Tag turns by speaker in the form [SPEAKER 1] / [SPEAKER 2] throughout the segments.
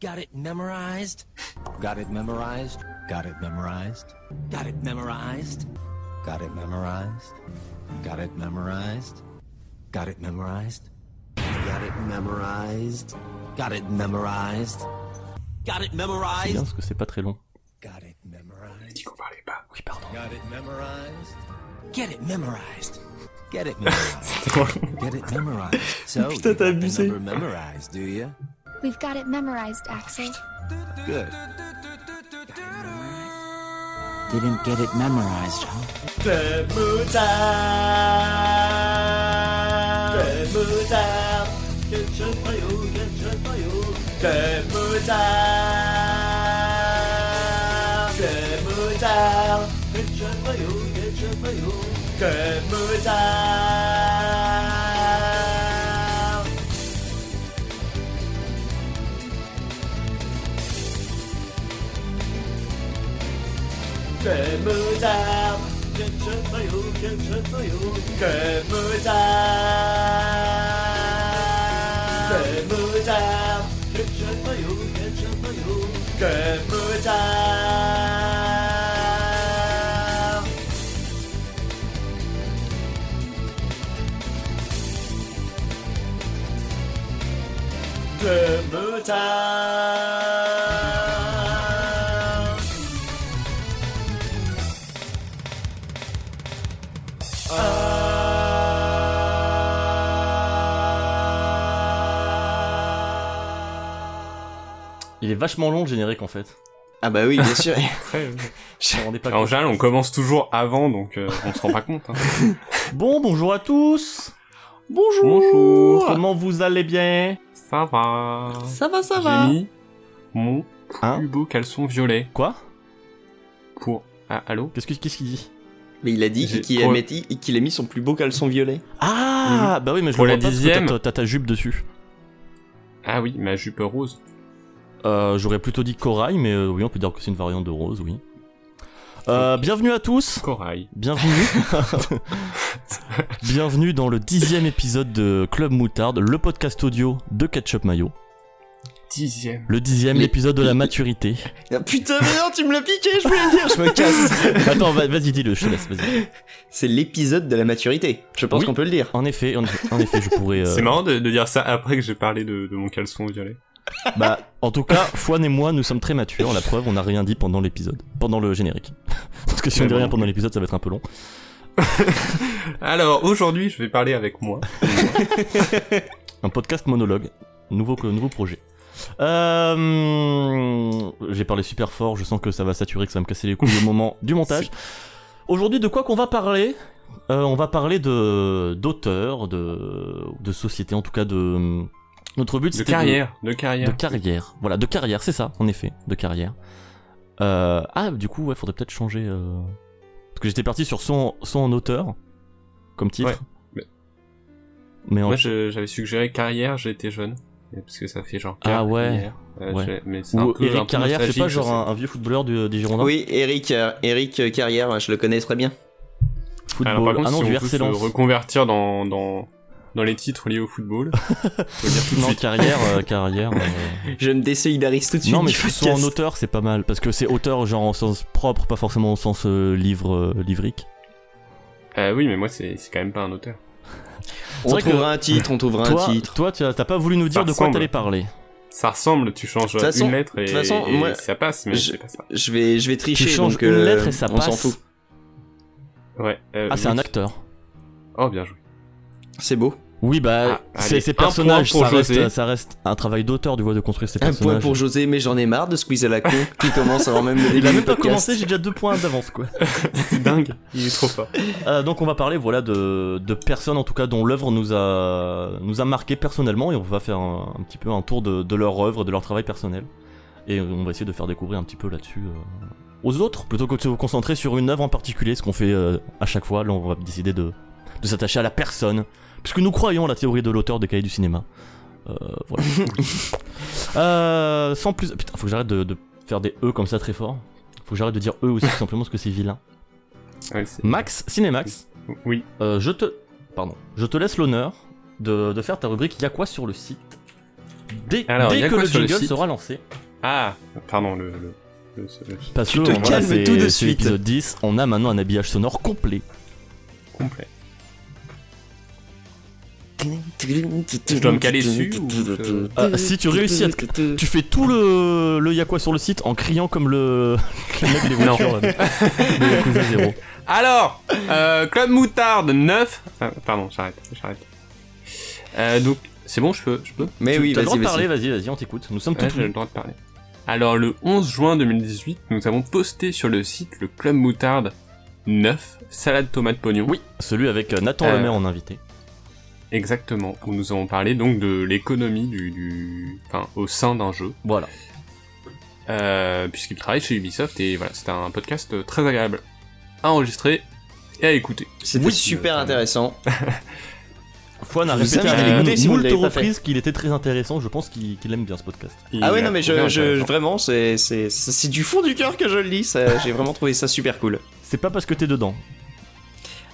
[SPEAKER 1] Got it memorized?
[SPEAKER 2] Got it memorized? Got it memorized?
[SPEAKER 1] Got it memorized?
[SPEAKER 2] Got it memorized? Got it memorized? Got it memorized? Got it memorized? Got it memorized?
[SPEAKER 1] Got it
[SPEAKER 3] C'est bien
[SPEAKER 1] memorized?
[SPEAKER 3] parce que c'est pas très long.
[SPEAKER 2] Got it memorized?
[SPEAKER 4] dit qu'on parlait pas.
[SPEAKER 3] Oui, pardon.
[SPEAKER 2] Got it memorized?
[SPEAKER 1] Get it memorized.
[SPEAKER 2] Get it memorized? Get it memorized? So
[SPEAKER 3] Putain,
[SPEAKER 2] you got
[SPEAKER 3] t'as
[SPEAKER 2] the
[SPEAKER 3] abusé.
[SPEAKER 2] number memorized, do you?
[SPEAKER 5] We've got it memorized, Axel.
[SPEAKER 2] Good. Didn't get it memorized, huh?
[SPEAKER 3] Il est vachement long le générique en fait.
[SPEAKER 6] Ah bah oui, bien sûr.
[SPEAKER 4] Très...
[SPEAKER 3] Je m'en rendais pas
[SPEAKER 4] En
[SPEAKER 3] compte.
[SPEAKER 4] général, on commence toujours avant, donc euh, on se rend pas compte. hein.
[SPEAKER 3] Bon, bonjour à tous.
[SPEAKER 6] Bonjour.
[SPEAKER 4] Bonjour.
[SPEAKER 3] Comment vous allez bien
[SPEAKER 4] Ça va.
[SPEAKER 3] Ça va, ça
[SPEAKER 4] J'ai mis mon
[SPEAKER 3] Hein
[SPEAKER 4] plus beau caleçon violet
[SPEAKER 3] Quoi
[SPEAKER 4] pour. Ah, allô
[SPEAKER 3] Qu'est-ce que- qu'est-ce qu'il dit
[SPEAKER 6] Mais il a dit
[SPEAKER 4] J'ai-
[SPEAKER 6] qu'il a,
[SPEAKER 4] pour-
[SPEAKER 6] mis- qu'il a mis son plus beau caleçon violet.
[SPEAKER 3] Ah, bah oui, mais je
[SPEAKER 4] Mm. Pour
[SPEAKER 3] le
[SPEAKER 4] la
[SPEAKER 3] vois pas parce que
[SPEAKER 4] dixième.
[SPEAKER 3] t'as- t'as ta jupe dessus.
[SPEAKER 4] Ah oui, ma jupe rose.
[SPEAKER 3] Euh, J'aurais plutôt dit corail, mais euh, oui, on peut dire que c'est une variante de rose, oui. Euh, bienvenue à tous.
[SPEAKER 4] Corail.
[SPEAKER 3] Bienvenue. bienvenue dans le dixième épisode de Club Moutarde, le podcast audio de Ketchup Mayo.
[SPEAKER 4] Dixième.
[SPEAKER 3] Le dixième
[SPEAKER 6] Les-
[SPEAKER 3] épisode de la maturité.
[SPEAKER 6] Ah, putain, mais non, tu me l'as piqué, je voulais le dire, je me casse.
[SPEAKER 3] Attends, va- vas-y, dis-le, je te laisse, vas-y.
[SPEAKER 6] C'est l'épisode de la maturité. Je pense
[SPEAKER 3] Oui.
[SPEAKER 6] qu'on peut le dire.
[SPEAKER 3] En effet, en, en effet, je pourrais. euh,
[SPEAKER 4] C'est marrant de, de dire ça après que j'ai parlé de, de mon caleçon violet.
[SPEAKER 3] Bah, en tout cas, Fouane et moi, nous sommes très matures. La preuve, on n'a rien dit pendant l'épisode, pendant le générique. Parce que si on
[SPEAKER 4] Mais
[SPEAKER 3] dit rien
[SPEAKER 4] bon.
[SPEAKER 3] pendant l'épisode, ça va être un peu long.
[SPEAKER 4] Alors aujourd'hui, je vais parler avec moi.
[SPEAKER 3] Un podcast monologue, nouveau nouveau projet. Euh, J'ai parlé super fort. Je sens que ça va saturer, que ça va me casser les couilles au moment du montage. Aujourd'hui, de quoi qu'on va parler Euh, On va parler de d'auteurs, de de société, en tout cas de hum, notre but,
[SPEAKER 4] De
[SPEAKER 3] c'était de-
[SPEAKER 4] carrière. De carrière.
[SPEAKER 3] De carrière, voilà, de carrière, c'est ça, en effet, de carrière. Euh, ah, du coup, ouais, faudrait peut-être changer. euh, Parce que j'étais parti sur son, son en auteur, comme titre.
[SPEAKER 4] Ouais, mais-
[SPEAKER 3] Mais en-
[SPEAKER 4] Moi, je- j'avais suggéré carrière, j'étais jeune. Et Parce que ça fait genre.
[SPEAKER 3] Ah ouais.
[SPEAKER 4] carrière. Euh,
[SPEAKER 3] Ouais.
[SPEAKER 4] j'ai- Mais c'est un
[SPEAKER 3] Ou
[SPEAKER 4] peu, un
[SPEAKER 3] Eric
[SPEAKER 4] peu
[SPEAKER 3] Carrière, c'est
[SPEAKER 4] nostalgique,
[SPEAKER 3] pas
[SPEAKER 4] je
[SPEAKER 3] genre
[SPEAKER 4] sais.
[SPEAKER 3] un, un vieux footballeur du- des Girondins
[SPEAKER 6] Oui, Eric, euh, Eric euh, Carrière, je le connais très bien.
[SPEAKER 3] Football.
[SPEAKER 4] Alors par contre,
[SPEAKER 3] ah non,
[SPEAKER 4] si
[SPEAKER 3] du
[SPEAKER 4] on peut
[SPEAKER 3] RC
[SPEAKER 4] se
[SPEAKER 3] Lens.
[SPEAKER 4] reconvertir dans, dans, dans les titres liés au football, faut le dire tout de
[SPEAKER 3] Non,
[SPEAKER 4] suite.
[SPEAKER 3] carrière, euh, carrière. euh,
[SPEAKER 6] Je me désolidarise tout de suite.
[SPEAKER 3] Non, mais
[SPEAKER 6] du
[SPEAKER 3] soit en
[SPEAKER 6] podcast.
[SPEAKER 3] auteur, c'est pas mal. Parce que c'est auteur, genre en sens propre, pas forcément en sens euh, livre, euh, livrique.
[SPEAKER 4] Euh, oui, mais moi, c'est c'est quand même pas un auteur.
[SPEAKER 3] C'est
[SPEAKER 6] On
[SPEAKER 3] vrai que-
[SPEAKER 6] trouvera un titre, on trouvera
[SPEAKER 3] Toi,
[SPEAKER 6] un titre.
[SPEAKER 3] toi, tu as- t'as pas voulu nous dire
[SPEAKER 4] Ça
[SPEAKER 3] de quoi
[SPEAKER 4] ressemble.
[SPEAKER 3] t'allais parler.
[SPEAKER 4] Ça ressemble, tu changes
[SPEAKER 6] De toute façon-
[SPEAKER 4] une lettre et,
[SPEAKER 6] de toute façon,
[SPEAKER 4] et
[SPEAKER 6] moi,
[SPEAKER 4] ça passe, mais
[SPEAKER 6] je-
[SPEAKER 4] c'est pas ça.
[SPEAKER 6] Je vais, je vais tricher.
[SPEAKER 3] Tu changes
[SPEAKER 6] donc,
[SPEAKER 3] une
[SPEAKER 6] euh,
[SPEAKER 3] lettre et ça
[SPEAKER 6] on s'en
[SPEAKER 3] passe.
[SPEAKER 6] fout.
[SPEAKER 4] Ouais, euh,
[SPEAKER 3] Ah, c'est
[SPEAKER 4] oui.
[SPEAKER 3] un acteur.
[SPEAKER 4] Oh, bien joué.
[SPEAKER 6] C'est beau.
[SPEAKER 3] Oui, bah,
[SPEAKER 4] Ah,
[SPEAKER 3] ces
[SPEAKER 4] allez,
[SPEAKER 3] ces
[SPEAKER 4] un
[SPEAKER 3] personnages,
[SPEAKER 4] point
[SPEAKER 3] ça
[SPEAKER 4] pour
[SPEAKER 3] reste,
[SPEAKER 4] José.
[SPEAKER 3] ça reste un travail d'auteur, du vois, de construire ces
[SPEAKER 6] Un
[SPEAKER 3] personnages.
[SPEAKER 6] point pour José, mais j'en ai marre de squeeze à la con qui commence avant même le début.
[SPEAKER 3] Il a
[SPEAKER 6] du
[SPEAKER 3] même pas
[SPEAKER 6] podcast.
[SPEAKER 3] commencé, j'ai déjà deux points d'avance, quoi.
[SPEAKER 4] C'est dingue, il est trop fort.
[SPEAKER 3] Euh, donc, on va parler, voilà, de, de personnes, en tout cas, dont l'œuvre nous a, nous a marqué personnellement, et on va faire un, un petit peu un tour de, de leur œuvre, de leur travail personnel. Et on va essayer de faire découvrir un petit peu là-dessus euh, aux autres, plutôt que de se concentrer sur une œuvre en particulier, ce qu'on fait euh, à chaque fois. Là, on va décider de, de s'attacher à la personne, puisque nous croyons à la théorie de l'auteur des cahiers du cinéma. Euh, voilà. Euh, sans plus. Putain, faut que j'arrête de, de faire des E comme ça très fort. Faut que j'arrête de dire E aussi, tout simplement parce que c'est vilain.
[SPEAKER 4] Ouais, c'est-
[SPEAKER 3] Max, Cinémax,
[SPEAKER 4] oui,
[SPEAKER 3] euh, je te. Pardon. Je te laisse l'honneur de, de faire ta rubrique Y'a quoi sur le site dès,
[SPEAKER 4] Alors,
[SPEAKER 3] dès
[SPEAKER 4] y a
[SPEAKER 3] que
[SPEAKER 4] quoi
[SPEAKER 3] le
[SPEAKER 4] sur le
[SPEAKER 3] jingle
[SPEAKER 4] site
[SPEAKER 3] sera lancé.
[SPEAKER 4] Ah, pardon, le. le, le- le-
[SPEAKER 3] Parce
[SPEAKER 6] Tu
[SPEAKER 3] que
[SPEAKER 6] te
[SPEAKER 3] voilà,
[SPEAKER 6] calmes
[SPEAKER 3] c'est-
[SPEAKER 6] tout de
[SPEAKER 3] c'est
[SPEAKER 6] suite.
[SPEAKER 3] l'épisode 10, on a maintenant un habillage sonore complet.
[SPEAKER 4] complet.
[SPEAKER 2] Je
[SPEAKER 4] dois me caler dessus ou-
[SPEAKER 3] Ah, si tu réussis à te- Tu fais tout le, le Y'a quoi sur le site en criant comme le, le mec des
[SPEAKER 4] Non.
[SPEAKER 3] voitures là, de- de Yakuza 0.
[SPEAKER 4] Alors, euh, Club Moutarde 9. Ah, pardon, j'arrête, j'arrête. Euh, donc, c'est bon, je peux, je peux
[SPEAKER 6] Mais Eh oui,
[SPEAKER 3] T'as le droit
[SPEAKER 6] vas-y,
[SPEAKER 3] de parler,
[SPEAKER 6] vas-y.
[SPEAKER 3] vas-y, vas-y, on t'écoute. Nous sommes
[SPEAKER 4] Ouais,
[SPEAKER 3] tous
[SPEAKER 4] j'ai le droit de parler. Alors, le 11 juin 2018, nous avons posté sur le site le Club Moutarde 9, salade tomate pognon.
[SPEAKER 3] Oui, celui avec euh, Nathan
[SPEAKER 4] Euh,
[SPEAKER 3] Lemaire en invité.
[SPEAKER 4] Exactement, où nous avons parlé donc de l'économie du, du... Enfin, au sein d'un jeu,
[SPEAKER 3] Voilà.
[SPEAKER 4] euh, puisqu'il travaille chez Ubisoft, et voilà, c'était un podcast euh, très agréable à enregistrer et à écouter.
[SPEAKER 6] C'était
[SPEAKER 4] Oui.
[SPEAKER 6] super intéressant.
[SPEAKER 3] Fouan a
[SPEAKER 6] Vous
[SPEAKER 3] répété
[SPEAKER 6] savez,
[SPEAKER 3] à
[SPEAKER 4] je l'ai
[SPEAKER 6] écouté si vous ne
[SPEAKER 3] moult
[SPEAKER 6] l'avez pas fait.
[SPEAKER 3] reprises qu'il était très intéressant, je pense qu'il qu'il aime bien ce podcast.
[SPEAKER 4] Il
[SPEAKER 6] Ah ouais,
[SPEAKER 4] a
[SPEAKER 6] non, mais je,
[SPEAKER 4] trouvé hein.
[SPEAKER 6] je-
[SPEAKER 4] intéressant.
[SPEAKER 6] vraiment, c'est c'est- c'est- c'est du fond du cœur que je le lis. ça- J'ai vraiment trouvé ça super cool.
[SPEAKER 3] C'est pas parce que t'es dedans.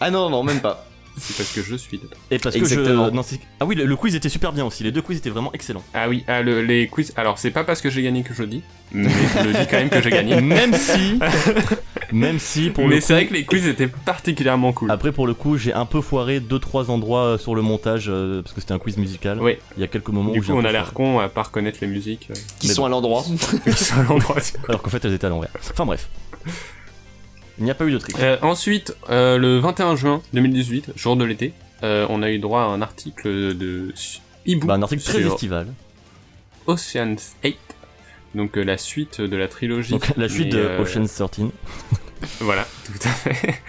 [SPEAKER 6] Ah non, non, même pas.
[SPEAKER 4] C'est parce que je suis dedans.
[SPEAKER 3] Et parce que
[SPEAKER 6] Exactement.
[SPEAKER 3] je. non, c'est- ah oui, le, le quiz était super bien aussi, les deux quiz étaient vraiment excellents.
[SPEAKER 4] Ah oui, ah, le- les quiz... Alors, c'est pas parce que j'ai gagné que je le dis, mais je le dis quand même que j'ai gagné.
[SPEAKER 3] Même si. même si, pour
[SPEAKER 4] mais
[SPEAKER 3] le
[SPEAKER 4] c'est vrai que les quiz étaient particulièrement cool.
[SPEAKER 6] ah,
[SPEAKER 3] Après, pour le coup, j'ai un peu foiré 2-3 endroits sur le montage euh, parce que c'était un quiz musical.
[SPEAKER 4] Oui.
[SPEAKER 3] Il y a quelques moments
[SPEAKER 4] Du
[SPEAKER 3] où
[SPEAKER 4] coup,
[SPEAKER 3] j'ai. un
[SPEAKER 4] on
[SPEAKER 3] peu
[SPEAKER 4] a l'air
[SPEAKER 3] foiré.
[SPEAKER 4] con à pas reconnaître les musiques.
[SPEAKER 6] Qui
[SPEAKER 3] Mais
[SPEAKER 6] sont à l'endroit.
[SPEAKER 4] à l'endroit.
[SPEAKER 3] Alors qu'en fait, elles étaient à l'envers. Enfin bref. Il n'y a pas eu de trick.
[SPEAKER 4] Euh, ensuite, euh, le 21 juin 2018, jour de l'été, euh, on a eu droit à un article de Su- Hibou
[SPEAKER 3] Bah, un article très
[SPEAKER 4] sur
[SPEAKER 3] estival.
[SPEAKER 4] Ocean's 8. Donc euh, la suite de la trilogie.
[SPEAKER 3] Donc, la suite
[SPEAKER 4] Mais,
[SPEAKER 3] de
[SPEAKER 4] euh,
[SPEAKER 3] Ocean's 13.
[SPEAKER 4] Voilà, tout à fait.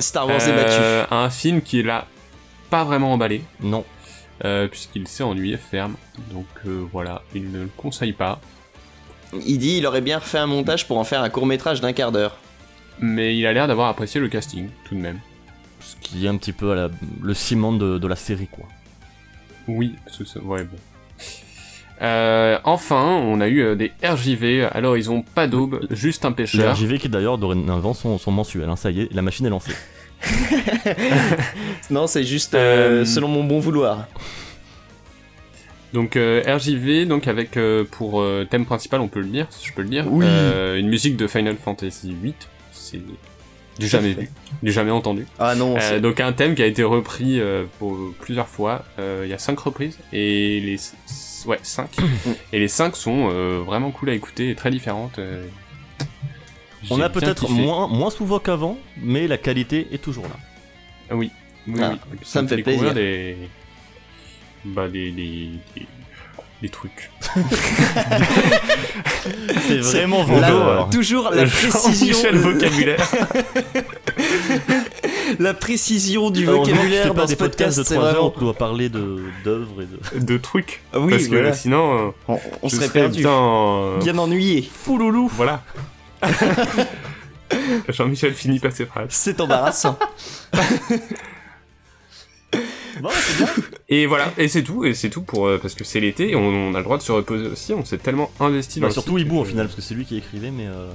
[SPEAKER 6] Star Wars est
[SPEAKER 4] Euh,
[SPEAKER 6] battu.
[SPEAKER 4] un film qui l'a pas vraiment emballé,
[SPEAKER 3] Non.
[SPEAKER 4] euh, puisqu'il s'est ennuyé ferme. Donc euh, voilà, il ne le conseille pas.
[SPEAKER 6] Il dit il aurait bien refait un montage pour en faire un court métrage d'un quart d'heure.
[SPEAKER 4] Mais il a l'air d'avoir apprécié le casting, tout de même.
[SPEAKER 3] Ce qui est un petit peu à la- le ciment de, de la série, quoi.
[SPEAKER 4] Oui, parce que ça- ouais, bon. Euh, enfin, on a eu euh, des RJV, alors ils ont pas d'aube, juste un
[SPEAKER 3] Le
[SPEAKER 4] pêcheur.
[SPEAKER 3] RJV qui d'ailleurs dorénavant sont, sont mensuels, hein, ça y est, la machine est lancée.
[SPEAKER 6] Non, c'est juste euh,
[SPEAKER 4] Euh,
[SPEAKER 6] selon mon bon vouloir.
[SPEAKER 4] Donc euh, RJV, donc avec euh, pour euh, thème principal, on peut le dire, si je peux le dire,
[SPEAKER 6] Oui.
[SPEAKER 4] euh, une musique de Final Fantasy VIII, c'est du jamais vu, du jamais entendu.
[SPEAKER 6] Ah non,
[SPEAKER 4] Euh,
[SPEAKER 6] c'est-
[SPEAKER 4] donc un thème qui a été repris euh, pour plusieurs fois, Euh, il y a cinq reprises, et les... Ouais, cinq. et les cinq sont euh, vraiment cool à écouter et très différentes. euh.
[SPEAKER 3] On
[SPEAKER 4] J'ai
[SPEAKER 3] a
[SPEAKER 4] bien
[SPEAKER 3] peut-être
[SPEAKER 4] kiffé.
[SPEAKER 3] moins, moins souvent qu'avant, mais la qualité est toujours là.
[SPEAKER 4] Ah Oui, oui,
[SPEAKER 6] Ah,
[SPEAKER 4] oui. Et puis
[SPEAKER 6] ça me fait
[SPEAKER 4] découvrir Des... Bah, des, des, des, des trucs.
[SPEAKER 3] C'est euh, vraiment
[SPEAKER 6] Là,
[SPEAKER 3] vendeur.
[SPEAKER 6] toujours Ah, la précision,
[SPEAKER 4] Jean-Michel vocabulaire.
[SPEAKER 6] la précision
[SPEAKER 4] Ah
[SPEAKER 6] du
[SPEAKER 3] Heureusement que
[SPEAKER 6] vocabulaire
[SPEAKER 3] tu fais pas
[SPEAKER 6] dans
[SPEAKER 3] des
[SPEAKER 6] ce
[SPEAKER 3] podcasts
[SPEAKER 6] podcast,
[SPEAKER 3] de
[SPEAKER 6] c'est
[SPEAKER 3] 3 heures,
[SPEAKER 6] vraiment.
[SPEAKER 3] on doit parler de- d'œuvres et de.
[SPEAKER 4] De trucs.
[SPEAKER 6] Ah oui,
[SPEAKER 4] Parce que
[SPEAKER 6] voilà.
[SPEAKER 4] sinon, euh,
[SPEAKER 6] On, on
[SPEAKER 4] je
[SPEAKER 6] serait
[SPEAKER 4] serais
[SPEAKER 6] perdu,
[SPEAKER 4] bien, euh,
[SPEAKER 6] bien ennuyé. Fouloulou,
[SPEAKER 4] Voilà. Jean-Michel finit pas ses phrases.
[SPEAKER 6] c'est embarrassant.
[SPEAKER 4] Et voilà, et c'est tout, et c'est tout pour euh, parce que c'est l'été, et on, on a le droit de se reposer aussi. On s'est tellement investi
[SPEAKER 3] Bah,
[SPEAKER 4] dans le
[SPEAKER 3] surtout
[SPEAKER 4] site
[SPEAKER 3] Hibou
[SPEAKER 4] que-
[SPEAKER 3] au final, parce que c'est lui qui écrivait, mais. euh,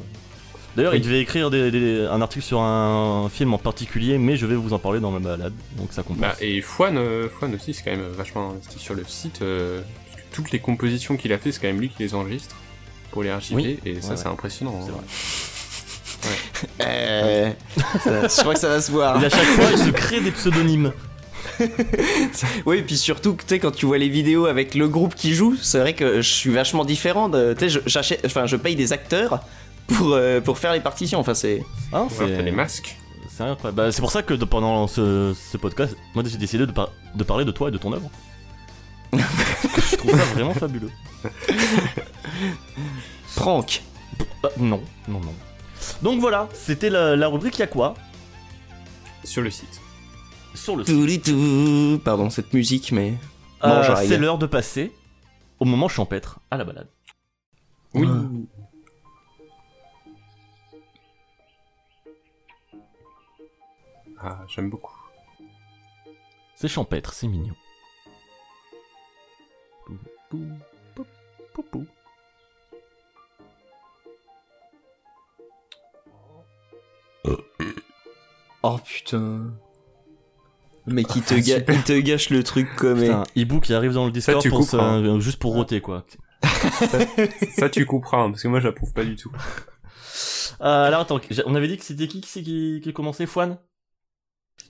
[SPEAKER 3] D'ailleurs,
[SPEAKER 4] Oui.
[SPEAKER 3] il devait écrire des- des- un article sur un film en particulier, mais je vais vous en parler dans ma balade, donc ça compense.
[SPEAKER 4] Bah, et Fouane, euh, Fouane aussi, c'est quand même vachement investi sur le site. euh, puisque toutes les compositions qu'il a fait, c'est quand même lui qui les enregistre pour les archiver,
[SPEAKER 3] Oui.
[SPEAKER 4] et ça,
[SPEAKER 3] Ouais,
[SPEAKER 4] c'est
[SPEAKER 3] ouais.
[SPEAKER 4] impressionnant.
[SPEAKER 3] C'est
[SPEAKER 4] hein.
[SPEAKER 3] vrai.
[SPEAKER 6] Euh, ça- je crois que ça va se voir.
[SPEAKER 3] Et à chaque fois, il se crée des pseudonymes.
[SPEAKER 6] Oui, et puis surtout, que, tu sais, quand tu vois les vidéos avec le groupe qui joue, c'est vrai que je suis vachement différent. de- Tu sais, je- j'achète, enfin, je paye des acteurs pour euh, pour faire les partitions. Enfin,
[SPEAKER 3] Hein,
[SPEAKER 6] c'est
[SPEAKER 4] Ou alors, t'as
[SPEAKER 3] c'est
[SPEAKER 4] les masques.
[SPEAKER 3] c'est incroyable. Bah, c'est pour ça que de- pendant ce, ce podcast, moi j'ai décidé de, par- de parler de toi et de ton œuvre. Parce que je trouve ça vraiment fabuleux.
[SPEAKER 6] prank.
[SPEAKER 3] Bah, non, non, non. Donc voilà, c'était la, la rubrique Y'a quoi
[SPEAKER 4] sur le site.
[SPEAKER 3] sur le site.
[SPEAKER 6] Toulitou. Pardon cette musique, mais
[SPEAKER 3] Euh,
[SPEAKER 6] Bon, j'arrive.
[SPEAKER 3] c'est l'heure de passer au moment champêtre à la balade.
[SPEAKER 4] Oui. Ah, j'aime beaucoup.
[SPEAKER 3] C'est champêtre, c'est mignon.
[SPEAKER 6] Oh putain. Mais qui te, ga- il te gâche le truc comme.
[SPEAKER 3] Putain, Hibou qui arrive dans le Discord
[SPEAKER 4] tu
[SPEAKER 3] pour
[SPEAKER 4] coupes,
[SPEAKER 3] se- euh,
[SPEAKER 4] hein.
[SPEAKER 3] juste pour roter quoi.
[SPEAKER 4] Ça, tu couperas, hein, parce que moi, j'approuve pas du tout.
[SPEAKER 3] Euh, alors attends, j'ai- on avait dit que c'était qui qui, c'est qui, qui commençait Fouane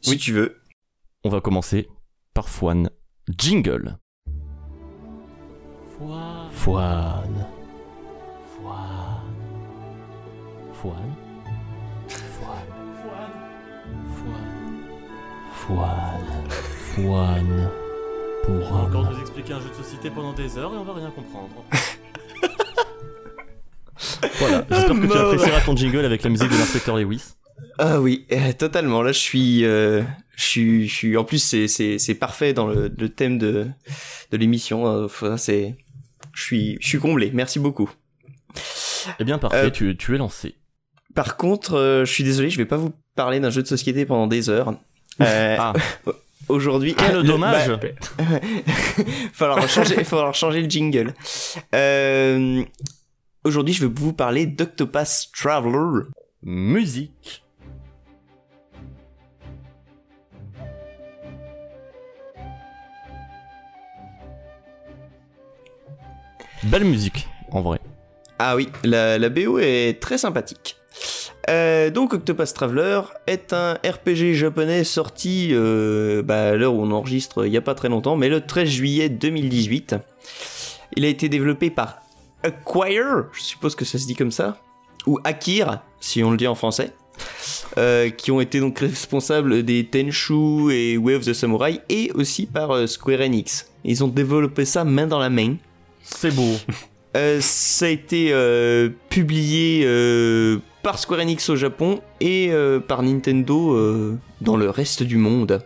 [SPEAKER 6] Si tu veux.
[SPEAKER 3] On va commencer par Fouane. Jingle. Fouane. Fouane. Fouane. Fouane. Fouane. Pour on va encore nous expliquer un jeu de société pendant des heures et on va rien comprendre. voilà, j'espère que tu
[SPEAKER 6] Mort.
[SPEAKER 3] apprécieras ton jingle avec la musique de l'inspecteur Lewis.
[SPEAKER 6] Ah oui, euh, totalement. Là, je suis, euh, je suis, je suis. En plus, c'est, c'est, c'est parfait dans le, le thème de, de l'émission. Euh, faut- C'est, je suis, je suis comblé. Merci beaucoup.
[SPEAKER 3] Eh bien parfait,
[SPEAKER 6] Euh,
[SPEAKER 3] tu, tu es lancé.
[SPEAKER 6] Par contre, euh, je suis désolé, je vais pas vous parler d'un jeu de société pendant des heures. Euh,
[SPEAKER 3] Ah.
[SPEAKER 6] Aujourd'hui,
[SPEAKER 3] Quel
[SPEAKER 6] Le-
[SPEAKER 3] dommage
[SPEAKER 6] bah, falloir changer, falloir changer le jingle. Euh, Aujourd'hui, je vais vous parler d'Octopus Traveler.
[SPEAKER 3] Musique. Belle musique, en vrai.
[SPEAKER 6] Ah oui, la, la BO est très sympathique. Euh, donc Octopus Traveler est un RPG japonais sorti euh, bah, à l'heure où on enregistre euh, il n'y a pas très longtemps, mais le 13 juillet 2018. Il a été développé par Acquire, je suppose que ça se dit comme ça, ou Akir, si on le dit en français, euh, qui ont été donc responsables des Tenchu et Way of the Samurai, et aussi par euh, Square Enix. Ils ont développé ça main dans la main.
[SPEAKER 3] C'est beau.
[SPEAKER 6] Euh, ça a été euh, publié euh, par Square Enix au Japon et euh, par Nintendo euh, dans le reste du monde.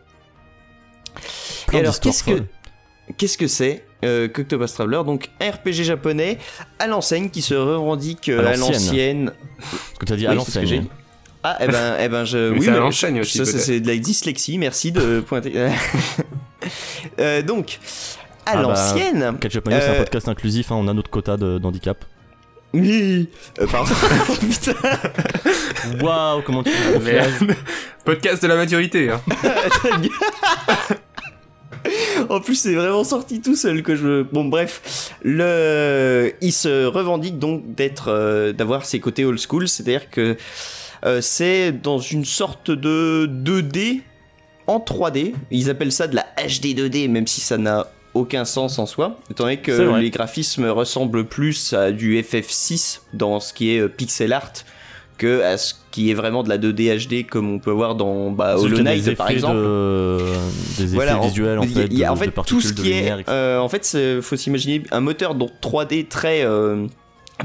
[SPEAKER 3] Plein
[SPEAKER 6] et alors,
[SPEAKER 3] d'histoires
[SPEAKER 6] qu'est-ce que
[SPEAKER 3] folles.
[SPEAKER 6] qu'est-ce que c'est euh, Octopus Traveler Donc, un RPG japonais à l'enseigne qui se revendique euh,
[SPEAKER 3] À
[SPEAKER 6] à l'ancienne.
[SPEAKER 3] Parce que t'as dit
[SPEAKER 6] Oui,
[SPEAKER 3] à
[SPEAKER 6] c'est ce que j'ai
[SPEAKER 3] l'enseigne.
[SPEAKER 6] dit. Ah, eh ben, eh ben, je.
[SPEAKER 4] Mais
[SPEAKER 6] oui,
[SPEAKER 4] ça
[SPEAKER 6] mais-
[SPEAKER 4] l'enchaîne aussi,
[SPEAKER 6] ça, ça,
[SPEAKER 4] peut-être.
[SPEAKER 6] c'est de la dyslexie. Merci de pointer. Euh, donc, à
[SPEAKER 3] Ah bah,
[SPEAKER 6] l'ancienne.
[SPEAKER 3] Catch Up Mania, c'est un
[SPEAKER 6] Euh,
[SPEAKER 3] podcast inclusif, hein, on a notre quota de- d'handicap.
[SPEAKER 6] Oui. Euh, pardon. Putain.
[SPEAKER 3] Waouh, comment tu fais
[SPEAKER 4] Merde. Podcast de la maturité, hein.
[SPEAKER 6] Ta gueule. En plus, c'est vraiment sorti tout seul que je. Bon, bref, le, il se revendique donc d'être, euh, d'avoir ses côtés old school, c'est-à-dire que euh, c'est dans une sorte de 2D en 3D. Ils appellent ça de la HD 2D, même si ça n'a aucun sens en soi, étant donné
[SPEAKER 3] C'est
[SPEAKER 6] que
[SPEAKER 3] vrai.
[SPEAKER 6] les graphismes ressemblent plus à du FF6 dans ce qui est euh, pixel art que à ce qui est vraiment de la 2D HD comme on peut voir dans bah,
[SPEAKER 3] Parce que
[SPEAKER 6] Hollow
[SPEAKER 3] t'as des
[SPEAKER 6] Knight
[SPEAKER 3] effets
[SPEAKER 6] par exemple.
[SPEAKER 3] de- des effets
[SPEAKER 6] Voilà, en-
[SPEAKER 3] visuels en
[SPEAKER 6] Il y a-
[SPEAKER 3] fait,
[SPEAKER 6] il y a-
[SPEAKER 3] de,
[SPEAKER 6] en fait,
[SPEAKER 3] de
[SPEAKER 6] tout ce
[SPEAKER 3] particules de
[SPEAKER 6] qui est,
[SPEAKER 3] lumière, etc.
[SPEAKER 6] euh, en fait, c'est- faut s'imaginer un moteur dont 3D très euh,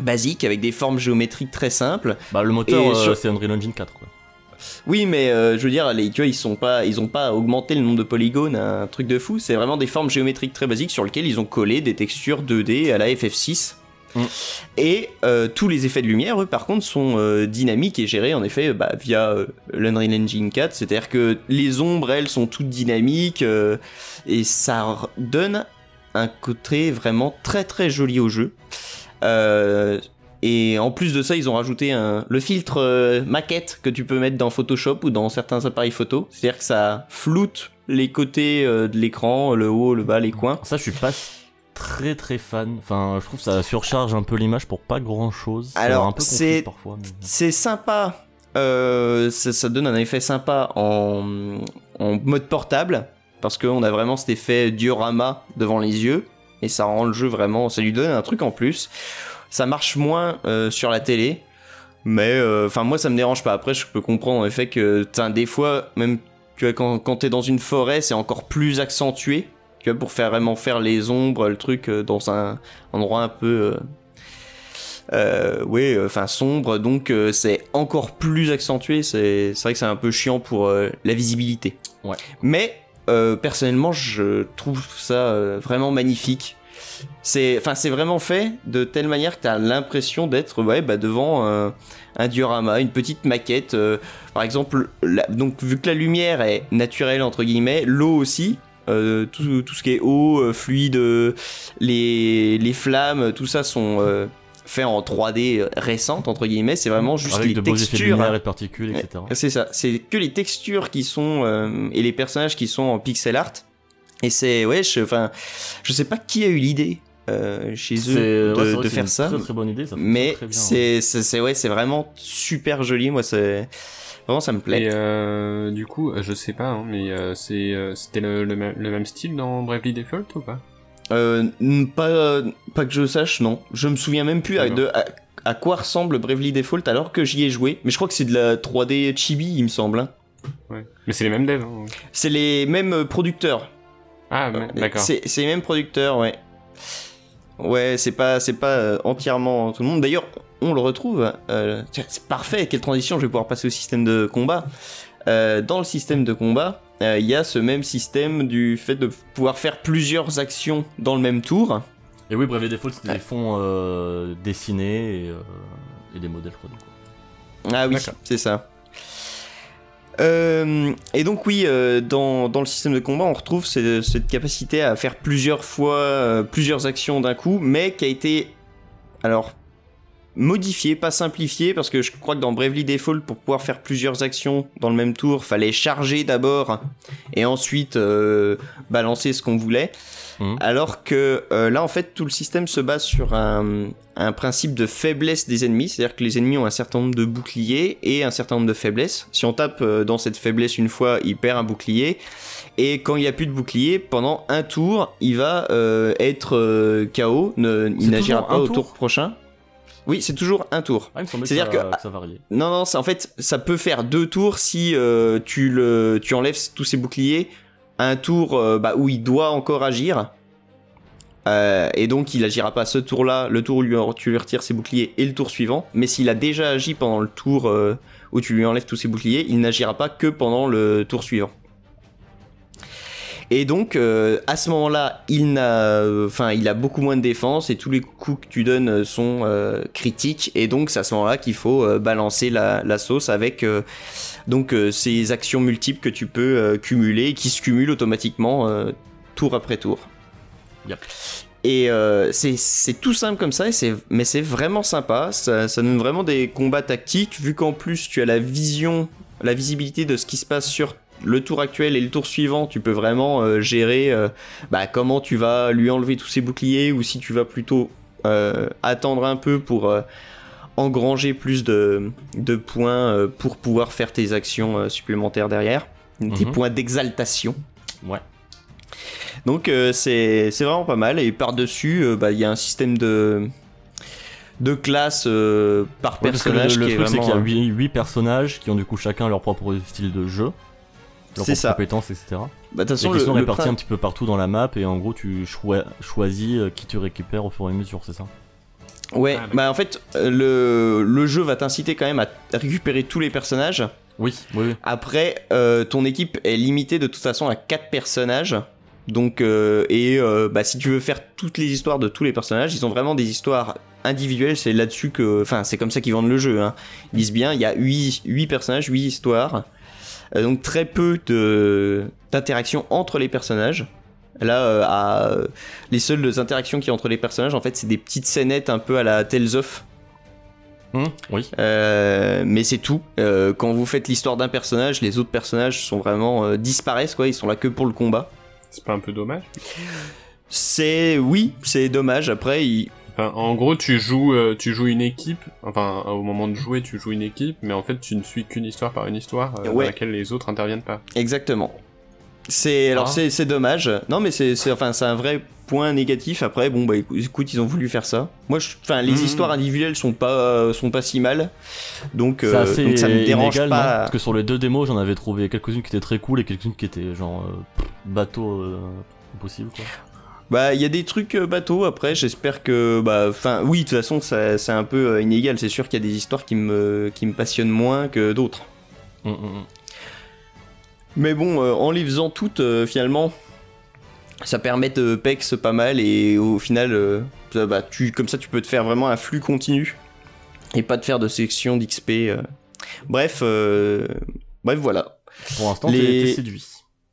[SPEAKER 6] basique avec des formes géométriques très simples.
[SPEAKER 3] Bah, le moteur,
[SPEAKER 6] et
[SPEAKER 3] euh,
[SPEAKER 6] sur-
[SPEAKER 3] c'est Unreal Engine 4. Quoi.
[SPEAKER 6] Oui, mais euh, je veux dire, les, tu vois, ils sont pas, ils ont pas augmenté le nombre de polygones, un truc de fou. C'est vraiment des formes géométriques très basiques sur lesquelles ils ont collé des textures 2D à la FF6.
[SPEAKER 3] Mm.
[SPEAKER 6] Et euh, tous les effets de lumière, eux, par contre, sont euh, dynamiques et gérés en effet bah, via euh, l'Unreal Engine 4. C'est-à-dire que les ombres, elles, sont toutes dynamiques euh, et ça donne un côté vraiment très très joli au jeu. Euh, et en plus de ça, ils ont rajouté un, le filtre euh, maquette que tu peux mettre dans Photoshop ou dans certains appareils photo. C'est-à-dire que ça floute les côtés euh, de l'écran, le haut, le bas, les coins.
[SPEAKER 3] Ça, je suis pas très très fan. Enfin, je trouve que ça surcharge un peu l'image pour pas grand chose.
[SPEAKER 6] Alors,
[SPEAKER 3] un peu confus
[SPEAKER 6] c'est-
[SPEAKER 3] parfois. mais-
[SPEAKER 6] C'est sympa, euh, ça, ça donne un effet sympa en, en mode portable, parce qu'on a vraiment cet effet diorama devant les yeux, et ça rend le jeu vraiment, ça lui donne un truc en plus. Ça marche moins euh, sur la télé, mais euh, enfin moi ça me dérange pas. Après je peux comprendre en effet que t'as des fois, même tu vois, quand, quand t'es dans une forêt, c'est encore plus accentué, tu vois, pour faire vraiment faire les ombres, le truc euh, dans un endroit un peu... euh, euh, ouais, euh, enfin sombre, donc euh, c'est encore plus accentué. C'est c'est vrai que c'est un peu chiant pour euh, la visibilité.
[SPEAKER 3] Ouais.
[SPEAKER 6] Mais euh, personnellement, je trouve ça euh, vraiment magnifique. C'est, enfin, c'est vraiment fait de telle manière que t'as l'impression d'être, ouais, bah, devant euh, un diorama, une petite maquette. euh, par exemple, la- donc vu que la lumière est naturelle entre guillemets, l'eau aussi. euh, tout, tout ce qui est eau, euh, fluide, euh, les, les flammes, tout ça sont euh, fait en 3D euh, récente, entre guillemets, c'est vraiment juste
[SPEAKER 3] Avec
[SPEAKER 6] les
[SPEAKER 3] de beaux effets de
[SPEAKER 6] textures. hein.
[SPEAKER 3] lumière et de particules, etc.
[SPEAKER 6] C'est ça, c'est que les textures qui sont euh, et les personnages qui sont en pixel art. Et c'est ouais, je, enfin, je sais pas qui a eu l'idée euh, chez
[SPEAKER 3] C'est-
[SPEAKER 6] eux
[SPEAKER 3] ouais, c'est vrai
[SPEAKER 6] de, de
[SPEAKER 3] que c'est
[SPEAKER 6] faire
[SPEAKER 3] une
[SPEAKER 6] ça,
[SPEAKER 3] Très très bonne idée, ça
[SPEAKER 6] mais
[SPEAKER 3] fonctionne très bien.
[SPEAKER 6] c'est c'est c'est- ouais, c'est vraiment super joli. Moi, c'est vraiment ça me plaît.
[SPEAKER 4] Et euh, du coup, euh, je sais pas, hein, mais euh, c'est, euh, c'était le, le même- le même style dans Bravely Default ou pas
[SPEAKER 6] Euh, n- pas euh, pas que je sache, non. Je me souviens même plus à,
[SPEAKER 4] D'accord.
[SPEAKER 6] de à, à quoi ressemble Bravely Default alors que j'y ai joué. Mais je crois que c'est de la 3D chibi, il me semble. hein.
[SPEAKER 4] Ouais. Mais c'est les mêmes devs. hein.
[SPEAKER 6] C'est les mêmes producteurs.
[SPEAKER 4] Ah, mais- d'accord.
[SPEAKER 6] Euh, C'est c'est les mêmes producteurs, ouais. Ouais, c'est pas, c'est pas euh, entièrement tout le monde. D'ailleurs, on le retrouve. euh, tiens, c'est parfait. Quelle transition Je vais pouvoir passer au système de combat. Euh, dans le système de combat, euh, il y a ce même système du fait de pouvoir faire plusieurs actions dans le même tour.
[SPEAKER 3] Et oui, Bravely Default, c'était
[SPEAKER 6] Ouais.
[SPEAKER 3] des fonds euh, dessinés et, euh, et des modèles 3D. quoi.
[SPEAKER 6] Ah oui,
[SPEAKER 4] D'accord.
[SPEAKER 6] c'est ça. Euh, et donc oui, euh, dans, dans le système de combat, on retrouve ce- cette, capacité à faire plusieurs fois, euh, plusieurs actions d'un coup, mais qui a été, alors, modifiée, pas simplifiée, parce que je crois que dans Bravely Default, pour pouvoir faire plusieurs actions dans le même tour, fallait charger d'abord et ensuite euh, balancer ce qu'on voulait.
[SPEAKER 3] Mhm.
[SPEAKER 6] Alors que euh, là, en fait, tout le système se base sur un, un principe de faiblesse des ennemis, c'est-à-dire que les ennemis ont un certain nombre de boucliers et un certain nombre de faiblesses. Si on tape euh, dans cette faiblesse une fois, il perd un bouclier. Et quand il n'y a plus de bouclier, pendant un tour, il va euh, être euh, KO, ne- il
[SPEAKER 3] C'est
[SPEAKER 6] n'agira
[SPEAKER 3] toujours
[SPEAKER 6] pas
[SPEAKER 3] un
[SPEAKER 6] au
[SPEAKER 3] tour
[SPEAKER 6] tour prochain. Oui, c'est toujours un tour.
[SPEAKER 3] Ah, il me semblait que, ça,
[SPEAKER 6] C'est-à-dire que-
[SPEAKER 3] que ça variait.
[SPEAKER 6] Non, non, ça, en fait, ça peut faire deux tours si euh, tu, le, tu enlèves tous ses boucliers. Un tour euh, bah, où il doit encore agir. Euh, et donc, il agira pas ce tour-là, le tour où lui- tu lui retires ses boucliers et le tour suivant. Mais s'il a déjà agi pendant le tour euh, où tu lui enlèves tous ses boucliers, il n'agira pas que pendant le tour suivant. Et donc, euh, à ce moment-là, il, n'a- euh, enfin, il a beaucoup moins de défense et tous les coups que tu donnes euh, sont euh, critiques. Et donc, c'est à ce moment-là qu'il faut euh, balancer la, la sauce avec euh, donc, euh, ces actions multiples que tu peux euh, cumuler et qui se cumulent automatiquement euh, tour après tour.
[SPEAKER 3] Yep.
[SPEAKER 6] Et euh, c'est- c'est tout simple comme ça, et c'est- mais c'est vraiment sympa. Ça, ça donne vraiment des combats tactiques, vu qu'en plus tu as la vision, la visibilité de ce qui se passe sur le tour actuel et le tour suivant. Tu peux vraiment euh, gérer euh, bah, comment tu vas lui enlever tous ses boucliers, ou si tu vas plutôt euh, attendre un peu pour euh, engranger plus de, de points euh, pour pouvoir faire tes actions euh, supplémentaires derrière. Des
[SPEAKER 3] Mhm.
[SPEAKER 6] points d'exaltation.
[SPEAKER 3] Ouais.
[SPEAKER 6] Donc euh, c'est c'est vraiment pas mal. Et par-dessus, euh, bah, il y a un système de, de classe euh, par
[SPEAKER 3] Ouais, parce que le,
[SPEAKER 6] personnage
[SPEAKER 3] le
[SPEAKER 6] qui est
[SPEAKER 3] truc, c'est
[SPEAKER 6] vraiment... euh,
[SPEAKER 3] qu'il y a 8, personnages qui ont du coup chacun leur propre style de jeu, leurs
[SPEAKER 6] C'est
[SPEAKER 3] propres
[SPEAKER 6] ça.
[SPEAKER 3] compétences, etc.
[SPEAKER 6] Bah, de toute
[SPEAKER 3] Et
[SPEAKER 6] façon,
[SPEAKER 3] qui
[SPEAKER 6] le-
[SPEAKER 3] sont
[SPEAKER 6] le
[SPEAKER 3] répartis
[SPEAKER 6] prin-
[SPEAKER 3] un petit peu partout dans la map, et en gros, tu choi- choisis euh, qui tu récupères au fur et à mesure, c'est ça
[SPEAKER 6] Ouais,
[SPEAKER 4] Ah, d'accord.
[SPEAKER 6] bah en fait, euh, le, le jeu va t'inciter quand même à à récupérer tous les personnages.
[SPEAKER 3] Oui, oui, oui.
[SPEAKER 6] Après, euh, ton équipe est limitée de toute façon à 4 personnages. Donc, euh, et euh, bah, si tu veux faire toutes les histoires de tous les personnages, ils ont vraiment des histoires individuelles. C'est là-dessus que. Enfin, c'est comme ça qu'ils vendent le jeu. Hein. Ils disent bien, il y a 8, personnages, 8 histoires. Euh, donc, très peu de- d'interactions entre les personnages. Là, euh, à, les seules interactions qu'il y a entre les personnages, en fait, c'est des petites scénettes un peu à la Tales of.
[SPEAKER 3] Hum, oui.
[SPEAKER 6] Euh, mais c'est tout. Euh, quand vous faites l'histoire d'un personnage, les autres personnages sont vraiment euh, disparaissent quoi. Ils sont là que pour le combat.
[SPEAKER 4] C'est pas un peu dommage
[SPEAKER 6] C'est oui, c'est dommage. Après, il-
[SPEAKER 4] Enfin, en gros, tu joues, euh, tu joues une équipe. Enfin, au moment de jouer, tu joues une équipe, mais en fait, tu ne suis qu'une histoire par une histoire euh, dans
[SPEAKER 6] Ouais.
[SPEAKER 4] laquelle les autres interviennent pas.
[SPEAKER 6] exactement. C'est alors
[SPEAKER 4] Ah.
[SPEAKER 6] c'est c'est dommage. Non mais c'est c'est- enfin c'est un vrai point négatif. Après bon bah écou- écoute ils ont voulu faire ça. Moi je enfin les
[SPEAKER 4] Mhm.
[SPEAKER 3] Hmm.
[SPEAKER 6] histoires individuelles sont pas euh, sont pas si mal. Donc,
[SPEAKER 3] C'est
[SPEAKER 6] euh,
[SPEAKER 3] assez
[SPEAKER 6] donc ça me dérange
[SPEAKER 3] inégal, non
[SPEAKER 6] pas.
[SPEAKER 3] Parce que sur les deux démos, j'en avais trouvé quelques-unes qui étaient très cool et quelques-unes qui étaient genre euh, pff, bateau euh, impossible, quoi.
[SPEAKER 6] Bah, il y a des trucs euh, bateaux après, j'espère que. Bah, enfin, oui, de toute façon, ça- c'est un peu euh, inégal. C'est sûr qu'il y a des histoires qui me, qui me passionnent moins que d'autres.
[SPEAKER 3] Hum, hum, hum.
[SPEAKER 6] Mais bon, euh, en les faisant toutes, euh, finalement, ça permet de pex pas mal et au final, euh, ça, bah, tu, comme ça, tu peux te faire vraiment un flux continu et pas te faire de section d'XP. euh. Bref, euh, bref, voilà.
[SPEAKER 3] Pour l'instant,
[SPEAKER 6] Les-
[SPEAKER 3] t'es t'es séduit.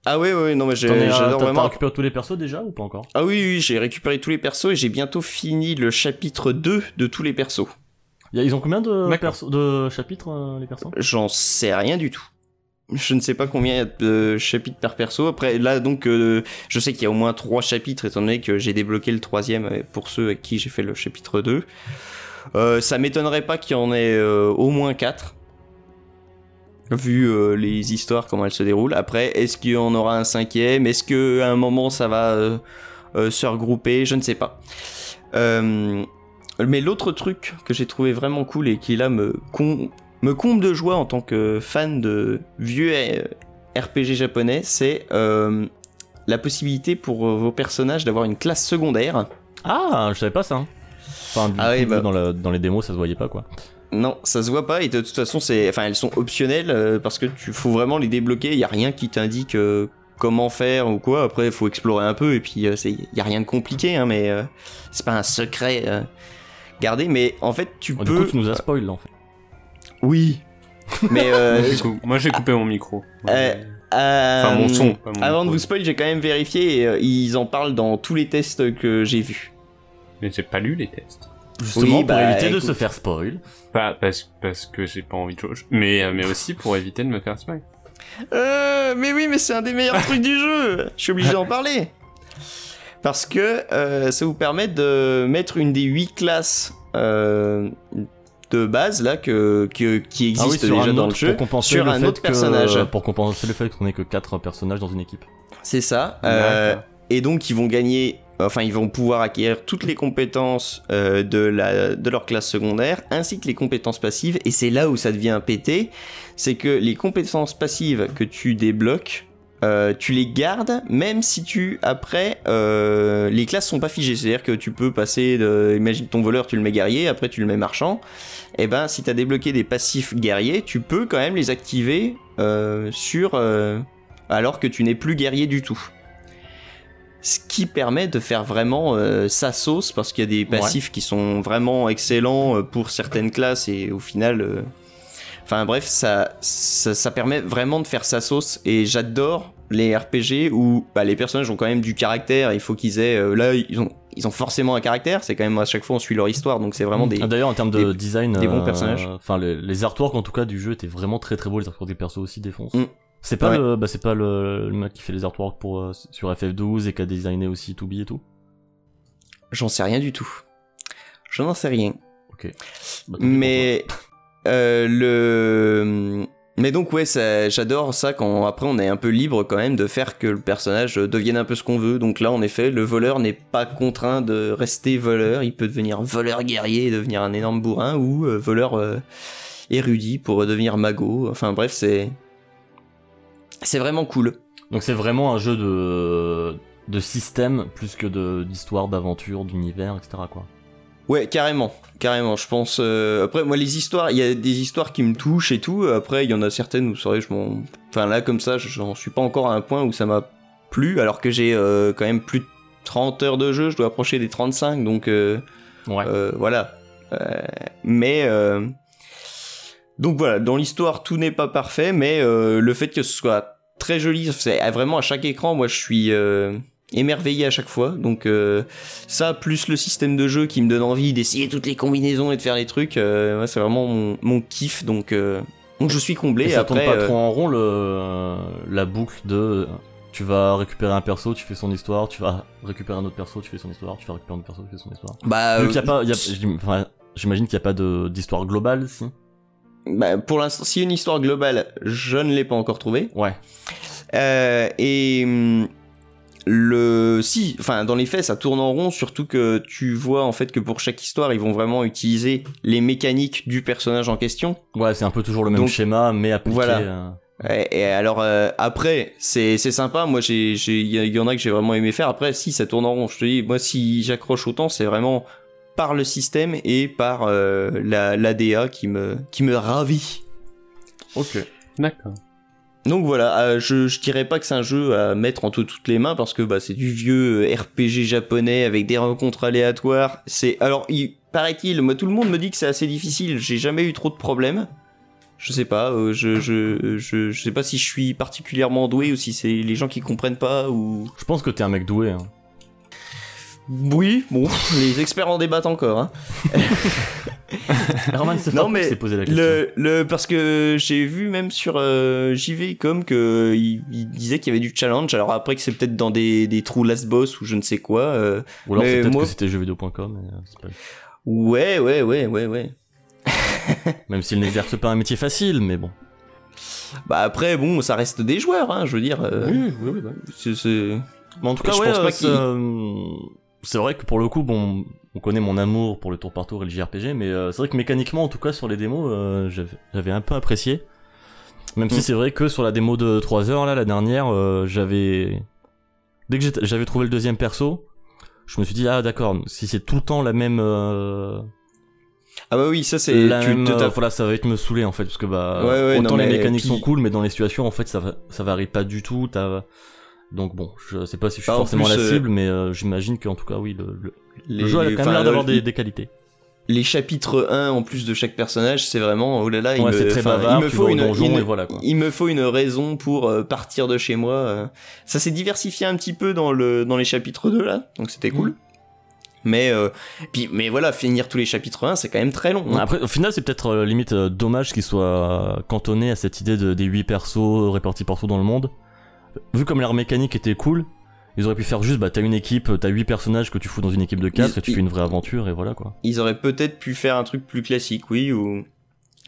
[SPEAKER 6] Ah oui, oui, non, mais j'ai-
[SPEAKER 3] T'en es à- t'as-
[SPEAKER 6] j'adore
[SPEAKER 3] T'as
[SPEAKER 6] vraiment.
[SPEAKER 3] récupéré tous les persos déjà ou pas encore
[SPEAKER 6] Ah oui, oui, j'ai récupéré tous les persos et j'ai bientôt fini le chapitre 2 de tous les persos.
[SPEAKER 3] Y a- Ils ont combien de,
[SPEAKER 4] D'accord.
[SPEAKER 3] perso- de chapitres euh, les persos
[SPEAKER 6] J'en sais rien du tout. Je ne sais pas combien il y a de chapitres par perso. Après, là, donc, euh, je sais qu'il y a au moins trois chapitres, étant donné que j'ai débloqué le troisième euh, pour ceux à qui j'ai fait le chapitre 2. Euh, ça m'étonnerait pas qu'il y en ait euh, au moins quatre. Vu euh, les histoires, comment elles se déroulent. Après, est-ce qu'il y en aura un cinquième Est-ce qu'à un moment, ça va euh, euh, se regrouper Je ne sais pas. Euh, mais l'autre truc que j'ai trouvé vraiment cool et qui là me, con- me comble de joie en tant que fan de vieux euh, RPG japonais, c'est euh, la possibilité pour euh, vos personnages d'avoir une classe secondaire.
[SPEAKER 3] Ah, je savais pas ça. hein. Enfin, du
[SPEAKER 6] Ah
[SPEAKER 3] coup,
[SPEAKER 6] oui, bah.
[SPEAKER 3] dans, la- dans les démos, ça se voyait pas quoi.
[SPEAKER 6] Non, ça se voit pas et de toute façon, c'est, enfin, elles sont optionnelles euh, parce que tu faut vraiment les débloquer. Il y a rien qui t'indique euh, comment faire ou quoi. Après, il faut explorer un peu et puis euh, c'est, il y a rien de compliqué, hein, mais euh, c'est pas un secret euh, gardé. Mais en fait, tu
[SPEAKER 3] Oh, Du
[SPEAKER 6] peux.
[SPEAKER 3] coup, tu nous as spoil là en fait.
[SPEAKER 6] Oui. Mais euh,
[SPEAKER 4] Du coup, moi j'ai coupé mon micro.
[SPEAKER 6] Euh,
[SPEAKER 4] Enfin, mon
[SPEAKER 6] euh,
[SPEAKER 4] son. pas mon
[SPEAKER 6] Avant de
[SPEAKER 4] micro.
[SPEAKER 6] vous spoil, j'ai quand même vérifié et euh, ils en parlent dans tous les tests que j'ai vus.
[SPEAKER 4] Mais j'ai pas lu les tests.
[SPEAKER 3] Justement,
[SPEAKER 6] Oui,
[SPEAKER 3] pour
[SPEAKER 6] bah,
[SPEAKER 3] éviter de
[SPEAKER 6] écoute.
[SPEAKER 3] se faire spoil.
[SPEAKER 4] Pas parce, parce que j'ai pas envie de jouer. Mais, euh, mais aussi pour éviter de me faire spoil.
[SPEAKER 6] Euh, mais oui, mais c'est un des meilleurs trucs du jeu. Je suis obligé d'en parler. Parce que euh, ça vous permet de mettre une des huit classes euh, de base là que, que- qui
[SPEAKER 3] Ah oui,
[SPEAKER 6] existent
[SPEAKER 3] sur
[SPEAKER 6] déjà
[SPEAKER 3] un
[SPEAKER 6] dans le
[SPEAKER 3] autre,
[SPEAKER 6] jeu.
[SPEAKER 3] pour compenser
[SPEAKER 6] sur
[SPEAKER 3] le
[SPEAKER 6] un
[SPEAKER 3] fait
[SPEAKER 6] autre
[SPEAKER 3] que-
[SPEAKER 6] personnage.
[SPEAKER 3] Pour compenser le fait qu'on ait que 4 personnages dans une équipe.
[SPEAKER 6] C'est ça. Euh,
[SPEAKER 4] D'accord.
[SPEAKER 6] et donc ils vont gagner, enfin ils vont pouvoir acquérir toutes les compétences euh, de, la, de leur classe secondaire, ainsi que les compétences passives, et c'est là où ça devient pété, c'est que les compétences passives que tu débloques, euh, tu les gardes même si tu après euh, les classes sont pas figées c'est à dire que tu peux passer de imagine ton voleur tu le mets guerrier après tu le mets marchand et ben si t'as débloqué des passifs guerriers tu peux quand même les activer euh, sur euh, alors que tu n'es plus guerrier du tout ce qui permet de faire vraiment euh, sa sauce parce qu'il y a des passifs qui sont vraiment excellents euh, pour certaines classes et au final euh, Enfin bref, ça, ça, ça permet vraiment de faire sa sauce et j'adore les RPG où bah, les personnages ont quand même du caractère, il faut qu'ils aient... euh, là, ils ont, ils ont forcément un caractère, c'est quand même à chaque fois on suit leur histoire, donc c'est vraiment des...
[SPEAKER 3] Ah, D'ailleurs, en termes de
[SPEAKER 6] des-
[SPEAKER 3] design,
[SPEAKER 6] des bons
[SPEAKER 3] euh,
[SPEAKER 6] personnages.
[SPEAKER 3] Enfin, les, les artworks en tout cas du jeu étaient vraiment très très beaux. Les artworks des persos aussi défoncent.
[SPEAKER 6] Mm.
[SPEAKER 3] C'est pas
[SPEAKER 6] Ouais.
[SPEAKER 3] le, bah, c'est pas le, le mec qui fait les artworks pour euh, sur FF12 et qui a designé aussi Tooby et tout.
[SPEAKER 6] J'en sais rien du tout. Je n'en sais rien.
[SPEAKER 3] Bah, tant pis
[SPEAKER 6] Mais euh, le mais donc ouais, ça- j'adore ça quand après on est un peu libre quand même de faire que le personnage devienne un peu ce qu'on veut. Donc là en effet, le voleur n'est pas contraint de rester voleur, il peut devenir voleur guerrier et devenir un énorme bourrin ou euh, voleur euh, érudit pour devenir magot. Enfin bref, c'est c'est vraiment cool.
[SPEAKER 3] pour toi. Donc c'est vraiment un jeu de de système plus que de d'histoire, d'aventure, d'univers, etc. Quoi.
[SPEAKER 6] Ouais, carrément, carrément. Je pense. euh, Après, moi, les histoires, il y a des histoires qui me touchent et tout. euh, Après, il y en a certaines où, c'est vrai, je m'en. Enfin, là, comme ça, j'en suis pas encore à un point où ça m'a plu, alors que j'ai euh, quand même plus de 30 heures de jeu. Je dois approcher des 35, donc euh,
[SPEAKER 3] Ouais.
[SPEAKER 6] euh, voilà. Euh, mais. euh, Donc voilà, dans l'histoire, tout n'est pas parfait, mais euh, le fait que ce soit très joli, c'est ah, vraiment à chaque écran, moi, je suis. euh, émerveillé à chaque fois donc euh, ça plus le système de jeu qui me donne envie d'essayer toutes les combinaisons et de faire les trucs euh, ouais, c'est vraiment mon, mon kiff donc euh, donc je suis comblé
[SPEAKER 3] Et ça
[SPEAKER 6] après
[SPEAKER 3] tourne pas
[SPEAKER 6] euh,
[SPEAKER 3] trop en rond le, la boucle de tu vas récupérer un perso, tu fais son histoire, tu vas récupérer un autre perso, tu fais son histoire, tu vas récupérer un autre perso, tu fais son histoire.
[SPEAKER 6] bah,
[SPEAKER 3] Vu qu'il y a
[SPEAKER 6] euh,
[SPEAKER 3] pas, il y a- j'im- enfin, j'imagine qu'il n'y a pas de- d'histoire globale, si.
[SPEAKER 6] bah, pour l'instant si une histoire globale je ne l'ai pas encore trouvée
[SPEAKER 3] Ouais.
[SPEAKER 6] Euh, et hum, le si enfin dans les faits ça tourne en rond surtout que tu vois en fait que pour chaque histoire ils vont vraiment utiliser les mécaniques du personnage en question
[SPEAKER 3] Ouais, c'est un peu toujours le même
[SPEAKER 6] Donc,
[SPEAKER 3] schéma, mais appliqué.
[SPEAKER 6] voilà.
[SPEAKER 3] euh,
[SPEAKER 6] Ouais, Et, alors euh, après, c'est c'est sympa. Moi, j'ai j'ai- il y, a- il y en a que j'ai vraiment aimé faire. Après, si ça tourne en rond, je te dis, moi, si j'accroche autant, c'est vraiment par le système et par euh, la, la DA qui me qui me ravit.
[SPEAKER 4] Ok. D'accord.
[SPEAKER 6] Donc voilà, euh, je, je dirais pas que c'est un jeu à mettre entre toutes les mains parce que bah, c'est du vieux euh, RPG japonais avec des rencontres aléatoires. C'est alors il paraît-il, moi tout le monde me dit que c'est assez difficile. J'ai jamais eu trop de problèmes. Je sais pas, euh, je, je, je, je sais pas si je suis particulièrement doué ou si c'est les gens qui comprennent pas ou.
[SPEAKER 3] Je pense que t'es un mec doué. hein.
[SPEAKER 6] Oui, bon, les experts en débattent encore. Hein.
[SPEAKER 3] Herman c'est
[SPEAKER 6] Non,
[SPEAKER 3] pas
[SPEAKER 6] mais
[SPEAKER 3] qui s'est posé la question.
[SPEAKER 6] Le, le, parce que j'ai vu même sur euh, JV comme que il, il disait qu'il y avait du challenge. Alors après que c'est peut-être dans des, des trous last boss ou je ne sais quoi. euh,
[SPEAKER 3] Ou alors
[SPEAKER 6] mais
[SPEAKER 3] c'est peut-être
[SPEAKER 6] moi-
[SPEAKER 3] que c'était jeuxvideo.com. mais, euh, c'est pas-
[SPEAKER 6] ouais, ouais, ouais, ouais, ouais.
[SPEAKER 3] Même s'il n'exerce pas un métier facile, mais bon.
[SPEAKER 6] Bah après, bon, ça reste des joueurs, hein, je veux dire. euh,
[SPEAKER 4] Oui, oui, oui. bah,
[SPEAKER 6] c'est- c'est-
[SPEAKER 3] Mais en tout cas,
[SPEAKER 6] Je
[SPEAKER 3] ouais,
[SPEAKER 6] pense pas
[SPEAKER 3] euh,
[SPEAKER 6] qu'il-
[SPEAKER 3] ça, euh, c'est vrai que pour le coup, bon, on connaît mon amour pour le tour par tour et le JRPG, mais euh, c'est vrai que mécaniquement, en tout cas, sur les démos, euh, j'avais j'avais un peu apprécié. Même
[SPEAKER 6] Mm.
[SPEAKER 3] si c'est vrai que sur la démo de 3 heures, là, la dernière, euh, j'avais. Dès que j'étais- j'avais trouvé le deuxième perso, je me suis dit, ah d'accord, si c'est tout le temps la même. euh,
[SPEAKER 6] Ah bah oui, ça c'est.
[SPEAKER 3] la
[SPEAKER 6] tu
[SPEAKER 3] même,
[SPEAKER 6] te
[SPEAKER 3] euh,
[SPEAKER 6] tapes-
[SPEAKER 3] voilà, ça va être me saouler en fait, parce que bah,
[SPEAKER 6] Ouais, ouais,
[SPEAKER 3] autant
[SPEAKER 6] non,
[SPEAKER 3] les
[SPEAKER 6] mais
[SPEAKER 3] mécaniques
[SPEAKER 6] puis-
[SPEAKER 3] sont cool, mais dans les situations en fait, ça, va- ça varie pas du tout. t'as- Donc bon, je sais pas si je suis
[SPEAKER 6] Ah, en
[SPEAKER 3] forcément
[SPEAKER 6] plus,
[SPEAKER 3] la
[SPEAKER 6] euh,
[SPEAKER 3] cible, mais euh, j'imagine qu'en tout cas, oui, le, le-
[SPEAKER 6] les,
[SPEAKER 3] le jeu a quand
[SPEAKER 6] enfin, euh,
[SPEAKER 3] même l'air d'avoir
[SPEAKER 6] le-
[SPEAKER 3] des, des qualités.
[SPEAKER 6] les chapitres 1 en plus de chaque personnage, c'est vraiment oh là là, il
[SPEAKER 3] Ouais,
[SPEAKER 6] me,
[SPEAKER 3] c'est très
[SPEAKER 6] enfin,
[SPEAKER 3] bavard,
[SPEAKER 6] il me
[SPEAKER 3] tu
[SPEAKER 6] faut
[SPEAKER 3] vas au
[SPEAKER 6] une,
[SPEAKER 3] donjon
[SPEAKER 6] une-
[SPEAKER 3] et voilà, quoi.
[SPEAKER 6] il me faut une raison pour euh, partir de chez moi. euh. Ça s'est diversifié un petit peu dans le dans les chapitres 2 là, donc c'était
[SPEAKER 3] Mhm.
[SPEAKER 6] cool. Mais euh, puis mais voilà, finir tous les chapitres 1, c'est quand même très long. hein.
[SPEAKER 3] Après, au final, c'est peut-être euh, limite euh, dommage qu'il soit euh, cantonné à cette idée de- des 8 persos euh, répartis partout dans le monde. Vu comme leur mécanique était cool, ils auraient pu faire juste, bah t'as une équipe, t'as 8 personnages que tu fous dans une équipe de 4
[SPEAKER 6] Ils-
[SPEAKER 3] et tu
[SPEAKER 6] ils-
[SPEAKER 3] fais une vraie aventure et voilà quoi.
[SPEAKER 6] Ils auraient peut-être pu faire un truc plus classique, oui ou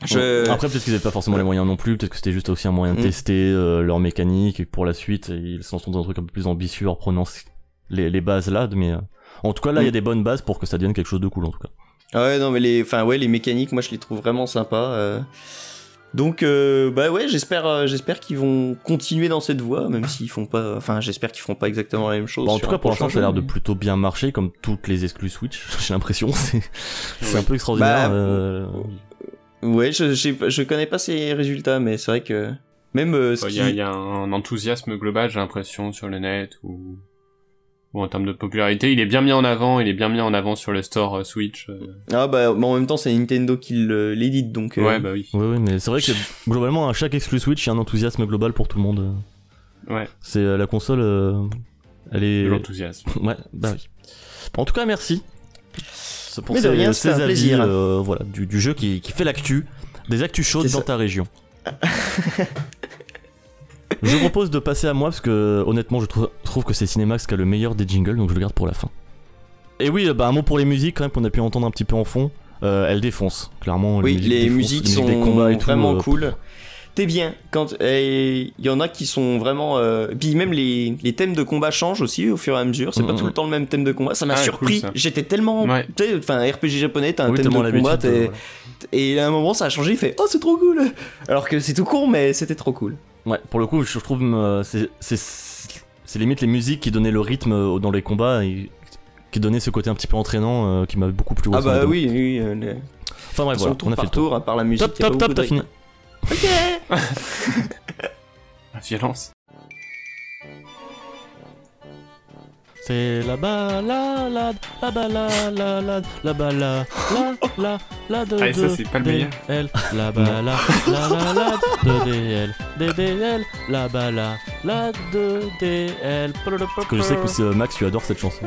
[SPEAKER 6] je Ah
[SPEAKER 3] Bon, Après, peut-être qu'ils n'avaient pas forcément les moyens non plus, peut-être que c'était juste aussi un moyen de
[SPEAKER 6] Mm.
[SPEAKER 3] tester euh, leur mécanique et que pour la suite, ils s'en sont dans un truc un peu plus ambitieux en prenant c- les, les bases là. Mais euh, en tout cas, là, il y a
[SPEAKER 6] Mm.
[SPEAKER 3] des bonnes bases pour que ça devienne quelque chose de cool en tout cas.
[SPEAKER 6] Ah Ouais, non, mais les, enfin, ouais, les mécaniques, moi, je les trouve vraiment sympas. euh. Donc, euh, bah ouais, j'espère, euh, j'espère qu'ils vont continuer dans cette voie, même s'ils font pas, enfin, j'espère qu'ils feront pas exactement la même chose.
[SPEAKER 3] Bah, en
[SPEAKER 6] Oh, sur
[SPEAKER 3] tout cas,
[SPEAKER 6] un
[SPEAKER 3] pour
[SPEAKER 6] prochain
[SPEAKER 3] l'instant, ça a l'air
[SPEAKER 6] jeu,
[SPEAKER 3] de
[SPEAKER 6] mais-
[SPEAKER 3] plutôt bien marcher, comme toutes les exclus Switch, j'ai l'impression. C'est c'est un peu extraordinaire.
[SPEAKER 6] Bah,
[SPEAKER 3] euh,
[SPEAKER 6] Ouais, je, j'ai pas- je connais pas ces résultats, mais c'est vrai que même euh, ce
[SPEAKER 4] Il
[SPEAKER 6] qui,
[SPEAKER 4] y, a- il y a un enthousiasme global, j'ai l'impression, sur le net ou... ou en termes de popularité. Il est bien mis en avant, il est bien mis en avant sur le store euh, Switch. euh.
[SPEAKER 6] ah bah, mais en même temps, c'est Nintendo qui le- l'édite, donc. euh,
[SPEAKER 4] Ouais, bah oui.
[SPEAKER 3] Oui, oui, mais c'est vrai que globalement, à chaque exclu Switch, il y a un enthousiasme global pour tout le monde.
[SPEAKER 4] Ouais,
[SPEAKER 3] C'est euh, la console, euh, elle est.
[SPEAKER 4] de l'enthousiasme.
[SPEAKER 3] Ouais, bah oui. En tout cas, merci. C'est Pour
[SPEAKER 6] Mais de rien,
[SPEAKER 3] ces
[SPEAKER 6] c'était un
[SPEAKER 3] avis,
[SPEAKER 6] plaisir.
[SPEAKER 3] euh, voilà, du, du jeu qui, qui fait l'actu, des actus chaudes
[SPEAKER 6] C'est
[SPEAKER 3] dans
[SPEAKER 6] ça.
[SPEAKER 3] ta région. je propose de passer à moi parce que honnêtement, je trou- trouve que c'est Cinemax qui a le meilleur des jingles, donc je le garde pour la fin. Et oui, bah, un mot pour les musiques quand même qu'on a pu entendre un petit peu en fond. Euh, elles défoncent, clairement.
[SPEAKER 6] Oui, les
[SPEAKER 3] défoncent,
[SPEAKER 6] musiques
[SPEAKER 3] musiques des
[SPEAKER 6] sont
[SPEAKER 3] combats et tout,
[SPEAKER 6] vraiment
[SPEAKER 3] euh,
[SPEAKER 6] cool. T'es bien. Quand et il y en a qui sont vraiment. euh, Puis même les, les thèmes de combat changent aussi au fur et à mesure. C'est
[SPEAKER 3] Mm,
[SPEAKER 6] pas
[SPEAKER 3] mm.
[SPEAKER 6] tout le temps le même thème de combat. Ça m'a
[SPEAKER 4] Ah, cool,
[SPEAKER 6] surpris.
[SPEAKER 4] ça.
[SPEAKER 6] J'étais tellement.
[SPEAKER 4] Ouais.
[SPEAKER 6] tu sais, Enfin, RPG japonais, t'as un
[SPEAKER 3] oui,
[SPEAKER 6] thème
[SPEAKER 3] tellement
[SPEAKER 6] de combat.
[SPEAKER 3] l'habitude euh, de-
[SPEAKER 6] t'es-
[SPEAKER 3] voilà.
[SPEAKER 6] Et à un moment, ça a changé. Il fait Oh, c'est trop cool. Alors que c'est tout court, mais c'était trop cool.
[SPEAKER 3] Ouais, pour le coup, je trouve euh, c'est c'est c'est limite les musiques qui donnaient le rythme euh, dans les combats et qui donnaient ce côté un petit peu entraînant euh, qui m'avait beaucoup plu.
[SPEAKER 6] ah bah oui, oui. euh, le-
[SPEAKER 3] Enfin bref,
[SPEAKER 6] son
[SPEAKER 3] voilà,
[SPEAKER 6] tour
[SPEAKER 3] on a fait
[SPEAKER 6] par
[SPEAKER 3] le tour.
[SPEAKER 6] tour, à part la musique.
[SPEAKER 3] Top,
[SPEAKER 6] y a pas
[SPEAKER 3] top, top,
[SPEAKER 6] beaucoup
[SPEAKER 3] t'as
[SPEAKER 6] de-
[SPEAKER 3] fini.
[SPEAKER 4] La violence.
[SPEAKER 3] C'est la balade, la balade, la balade, la la la de
[SPEAKER 4] Ah, et ça, c'est pas le meilleur.
[SPEAKER 3] DL, la balade, la balade de DL, DDL, la balade, la de DL. Parce que je sais que c'est, euh, Max, tu adores cette chanson.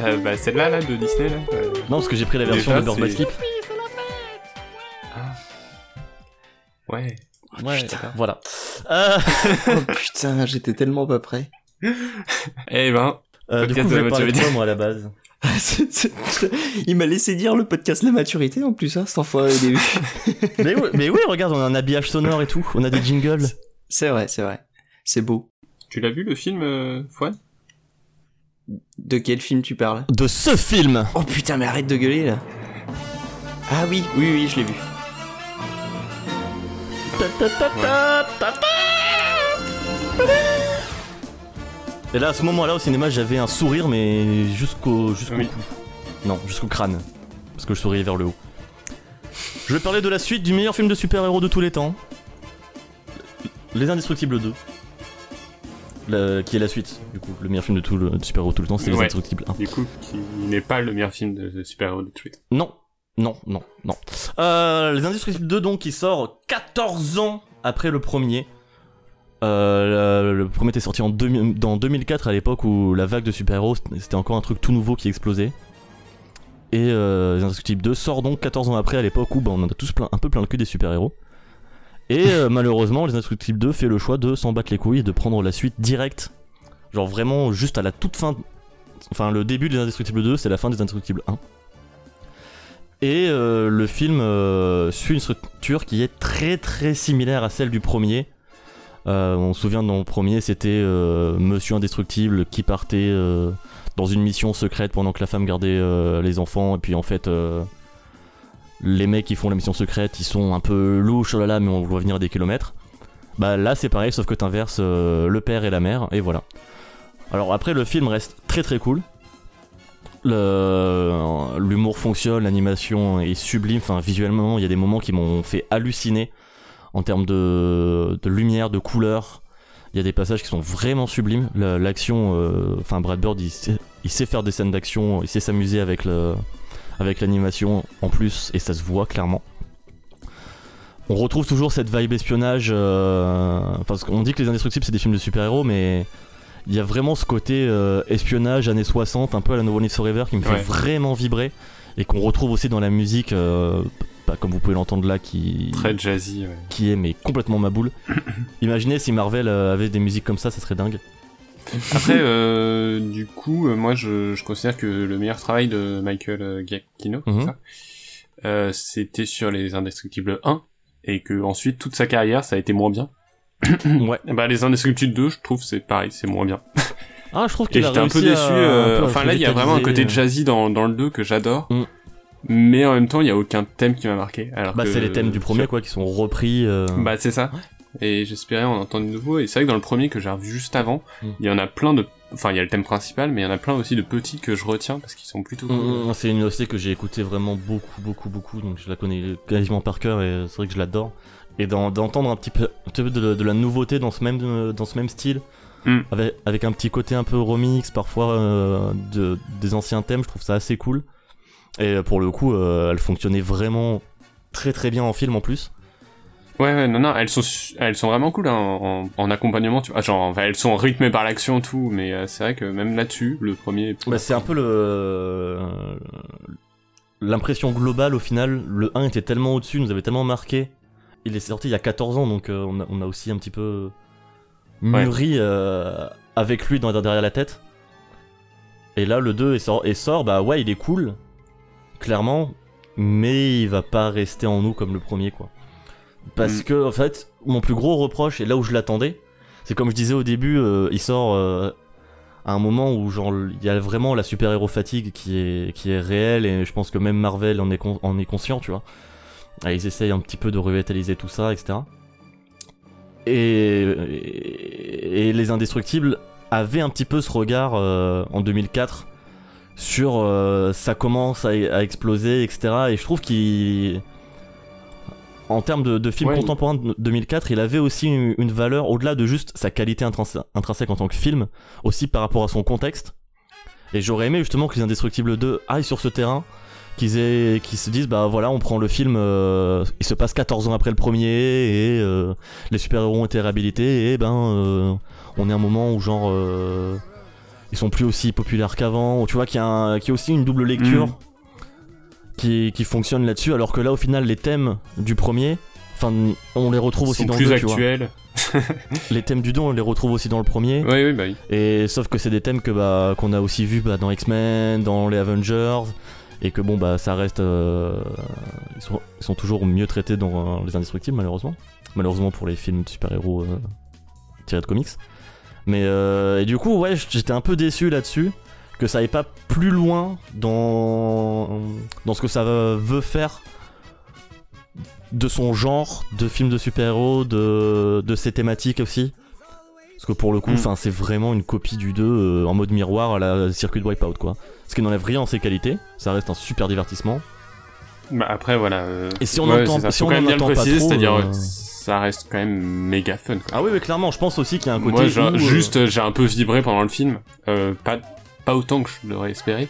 [SPEAKER 4] Euh, bah celle-là, là, de Disney, là. euh,
[SPEAKER 3] Non, parce que j'ai pris la version
[SPEAKER 4] Déjà,
[SPEAKER 3] de Bird by
[SPEAKER 4] c'est-
[SPEAKER 3] Sleep.
[SPEAKER 4] Ouais.
[SPEAKER 3] Ouais, voilà.
[SPEAKER 4] Ah,
[SPEAKER 3] Euh,
[SPEAKER 6] Oh putain, j'étais tellement pas prêt.
[SPEAKER 4] Eh ben,
[SPEAKER 3] euh, du coup, je
[SPEAKER 4] Podcast de la
[SPEAKER 3] voulais parler de
[SPEAKER 4] maturité.
[SPEAKER 3] toi, moi, à la base.
[SPEAKER 6] C'est- c'est- putain, Il m'a laissé dire le podcast La Maturité en plus, hein, cet enfoiré au début.
[SPEAKER 3] mais, oui, mais oui, regarde, on a un habillage sonore et tout, on a des jingles.
[SPEAKER 6] C'est vrai, c'est vrai. C'est beau.
[SPEAKER 4] tu l'as vu le film, euh, Fouad
[SPEAKER 6] De quel film tu parles
[SPEAKER 3] De ce film
[SPEAKER 6] Oh putain, mais arrête de gueuler là. Ah oui, oui, oui, je l'ai vu.
[SPEAKER 3] Et là, à ce moment-là, au cinéma, j'avais un sourire, mais jusqu'au jusqu'au
[SPEAKER 4] Oui.
[SPEAKER 3] cou. Non, jusqu'au crâne. Parce que je souriais vers le haut. Je vais parler de la suite du meilleur film de super-héros de tous les temps. Les Indestructibles 2. Le- qui est la suite, du coup. Le meilleur film de, tout le, de super-héros de tout le temps, c'est Les
[SPEAKER 4] Ouais.
[SPEAKER 3] Indestructibles 1.
[SPEAKER 4] Du coup, qui n'est pas le meilleur film de, de super-héros de Twitter.
[SPEAKER 3] Non. Non, non, non. Euh, les Industries 2, donc, qui sort 14 ans après le premier. Euh, le, le premier était sorti en 2000 dans 2004, à l'époque où la vague de super-héros, c'était encore un truc tout nouveau qui explosait. Et euh, les Industries 2 sort donc 14 ans après, à l'époque où bah, on en a tous plein, un peu plein le cul des super-héros. Et euh, malheureusement, les Indestructibles 2 fait le choix de s'en battre les couilles et de prendre la suite directe. Genre vraiment juste à la toute fin. Enfin, le début des Indestructibles 2, c'est la fin des Indestructibles 1. Et euh, le film euh, suit une structure qui est très très similaire à celle du premier. Euh, on se souvient dans le premier, c'était euh, Monsieur Indestructible qui partait euh, dans une mission secrète pendant que la femme gardait euh, les enfants. Et puis en fait, euh, les mecs qui font la mission secrète, ils sont un peu louches, oh là là, mais on voit venir des kilomètres. Bah là, c'est pareil, sauf que t'inverses euh, le père et la mère, et voilà. Alors après, le film reste très très cool. Le- L'humour fonctionne, l'animation est sublime. Enfin, visuellement, il y a des moments qui m'ont fait halluciner en termes de, de lumière, de couleur. Il y a des passages qui sont vraiment sublimes. La- L'action, euh, enfin, Brad Bird, il sait, il sait faire des scènes d'action, il sait s'amuser avec le, avec l'animation en plus, et ça se voit clairement. On retrouve toujours cette vibe espionnage, euh, parce qu'on dit que les Indestructibles c'est des films de super-héros, mais il y a vraiment ce côté euh, espionnage années 60, un peu à la No One Lives Forever, qui me fait
[SPEAKER 4] Ouais.
[SPEAKER 3] vraiment vibrer, et qu'on retrouve aussi dans la musique, euh, bah, comme vous pouvez l'entendre là, qui,
[SPEAKER 4] Très jazzy, ouais.
[SPEAKER 3] qui est mais complètement ma boule. Imaginez si Marvel euh, avait des musiques comme ça, ça serait dingue.
[SPEAKER 4] Après, euh, du coup, euh, moi, je, je considère que le meilleur travail de Michael euh, Giacchino, c'est
[SPEAKER 3] Mhm.
[SPEAKER 4] ça Euh, c'était sur les Indestructibles 1, et que ensuite toute sa carrière, ça a été moins bien.
[SPEAKER 3] ouais.
[SPEAKER 4] Et bah, les Indestructibles 2, je trouve, c'est pareil, c'est moins bien.
[SPEAKER 3] Ah, je trouve
[SPEAKER 4] Et
[SPEAKER 3] qu'il a
[SPEAKER 4] j'étais un peu
[SPEAKER 3] réussi à-
[SPEAKER 4] déçu. euh,
[SPEAKER 3] un peu à
[SPEAKER 4] enfin, là, il y a vraiment un côté
[SPEAKER 3] revitaliser, euh,
[SPEAKER 4] jazzy dans, dans le 2 que j'adore.
[SPEAKER 3] Mm.
[SPEAKER 4] Mais en même temps, il y a aucun thème qui m'a marqué. Alors
[SPEAKER 3] Bah,
[SPEAKER 4] que-
[SPEAKER 3] c'est les thèmes du premier, quoi, qui sont repris. euh,
[SPEAKER 4] Bah c'est ça. Et j'espérais en entendre de nouveau. Et c'est vrai que dans le premier que j'ai revu juste avant,
[SPEAKER 3] Mm.
[SPEAKER 4] il y en a plein de... Enfin, il y a le thème principal, mais il y en a plein aussi de petits que je retiens parce qu'ils sont plutôt...
[SPEAKER 3] Mm,
[SPEAKER 4] cool.
[SPEAKER 3] mm, C'est une OC que j'ai écouté vraiment beaucoup, beaucoup, beaucoup, donc je la connais quasiment par cœur et c'est vrai que je l'adore. Et d'en- d'entendre un petit peu, un petit peu de, de la nouveauté dans ce même, euh, dans ce même style,
[SPEAKER 4] Mm.
[SPEAKER 3] avec, avec un petit côté un peu remix, parfois euh, de, des anciens thèmes, je trouve ça assez cool. Et euh, pour le coup, euh, elle fonctionnait vraiment très très bien en film en plus.
[SPEAKER 4] Ouais, ouais, non, non, elles sont, su- elles sont vraiment cool hein, en, en accompagnement, tu vois. Genre, enfin, elles sont rythmées par l'action et tout, mais euh, c'est vrai que même là-dessus, le premier...
[SPEAKER 3] Bah, c'est un peu le. L'impression globale au final, le 1 était tellement au-dessus, nous avait tellement marqué. Il est sorti il y a 14 ans, donc euh, on, a, on a aussi un petit peu mûri euh, avec lui dans, derrière la tête. Et là, le 2 est sort, et sort, bah ouais, il est cool, clairement, mais il va pas rester en nous comme le premier, quoi. Parce
[SPEAKER 4] Mm.
[SPEAKER 3] que, en fait, mon plus gros reproche, et là où je l'attendais, c'est comme je disais au début, euh, il sort euh, à un moment où genre il y a vraiment la super-héros fatigue qui est qui est réelle et je pense que même Marvel en est con- en est conscient, tu vois. Et Ah, ils essayent un petit peu de revitaliser tout ça, etc. Et, et, et les indestructibles avaient un petit peu ce regard euh, en 2004 sur euh, ça commence à, à exploser, etc. Et je trouve qu'il en termes de, de film
[SPEAKER 4] Ouais, il-
[SPEAKER 3] contemporain de 2004, il avait aussi une, une valeur au-delà de juste sa qualité intrinse- intrinsèque en tant que film, aussi par rapport à son contexte. Et j'aurais aimé justement que les Indestructibles 2 aillent sur ce terrain, qu'ils aient- qu'ils se disent bah voilà, on prend le film, euh, il se passe 14 ans après le premier et euh, les super-héros ont été réhabilités et ben euh, on est à un moment où genre euh, ils sont plus aussi populaires qu'avant, tu vois qu'il y, a un- qu'il y a aussi une double lecture
[SPEAKER 4] Mm.
[SPEAKER 3] qui, qui fonctionne là-dessus alors que là au final les thèmes du premier enfin on les retrouve
[SPEAKER 4] Ils
[SPEAKER 3] aussi
[SPEAKER 4] sont
[SPEAKER 3] dans le
[SPEAKER 4] plus
[SPEAKER 3] deux, tu vois.
[SPEAKER 4] actuels.
[SPEAKER 3] Les thèmes du don, on les retrouve aussi dans le premier.
[SPEAKER 4] Oui, oui, bah oui.
[SPEAKER 3] Et sauf que c'est des thèmes que bah qu'on a aussi vu bah, dans X-Men, dans les Avengers, et que bon bah ça reste, euh, ils, sont, ils sont toujours mieux traités dans euh, les Indestructibles malheureusement, malheureusement pour les films de super-héros euh, tirés de comics. Mais euh, et du coup ouais j'étais un peu déçu là-dessus que ça aille pas plus loin dans dans ce que ça veut faire de son genre de film de super-héros, de de ses thématiques aussi. Parce que pour le coup,
[SPEAKER 4] Mm.
[SPEAKER 3] enfin, c'est vraiment une copie du 2 euh, en mode miroir à la circuit de Wipeout, quoi. Ce qui n'enlève rien en ses qualités, ça reste un super divertissement.
[SPEAKER 4] Bah après, voilà. euh,
[SPEAKER 3] Et si on
[SPEAKER 4] ouais,
[SPEAKER 3] entend-
[SPEAKER 4] c'est ça.
[SPEAKER 3] si
[SPEAKER 4] Faut
[SPEAKER 3] on
[SPEAKER 4] quand même
[SPEAKER 3] en
[SPEAKER 4] bien le
[SPEAKER 3] entend pas
[SPEAKER 4] préciser,
[SPEAKER 3] trop,
[SPEAKER 4] c'est-à-dire
[SPEAKER 3] euh,
[SPEAKER 4] euh, ça reste quand même méga fun, quoi.
[SPEAKER 3] Ah oui, mais clairement, je pense aussi qu'il y a un côté.
[SPEAKER 4] Moi, j'ai-
[SPEAKER 3] où, euh,
[SPEAKER 4] juste, j'ai un peu vibré pendant le film. Euh, pas, pas autant que je l'aurais espéré.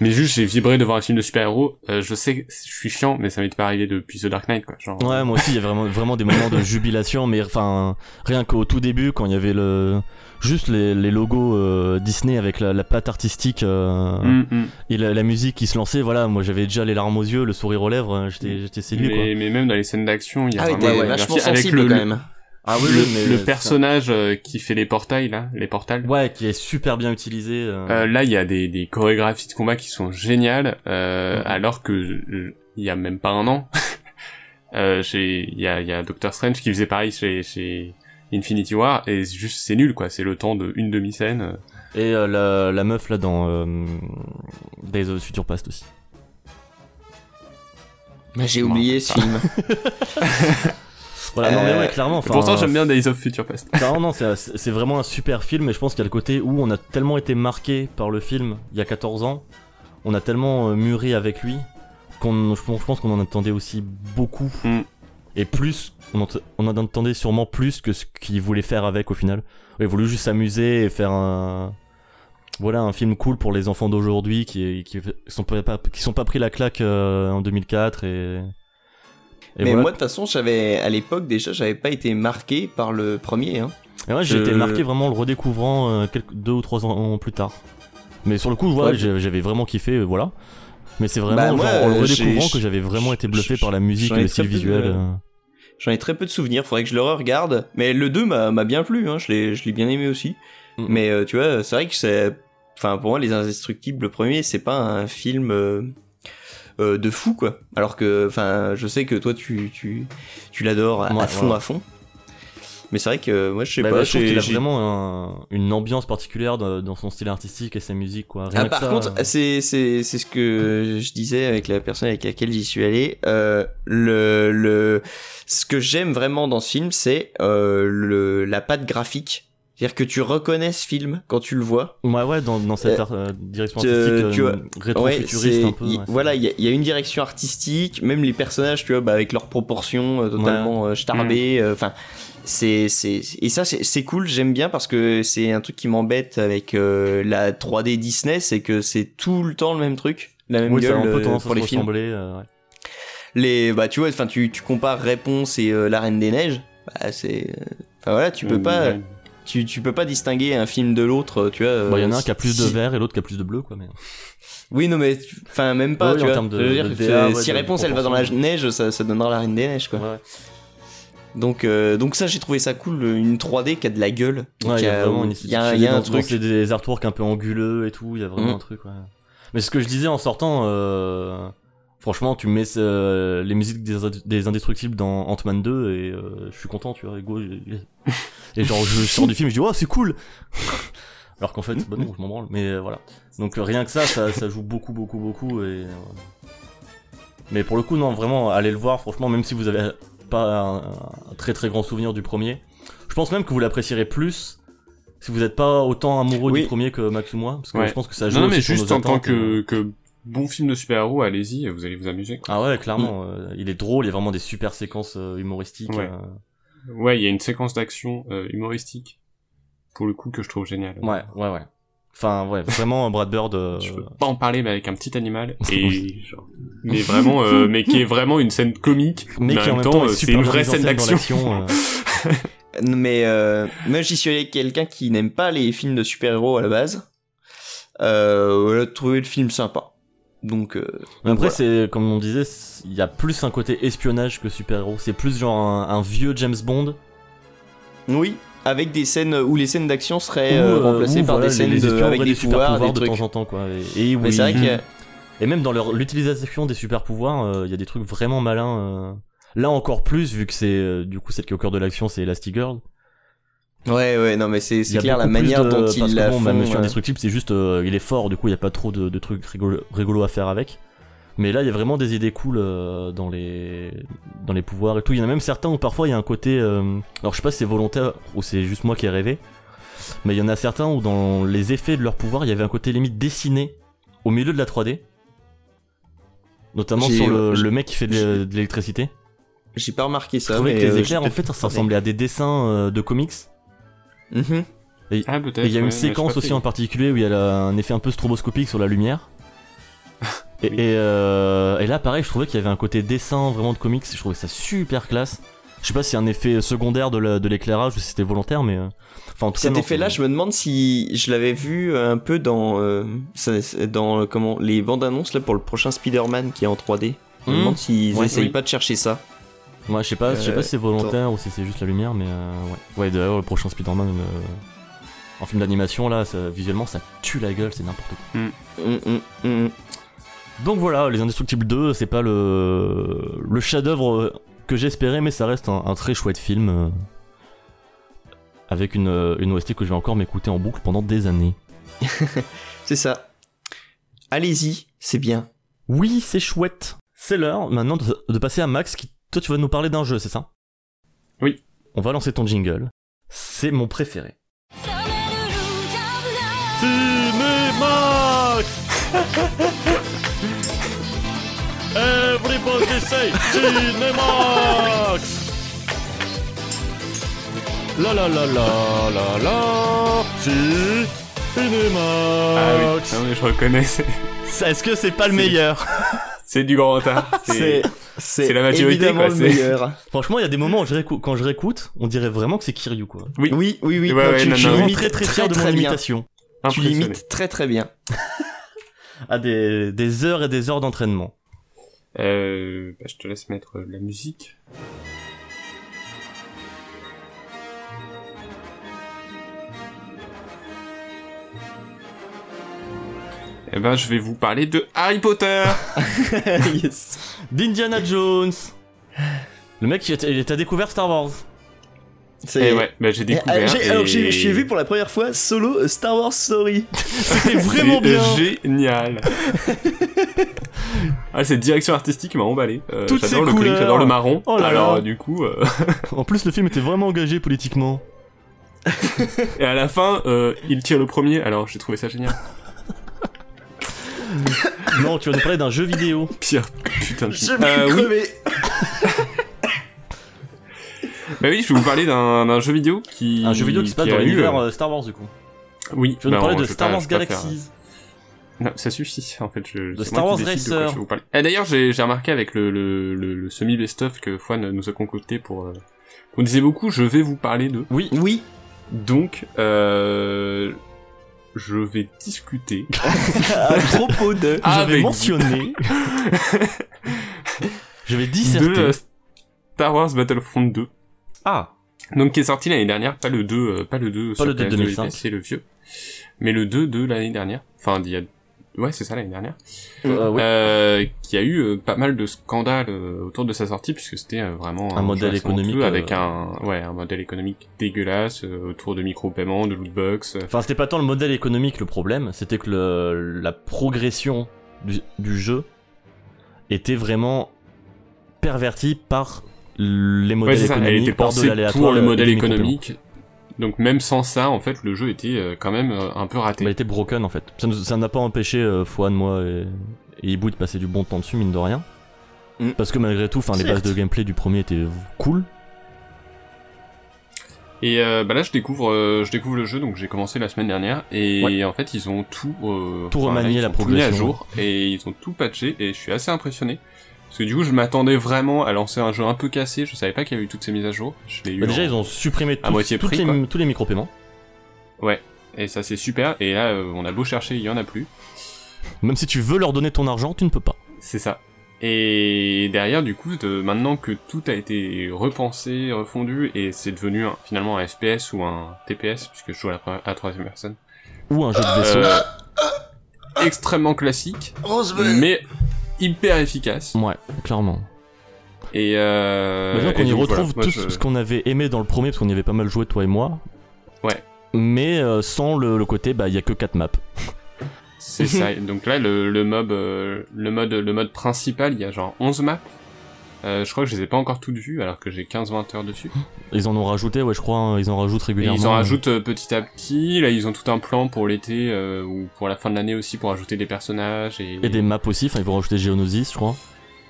[SPEAKER 4] Mais juste, j'ai vibré devant un film de super-héros. Euh, je sais que je suis chiant, mais ça m'est pas arrivé depuis The Dark Knight, quoi. Genre,
[SPEAKER 3] Ouais, moi aussi, il y a vraiment, vraiment des moments de jubilation, mais enfin, rien qu'au tout début, quand il y avait le, juste les, les logos euh, Disney avec la, la patte artistique euh,
[SPEAKER 4] Mm, mm.
[SPEAKER 3] et la, la musique qui se lançait, voilà, moi j'avais déjà les larmes aux yeux, le sourire aux lèvres, euh, j'étais, j'étais séduit, quoi.
[SPEAKER 4] mais, mais même dans les scènes d'action, il y a
[SPEAKER 6] Ah oui,
[SPEAKER 4] vraiment-
[SPEAKER 6] t'es
[SPEAKER 4] ouais,
[SPEAKER 6] vachement
[SPEAKER 4] merci.
[SPEAKER 6] sensible
[SPEAKER 4] le,
[SPEAKER 6] quand
[SPEAKER 4] le-
[SPEAKER 6] même.
[SPEAKER 3] Ah oui,
[SPEAKER 4] le,
[SPEAKER 3] oui, mais
[SPEAKER 4] le
[SPEAKER 3] c'est-
[SPEAKER 4] personnage euh, qui fait les portails, là, les portals.
[SPEAKER 3] Ouais, qui est super bien utilisé. euh.
[SPEAKER 4] Euh, là, il y a des, des chorégraphies de combat qui sont géniales, euh, alors que euh, il y a même pas un an, euh, j'ai- il y a, il y a Doctor Strange qui faisait pareil chez, chez Infinity War, et c'est juste c'est nul, quoi. C'est le temps de une demi-scène. euh.
[SPEAKER 3] Et euh, la, la meuf là dans euh, Days of the Future Past aussi.
[SPEAKER 6] Bah, j'ai oublié ce film.
[SPEAKER 3] Voilà, Ah non mais
[SPEAKER 6] Euh,
[SPEAKER 3] ouais, clairement.
[SPEAKER 4] Et
[SPEAKER 3] enfin, euh,
[SPEAKER 4] Pourtant, j'aime bien Days of Future Past.
[SPEAKER 3] Non, non, c'est c'est vraiment un super film, mais je pense qu'il y a le côté où on a tellement été marqué par le film il y a 14 ans, on a tellement euh, mûri avec lui, qu'on je pense je pense qu'on en attendait aussi beaucoup.
[SPEAKER 4] Mm.
[SPEAKER 3] Et plus, on en, on en attendait sûrement plus que ce qu'il voulait faire avec au final. Il voulait juste s'amuser et faire un. Voilà, un film cool pour les enfants d'aujourd'hui qui, qui sont pas, qui sont pas pris la claque euh, en 2004 et. et
[SPEAKER 6] Mais
[SPEAKER 3] voilà.
[SPEAKER 6] moi, de toute façon, j'avais à l'époque déjà, j'avais pas été marqué par le premier. Hein.
[SPEAKER 3] Et ouais, j'ai
[SPEAKER 6] Je-
[SPEAKER 3] été marqué vraiment en le redécouvrant euh, quelques, deux ou trois ans plus tard. Mais sur le coup, voilà,
[SPEAKER 6] Ouais.
[SPEAKER 3] j'ai- j'avais vraiment kiffé, euh, voilà. Mais c'est vraiment
[SPEAKER 6] Bah, moi,
[SPEAKER 3] genre, en le
[SPEAKER 6] euh, j'ai-
[SPEAKER 3] redécouvrant
[SPEAKER 6] j'ai-
[SPEAKER 3] que j'avais vraiment été bluffé
[SPEAKER 6] j'ai-
[SPEAKER 3] par la musique
[SPEAKER 6] j'en
[SPEAKER 3] et
[SPEAKER 6] ai
[SPEAKER 3] le
[SPEAKER 6] très
[SPEAKER 3] style
[SPEAKER 6] peu de-
[SPEAKER 3] visuel. euh.
[SPEAKER 6] J'en ai très peu de souvenirs, faudrait que je le regarde. Mais le 2 m'a m'a bien plu, hein. je l'ai je l'ai bien aimé aussi.
[SPEAKER 3] Mm.
[SPEAKER 6] Mais euh, tu vois, c'est vrai que c'est. Enfin, pour moi, Les Indestructibles, le premier, c'est pas un film euh, euh, de fou, quoi. Alors que, enfin, je sais que toi, tu, tu, tu l'adores à,
[SPEAKER 3] Ouais,
[SPEAKER 6] à fond,
[SPEAKER 3] ouais.
[SPEAKER 6] à fond. Mais c'est vrai que, moi, je sais
[SPEAKER 3] Bah,
[SPEAKER 6] pas.
[SPEAKER 3] bah, je trouve
[SPEAKER 6] j'ai-
[SPEAKER 3] qu'il a
[SPEAKER 6] j'ai-
[SPEAKER 3] vraiment un- une ambiance particulière de- dans son style artistique et sa musique, quoi. Rien
[SPEAKER 6] Ah,
[SPEAKER 3] que
[SPEAKER 6] par
[SPEAKER 3] ça,
[SPEAKER 6] contre,
[SPEAKER 3] euh,
[SPEAKER 6] c'est c'est- c'est ce que je disais avec la personne avec laquelle j'y suis allé. Euh, le, le, ce que j'aime vraiment dans ce film, c'est euh, le- la patte graphique. C'est-à-dire que tu reconnais ce film quand tu le vois.
[SPEAKER 3] ouais, ouais, dans, dans cette
[SPEAKER 6] euh,
[SPEAKER 3] ar- euh, direction
[SPEAKER 6] tu-
[SPEAKER 3] artistique
[SPEAKER 6] tu
[SPEAKER 3] euh,
[SPEAKER 6] vois,
[SPEAKER 3] rétro-futuriste
[SPEAKER 6] c'est-
[SPEAKER 3] un peu.
[SPEAKER 6] il-
[SPEAKER 3] ouais, c'est-
[SPEAKER 6] voilà, il y, a- il y a une direction artistique, même les personnages, tu vois, bah, avec leurs proportions euh, totalement euh, starbées.
[SPEAKER 3] Mm.
[SPEAKER 6] euh, Enfin, c'est, c'est, et ça, c'est, c'est cool. J'aime bien parce que c'est un truc qui m'embête avec euh, la 3D Disney, c'est que c'est tout le temps le même truc, la même
[SPEAKER 3] Oui, ça
[SPEAKER 6] gueule
[SPEAKER 3] a un peu
[SPEAKER 6] euh,
[SPEAKER 3] tendance à
[SPEAKER 6] pour
[SPEAKER 3] se
[SPEAKER 6] les films.
[SPEAKER 3] ressembler. euh, ouais.
[SPEAKER 6] Les, bah, tu vois, enfin, tu, tu compares Réponse et euh, La Reine des Neiges. Bah, c'est, enfin voilà, tu peux
[SPEAKER 3] Mm,
[SPEAKER 6] pas,
[SPEAKER 4] Ouais.
[SPEAKER 6] tu, tu peux pas distinguer un film de l'autre, tu vois.
[SPEAKER 3] Bon, Bah, il y
[SPEAKER 6] euh,
[SPEAKER 3] en a un qui a plus de
[SPEAKER 6] si-
[SPEAKER 3] vert et l'autre qui a plus de bleu, quoi. Mais...
[SPEAKER 6] Oui, non, mais enfin, même pas.
[SPEAKER 3] Oui,
[SPEAKER 6] tu
[SPEAKER 3] en
[SPEAKER 6] vois.
[SPEAKER 3] termes de-
[SPEAKER 6] Je veux dire
[SPEAKER 3] de
[SPEAKER 6] que
[SPEAKER 3] DA,
[SPEAKER 6] c'est-
[SPEAKER 3] ouais,
[SPEAKER 6] si
[SPEAKER 3] de
[SPEAKER 6] réponse elle va dans la
[SPEAKER 3] proportion.
[SPEAKER 6] neige, ça, ça donnera la reine des neiges, quoi.
[SPEAKER 3] Ouais, ouais.
[SPEAKER 6] Donc, euh, donc ça, j'ai trouvé ça cool, euh, une 3D qui a de la gueule.
[SPEAKER 3] Ouais,
[SPEAKER 6] Qui
[SPEAKER 3] il y a vraiment une
[SPEAKER 6] euh, il y a, il y a un truc.
[SPEAKER 3] C'est des artworks un peu anguleux et tout, il y a vraiment
[SPEAKER 6] Mm.
[SPEAKER 3] un truc, ouais. Mais ce que je disais en sortant, euh, franchement, tu mets euh, les musiques des, des Indestructibles dans Ant-Man 2 et euh, je suis content, tu vois. Ego, et genre, je sors du film, je dis, oh, c'est cool Alors qu'en fait, bah non, je m'en branle, mais euh, voilà. Donc euh, rien que ça, ça, ça joue beaucoup, beaucoup, beaucoup. Et, euh, Mais pour le coup, non, vraiment, allez le voir, franchement, même si vous avez pas un, un très très grand souvenir du premier, je pense même que vous l'apprécierez plus si vous n'êtes pas autant amoureux
[SPEAKER 6] Oui.
[SPEAKER 3] du premier que Max ou moi, parce que
[SPEAKER 4] Ouais.
[SPEAKER 3] je pense que ça joue
[SPEAKER 4] Non, non, mais
[SPEAKER 3] aussi sur
[SPEAKER 4] juste
[SPEAKER 3] nos
[SPEAKER 4] en tant
[SPEAKER 3] attentes, euh.
[SPEAKER 4] que, que bon film de super-héros, allez-y, et vous allez vous amuser. quoi.
[SPEAKER 3] Ah ouais, clairement, euh, il est drôle, il y a vraiment des super séquences euh, humoristiques.
[SPEAKER 4] Mm. Ouais.
[SPEAKER 3] euh,
[SPEAKER 4] Ouais, il y a une séquence d'action euh, humoristique, pour le coup, que je trouve géniale.
[SPEAKER 3] ouais, ouais, ouais. Enfin, ouais, vraiment Brad Bird. euh,
[SPEAKER 4] Je peux pas en parler, mais avec un petit animal. Et
[SPEAKER 3] Oui.
[SPEAKER 4] genre, mais vraiment, euh, mais qui est vraiment une scène comique.
[SPEAKER 3] mais qui en même temps,
[SPEAKER 4] euh,
[SPEAKER 3] est
[SPEAKER 4] c'est
[SPEAKER 3] super
[SPEAKER 4] une
[SPEAKER 3] bien
[SPEAKER 4] vraie
[SPEAKER 3] mise en
[SPEAKER 4] scène
[SPEAKER 3] dans
[SPEAKER 4] d'action.
[SPEAKER 3] l'action, euh.
[SPEAKER 6] Mais euh, moi, j'y suis allé avec quelqu'un qui n'aime pas les films de super-héros à la base. Euh, elle a trouvé le film sympa. Donc, euh,
[SPEAKER 3] Mais après,
[SPEAKER 6] voilà.
[SPEAKER 3] c'est comme on disait, c'est- il y a plus un côté espionnage que super-héros. C'est plus genre un, un vieux James Bond.
[SPEAKER 6] oui, avec des scènes où les scènes d'action seraient
[SPEAKER 3] où,
[SPEAKER 6] euh,
[SPEAKER 3] euh,
[SPEAKER 6] remplacées
[SPEAKER 3] où,
[SPEAKER 6] par
[SPEAKER 3] voilà,
[SPEAKER 6] des scènes
[SPEAKER 3] les
[SPEAKER 6] de,
[SPEAKER 3] espions
[SPEAKER 6] avec
[SPEAKER 3] auraient
[SPEAKER 6] des,
[SPEAKER 3] super
[SPEAKER 6] pouvoirs, des
[SPEAKER 3] de
[SPEAKER 6] trucs.
[SPEAKER 3] temps en temps, quoi. Et, et où
[SPEAKER 6] Mais c'est
[SPEAKER 3] ils-
[SPEAKER 6] vrai qu'il y a-
[SPEAKER 3] Et même dans leur l'utilisation des super pouvoirs, euh, il y a des trucs vraiment malins. euh. Là encore plus, vu que c'est euh, du coup celle qui est au cœur de l'action, c'est Elastigirl.
[SPEAKER 6] Ouais, ouais, non, mais c'est
[SPEAKER 3] Il
[SPEAKER 6] c'est
[SPEAKER 3] y a
[SPEAKER 6] clair la
[SPEAKER 3] beaucoup plus
[SPEAKER 6] manière
[SPEAKER 3] de-
[SPEAKER 6] dont
[SPEAKER 3] parce
[SPEAKER 6] ils
[SPEAKER 3] que
[SPEAKER 6] la
[SPEAKER 3] bon, bah,
[SPEAKER 6] font, euh,
[SPEAKER 3] Monsieur
[SPEAKER 6] ouais.
[SPEAKER 3] Indestructible, c'est juste, euh, il est fort, du coup, il n'y a pas trop de, de trucs rigolo, rigolo à faire avec. Mais là, il y a vraiment des idées cool euh, dans les dans les pouvoirs et tout. Il y en a même certains où parfois il y a un côté. euh, alors je sais pas si c'est volontaire ou c'est juste moi qui ai rêvé, mais il y en a certains où dans les effets de leur pouvoir, il y avait un côté limite dessiné au milieu de la 3D. Notamment
[SPEAKER 6] J'ai-
[SPEAKER 3] sur le,
[SPEAKER 6] j'ai-
[SPEAKER 3] le mec qui fait de, de l'électricité.
[SPEAKER 6] J'ai pas remarqué
[SPEAKER 3] Je
[SPEAKER 6] ça.
[SPEAKER 3] trouvais
[SPEAKER 6] mais,
[SPEAKER 3] que les
[SPEAKER 6] euh,
[SPEAKER 3] éclairs,
[SPEAKER 6] je-
[SPEAKER 3] en fait, ça ressemblait à des dessins euh, de comics.
[SPEAKER 6] Mhm.
[SPEAKER 4] Ah, peut-être.
[SPEAKER 3] Et il y a
[SPEAKER 4] ouais,
[SPEAKER 3] une
[SPEAKER 4] mais
[SPEAKER 3] séquence
[SPEAKER 4] je sais
[SPEAKER 3] aussi
[SPEAKER 4] pas
[SPEAKER 3] en particulier où il y a la- un effet un peu stroboscopique sur la lumière. Et, et, euh, et là, pareil, je trouvais qu'il y avait un côté dessin vraiment de comics. Je trouvais ça super classe. Je sais pas si un effet secondaire de la- de l'éclairage ou si c'était volontaire, mais euh, enfin en tout cas.
[SPEAKER 6] Cet
[SPEAKER 3] non,
[SPEAKER 6] effet-là,
[SPEAKER 3] c'est-
[SPEAKER 6] je me demande si je l'avais vu un peu dans euh, ça- c'est dans euh, comment les bandes annonces là pour le prochain Spider-Man qui est en 3D. Je me
[SPEAKER 4] Mhm.
[SPEAKER 3] Hmm.
[SPEAKER 6] demande s'ils
[SPEAKER 3] Ouais,
[SPEAKER 6] essayent
[SPEAKER 3] oui.
[SPEAKER 6] pas de chercher ça.
[SPEAKER 3] Ouais, je sais pas, je sais
[SPEAKER 6] Euh,
[SPEAKER 3] pas si c'est volontaire ou si c'est juste la lumière, mais euh, ouais. Ouais, d'ailleurs, le prochain Spider-Man euh, en film d'animation, là, ça- visuellement, ça tue la gueule, c'est n'importe quoi.
[SPEAKER 6] Hmm, hmm, hmm.
[SPEAKER 3] Donc voilà, Les Indestructibles 2, c'est pas le, le chef-d'œuvre que j'espérais, mais ça reste un, un très chouette film. euh, avec une, euh, une OST que je vais encore m'écouter en boucle pendant des années.
[SPEAKER 6] C'est ça. Allez-y, c'est bien.
[SPEAKER 3] Oui, c'est chouette. C'est l'heure maintenant de, de passer à Max, qui, toi, tu vas nous parler d'un jeu, c'est ça
[SPEAKER 4] Oui.
[SPEAKER 3] On va lancer ton jingle. C'est mon préféré. Max Everybody say Cinemax La la la la la la
[SPEAKER 4] Ah oui,
[SPEAKER 3] Cinemax
[SPEAKER 4] non, mais je reconnais, c'est-
[SPEAKER 3] Est-ce que c'est pas le meilleur
[SPEAKER 4] c'est du grand retard.
[SPEAKER 6] C'est
[SPEAKER 4] C'est c'est la maturité,
[SPEAKER 6] évidemment
[SPEAKER 4] quoi,
[SPEAKER 6] le
[SPEAKER 4] c'est-
[SPEAKER 6] meilleur.
[SPEAKER 3] Franchement, il y a des moments où je réécou- quand je réécoute, on dirait vraiment que c'est Kiryu quoi.
[SPEAKER 4] Oui.
[SPEAKER 6] Oui, oui, oui.
[SPEAKER 4] Ouais,
[SPEAKER 6] non,
[SPEAKER 4] ouais,
[SPEAKER 6] tu
[SPEAKER 4] non,
[SPEAKER 6] tu
[SPEAKER 4] non.
[SPEAKER 3] Vraiment
[SPEAKER 6] limites
[SPEAKER 3] très très fier de mon
[SPEAKER 6] très bien.
[SPEAKER 3] imitation.
[SPEAKER 6] Tu
[SPEAKER 4] impressionnant.
[SPEAKER 6] limites très très bien.
[SPEAKER 3] À des, des heures et des heures d'entraînement.
[SPEAKER 4] Euh, bah, je te laisse mettre euh, la musique. Eh ben, je vais vous parler de Harry Potter.
[SPEAKER 6] yes.
[SPEAKER 3] D'Indiana Jones Le mec, il a- il t'a découvert Star Wars.
[SPEAKER 6] C'est-
[SPEAKER 4] Et ouais, bah,
[SPEAKER 3] Eh,
[SPEAKER 4] j'ai
[SPEAKER 6] Et,
[SPEAKER 4] découvert.
[SPEAKER 6] euh, j'ai- Alors
[SPEAKER 4] et-
[SPEAKER 6] j'ai j'ai vu pour la première fois Solo euh, Star Wars Story.
[SPEAKER 3] C'était
[SPEAKER 4] C'est
[SPEAKER 3] vraiment bien
[SPEAKER 4] Génial. ah, cette direction artistique m'a emballé. Euh,
[SPEAKER 3] Toutes
[SPEAKER 4] j'adore
[SPEAKER 3] ces
[SPEAKER 4] le gris,
[SPEAKER 3] couleurs.
[SPEAKER 4] j'adore le marron.
[SPEAKER 3] Oh là
[SPEAKER 4] Alors
[SPEAKER 3] là.
[SPEAKER 4] du coup, euh,
[SPEAKER 3] En plus, le film était vraiment engagé politiquement.
[SPEAKER 4] et à la fin, euh, il tire le premier. Alors j'ai trouvé ça génial.
[SPEAKER 3] Non, tu vas nous parler d'un jeu vidéo.
[SPEAKER 4] Pire, putain. de
[SPEAKER 6] Je
[SPEAKER 4] film.
[SPEAKER 6] vais
[SPEAKER 4] Euh, oui.
[SPEAKER 6] crever.
[SPEAKER 4] Bah oui, je vais vous parler d'un d'un jeu vidéo qui.
[SPEAKER 3] Un jeu vidéo qui se passe dans
[SPEAKER 4] a eu,
[SPEAKER 3] l'univers
[SPEAKER 4] euh,
[SPEAKER 3] euh, Star Wars, du coup.
[SPEAKER 4] Oui,
[SPEAKER 3] Tu vas nous
[SPEAKER 4] bah,
[SPEAKER 3] parler de
[SPEAKER 4] je vais
[SPEAKER 3] Star
[SPEAKER 4] pas-
[SPEAKER 3] Wars
[SPEAKER 4] je vais pas faire- euh,
[SPEAKER 3] Galaxies.
[SPEAKER 4] Non, ça suffit, en fait. Je,
[SPEAKER 3] De
[SPEAKER 4] c'est
[SPEAKER 3] Star
[SPEAKER 4] moi qui
[SPEAKER 3] Wars
[SPEAKER 4] décide de quoi
[SPEAKER 3] Racer.
[SPEAKER 4] je vais vous parler. Et d'ailleurs, j'ai j'ai remarqué avec le, le, le, le semi-best-of que Fouane nous a concocté pour. euh, qu'on disait beaucoup, je vais vous parler de.
[SPEAKER 3] Oui,
[SPEAKER 6] Oui.
[SPEAKER 4] Donc, euh, je vais discuter.
[SPEAKER 6] À propos de.
[SPEAKER 4] Ah,
[SPEAKER 3] je vais
[SPEAKER 4] avec-
[SPEAKER 3] mentionner. je vais disserter.
[SPEAKER 4] de euh, Star Wars Battlefront 2.
[SPEAKER 3] Ah,
[SPEAKER 4] Donc, qui est sorti l'année dernière, pas le 2, euh, pas le 2, sur
[SPEAKER 3] le 2 de
[SPEAKER 4] PS2 et
[SPEAKER 3] 2005.
[SPEAKER 4] PC, le vieux, mais le 2 de l'année dernière. Enfin, d'il y a. Ouais, c'est ça l'année dernière.
[SPEAKER 3] euh, oui.
[SPEAKER 4] Euh, qui a eu euh, pas mal de scandales euh, autour de sa sortie puisque c'était euh, vraiment
[SPEAKER 3] Un modèle
[SPEAKER 4] jeu assez
[SPEAKER 3] économique,
[SPEAKER 4] honteux avec
[SPEAKER 3] euh,
[SPEAKER 4] un ouais un modèle économique dégueulasse euh, autour de micro-paiements, de lootbox. euh.
[SPEAKER 3] Enfin, c'était pas tant le modèle économique le problème, c'était que le- la progression du, du jeu était vraiment pervertie par les
[SPEAKER 4] Ouais,
[SPEAKER 3] modèles
[SPEAKER 4] c'est ça, elle
[SPEAKER 3] économiques,
[SPEAKER 4] était
[SPEAKER 3] par de
[SPEAKER 4] pensée
[SPEAKER 3] l'aléatoire.
[SPEAKER 4] pour le
[SPEAKER 3] et des
[SPEAKER 4] modèle
[SPEAKER 3] micro-paiements.
[SPEAKER 4] économique. Donc même sans ça en fait le jeu était euh, quand même euh, un peu raté.
[SPEAKER 3] Bah, il était broken en fait. Ça nous- ça n'a pas empêché euh, Fouane, moi et, et Ibu de passer du bon temps dessus, mine de rien.
[SPEAKER 6] Mm.
[SPEAKER 3] Parce que malgré tout, enfin, les bases
[SPEAKER 6] Certes.
[SPEAKER 3] de gameplay du premier étaient cool.
[SPEAKER 4] Et euh, bah là je découvre euh, je découvre le jeu donc j'ai commencé la semaine dernière et
[SPEAKER 3] Ouais.
[SPEAKER 4] en fait ils ont tout euh,
[SPEAKER 3] Tout
[SPEAKER 4] enfin,
[SPEAKER 3] remanié,
[SPEAKER 4] ils
[SPEAKER 3] la
[SPEAKER 4] ont tout mis à
[SPEAKER 3] progression.
[SPEAKER 4] jour et ils ont tout patché et je suis assez impressionné parce que du coup je m'attendais vraiment à lancer un jeu un peu cassé je savais pas qu'il y avait eu toutes ces mises à jour je l'ai eu
[SPEAKER 3] Bah, déjà,
[SPEAKER 4] en-
[SPEAKER 3] ils ont supprimé tous,
[SPEAKER 4] moitié
[SPEAKER 3] toutes
[SPEAKER 4] prix,
[SPEAKER 3] les-
[SPEAKER 4] quoi.
[SPEAKER 3] tous les micro-paiements.
[SPEAKER 4] et ça c'est super et là euh, on a beau chercher il y en a plus
[SPEAKER 3] Même si tu veux leur donner ton argent, tu ne peux pas.
[SPEAKER 4] c'est ça et derrière du coup de- maintenant que tout a été repensé refondu et c'est devenu un- finalement un FPS ou un TPS puisque je joue à la pre- à la troisième personne
[SPEAKER 3] Ou un jeu de vaisseau.
[SPEAKER 4] Euh, extrêmement classique mais hyper efficace
[SPEAKER 3] Ouais, clairement.
[SPEAKER 4] Et euh.
[SPEAKER 3] Maintenant qu'on
[SPEAKER 4] et
[SPEAKER 3] y
[SPEAKER 4] donc,
[SPEAKER 3] retrouve
[SPEAKER 4] voilà, moi,
[SPEAKER 3] tout
[SPEAKER 4] je-
[SPEAKER 3] ce qu'on avait aimé dans le premier, parce qu'on y avait pas mal joué, toi et moi.
[SPEAKER 4] Ouais.
[SPEAKER 3] Mais euh, sans le, le côté, bah, il y a que 4 maps.
[SPEAKER 4] C'est ça. Donc là, le, le mob, euh, le mode, le mode principal, il y a genre 11 maps. Euh, je crois que je les ai pas encore toutes vues, alors que j'ai 15-20 heures dessus.
[SPEAKER 3] Ils en ont rajouté, ouais, je crois, hein, ils en rajoutent
[SPEAKER 4] Et
[SPEAKER 3] régulièrement.
[SPEAKER 4] ils en rajoutent euh, petit à petit. Là, ils ont tout un plan pour l'été euh, ou pour la fin de l'année aussi pour ajouter des personnages et.
[SPEAKER 3] Et des maps aussi, enfin, ils vont rajouter Geonosis, je crois.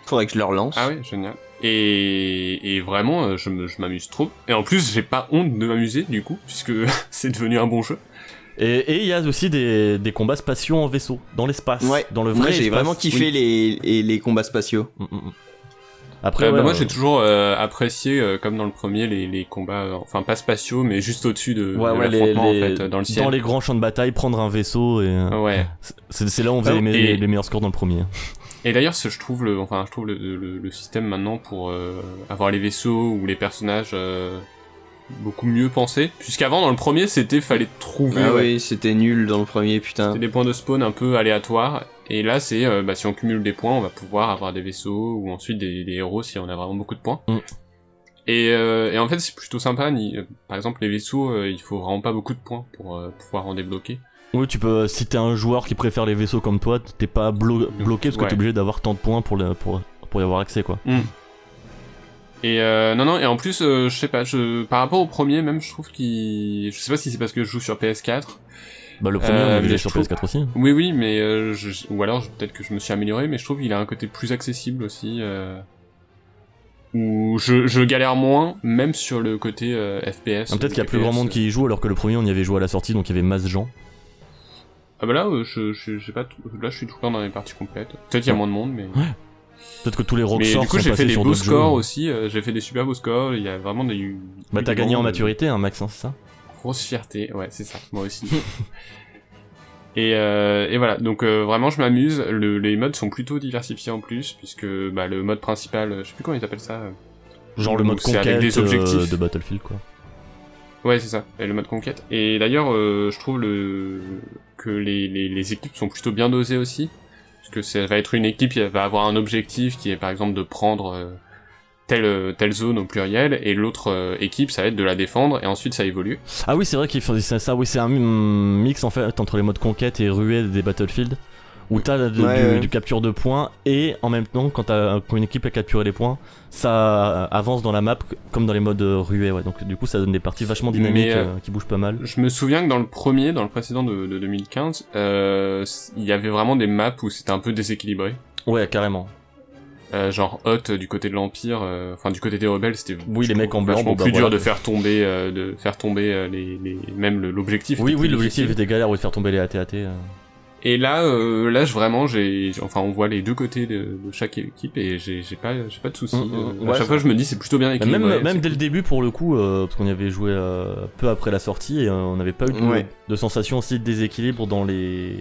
[SPEAKER 6] Faudrait que je leur lance.
[SPEAKER 4] Ah ouais, génial. Et, et vraiment, euh, je me- je m'amuse trop. Et en plus, j'ai pas honte de m'amuser du coup, puisque c'est devenu un bon jeu.
[SPEAKER 3] Et et il y a aussi des, des combats spatiaux en vaisseau, dans l'espace,
[SPEAKER 6] Ouais.
[SPEAKER 3] dans le vrai
[SPEAKER 6] Euh, Moi, j'ai
[SPEAKER 3] espace.
[SPEAKER 6] vraiment kiffé
[SPEAKER 3] Oui.
[SPEAKER 6] les, les, les combats spatiaux.
[SPEAKER 3] Mm, mm, mm. Après,
[SPEAKER 4] Euh, bah,
[SPEAKER 3] ouais,
[SPEAKER 4] moi
[SPEAKER 3] euh,
[SPEAKER 4] j'ai toujours euh, apprécié, euh, comme dans le premier, les, les combats, euh, enfin pas spatiaux, mais juste au-dessus de,
[SPEAKER 3] ouais,
[SPEAKER 4] de
[SPEAKER 3] ouais, les-
[SPEAKER 4] l'affrontement
[SPEAKER 3] les-
[SPEAKER 4] en fait, euh, dans le ciel.
[SPEAKER 3] dans les grands champs de bataille, prendre un vaisseau et euh,
[SPEAKER 4] Ouais.
[SPEAKER 3] c'est c'est là où on faisait
[SPEAKER 4] Ah,
[SPEAKER 3] les, me-
[SPEAKER 4] et-
[SPEAKER 3] les- les meilleurs scores dans le premier.
[SPEAKER 4] Et d'ailleurs, ce- je trouve le, enfin, je trouve le, le, le système maintenant pour euh, avoir les vaisseaux ou les personnages euh, beaucoup mieux pensés. Puisqu'avant, dans le premier, c'était fallait trouver
[SPEAKER 6] Ah
[SPEAKER 4] ouais,
[SPEAKER 6] oui, c'était nul dans le premier, putain.
[SPEAKER 4] c'était des points de spawn un peu aléatoires. Et là, c'est euh, bah, si on cumule des points, on va pouvoir avoir des vaisseaux ou ensuite des, des héros si on a vraiment beaucoup de points.
[SPEAKER 3] Mm.
[SPEAKER 4] Et, euh, et en fait, c'est plutôt sympa. ni- euh, par exemple, les vaisseaux, euh, il faut vraiment pas beaucoup de points pour euh, pouvoir en débloquer.
[SPEAKER 3] Oui, tu peux, si t'es un joueur qui préfère les vaisseaux comme toi, t'es pas blo- bloqué parce que
[SPEAKER 4] Mm. Ouais.
[SPEAKER 3] t'es obligé d'avoir tant de points pour, le- pour, pour y avoir accès, quoi.
[SPEAKER 4] Et euh, non non et en plus euh, je sais pas je par rapport au premier même je trouve qu'il je sais pas si c'est parce que je joue sur PS4
[SPEAKER 3] Bah, le premier,
[SPEAKER 4] Euh,
[SPEAKER 3] on
[SPEAKER 4] mais
[SPEAKER 3] avait
[SPEAKER 4] je
[SPEAKER 3] sur
[SPEAKER 4] trouve-
[SPEAKER 3] PS4 aussi.
[SPEAKER 4] oui oui mais euh, je- ou alors je- peut-être que je me suis amélioré mais je trouve qu'il a un côté plus accessible aussi euh, où je, je galère moins même sur le côté euh, FPS
[SPEAKER 3] Ah, Peut-être qu'il y a plus grand monde qui y joue alors que le premier, on y avait joué à la sortie, donc il y avait masse de gens.
[SPEAKER 4] ah bah là euh, je, je, j'ai pas tout- là je suis tout le temps dans les parties complètes peut-être qu'il y a moins de monde mais
[SPEAKER 3] Peut-être que tous les
[SPEAKER 4] mais
[SPEAKER 3] rockstars
[SPEAKER 4] du coup
[SPEAKER 3] sont
[SPEAKER 4] j'ai fait
[SPEAKER 3] passés
[SPEAKER 4] des
[SPEAKER 3] sur
[SPEAKER 4] beaux
[SPEAKER 3] d'autres jeux.
[SPEAKER 4] scores aussi euh, j'ai fait des super beaux scores il y a vraiment des eu-
[SPEAKER 3] Bah,
[SPEAKER 4] eu
[SPEAKER 3] t'as
[SPEAKER 4] des
[SPEAKER 3] gagné en
[SPEAKER 4] grands, euh,
[SPEAKER 3] maturité, hein, Max, hein, c'est ça
[SPEAKER 4] Grosse fierté, ouais, c'est ça, moi aussi. et, euh, et voilà, donc euh, vraiment je m'amuse, Le- les modes sont plutôt diversifiés en plus, puisque bah, le mode principal, euh, je sais plus comment ils appellent ça. euh,
[SPEAKER 3] Genre le mode
[SPEAKER 4] c'est avec
[SPEAKER 3] conquête
[SPEAKER 4] des
[SPEAKER 3] euh,
[SPEAKER 4] objectifs.
[SPEAKER 3] de Battlefield, quoi.
[SPEAKER 4] Ouais, c'est ça, et le mode conquête. Et d'ailleurs, euh, je trouve le... que les, les, les équipes sont plutôt bien dosées aussi, parce que ça va être une équipe qui va avoir un objectif qui est par exemple de prendre... euh, telle, telle zone au pluriel et l'autre euh, équipe ça va être de la défendre et ensuite ça évolue
[SPEAKER 3] Ah oui, c'est vrai qu'ils faisaient ça, ça, oui, c'est un mm, mix en fait entre les modes conquête et ruée des Battlefield, où t'as de- du,
[SPEAKER 6] Ouais, ouais.
[SPEAKER 3] du capture de points, et en même temps, quand, t'as- quand une équipe a capturé les points, ça euh, avance dans la map c- comme dans les modes euh, ruée, ouais. Donc du coup, ça donne des parties vachement dynamiques
[SPEAKER 4] Mais, euh,
[SPEAKER 3] euh, qui bougent pas mal.
[SPEAKER 4] Je me souviens que dans le premier, dans le précédent de, de 2015, euh, il y avait vraiment des maps où c'était un peu déséquilibré.
[SPEAKER 3] Ouais, carrément.
[SPEAKER 4] Euh, genre Hot euh, du côté de l'Empire, euh, enfin du côté des rebelles, c'était
[SPEAKER 3] Oui, les mecs en blanc,
[SPEAKER 4] vachement
[SPEAKER 3] bon, bah,
[SPEAKER 4] plus dur
[SPEAKER 3] voilà.
[SPEAKER 4] de faire tomber, euh, de faire tomber euh, les, les même le- l'objectif.
[SPEAKER 3] Oui,
[SPEAKER 4] était
[SPEAKER 3] oui,
[SPEAKER 4] plus
[SPEAKER 3] l'objectif
[SPEAKER 4] difficile.
[SPEAKER 3] était galère, oui, de faire tomber les AT-AT. euh.
[SPEAKER 4] Et là, euh, là, je vraiment, j'ai, enfin, on voit les deux côtés de, de chaque équipe et j'ai j'ai pas, j'ai pas de soucis.
[SPEAKER 3] Mm,
[SPEAKER 4] Euh,
[SPEAKER 3] mm,
[SPEAKER 4] à
[SPEAKER 3] ouais,
[SPEAKER 4] chaque fois, je me dis c'est plutôt bien
[SPEAKER 3] Bah, Même,
[SPEAKER 4] équilibré.
[SPEAKER 3] même
[SPEAKER 4] c'est
[SPEAKER 3] dès le début, pour le coup, euh, parce qu'on y avait joué euh, peu après la sortie, et euh, on n'avait pas eu de,
[SPEAKER 6] Ouais.
[SPEAKER 3] de sensation aussi de déséquilibre dans les.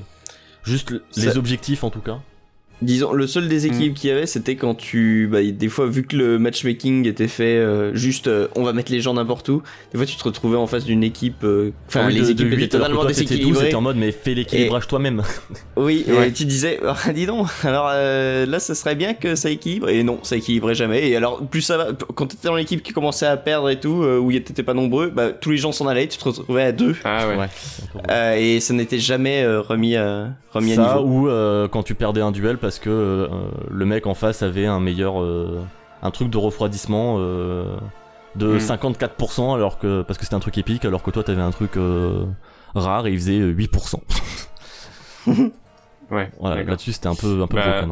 [SPEAKER 3] Juste le-
[SPEAKER 6] Ça-
[SPEAKER 3] les objectifs en tout cas.
[SPEAKER 6] Disons, le seul
[SPEAKER 3] Mm.
[SPEAKER 6] déséquilibre qu'il y avait, c'était quand tu. Bah, des fois, vu que le matchmaking était fait euh, juste euh, on va mettre les gens n'importe où, des fois, tu te retrouvais en face d'une équipe. euh, Enfin,
[SPEAKER 3] Ah oui,
[SPEAKER 6] les
[SPEAKER 3] de- de
[SPEAKER 6] équipes
[SPEAKER 3] huit,
[SPEAKER 6] étaient
[SPEAKER 3] alors que
[SPEAKER 6] totalement
[SPEAKER 3] toi, t'étais douze,
[SPEAKER 6] déséquilibrées.
[SPEAKER 3] C'était en mode, mais fais l'équilibrage toi-même.
[SPEAKER 6] Oui, et
[SPEAKER 4] Ouais.
[SPEAKER 6] tu disais, Ah, dis donc, alors euh, là, ça serait bien que ça équilibre. Et non, ça équilibrait jamais. Et alors, plus ça va, quand t'étais dans l'équipe qui commençait à perdre et tout, euh, où y- t'étais pas nombreux, bah, tous les gens s'en allaient, tu te retrouvais à deux.
[SPEAKER 4] Ah ouais.
[SPEAKER 3] Ouais, c'est un peu relou.
[SPEAKER 6] Euh, et ça n'était jamais euh, remis, euh, remis à
[SPEAKER 3] ça
[SPEAKER 6] niveau.
[SPEAKER 3] ou euh, quand tu perdais un duel parce que euh, le mec en face avait un meilleur. euh, un truc de refroidissement euh, de
[SPEAKER 4] Hmm.
[SPEAKER 3] 54% alors que. parce que c'était un truc épique alors que toi t'avais un truc euh, rare et il faisait euh, 8%.
[SPEAKER 4] Ouais.
[SPEAKER 3] Voilà,
[SPEAKER 4] d'accord.
[SPEAKER 3] là-dessus c'était un peu, un peu
[SPEAKER 4] Bah,
[SPEAKER 3] broken,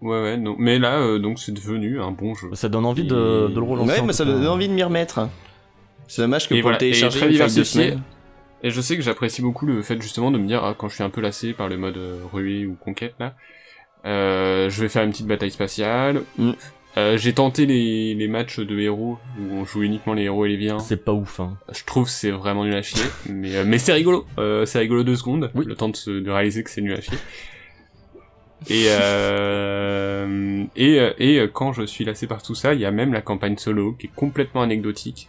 [SPEAKER 3] ouais.
[SPEAKER 4] Ouais, ouais. Non. Mais là, euh, donc, c'est devenu un bon jeu.
[SPEAKER 3] hein. Ça donne envie de, de le relancer.
[SPEAKER 6] Ouais,
[SPEAKER 3] en
[SPEAKER 6] mais
[SPEAKER 3] tout
[SPEAKER 6] ça
[SPEAKER 3] cas.
[SPEAKER 6] donne envie de m'y remettre. C'est dommage que
[SPEAKER 4] Et
[SPEAKER 6] pour
[SPEAKER 4] voilà,
[SPEAKER 6] le
[SPEAKER 4] et
[SPEAKER 6] télécharger,
[SPEAKER 4] très
[SPEAKER 6] il faille deux
[SPEAKER 4] diversifié.
[SPEAKER 6] semaines.
[SPEAKER 4] Et je sais que j'apprécie beaucoup le fait justement de me dire ah, quand je suis un peu lassé par le mode euh, ruée ou conquête là, euh, je vais faire une petite bataille spatiale.
[SPEAKER 6] Mm.
[SPEAKER 4] Euh, J'ai tenté les, les matchs de héros où on joue uniquement les héros et les biens.
[SPEAKER 3] C'est pas ouf, hein.
[SPEAKER 4] Je trouve que c'est vraiment nul à chier, mais euh, mais c'est rigolo. Euh, c'est rigolo deux secondes,
[SPEAKER 3] Oui.
[SPEAKER 4] le temps de, se, de réaliser que c'est nul à chier. Et euh, et euh, et euh, quand je suis lassé par tout ça, il y a même la campagne solo qui est complètement anecdotique,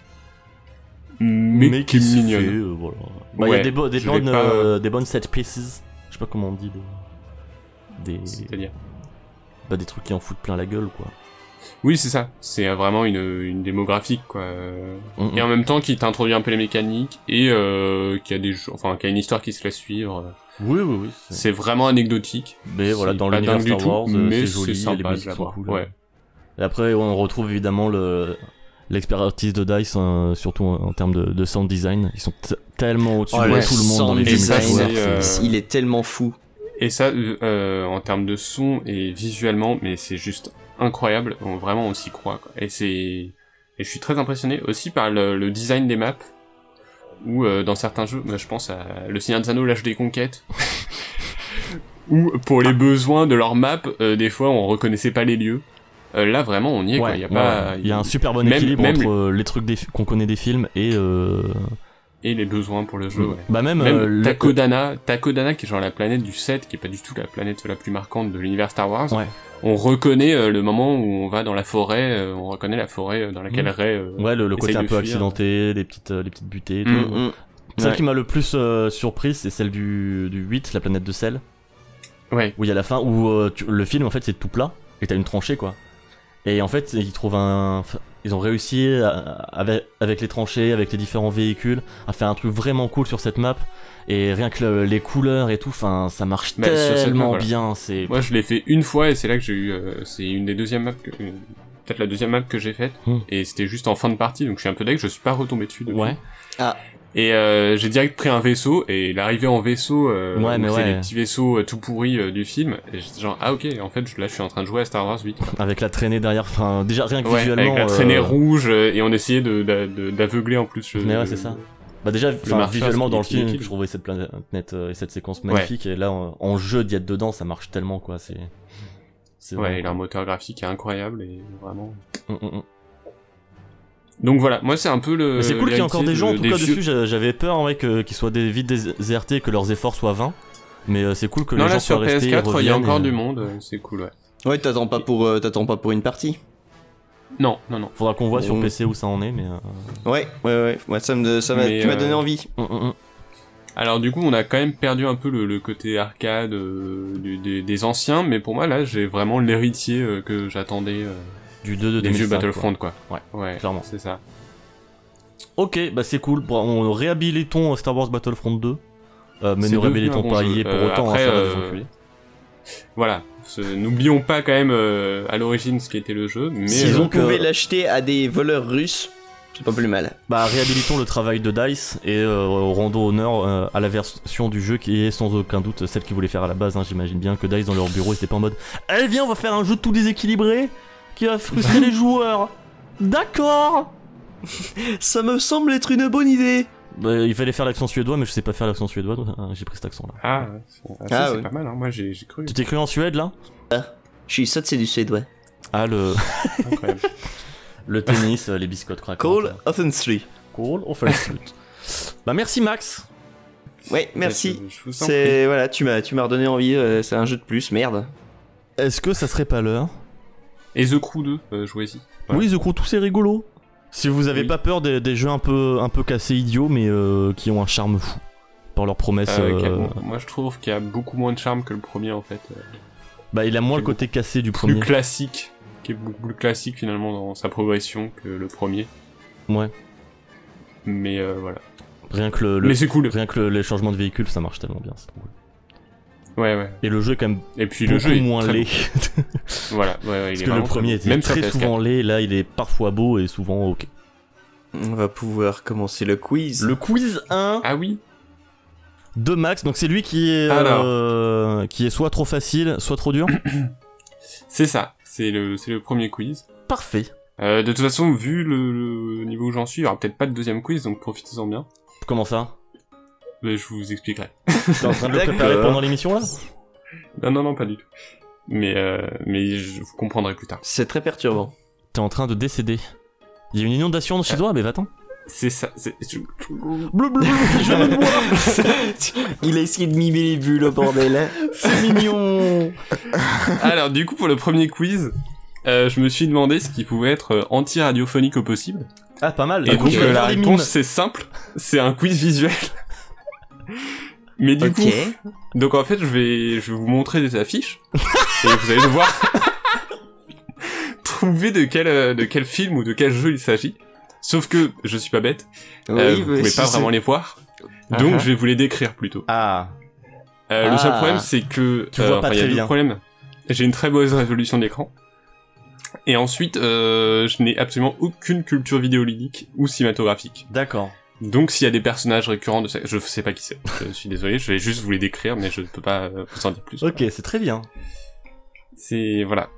[SPEAKER 4] mais, qui est
[SPEAKER 3] se
[SPEAKER 4] mignonne.
[SPEAKER 3] fait, euh, voilà. Bah, il y
[SPEAKER 4] Ouais,
[SPEAKER 3] a des, bo- des
[SPEAKER 4] je l'ai
[SPEAKER 3] bonnes,
[SPEAKER 4] pas-
[SPEAKER 3] euh, des bonnes set pieces. Je sais pas comment on dit. Des, des,
[SPEAKER 4] C'est-à-dire
[SPEAKER 3] bah, des trucs qui en foutent plein la gueule, quoi.
[SPEAKER 4] Oui, c'est ça. C'est euh, vraiment une, une démographique, quoi. Euh,
[SPEAKER 3] Mm,
[SPEAKER 4] Et
[SPEAKER 3] mm.
[SPEAKER 4] en même temps, qui t'introduit un peu les mécaniques et euh, qui a des, jeux- enfin, qui a une histoire qui se laisse suivre.
[SPEAKER 3] Oui, oui, oui. c'est-
[SPEAKER 4] C'est vraiment anecdotique.
[SPEAKER 3] Mais voilà,
[SPEAKER 4] C'est
[SPEAKER 3] dans
[SPEAKER 4] pas
[SPEAKER 3] l'univers
[SPEAKER 4] dingue du
[SPEAKER 3] Star
[SPEAKER 4] tout,
[SPEAKER 3] Wars, euh,
[SPEAKER 4] mais
[SPEAKER 3] c'est
[SPEAKER 4] c'est
[SPEAKER 3] joli,
[SPEAKER 4] sympa
[SPEAKER 3] les
[SPEAKER 4] de
[SPEAKER 3] musiques sont
[SPEAKER 4] l'avoir,
[SPEAKER 3] cool.
[SPEAKER 4] ouais.
[SPEAKER 3] Et après, ouais, on retrouve évidemment le l'expertise de Dice, euh, surtout en, en termes de, de sound design. Ils sont t- tellement au-dessus
[SPEAKER 6] Oh,
[SPEAKER 3] de
[SPEAKER 6] le
[SPEAKER 3] tout le monde dans les
[SPEAKER 6] sound
[SPEAKER 3] jeux
[SPEAKER 4] design,
[SPEAKER 3] multijoueurs,
[SPEAKER 4] c'est,
[SPEAKER 3] c'est-
[SPEAKER 4] euh,
[SPEAKER 6] Il est tellement fou.
[SPEAKER 4] Et ça, euh, euh, en termes de son et visuellement, mais c'est juste incroyable. On- vraiment, on s'y croit. Quoi. Et c'est, et je suis très impressionné aussi par le, le design des maps. ou euh, dans certains jeux, bah, je pense à Le Seigneur des Anneaux, l'âge des conquêtes, où pour les besoins de leur map, euh, des fois on reconnaissait pas les lieux. Euh, là vraiment on y est, quoi.
[SPEAKER 3] Ouais,
[SPEAKER 4] y a
[SPEAKER 3] ouais,
[SPEAKER 4] pas
[SPEAKER 3] ouais. Il y a un super bon
[SPEAKER 4] même-
[SPEAKER 3] équilibre
[SPEAKER 4] même-
[SPEAKER 3] entre euh, les trucs des fi- qu'on connaît des films et. euh,
[SPEAKER 4] et les besoins pour le jeu. Ouais.
[SPEAKER 3] Bah, même. euh,
[SPEAKER 4] Même
[SPEAKER 3] le-
[SPEAKER 4] Takodana, Takodana qui est genre la planète du 7, qui est pas du tout la planète la plus marquante de l'univers Star Wars.
[SPEAKER 3] Ouais.
[SPEAKER 4] On reconnaît euh, le moment où on va dans la forêt, euh, on reconnaît la forêt euh, dans laquelle
[SPEAKER 3] Mm.
[SPEAKER 4] Ray. euh,
[SPEAKER 3] Ouais, le, le côté
[SPEAKER 4] Essaye
[SPEAKER 3] un
[SPEAKER 4] de
[SPEAKER 3] peu
[SPEAKER 4] fuir.
[SPEAKER 3] accidenté, les petites, euh, les petites butées. et tout.
[SPEAKER 4] Mm,
[SPEAKER 6] Mm, mm.
[SPEAKER 3] Celle
[SPEAKER 6] Ouais.
[SPEAKER 3] qui m'a le plus euh, surprise, c'est celle du, du 8, la planète de sel,
[SPEAKER 4] Ouais.
[SPEAKER 3] où il y a la fin où euh, tu- le film en fait c'est tout plat et t'as une tranchée quoi. Et en fait ils trouvent un, enfin, ils ont réussi à- avec, avec les tranchées, avec les différents véhicules, à faire un truc vraiment cool sur cette map. Et rien que le- les couleurs et tout, enfin ça marche
[SPEAKER 4] Mais Bah, sur cette map,
[SPEAKER 3] tellement
[SPEAKER 4] voilà.
[SPEAKER 3] bien. C'est
[SPEAKER 4] Moi, je l'ai fait une fois et c'est là que j'ai eu. euh, c'est une des deuxièmes maps que. euh, Peut-être la deuxième map que j'ai faite.
[SPEAKER 3] Hmm.
[SPEAKER 4] Et c'était juste en fin de partie, donc je suis un peu deck, je suis pas retombé dessus. depuis.
[SPEAKER 3] Ouais.
[SPEAKER 6] Ah.
[SPEAKER 4] Et euh, j'ai direct pris un vaisseau et l'arrivée en vaisseau. Euh,
[SPEAKER 3] Ouais,
[SPEAKER 4] où
[SPEAKER 3] mais
[SPEAKER 4] c'est
[SPEAKER 3] ouais.
[SPEAKER 4] les petits vaisseaux euh, tout pourris euh, du film. Et j'étais genre, ah ok, en fait, je- là, je suis en train de jouer à Star Wars 8.
[SPEAKER 3] avec la traînée derrière, enfin déjà rien que
[SPEAKER 4] Ouais,
[SPEAKER 3] visuellement.
[SPEAKER 4] avec la
[SPEAKER 3] euh,
[SPEAKER 4] traînée rouge euh, et on essayait de- d'a- de- d'aveugler en plus. le-
[SPEAKER 3] Mais ouais, c'est ça. Bah déjà, enfin,
[SPEAKER 4] marcheur,
[SPEAKER 3] visuellement
[SPEAKER 4] c'est-
[SPEAKER 3] dans le
[SPEAKER 4] il- il-
[SPEAKER 3] film,
[SPEAKER 4] il-
[SPEAKER 3] je trouvais cette planète euh, et cette séquence magnifique. Et là, en, en jeu d'y être dedans, ça marche tellement quoi. C'est. c'est
[SPEAKER 4] Ouais,
[SPEAKER 3] vraiment-
[SPEAKER 4] il a un moteur graphique qui est incroyable et vraiment.
[SPEAKER 3] Mm, mm, mm.
[SPEAKER 4] Euh, Donc voilà, moi c'est un peu le.
[SPEAKER 3] Mais c'est cool qu'il y ait encore
[SPEAKER 4] l'héritier
[SPEAKER 3] des gens en
[SPEAKER 4] de-
[SPEAKER 3] tout
[SPEAKER 4] des
[SPEAKER 3] cas
[SPEAKER 4] vieux-
[SPEAKER 3] dessus. J'a- J'avais peur ouais, que qu'ils soient des, vite désertés, que leurs efforts soient vains. Mais euh, c'est cool que
[SPEAKER 4] Non,
[SPEAKER 3] les gens
[SPEAKER 4] là
[SPEAKER 3] soient
[SPEAKER 4] sur
[SPEAKER 3] restés. et
[SPEAKER 4] PS4, il y a
[SPEAKER 3] reviennent
[SPEAKER 4] encore
[SPEAKER 3] et,
[SPEAKER 4] du
[SPEAKER 3] euh,
[SPEAKER 4] monde, euh, c'est cool, ouais.
[SPEAKER 6] Ouais, t'attends pas pour, euh, t'attends pas pour une partie.
[SPEAKER 4] Non, non, non.
[SPEAKER 3] Faudra qu'on voit sur
[SPEAKER 6] Mm.
[SPEAKER 3] PC où ça en est, mais. euh,
[SPEAKER 6] Ouais, ouais, ouais. Moi, ça me, ça m'a,
[SPEAKER 4] Mais,
[SPEAKER 6] tu m'as
[SPEAKER 4] euh,
[SPEAKER 6] donné envie.
[SPEAKER 3] mm, mm, mm.
[SPEAKER 4] Alors du coup, on a quand même perdu un peu le, le côté arcade euh, du- des, des anciens, mais pour moi là, j'ai vraiment l'héritier euh, que j'attendais euh,
[SPEAKER 3] Du 2 de
[SPEAKER 4] des
[SPEAKER 3] 2005,
[SPEAKER 4] vieux
[SPEAKER 3] quoi.
[SPEAKER 4] Battlefront, quoi.
[SPEAKER 3] Ouais.
[SPEAKER 4] ouais,
[SPEAKER 3] Clairement.
[SPEAKER 4] c'est ça.
[SPEAKER 3] Ok, bah c'est cool. Bon, on réhabilitons euh, Star Wars Battlefront 2. euh, mais
[SPEAKER 4] C'est
[SPEAKER 3] ne
[SPEAKER 4] devenu
[SPEAKER 3] réhabilitons
[SPEAKER 4] un bon
[SPEAKER 3] pas
[SPEAKER 4] jeu.
[SPEAKER 3] IA pour
[SPEAKER 4] Euh,
[SPEAKER 3] autant. hein,
[SPEAKER 4] après,
[SPEAKER 3] ça va des
[SPEAKER 4] euh,
[SPEAKER 3] enculés.
[SPEAKER 4] Voilà. Ce- N'oublions pas quand même euh, à l'origine ce qui était le jeu, mais
[SPEAKER 6] Si
[SPEAKER 3] euh,
[SPEAKER 6] on
[SPEAKER 3] donc, euh,
[SPEAKER 6] pouvait l'acheter à des voleurs russes, c'est pas plus mal.
[SPEAKER 3] Bah réhabilitons le travail de DICE et euh, rendons honneur euh, à la version du jeu qui est sans aucun doute celle qu'ils voulaient faire à la base. hein. J'imagine bien que DICE dans leur bureau ils étaient pas en mode Eh viens on va faire un jeu tout déséquilibré qui va frustrer les joueurs D'accord
[SPEAKER 6] Ça me semble être une bonne idée.
[SPEAKER 3] Bah, Il fallait faire l'accent suédois mais je sais pas faire l'accent suédois donc, hein, j'ai pris cet accent là.
[SPEAKER 4] Ah, ouais, c'est- ah, ça,
[SPEAKER 6] Ah,
[SPEAKER 4] c'est
[SPEAKER 6] ouais.
[SPEAKER 4] pas mal, hein. moi j'ai j'ai cru.
[SPEAKER 3] Tu t'es cru en Suède là
[SPEAKER 6] Je suis ça, c'est du suédois.
[SPEAKER 3] Ah le,
[SPEAKER 4] Incroyable.
[SPEAKER 3] le tennis, euh, les biscottes craquantes.
[SPEAKER 6] Call of Duty.
[SPEAKER 3] Cool, on fait le shoot. Bah merci Max
[SPEAKER 6] Ouais, merci.
[SPEAKER 4] Je vous en prie.
[SPEAKER 6] C'est voilà, tu m'as, tu m'as redonné envie. euh, c'est un jeu de plus, merde.
[SPEAKER 3] Est-ce que ça serait pas l'heure
[SPEAKER 4] Et The Crew 2, euh, jouez-y. Ouais.
[SPEAKER 3] Oui, The Crew, tout c'est rigolo. Si vous avez
[SPEAKER 4] Oui.
[SPEAKER 3] pas peur des, des jeux un peu, un peu cassés idiots, mais euh, qui ont un charme fou par leurs promesses,
[SPEAKER 4] Euh, qui a-
[SPEAKER 3] euh,
[SPEAKER 4] Moi je trouve qu'il y a beaucoup moins de charme que le premier en fait. euh,
[SPEAKER 3] bah il a moins le
[SPEAKER 4] qui est
[SPEAKER 3] côté cassé du
[SPEAKER 4] plus
[SPEAKER 3] premier.
[SPEAKER 4] classique, qui est beaucoup plus classique finalement dans sa progression que le premier.
[SPEAKER 3] Ouais.
[SPEAKER 4] Mais euh, voilà.
[SPEAKER 3] Rien que le, le-
[SPEAKER 4] Mais c'est cool.
[SPEAKER 3] rien que le- les changements de véhicule, ça marche tellement bien. c'est trop cool.
[SPEAKER 4] Ouais ouais.
[SPEAKER 3] Et le jeu est quand même
[SPEAKER 4] Et puis
[SPEAKER 3] beaucoup
[SPEAKER 4] le jeu est
[SPEAKER 3] moins
[SPEAKER 4] très
[SPEAKER 3] laid.
[SPEAKER 4] bon. Voilà. Ouais, ouais,
[SPEAKER 3] Parce
[SPEAKER 4] il
[SPEAKER 3] que
[SPEAKER 4] est
[SPEAKER 3] le
[SPEAKER 4] vraiment
[SPEAKER 3] premier
[SPEAKER 4] très
[SPEAKER 3] était
[SPEAKER 4] bon. Même sur
[SPEAKER 3] très
[SPEAKER 4] PS4.
[SPEAKER 3] souvent laid, là il est parfois beau et souvent ok.
[SPEAKER 6] On va pouvoir commencer le quiz.
[SPEAKER 3] Le quiz 1
[SPEAKER 4] Ah oui.
[SPEAKER 3] de Max, donc c'est lui qui est,
[SPEAKER 4] Alors.
[SPEAKER 3] euh, qui est soit trop facile, soit trop dur.
[SPEAKER 4] C'est ça. C'est le c'est le premier quiz.
[SPEAKER 3] Parfait.
[SPEAKER 4] Euh, de toute façon, vu le, le niveau où j'en suis, il y aura peut-être pas de deuxième quiz, donc profitez-en bien.
[SPEAKER 3] Comment ça
[SPEAKER 4] Mais je vous expliquerai.
[SPEAKER 3] T'es en train de le préparer
[SPEAKER 6] D'accord.
[SPEAKER 3] pendant l'émission là
[SPEAKER 4] Non Ah, non non, pas du tout. Mais euh, mais je vous comprendrez plus tard.
[SPEAKER 6] C'est très perturbant.
[SPEAKER 3] T'es en train de décéder. Il y a une inondation chez toi, mais va-t'en.
[SPEAKER 4] C'est ça. C'est...
[SPEAKER 6] Il a essayé de mimer les bulles au bordel. hein.
[SPEAKER 3] C'est mignon.
[SPEAKER 4] Alors du coup pour le premier quiz, euh, je me suis demandé ce qui pouvait être euh, anti-radiophonique au possible.
[SPEAKER 3] Ah, pas mal.
[SPEAKER 4] Et
[SPEAKER 3] Du coup,
[SPEAKER 4] donc
[SPEAKER 3] tu
[SPEAKER 4] euh,
[SPEAKER 3] vas
[SPEAKER 4] la
[SPEAKER 3] faire des
[SPEAKER 4] réponse
[SPEAKER 3] mimes.
[SPEAKER 4] c'est simple, c'est un quiz visuel. Mais du
[SPEAKER 6] ok. Euh,
[SPEAKER 4] coup, donc en fait je vais, je vais vous montrer des affiches et vous allez devoir trouver de quel, euh, de quel film ou de quel jeu il s'agit. Sauf que je suis pas bête, euh, vous
[SPEAKER 6] mais
[SPEAKER 4] pouvez
[SPEAKER 6] si
[SPEAKER 4] pas
[SPEAKER 6] c'est-
[SPEAKER 4] vraiment les voir,
[SPEAKER 6] Ah
[SPEAKER 4] donc
[SPEAKER 6] ah.
[SPEAKER 4] je vais vous les décrire plutôt.
[SPEAKER 3] Ah.
[SPEAKER 4] Euh, Le seul
[SPEAKER 6] Ah.
[SPEAKER 4] problème, c'est que euh,
[SPEAKER 3] Tu vois pas
[SPEAKER 4] enfin, il y a
[SPEAKER 3] très
[SPEAKER 4] deux
[SPEAKER 3] bien.
[SPEAKER 4] problèmes. J'ai une très mauvaise résolution d'écran. Et ensuite, euh, je n'ai absolument aucune culture vidéoludique ou cinématographique.
[SPEAKER 3] D'accord.
[SPEAKER 4] Donc, s'il y a des personnages récurrents de ça, je sais pas qui c'est. Je suis désolé, je vais juste vous les décrire, mais je ne peux pas euh, vous en dire plus.
[SPEAKER 3] Ok, c'est très bien.
[SPEAKER 4] C'est voilà.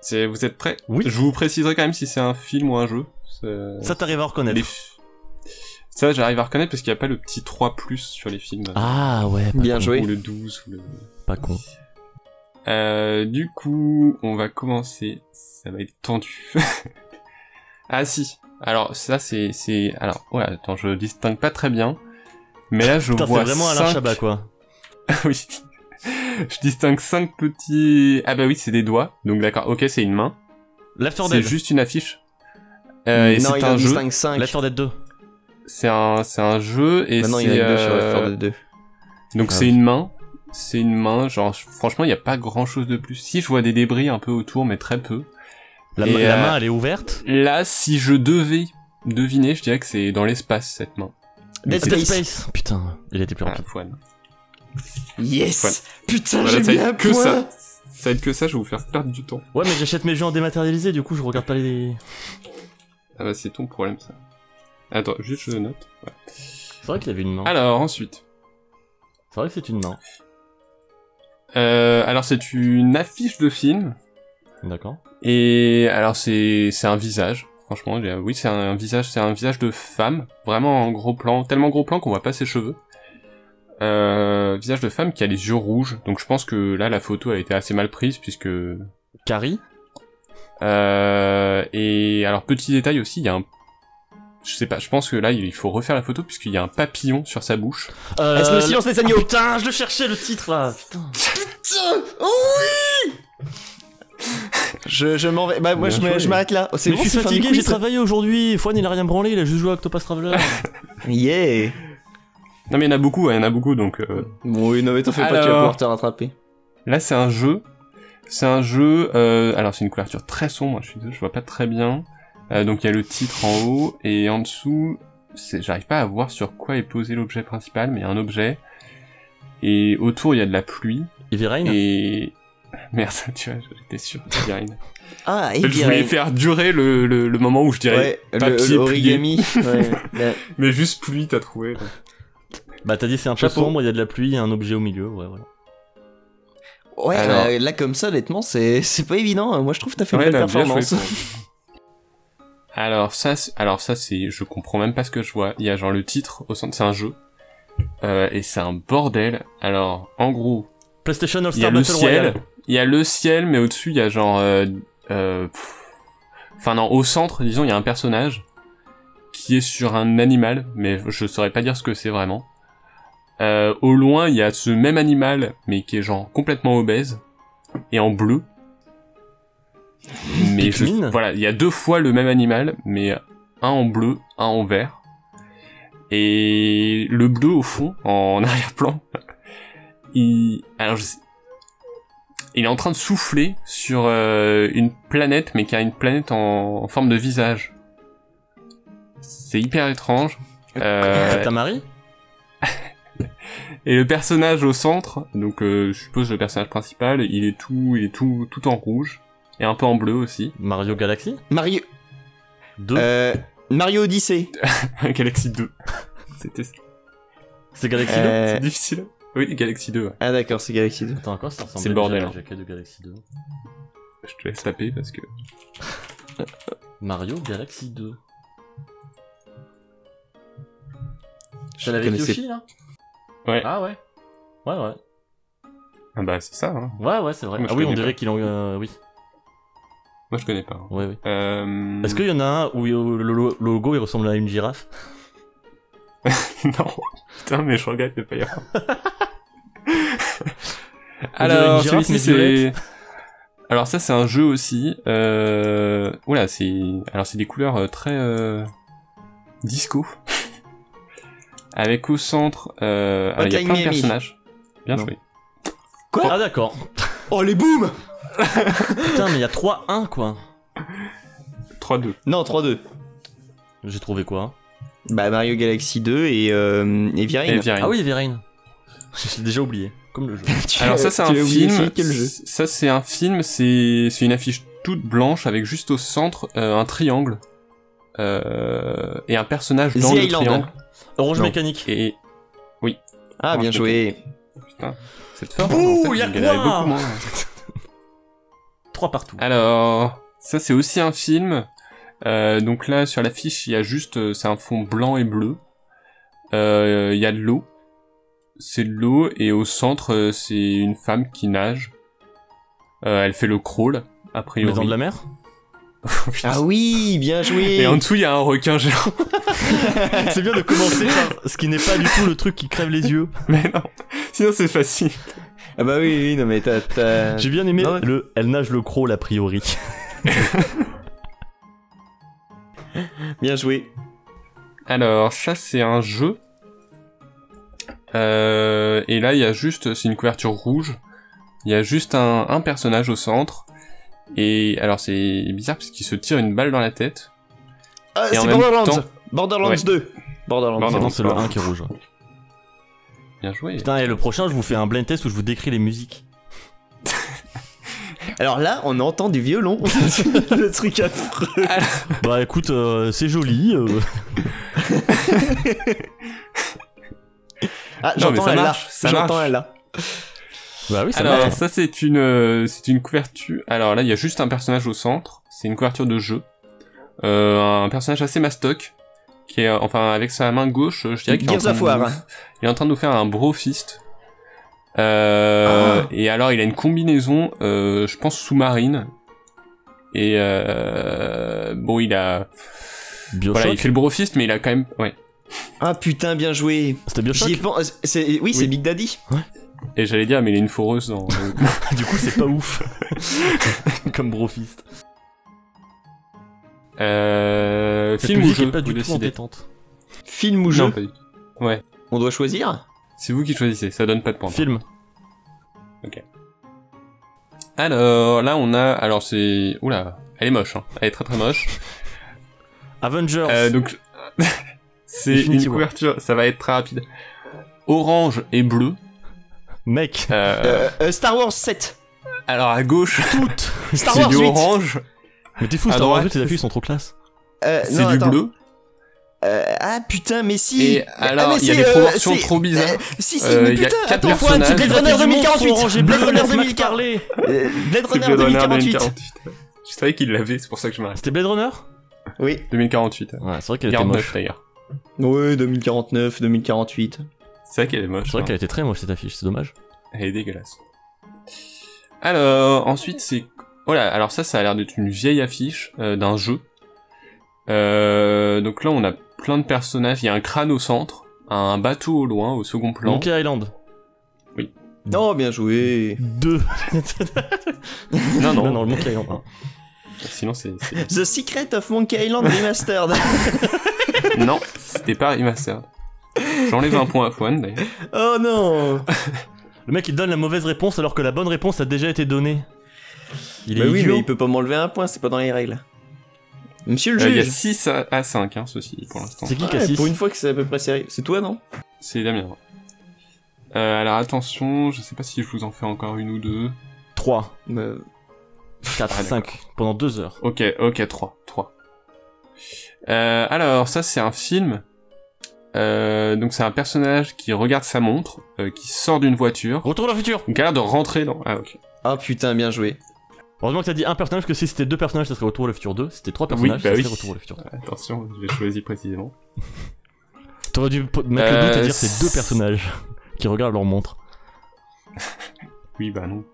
[SPEAKER 4] C'est vous êtes prêts
[SPEAKER 3] Oui.
[SPEAKER 4] Je vous préciserai quand même si c'est un film ou un jeu. C'est-
[SPEAKER 3] Ça t'arrive à
[SPEAKER 4] les
[SPEAKER 3] reconnaître.
[SPEAKER 4] f- Ça, j'arrive à reconnaître parce qu'il n'y a pas le petit 3 plus sur les films.
[SPEAKER 3] Ah ouais, pas
[SPEAKER 6] Bien
[SPEAKER 3] con,
[SPEAKER 6] joué.
[SPEAKER 4] Ou le 12. Ou le...
[SPEAKER 3] Pas con.
[SPEAKER 4] Euh, du coup, on va commencer. Ça va être tendu. ah si. Alors ça c'est c'est alors ouais attends je distingue pas très bien. Mais là je
[SPEAKER 3] Putain, c'est
[SPEAKER 4] vois
[SPEAKER 3] vraiment Alain
[SPEAKER 4] cinq-
[SPEAKER 3] Chabat quoi.
[SPEAKER 4] oui. Je distingue cinq petits ah bah oui c'est des doigts donc d'accord ok c'est une main.
[SPEAKER 3] L'After
[SPEAKER 4] C'est
[SPEAKER 3] Dead.
[SPEAKER 4] juste une affiche. Euh, et
[SPEAKER 6] non,
[SPEAKER 4] c'est
[SPEAKER 6] il en
[SPEAKER 4] un jeu.
[SPEAKER 6] distingue 5.
[SPEAKER 3] L'After Dead 2.
[SPEAKER 4] C'est un c'est un jeu et
[SPEAKER 6] Maintenant,
[SPEAKER 4] c'est
[SPEAKER 6] il y en a que deux sur
[SPEAKER 4] euh,
[SPEAKER 6] la de 2.
[SPEAKER 4] Donc
[SPEAKER 3] Ah
[SPEAKER 4] c'est
[SPEAKER 3] oui.
[SPEAKER 4] une main, c'est une main, genre franchement il n'y a pas grand chose de plus. Si je vois des débris un peu autour mais très peu.
[SPEAKER 3] La,
[SPEAKER 4] Et,
[SPEAKER 3] ma- la
[SPEAKER 4] euh,
[SPEAKER 3] main elle est ouverte.
[SPEAKER 4] Là si je devais deviner je dirais que c'est dans l'espace cette main. Mais
[SPEAKER 6] Dead
[SPEAKER 4] c'est-
[SPEAKER 3] Dead
[SPEAKER 6] Space.
[SPEAKER 3] Space. Putain, il était plus
[SPEAKER 4] Ah,
[SPEAKER 3] rapide.
[SPEAKER 4] Fouane.
[SPEAKER 6] Yes Putain,
[SPEAKER 4] Voilà, ça
[SPEAKER 6] j'ai mis
[SPEAKER 4] va
[SPEAKER 6] un
[SPEAKER 4] être que
[SPEAKER 6] point.
[SPEAKER 4] ça. Ça va être que ça, je vais vous faire perdre du temps.
[SPEAKER 3] Ouais, mais j'achète mes jeux en dématérialisé, du coup je regarde pas les.
[SPEAKER 4] Ah bah c'est ton problème ça. Attends, juste je note. Ouais.
[SPEAKER 3] C'est vrai qu'il avait une main.
[SPEAKER 4] Alors ensuite.
[SPEAKER 3] C'est vrai que c'est une main.
[SPEAKER 4] Euh, alors c'est une affiche de film.
[SPEAKER 3] D'accord.
[SPEAKER 4] Et alors c'est c'est un visage. Franchement, il y a- oui, c'est un visage, c'est un visage de femme, vraiment en gros plan, tellement gros plan qu'on voit pas ses cheveux. Euh, visage de femme qui a les yeux rouges. Donc je pense que là la photo a été assez mal prise puisque
[SPEAKER 3] Carrie
[SPEAKER 4] euh, et alors petit détail aussi, il y a un je sais pas, je pense que là il faut refaire la photo puisqu'il y a un papillon sur sa bouche.
[SPEAKER 3] euh,
[SPEAKER 6] Est-ce le silence des
[SPEAKER 3] Ah,
[SPEAKER 6] agneaux
[SPEAKER 3] putain, je le cherchais le titre là. Putain.
[SPEAKER 6] Putain, oui Je, je m'en vais. Bah, moi,
[SPEAKER 4] Bien
[SPEAKER 6] je me-
[SPEAKER 4] joué.
[SPEAKER 6] je m'arrête là. Oh, c'est
[SPEAKER 3] Mais
[SPEAKER 6] bon,
[SPEAKER 3] je suis
[SPEAKER 6] c'est fin du
[SPEAKER 3] fatigué,
[SPEAKER 6] quiz.
[SPEAKER 3] j'ai travaillé aujourd'hui. Fouane il a rien branlé, il a juste joué à Octopus Traveler.
[SPEAKER 6] Yeah
[SPEAKER 4] Non mais il y en a beaucoup, ouais, il y en a beaucoup donc euh,
[SPEAKER 6] Bon, oui, non, mais t'en fais pas, tu vas
[SPEAKER 4] Alors.
[SPEAKER 6] pouvoir te rattraper.
[SPEAKER 4] Là, c'est un jeu. C'est un jeu. euh, alors, c'est une couverture très sombre. Je suis désolé, je vois pas très bien. Euh, donc, il y a le titre en haut et en dessous. c'est- J'arrive pas à voir sur quoi est posé l'objet principal, mais il y a un objet. Et autour, il y a de la pluie.
[SPEAKER 3] Heavy Rain
[SPEAKER 4] Et merde, tu vois, j'étais sûr. Je dirais une-
[SPEAKER 6] Ah, et
[SPEAKER 4] Je voulais faire durer le, le, le moment où je dirais.
[SPEAKER 6] Ouais, le-
[SPEAKER 4] papier
[SPEAKER 6] le origami. ouais. la-
[SPEAKER 4] Mais juste pluie, t'as trouvé. là.
[SPEAKER 3] Bah t'as dit c'est un peu
[SPEAKER 6] Chapeau.
[SPEAKER 3] sombre, il y a de la pluie, il y a un objet au milieu, ouais voilà.
[SPEAKER 6] Ouais,
[SPEAKER 4] Alors.
[SPEAKER 6] euh, là comme ça, honnêtement, c'est c'est pas évident. hein. Moi, je trouve que t'as fait
[SPEAKER 4] Ouais,
[SPEAKER 6] une belle
[SPEAKER 4] là, bien joué,
[SPEAKER 6] performance.
[SPEAKER 4] quoi. Alors ça, c'est- alors ça c'est, je comprends même pas ce que je vois. Il y a genre le titre au centre, c'est un jeu Euh, et c'est un bordel. Alors en gros,
[SPEAKER 3] PlayStation All
[SPEAKER 4] il y a
[SPEAKER 3] Star
[SPEAKER 4] le
[SPEAKER 3] Battle
[SPEAKER 4] ciel,
[SPEAKER 3] Royale.
[SPEAKER 4] il y a le ciel, mais au-dessus il y a genre, euh, euh, pff. enfin non, au centre disons il y a un personnage qui est sur un animal, mais je saurais pas dire ce que c'est vraiment. Euh, au loin il y a ce même animal, mais qui est genre complètement obèse et en bleu. Mais je,
[SPEAKER 3] Pikmin
[SPEAKER 4] voilà, il y a deux fois le même animal, mais un en bleu, un en vert. Et le bleu au fond, en arrière-plan, il, alors je sais- il est en train de souffler sur euh, une planète, mais qui a une planète en, en forme de visage. C'est hyper étrange. Euh,
[SPEAKER 3] T'as Marie
[SPEAKER 4] et le personnage au centre, donc euh, je suppose le personnage principal, il est tout, il est tout, tout en rouge et un peu en bleu aussi.
[SPEAKER 3] Mario Galaxy
[SPEAKER 6] Mario,
[SPEAKER 3] 2
[SPEAKER 6] euh, Mario Odyssey.
[SPEAKER 4] Galaxy 2. C'était ça.
[SPEAKER 3] C'est Galaxy 2
[SPEAKER 6] Euh,
[SPEAKER 4] C'est difficile. Oui, Galaxy 2. ouais.
[SPEAKER 6] Ah d'accord, c'est Galaxy 2.
[SPEAKER 3] Attends, à quoi ça ressemble
[SPEAKER 4] c'est le bordel, hein.
[SPEAKER 3] J'ai que de Galaxy 2.
[SPEAKER 4] Je te laisse taper parce que.
[SPEAKER 3] Mario Galaxy 2.
[SPEAKER 6] Je
[SPEAKER 3] T'as la
[SPEAKER 6] connaissais-
[SPEAKER 3] Yoshi là
[SPEAKER 4] Ouais.
[SPEAKER 3] Ah ouais Ouais, ouais.
[SPEAKER 4] Ah bah c'est ça. Hein.
[SPEAKER 3] Ouais, ouais, c'est vrai.
[SPEAKER 4] Moi, je
[SPEAKER 3] ah oui, on
[SPEAKER 4] connais
[SPEAKER 3] dirait
[SPEAKER 4] pas.
[SPEAKER 3] qu'il en. euh, oui,
[SPEAKER 4] Moi je connais pas. hein.
[SPEAKER 3] ouais, oui.
[SPEAKER 4] Euh...
[SPEAKER 3] Est-ce qu'il y en a un où le lo- logo il ressemble à une girafe
[SPEAKER 4] non. Putain, mais je regrette de pas y avoir.
[SPEAKER 3] dirait une
[SPEAKER 4] Alors,
[SPEAKER 3] girafe,
[SPEAKER 4] celui-ci
[SPEAKER 3] mais
[SPEAKER 4] c'est.
[SPEAKER 3] violette.
[SPEAKER 4] Alors ça c'est un jeu aussi. Euh... Oula, c'est. Alors c'est des couleurs euh, très euh, disco. Avec au centre, euh... alors, il y a
[SPEAKER 6] Hotline
[SPEAKER 4] plein de
[SPEAKER 6] Miami.
[SPEAKER 4] personnages. Bien
[SPEAKER 6] Non.
[SPEAKER 4] joué.
[SPEAKER 6] Quoi
[SPEAKER 3] Ah d'accord.
[SPEAKER 6] Oh les booms
[SPEAKER 3] Putain, mais il y a 3-1 quoi.
[SPEAKER 4] 3-2.
[SPEAKER 6] Non, 3-2.
[SPEAKER 3] J'ai trouvé quoi
[SPEAKER 6] Bah Mario Galaxy 2 et euh, et Viren.
[SPEAKER 4] Et Viren.
[SPEAKER 3] Ah oui, Everine. J'ai déjà oublié. Comme le jeu.
[SPEAKER 6] Tu-
[SPEAKER 4] Alors ça c'est
[SPEAKER 6] tu
[SPEAKER 4] un
[SPEAKER 6] as oublié
[SPEAKER 4] film.
[SPEAKER 6] aussi Quel jeu
[SPEAKER 4] Ça c'est un film, c'est c'est une affiche toute blanche avec juste au centre euh, un triangle euh, et un personnage dans
[SPEAKER 6] The
[SPEAKER 4] le
[SPEAKER 6] Island.
[SPEAKER 4] triangle.
[SPEAKER 3] Orange
[SPEAKER 4] Non.
[SPEAKER 3] Mécanique.
[SPEAKER 4] Et
[SPEAKER 6] Ah bien joué.
[SPEAKER 4] cette forme.
[SPEAKER 3] Bouh, y a
[SPEAKER 4] il y en avait
[SPEAKER 3] quoi
[SPEAKER 4] beaucoup moins.
[SPEAKER 3] 3 partout.
[SPEAKER 4] Ah, Alors ça c'est aussi un film. Euh, donc là sur l'affiche il y a juste euh, c'est un fond blanc et bleu Euh, Il y a de l'eau. C'est de l'eau et au centre, euh, c'est une femme qui nage. Euh, elle fait le crawl, a
[SPEAKER 3] Mais
[SPEAKER 4] priori.
[SPEAKER 3] dans de la mer
[SPEAKER 6] Ah oui, bien joué.
[SPEAKER 4] Et en dessous, il y a un requin géant.
[SPEAKER 3] C'est bien de commencer par ce qui n'est pas du tout le truc qui crève les yeux.
[SPEAKER 4] Mais non, sinon c'est facile.
[SPEAKER 6] Ah bah oui, oui, non mais t'as- t'as.
[SPEAKER 3] J'ai bien aimé
[SPEAKER 6] Non, ouais.
[SPEAKER 3] le elle nage le crawl a priori.
[SPEAKER 6] Bien joué.
[SPEAKER 4] Alors, ça, c'est un jeu. Euh, et là, il y a juste, c'est une couverture rouge. Il y a juste un, un personnage au centre. Et alors, c'est bizarre parce qu'il se tire une balle dans la tête.
[SPEAKER 6] Ah,
[SPEAKER 4] Et en
[SPEAKER 6] c'est
[SPEAKER 4] même
[SPEAKER 6] Borderlands.
[SPEAKER 4] temps-
[SPEAKER 6] Borderlands
[SPEAKER 4] Ouais.
[SPEAKER 6] 2. Borderlands.
[SPEAKER 4] Borderlands.
[SPEAKER 3] Non, c'est le 1 qui est rouge.
[SPEAKER 4] Bien joué.
[SPEAKER 3] Putain, et le prochain, je vous fais un blind test où je vous décris les musiques.
[SPEAKER 6] Alors là, on entend du violon. le truc affreux.
[SPEAKER 4] Ah,
[SPEAKER 3] Bah écoute, euh, c'est joli. euh.
[SPEAKER 6] Ah,
[SPEAKER 4] Non, mais
[SPEAKER 6] j'entends
[SPEAKER 4] ça
[SPEAKER 6] elle là.
[SPEAKER 4] marche, ça
[SPEAKER 6] J'entends
[SPEAKER 4] marche.
[SPEAKER 6] elle là.
[SPEAKER 3] Bah oui, ça
[SPEAKER 4] Alors,
[SPEAKER 3] marche.
[SPEAKER 4] ça, c'est une, euh, c'est une couverture. Alors là, il y a juste un personnage au centre. C'est une couverture de jeu. Euh, un personnage assez mastoc. Qui est, euh, enfin, avec sa main gauche, euh, je dirais qu'il est, en
[SPEAKER 6] Gears
[SPEAKER 4] train
[SPEAKER 6] of
[SPEAKER 4] de
[SPEAKER 6] War.
[SPEAKER 4] nous- il est en train de nous faire un bro fist. Euh,
[SPEAKER 6] Ah.
[SPEAKER 4] Et alors, il a une combinaison, euh, je pense, sous-marine. Et euh, bon, il a.
[SPEAKER 3] Bioshock.
[SPEAKER 4] Voilà, il fait le bro fist, mais il a quand même. Ouais.
[SPEAKER 6] Ah putain, bien joué.
[SPEAKER 3] C'était Bioshock.
[SPEAKER 6] J'y pense. c'est- Oui, c'est Big Daddy.
[SPEAKER 4] Et j'allais dire, mais il a une foreuse dans.
[SPEAKER 3] Du coup, c'est pas ouf. Comme brofist.
[SPEAKER 4] euh,
[SPEAKER 3] Cette
[SPEAKER 4] film ou
[SPEAKER 3] musique
[SPEAKER 4] jeu
[SPEAKER 3] est pas du
[SPEAKER 4] vous
[SPEAKER 3] tout en
[SPEAKER 4] décidez.
[SPEAKER 3] détente.
[SPEAKER 6] Film ou
[SPEAKER 4] Non,
[SPEAKER 6] jeu
[SPEAKER 4] pas du tout.
[SPEAKER 6] On doit choisir.
[SPEAKER 4] C'est vous qui choisissez, ça donne pas de points.
[SPEAKER 3] Film.
[SPEAKER 4] Alors là on a, alors c'est, oula, elle est moche, hein. elle est très très moche.
[SPEAKER 3] Avengers.
[SPEAKER 4] Euh, donc c'est
[SPEAKER 3] Infinity
[SPEAKER 4] une
[SPEAKER 3] War.
[SPEAKER 4] couverture, ça va être très rapide. Orange et bleu.
[SPEAKER 3] Mec.
[SPEAKER 4] Euh,
[SPEAKER 6] Euh, euh, Star Wars 7.
[SPEAKER 4] Alors à gauche
[SPEAKER 3] Toutes.
[SPEAKER 6] Star
[SPEAKER 4] c'est
[SPEAKER 6] Wars
[SPEAKER 4] du
[SPEAKER 6] 8.
[SPEAKER 4] orange,
[SPEAKER 3] Mais t'es fou,
[SPEAKER 4] À
[SPEAKER 3] Star Wars
[SPEAKER 4] droite.
[SPEAKER 3] 8, tes affiches sont trop classe.
[SPEAKER 6] Euh,
[SPEAKER 4] c'est
[SPEAKER 6] non,
[SPEAKER 4] du
[SPEAKER 6] attends.
[SPEAKER 4] bleu.
[SPEAKER 6] Euh, ah putain, mais si.
[SPEAKER 4] Et alors
[SPEAKER 6] mais
[SPEAKER 4] il y a
[SPEAKER 6] c'est,
[SPEAKER 4] des
[SPEAKER 6] euh,
[SPEAKER 4] proportions
[SPEAKER 6] c'est-
[SPEAKER 4] trop bizarres.
[SPEAKER 6] euh, si, si,
[SPEAKER 4] Euh,
[SPEAKER 6] mais
[SPEAKER 4] il y a
[SPEAKER 6] putain,
[SPEAKER 4] quatre
[SPEAKER 6] attends,
[SPEAKER 4] personnages.
[SPEAKER 6] c'est Blade Runner 2048. Blade Runner 2048.
[SPEAKER 3] parler.
[SPEAKER 6] Euh, Blade
[SPEAKER 4] C'est
[SPEAKER 6] Runner 2048.
[SPEAKER 4] Je savais qu'il l'avait, c'est pour ça que je m'arrête.
[SPEAKER 3] C'était Blade Runner
[SPEAKER 6] Oui.
[SPEAKER 4] 2048.
[SPEAKER 3] Ouais, c'est vrai qu'elle était
[SPEAKER 4] 49
[SPEAKER 3] moche.
[SPEAKER 4] d'ailleurs.
[SPEAKER 6] Oui, 2049, 2048.
[SPEAKER 4] C'est vrai qu'elle est moche.
[SPEAKER 3] C'est vrai
[SPEAKER 4] hein.
[SPEAKER 3] qu'elle était très moche cette affiche, c'est dommage.
[SPEAKER 4] Elle est dégueulasse. Alors, ensuite, c'est... Voilà, alors ça, ça a l'air d'être une vieille affiche euh, d'un jeu. Euh, donc là, on a plein de personnages. Il y a un crâne au centre, un bateau au loin, au second plan.
[SPEAKER 3] Monkey Island
[SPEAKER 4] Mm.
[SPEAKER 6] Non, bien joué.
[SPEAKER 3] 2.
[SPEAKER 4] Non, non,
[SPEAKER 3] non, non, le Monkey Island 1.
[SPEAKER 4] sinon c'est... c'est-
[SPEAKER 6] The Secret of Monkey Island Remastered.
[SPEAKER 4] non, c'était pas remastered. J'enlève un point à Fouane, d'ailleurs.
[SPEAKER 6] oh non.
[SPEAKER 3] Le mec il donne la mauvaise réponse alors que la bonne réponse a déjà été donnée. Il
[SPEAKER 6] Bah
[SPEAKER 3] est
[SPEAKER 6] oui,
[SPEAKER 3] idiot.
[SPEAKER 6] mais il peut pas m'enlever un point, c'est pas dans les règles. Monsieur le
[SPEAKER 4] Euh, Il y a
[SPEAKER 6] juge.
[SPEAKER 4] 6 à, à 5, hein, ceci, pour l'instant.
[SPEAKER 3] C'est qui
[SPEAKER 6] Ouais,
[SPEAKER 3] Cassis
[SPEAKER 6] pour une fois que c'est à peu près sérieux. C'est toi, non
[SPEAKER 4] C'est Damien. ouais. Euh, alors attention, je sais pas si je vous en fais encore une ou deux.
[SPEAKER 3] 3,
[SPEAKER 4] Bah.
[SPEAKER 6] Euh,
[SPEAKER 3] 4,
[SPEAKER 4] Ah,
[SPEAKER 3] 5, pendant 2 heures.
[SPEAKER 4] Ok, ok, 3. 3. Euh, alors, ça, c'est un film. Euh, donc, c'est un personnage qui regarde sa montre, euh, qui sort d'une voiture.
[SPEAKER 3] Retour vers le futur
[SPEAKER 4] Donc, a l'air de rentrer dans. Ah, ok.
[SPEAKER 6] Ah putain, bien joué.
[SPEAKER 3] Heureusement que t'as dit un personnage, parce que si c'était deux personnages, ça serait Retour vers le futur 2. Si c'était trois
[SPEAKER 4] Oui,
[SPEAKER 3] personnages,
[SPEAKER 4] bah
[SPEAKER 3] ça
[SPEAKER 4] oui.
[SPEAKER 3] serait Retour vers le futur 3.
[SPEAKER 4] Attention, j'ai choisi précisément.
[SPEAKER 3] T'aurais dû po- mettre le
[SPEAKER 4] Euh,
[SPEAKER 3] doute et dire c'est deux
[SPEAKER 4] c'est-
[SPEAKER 3] personnages qui regardent leur montre.
[SPEAKER 4] Oui, bah non.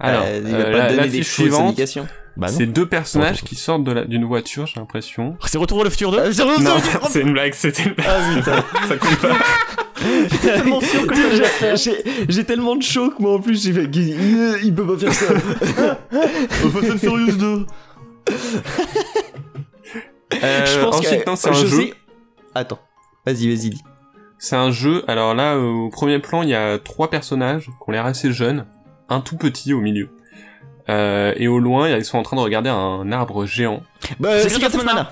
[SPEAKER 4] Alors,
[SPEAKER 6] Euh, il va
[SPEAKER 4] euh,
[SPEAKER 6] pas
[SPEAKER 4] la,
[SPEAKER 6] te donner des
[SPEAKER 4] l'affiche
[SPEAKER 6] fausses
[SPEAKER 4] suivante,
[SPEAKER 6] indications.
[SPEAKER 3] Bah non.
[SPEAKER 4] c'est deux personnages
[SPEAKER 3] Retour.
[SPEAKER 4] qui sortent de la- d'une voiture, j'ai l'impression.
[SPEAKER 3] C'est Euh, Retour vers le futur 2
[SPEAKER 6] Ah, c'est-
[SPEAKER 4] Non, c'est une blague, c'était une blague.
[SPEAKER 6] Ah putain.
[SPEAKER 4] Ça compte pas.
[SPEAKER 6] J'étais tellement sûr que j'ai- j'ai- J'ai tellement de chaud que moi en plus j'ai fait. Il il peut pas faire ça.
[SPEAKER 3] Fast and Furious 2
[SPEAKER 4] Euh,
[SPEAKER 6] je pense
[SPEAKER 4] ensuite,
[SPEAKER 6] que
[SPEAKER 4] non, c'est un
[SPEAKER 6] je
[SPEAKER 4] jeu.
[SPEAKER 6] sais- Attends. Vas-y, vas-y, dis.
[SPEAKER 4] C'est un jeu. Alors là, euh, au premier plan, il y a trois personnages qui ont l'air assez jeunes, un tout petit au milieu. Euh, et au loin, ils sont en train de regarder un arbre géant.
[SPEAKER 6] Bah,
[SPEAKER 3] C'est
[SPEAKER 6] c'est
[SPEAKER 3] Secret of
[SPEAKER 6] Mana.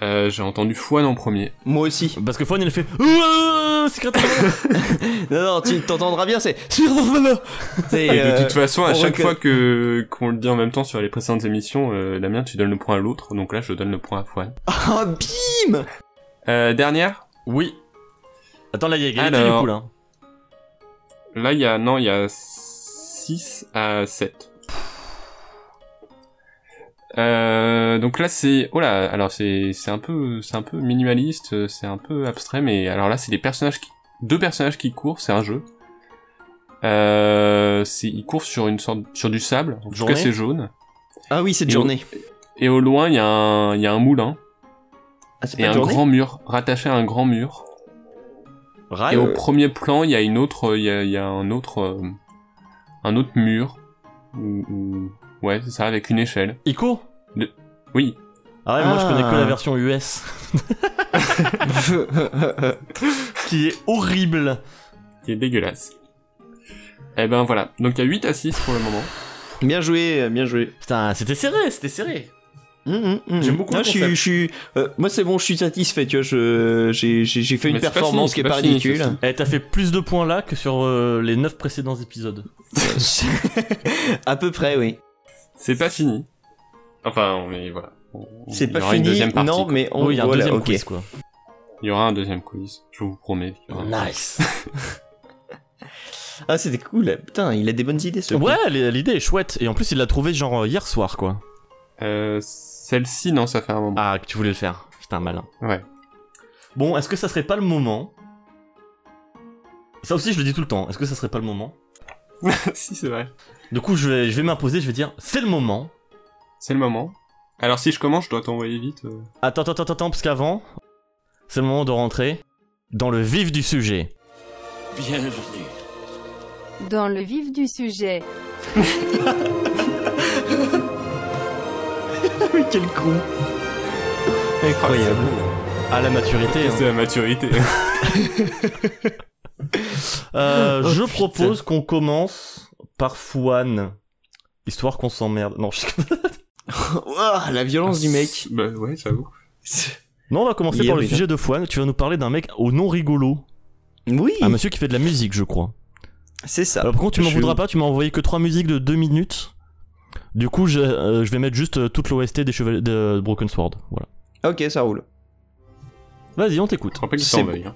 [SPEAKER 4] Euh, J'ai entendu Fouane en premier.
[SPEAKER 6] Moi aussi.
[SPEAKER 3] Parce que Fawn il fait Ouah, Secret of Mana
[SPEAKER 6] Non, non, tu t'entendras bien, c'est Secret of Mana. C'est,
[SPEAKER 4] Et de
[SPEAKER 6] euh,
[SPEAKER 4] toute façon, à
[SPEAKER 6] on
[SPEAKER 4] chaque
[SPEAKER 6] reconna-
[SPEAKER 4] fois que qu'on le dit en même temps sur les précédentes émissions, euh, Damien, tu donnes le point à l'autre. Donc là, je donne le point à Fouane.
[SPEAKER 6] Ah, bim
[SPEAKER 4] Euh, dernière.
[SPEAKER 3] Oui. Attends, là il y a égalité
[SPEAKER 4] Alors.
[SPEAKER 3] du coup là.
[SPEAKER 4] Là, il y a non, il y a 6 à 7. Euh, donc là c'est oh là alors c'est c'est un peu c'est un peu minimaliste euh, c'est un peu abstrait mais alors là c'est des personnages qui deux personnages qui courent c'est un jeu euh, c'est ils courent sur une sorte sur du sable en tout
[SPEAKER 3] Journée
[SPEAKER 4] cas c'est jaune
[SPEAKER 6] Ah oui, cette
[SPEAKER 4] Et
[SPEAKER 6] journée.
[SPEAKER 4] et au loin il y a un il y a un moulin
[SPEAKER 6] Ah, c'est
[SPEAKER 4] et
[SPEAKER 6] pas
[SPEAKER 4] un
[SPEAKER 6] une journée
[SPEAKER 4] grand mur rattaché à un grand mur
[SPEAKER 3] Rail
[SPEAKER 4] et au premier plan il y a une autre euh, il y a, il y a un autre euh, un autre mur ou ou- ouais c'est ça avec une échelle
[SPEAKER 3] Il court
[SPEAKER 4] oui
[SPEAKER 3] Ah ouais, moi je connais que
[SPEAKER 6] Ah.
[SPEAKER 3] la version US, Ah. qui est horrible.
[SPEAKER 4] qui est dégueulasse et ben voilà donc il y a 8 à 6 pour le moment
[SPEAKER 6] bien joué, bien joué.
[SPEAKER 3] Putain, c'était serré, c'était serré.
[SPEAKER 6] Hum, hum, hum.
[SPEAKER 3] J'aime beaucoup
[SPEAKER 6] Ah,
[SPEAKER 3] le
[SPEAKER 6] je suis-
[SPEAKER 3] concept.
[SPEAKER 6] je suis- euh, moi, c'est bon, je suis satisfait. Tu vois, je- j'ai j'ai- j'ai fait
[SPEAKER 4] Mais
[SPEAKER 6] une
[SPEAKER 4] c'est pas
[SPEAKER 6] performance
[SPEAKER 4] fini,
[SPEAKER 6] qui est
[SPEAKER 4] c'est
[SPEAKER 6] pas
[SPEAKER 4] pas fini,
[SPEAKER 6] ridicule.
[SPEAKER 4] ceci.
[SPEAKER 3] Eh, t'as fait plus de points là que sur euh, les 9 précédents épisodes.
[SPEAKER 6] à peu près, oui.
[SPEAKER 4] C'est pas fini. Enfin, on est, voilà. On-
[SPEAKER 6] C'est
[SPEAKER 4] il y
[SPEAKER 6] pas
[SPEAKER 4] aura une
[SPEAKER 6] fini.
[SPEAKER 4] deuxième partie,
[SPEAKER 6] non,
[SPEAKER 4] quoi.
[SPEAKER 6] mais on
[SPEAKER 3] Oh oui, il y a un
[SPEAKER 6] voilà,
[SPEAKER 3] deuxième
[SPEAKER 6] ok.
[SPEAKER 3] quiz quoi.
[SPEAKER 4] Il y aura un deuxième quiz, je vous promets. Il y aura-
[SPEAKER 3] Nice.
[SPEAKER 6] Oh. Ah, c'était cool. Putain, il a des bonnes idées. Ce
[SPEAKER 3] ouais, l- l'idée est chouette. Et en plus, il l'a trouvé genre hier soir quoi.
[SPEAKER 4] Euh, Celle-ci, non, ça fait un moment.
[SPEAKER 3] Ah, que tu voulais le faire. Putain, malin.
[SPEAKER 4] Ouais.
[SPEAKER 3] Bon, est-ce que ça serait pas le moment Ça aussi, je le dis tout le temps. Est-ce que ça serait pas le moment
[SPEAKER 4] Ah, si, c'est vrai.
[SPEAKER 3] Du coup, je vais, je vais m'imposer, je vais dire c'est le moment.
[SPEAKER 4] C'est le moment. Alors, si je commence, je dois t'envoyer vite. euh.
[SPEAKER 3] Attends, attends, attends, attends, parce qu'avant, c'est le moment de rentrer dans le vif du sujet.
[SPEAKER 1] Bienvenue.
[SPEAKER 7] Dans le vif du sujet.
[SPEAKER 6] truc, quel con. Incroyable.
[SPEAKER 3] À la maturité. hein.
[SPEAKER 4] C'est la maturité.
[SPEAKER 3] Euh,
[SPEAKER 6] Oh,
[SPEAKER 3] je
[SPEAKER 6] putain.
[SPEAKER 3] propose qu'on commence par Fouane, histoire qu'on s'emmerde. Non, je-
[SPEAKER 6] Ouah, Ah, la violence du mec.
[SPEAKER 4] bah ouais, j'avoue.
[SPEAKER 3] non, on va commencer
[SPEAKER 6] Yeah,
[SPEAKER 3] par le
[SPEAKER 6] putain.
[SPEAKER 3] sujet de Fouane. Tu vas nous parler d'un mec au nom rigolo,
[SPEAKER 6] Oui,
[SPEAKER 3] un monsieur qui fait de la musique, je crois.
[SPEAKER 6] c'est ça.
[SPEAKER 3] Alors, par contre, tu m'en
[SPEAKER 6] Je-
[SPEAKER 3] voudras pas. Tu m'as envoyé que trois musiques de deux minutes. Du coup, je, euh, je vais mettre juste euh, toute l'OST des chevaliers de Broken Sword. Voilà.
[SPEAKER 6] Ok, ça roule.
[SPEAKER 3] Vas-y, on t'écoute.
[SPEAKER 4] Je crois pas qu'il
[SPEAKER 6] C'est
[SPEAKER 4] s'en veuille. hein.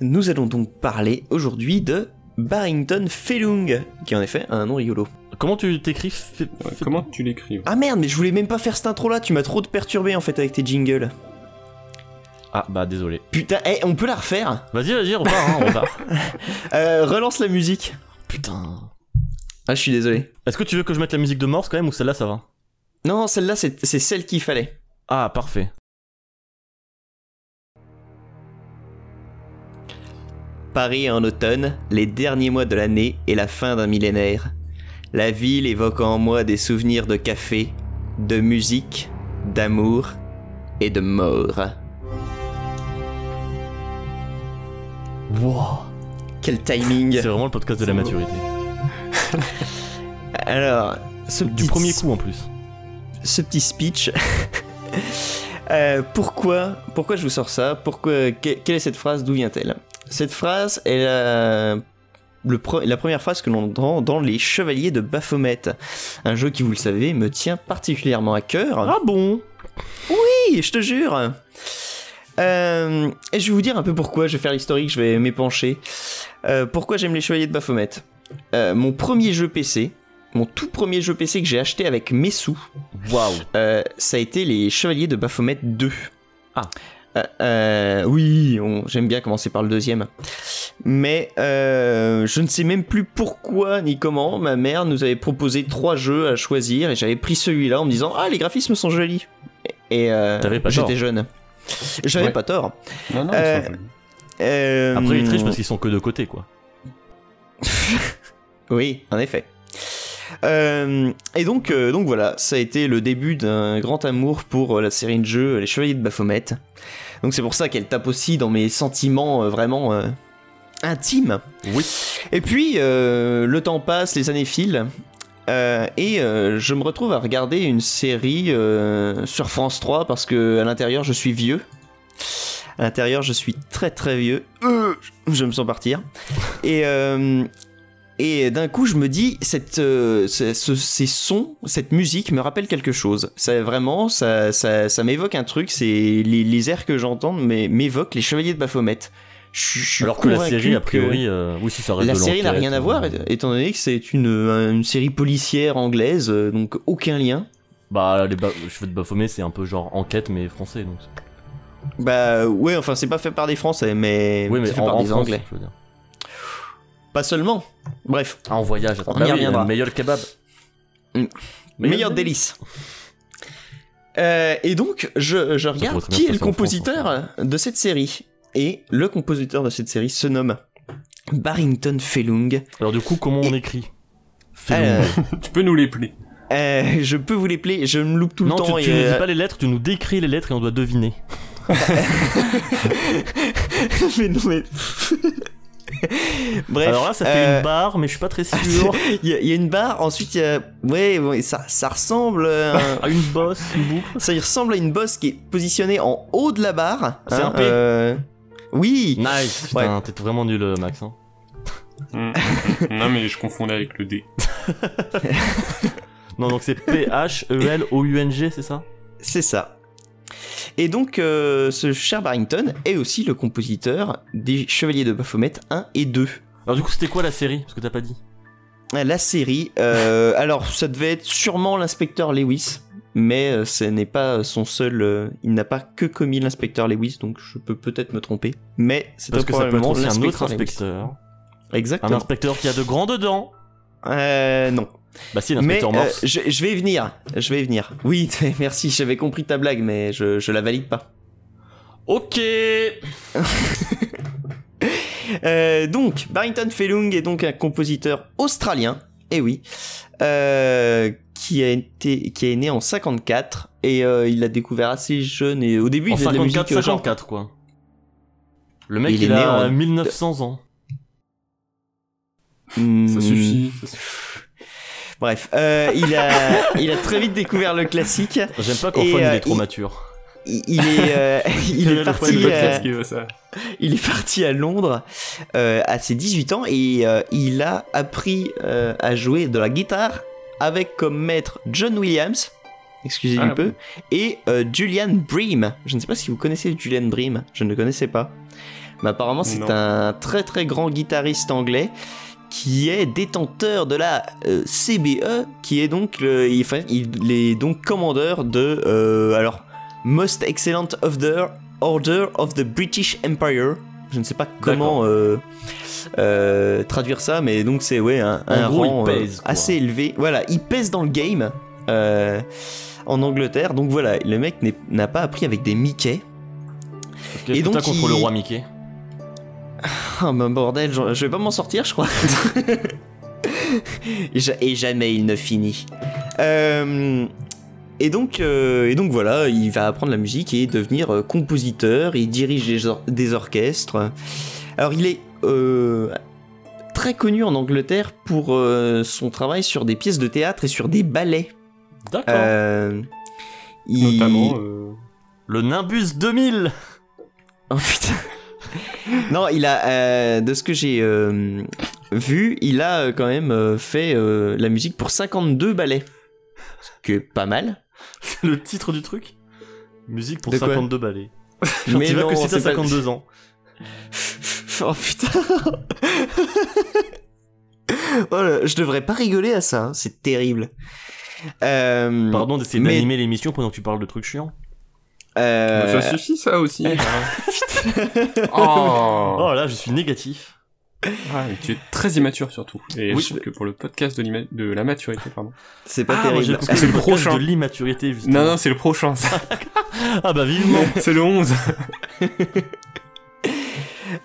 [SPEAKER 6] Nous allons donc parler aujourd'hui de Barrington Felung, qui est en effet un nom rigolo.
[SPEAKER 3] Comment tu t'écris Fé-
[SPEAKER 4] Ouais,
[SPEAKER 3] Fé-
[SPEAKER 4] Comment tu l'écris ouais
[SPEAKER 6] Ah merde, mais je voulais même pas faire cette intro là, tu m'as trop perturbé en fait avec tes jingles.
[SPEAKER 3] Ah, bah désolé.
[SPEAKER 6] Putain, eh, on peut la refaire
[SPEAKER 3] Vas-y, vas-y, on repart. hein, on repart.
[SPEAKER 6] Euh, Relance la musique.
[SPEAKER 3] Putain.
[SPEAKER 6] Ah, je suis désolé.
[SPEAKER 3] Est-ce que tu veux que je mette la musique de Morse quand même ou celle-là ça va
[SPEAKER 6] Non, celle-là, c'est c'est celle qu'il fallait.
[SPEAKER 3] Ah, parfait.
[SPEAKER 6] Paris est en automne, les derniers mois de l'année et la fin d'un millénaire. La ville évoque en moi des souvenirs de café, de musique, d'amour et de mort.
[SPEAKER 3] Wow.
[SPEAKER 6] Quel timing
[SPEAKER 3] C'est vraiment le podcast de la maturité.
[SPEAKER 6] Alors, ce
[SPEAKER 3] Du
[SPEAKER 6] petit-
[SPEAKER 3] premier coup en plus.
[SPEAKER 6] ce petit speech. Euh, pourquoi, pourquoi je vous sors ça Pourquoi que- Quelle est cette phrase D'où vient-elle Cette phrase est la, le pre- la première phrase que l'on entend dans Les Chevaliers de Baphomet, un jeu qui, vous le savez, me tient particulièrement à cœur.
[SPEAKER 3] Ah bon
[SPEAKER 6] Oui, je te jure. Euh, et je vais vous dire un peu pourquoi, je vais faire l'historique, je vais m'épancher. Euh, pourquoi j'aime les Chevaliers de Baphomet Euh, Mon premier jeu PC, mon tout premier jeu PC que j'ai acheté avec mes sous,
[SPEAKER 3] Waouh
[SPEAKER 6] euh, ça a été les Chevaliers de Baphomet 2. Ah. oui, on- j'aime bien commencer par le deuxième. Mais euh, je ne sais même plus pourquoi ni comment. Ma mère nous avait proposé trois jeux à choisir et j'avais pris celui-là en me disant Ah, les graphismes sont jolis. Et euh,
[SPEAKER 3] T'avais pas tort.
[SPEAKER 6] j'étais jeune. J'avais
[SPEAKER 4] Ouais.
[SPEAKER 6] pas tort.
[SPEAKER 4] Non, non,
[SPEAKER 6] Euh,
[SPEAKER 4] ils sont jolis.
[SPEAKER 6] Euh,
[SPEAKER 3] Après ils trichent parce qu'ils sont que de côté quoi.
[SPEAKER 6] Oui, en effet. Euh, et donc, euh, donc voilà, ça a été le début d'un grand amour pour euh, la série de jeux Les Chevaliers de Baphomet. Donc c'est pour ça qu'elle tape aussi dans mes sentiments euh, vraiment euh, intimes.
[SPEAKER 3] Oui.
[SPEAKER 6] Et puis, euh, le temps passe, les années filent. euh, et euh, je me retrouve à regarder une série euh, sur France 3 parce que à l'intérieur je suis vieux. À l'intérieur je suis très très vieux. Euh, je me sens partir. Et, euh, et d'un coup je me dis, cette, euh, ce- ce- ces sons, cette musique me rappelle quelque chose. Ça, vraiment, ça, ça, ça m'évoque un truc. C'est les, les airs que j'entends mais- m'évoquent les Chevaliers de Baphomet. Je, je suis
[SPEAKER 3] Alors que la
[SPEAKER 6] convaincu
[SPEAKER 3] série a
[SPEAKER 6] que-
[SPEAKER 3] priori euh, oui si ça reste
[SPEAKER 6] la
[SPEAKER 3] de
[SPEAKER 6] série n'a
[SPEAKER 3] l'enquête,
[SPEAKER 6] rien à
[SPEAKER 3] euh,
[SPEAKER 6] voir, étant donné que c'est une, une série policière anglaise, euh, donc euh, aucun lien.
[SPEAKER 3] Bah, les ba- cheveux de Baphomet, c'est un peu genre enquête, mais français. Donc... c'est-
[SPEAKER 6] Bah ouais, enfin c'est pas fait par des Français, mais
[SPEAKER 3] Oui,
[SPEAKER 6] c'est
[SPEAKER 3] mais
[SPEAKER 6] fait
[SPEAKER 3] en,
[SPEAKER 6] par
[SPEAKER 3] en
[SPEAKER 6] des
[SPEAKER 3] France,
[SPEAKER 6] Anglais.
[SPEAKER 3] je veux dire.
[SPEAKER 6] Pas seulement. Bref,
[SPEAKER 3] Ah, en voyage,
[SPEAKER 6] On
[SPEAKER 3] attends.
[SPEAKER 6] y
[SPEAKER 3] Bah oui,
[SPEAKER 6] reviendra.
[SPEAKER 3] meilleur kebab. Meilleur
[SPEAKER 6] meilleur délice. Euh, et donc, je, je regarde
[SPEAKER 3] pourrait très
[SPEAKER 6] qui
[SPEAKER 3] bien
[SPEAKER 6] est
[SPEAKER 3] se
[SPEAKER 6] le
[SPEAKER 3] passer en
[SPEAKER 6] compositeur
[SPEAKER 3] France,
[SPEAKER 6] de cette série. Et le compositeur de cette série se nomme Barrington Fellung.
[SPEAKER 3] Alors, du coup, comment on écrit
[SPEAKER 6] Euh,
[SPEAKER 4] Tu peux nous les plier.
[SPEAKER 6] euh, je peux vous les plaire, je me loupe tout
[SPEAKER 3] Non,
[SPEAKER 6] le temps.
[SPEAKER 3] tu, tu
[SPEAKER 6] et,
[SPEAKER 3] ne
[SPEAKER 6] euh,
[SPEAKER 3] dis pas les lettres, tu nous décris les lettres et on doit deviner.
[SPEAKER 6] mais non, mais- Bref.
[SPEAKER 3] Alors là, ça fait
[SPEAKER 6] euh,
[SPEAKER 3] une barre, mais je suis pas très sûr.
[SPEAKER 6] Il y, a- il y a une barre, ensuite il y a. Ouais, ouais, ça, ça ressemble. euh,
[SPEAKER 3] Ah, une bosse, une boucle.
[SPEAKER 6] ça y ressemble à une bosse qui est positionnée en haut de la barre.
[SPEAKER 3] C'est un P.
[SPEAKER 6] euh, Oui
[SPEAKER 3] Nice, putain, t'es vraiment nul, euh, Max. hein.
[SPEAKER 4] Mm. non, mais je confondais avec le D.
[SPEAKER 3] Non, donc c'est E P-H-E-L-O-U-N-G, c'est ça
[SPEAKER 6] C'est ça. Et donc, euh, ce cher Barrington est aussi le compositeur des Chevaliers de Baphomet 1 et 2.
[SPEAKER 3] Alors, du coup, c'était quoi la série Parce que t'as pas dit.
[SPEAKER 6] La série, euh, alors ça devait être sûrement l'inspecteur Lewis, mais euh, ce n'est pas son seul. euh, il n'a pas que commis l'inspecteur Lewis, donc je peux peut-être me tromper. Mais c'est
[SPEAKER 3] Parce que ça peut être
[SPEAKER 6] probablement
[SPEAKER 3] aussi un autre
[SPEAKER 6] l'inspecteur Lewis.
[SPEAKER 3] inspecteur. Un
[SPEAKER 6] Exactement.
[SPEAKER 3] inspecteur qui a de grandes dents.
[SPEAKER 6] Euh, non.
[SPEAKER 3] Bah, si,
[SPEAKER 6] Mais
[SPEAKER 3] l'inspecteur
[SPEAKER 6] euh,
[SPEAKER 3] Morse.
[SPEAKER 6] je, je vais y venir. Je vais y venir. Oui, merci. J'avais compris ta blague, mais je, je la valide pas.
[SPEAKER 3] Ok
[SPEAKER 6] Euh, donc, Barrington Fellung est donc un compositeur australien, et oui, euh, qui, a été, qui est né en 54, et euh, il l'a découvert assez jeune, et au début il
[SPEAKER 3] En
[SPEAKER 6] faisait de la musique...
[SPEAKER 3] 54,
[SPEAKER 6] euh, genre-
[SPEAKER 3] 54, quoi. Le mec,
[SPEAKER 6] Il
[SPEAKER 3] il,
[SPEAKER 6] est né
[SPEAKER 3] a
[SPEAKER 6] en-
[SPEAKER 3] 1900 ans.
[SPEAKER 6] Hmm,
[SPEAKER 4] Ça suffit.
[SPEAKER 6] Bref, euh, il, a, il a très vite découvert le classique,
[SPEAKER 3] J'aime pas
[SPEAKER 6] Et,
[SPEAKER 3] qu'Antoine, il
[SPEAKER 6] euh,
[SPEAKER 3] est trop
[SPEAKER 6] il-
[SPEAKER 3] mature.
[SPEAKER 6] il, il est, euh, il est parti... euh,
[SPEAKER 4] ça.
[SPEAKER 6] il est parti à Londres euh, à ses 18 ans et euh, il a appris euh, à jouer de la guitare avec comme maître John Williams, excusez du
[SPEAKER 4] Ah.
[SPEAKER 6] peu, et euh, Julian Bream. Je ne sais pas si vous connaissez Julian Bream, je ne connaissais pas. Mais apparemment c'est
[SPEAKER 4] Non.
[SPEAKER 6] un très très grand guitariste anglais qui est détenteur de la euh, CBE, qui est donc le, il, enfin, il est donc commandeur de euh, alors Most Excellent of the Order of the British Empire. Je ne sais pas comment euh, euh, traduire ça, mais donc c'est ouais un,
[SPEAKER 3] En
[SPEAKER 6] un
[SPEAKER 3] gros, il
[SPEAKER 6] rang euh,
[SPEAKER 3] pèse, quoi.
[SPEAKER 6] assez élevé. Voilà, il pèse dans le game euh, en Angleterre. Donc voilà, le mec n'est- n'a pas appris avec des Mickey.
[SPEAKER 3] Et
[SPEAKER 6] donc,
[SPEAKER 3] donc, contre
[SPEAKER 6] il-
[SPEAKER 3] le roi Mickey.
[SPEAKER 6] Ah bah bordel, je je vais pas m'en sortir, je crois. Et ja- et jamais il ne finit. Euh, et donc, euh, et donc voilà, il va apprendre la musique et devenir euh, compositeur. Il dirige des, or- des orchestres. Alors il est euh, très connu en Angleterre pour euh, son travail sur des pièces de théâtre et sur des ballets.
[SPEAKER 3] D'accord.
[SPEAKER 6] Euh, il-
[SPEAKER 4] Notamment. euh,
[SPEAKER 3] Le Nimbus 2000
[SPEAKER 6] Oh putain. non, il a, euh, de ce que j'ai euh, vu, il a euh, quand même euh, fait euh, la musique pour 52 ballets. Ce qui est pas mal.
[SPEAKER 3] C'est le titre du truc Musique pour
[SPEAKER 6] De quoi
[SPEAKER 3] 52 balais. Genre, tu vas que si t'as
[SPEAKER 6] c'est pas-
[SPEAKER 3] 52 ans.
[SPEAKER 6] oh putain. oh là, je devrais pas rigoler à ça, hein, c'est terrible. Euh,
[SPEAKER 3] Pardon d'essayer
[SPEAKER 6] mais-
[SPEAKER 3] d'animer l'émission pendant que tu parles de trucs chiants. Bah,
[SPEAKER 6] euh,
[SPEAKER 4] bah, Ça suffit, ça aussi. hein. oh.
[SPEAKER 3] Oh là, je suis négatif.
[SPEAKER 4] Ah, mais tu es très immature surtout. Et
[SPEAKER 6] Oui.
[SPEAKER 4] je trouve que pour le podcast de, l'ima- de la maturité, pardon.
[SPEAKER 6] c'est pas
[SPEAKER 3] Ah, moi, j'ai
[SPEAKER 6] terrible.
[SPEAKER 3] compris
[SPEAKER 4] C'est le
[SPEAKER 3] le podcast
[SPEAKER 4] prochain.
[SPEAKER 3] de l'immaturité, justement.
[SPEAKER 4] Non, non, c'est le prochain, ça.
[SPEAKER 3] Ah bah vivement
[SPEAKER 4] c'est le 11.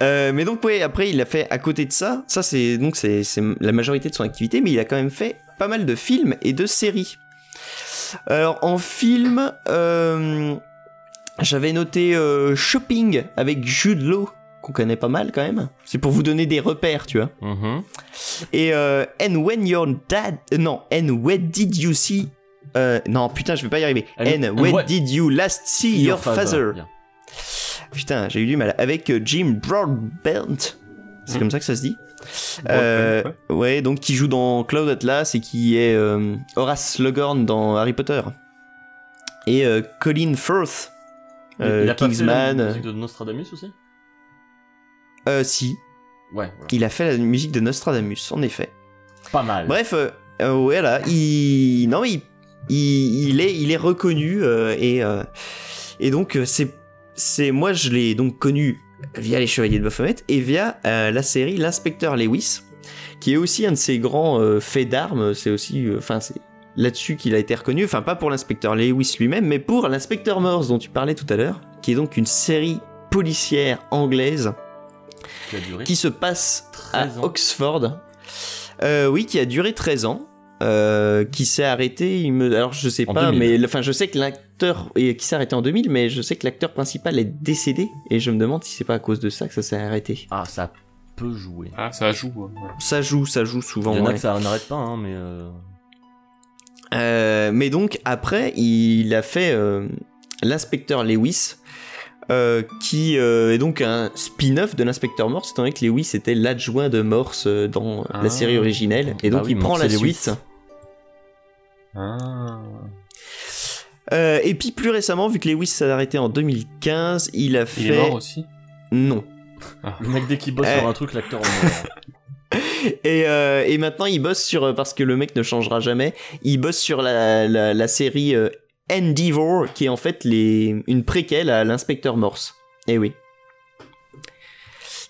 [SPEAKER 6] Euh, mais donc ouais, après il a fait à côté de ça, ça c'est donc c'est c'est la majorité de son activité, mais il a quand même fait pas mal de films et de séries. Alors en film, euh, j'avais noté euh, Shopping avec Jude Law qu'on connaît pas mal quand même. C'est pour vous donner des repères, tu vois.
[SPEAKER 3] Mhm.
[SPEAKER 6] Et euh, And When Your Dad, euh, non, And What Did You See, euh, non putain je vais pas y arriver.
[SPEAKER 3] And-
[SPEAKER 6] And,
[SPEAKER 3] and
[SPEAKER 6] When
[SPEAKER 3] what-
[SPEAKER 6] Did You Last See Your, father.
[SPEAKER 3] Yeah.
[SPEAKER 6] Putain, j'ai eu du mal. Avec euh, Jim Broadbent.
[SPEAKER 3] Hmm.
[SPEAKER 6] C'est
[SPEAKER 4] Mm.
[SPEAKER 6] comme ça que ça se dit. Euh,
[SPEAKER 4] Broadbent,
[SPEAKER 6] ouais, donc qui joue dans Cloud Atlas et qui est euh, Horace Slughorn dans Harry Potter. Et euh, Colin Firth, euh,
[SPEAKER 3] il a pas fait la
[SPEAKER 6] Kingsman.
[SPEAKER 3] musique de Nostradamus aussi
[SPEAKER 6] Euh, si,
[SPEAKER 3] Ouais, voilà.
[SPEAKER 6] il a fait la musique de Nostradamus, en effet.
[SPEAKER 3] pas mal.
[SPEAKER 6] Bref, euh, euh, voilà, il. Non, mais il il, il est, il est reconnu euh, et, euh, et donc euh, c'est, c'est moi je l'ai donc connu via les Chevaliers de Baphomet et via euh, la série L'inspecteur Lewis, qui est aussi un de ses grands euh, faits d'armes. C'est aussi, euh, enfin c'est là-dessus qu'il a été reconnu, enfin pas pour l'inspecteur Lewis lui-même, mais pour l'inspecteur Morse dont tu parlais tout à l'heure, qui est donc une série policière anglaise
[SPEAKER 4] Qui a duré
[SPEAKER 6] qui se passe
[SPEAKER 4] 13
[SPEAKER 6] à
[SPEAKER 4] ans.
[SPEAKER 6] Oxford. Euh, oui, qui a duré 13 ans. euh, qui s'est arrêté, il me... alors je sais
[SPEAKER 3] En
[SPEAKER 6] pas,
[SPEAKER 3] 2000.
[SPEAKER 6] mais le- enfin je sais que l'acteur et qui s'est arrêté en 2000, mais je sais que l'acteur principal est décédé et je me demande si c'est pas à cause de ça que ça s'est arrêté.
[SPEAKER 3] Ah, ça peut jouer.
[SPEAKER 4] Ah, ça joue. ouais.
[SPEAKER 6] Ça joue, ça joue souvent.
[SPEAKER 3] Il y en a
[SPEAKER 6] ouais.
[SPEAKER 3] que ça n'arrête pas, hein, mais. euh,
[SPEAKER 6] Euh, mais donc après, il a fait euh, l'inspecteur Lewis, euh, qui euh, est donc un spin-off de l'inspecteur Morse, étant donné que Lewis était l'adjoint de Morse euh, dans
[SPEAKER 4] Ah.
[SPEAKER 6] la série originelle, et donc
[SPEAKER 3] Ah oui,
[SPEAKER 6] il prend
[SPEAKER 3] Morse
[SPEAKER 6] la
[SPEAKER 3] et Lewis.
[SPEAKER 6] suite.
[SPEAKER 4] Ah.
[SPEAKER 6] Euh, et puis plus récemment, vu que Lewis s'est arrêté en 2015, il a fait
[SPEAKER 4] Il est mort aussi
[SPEAKER 6] non.
[SPEAKER 3] Le mec, dès qu'il bosse
[SPEAKER 6] Eh.
[SPEAKER 3] sur un truc, l'acteur. on-
[SPEAKER 6] Et, euh, et maintenant, il bosse sur euh, parce que le mec ne changera jamais. Il bosse sur la, la, la série euh, Endeavor, qui est en fait les, une préquelle à l'inspecteur Morse. Eh oui.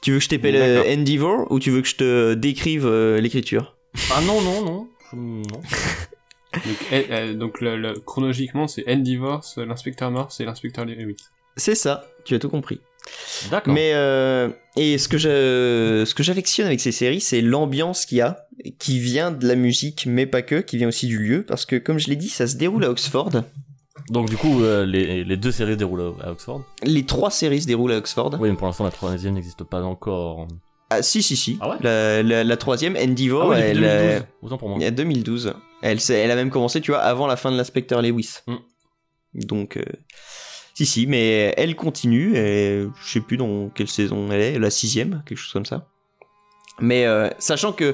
[SPEAKER 6] Tu veux que je t'épelle euh,
[SPEAKER 4] D'accord.
[SPEAKER 6] Endeavor ou tu veux que je te décrive euh, l'écriture
[SPEAKER 3] Ah non, non, non. Je- non.
[SPEAKER 4] Donc, eh, euh, donc le, le- chronologiquement, c'est Endivorce, l'inspecteur Morse et l'inspecteur Lewis.
[SPEAKER 6] C'est ça. Tu as tout compris.
[SPEAKER 3] D'accord.
[SPEAKER 6] Mais euh, et ce que je ce que j'affectionne avec ces séries, c'est l'ambiance qu'il y a, qui vient de la musique, mais pas que, qui vient aussi du lieu, parce que comme je l'ai dit, ça se déroule à Oxford.
[SPEAKER 3] Donc, du coup, euh, les, les deux séries se déroulent à à Oxford.
[SPEAKER 6] Les trois séries se déroulent à Oxford.
[SPEAKER 3] Oui, mais pour l'instant, la troisième n'existe pas encore.
[SPEAKER 6] Ah si si si.
[SPEAKER 3] Ah ouais
[SPEAKER 6] la, la, la troisième, Endivo,
[SPEAKER 3] ah oui, depuis
[SPEAKER 6] Oh, elle, euh,
[SPEAKER 3] 2012. Autant pour moi.
[SPEAKER 6] il y a 2012. Elle s'est- elle a même commencé, tu vois, avant la fin de l'inspecteur Lewis.
[SPEAKER 4] Mm.
[SPEAKER 3] Hmm.
[SPEAKER 6] Donc euh, si si, mais elle continue. Et je sais plus dans quelle saison elle est, la sixième, quelque chose comme ça. Mais euh, sachant que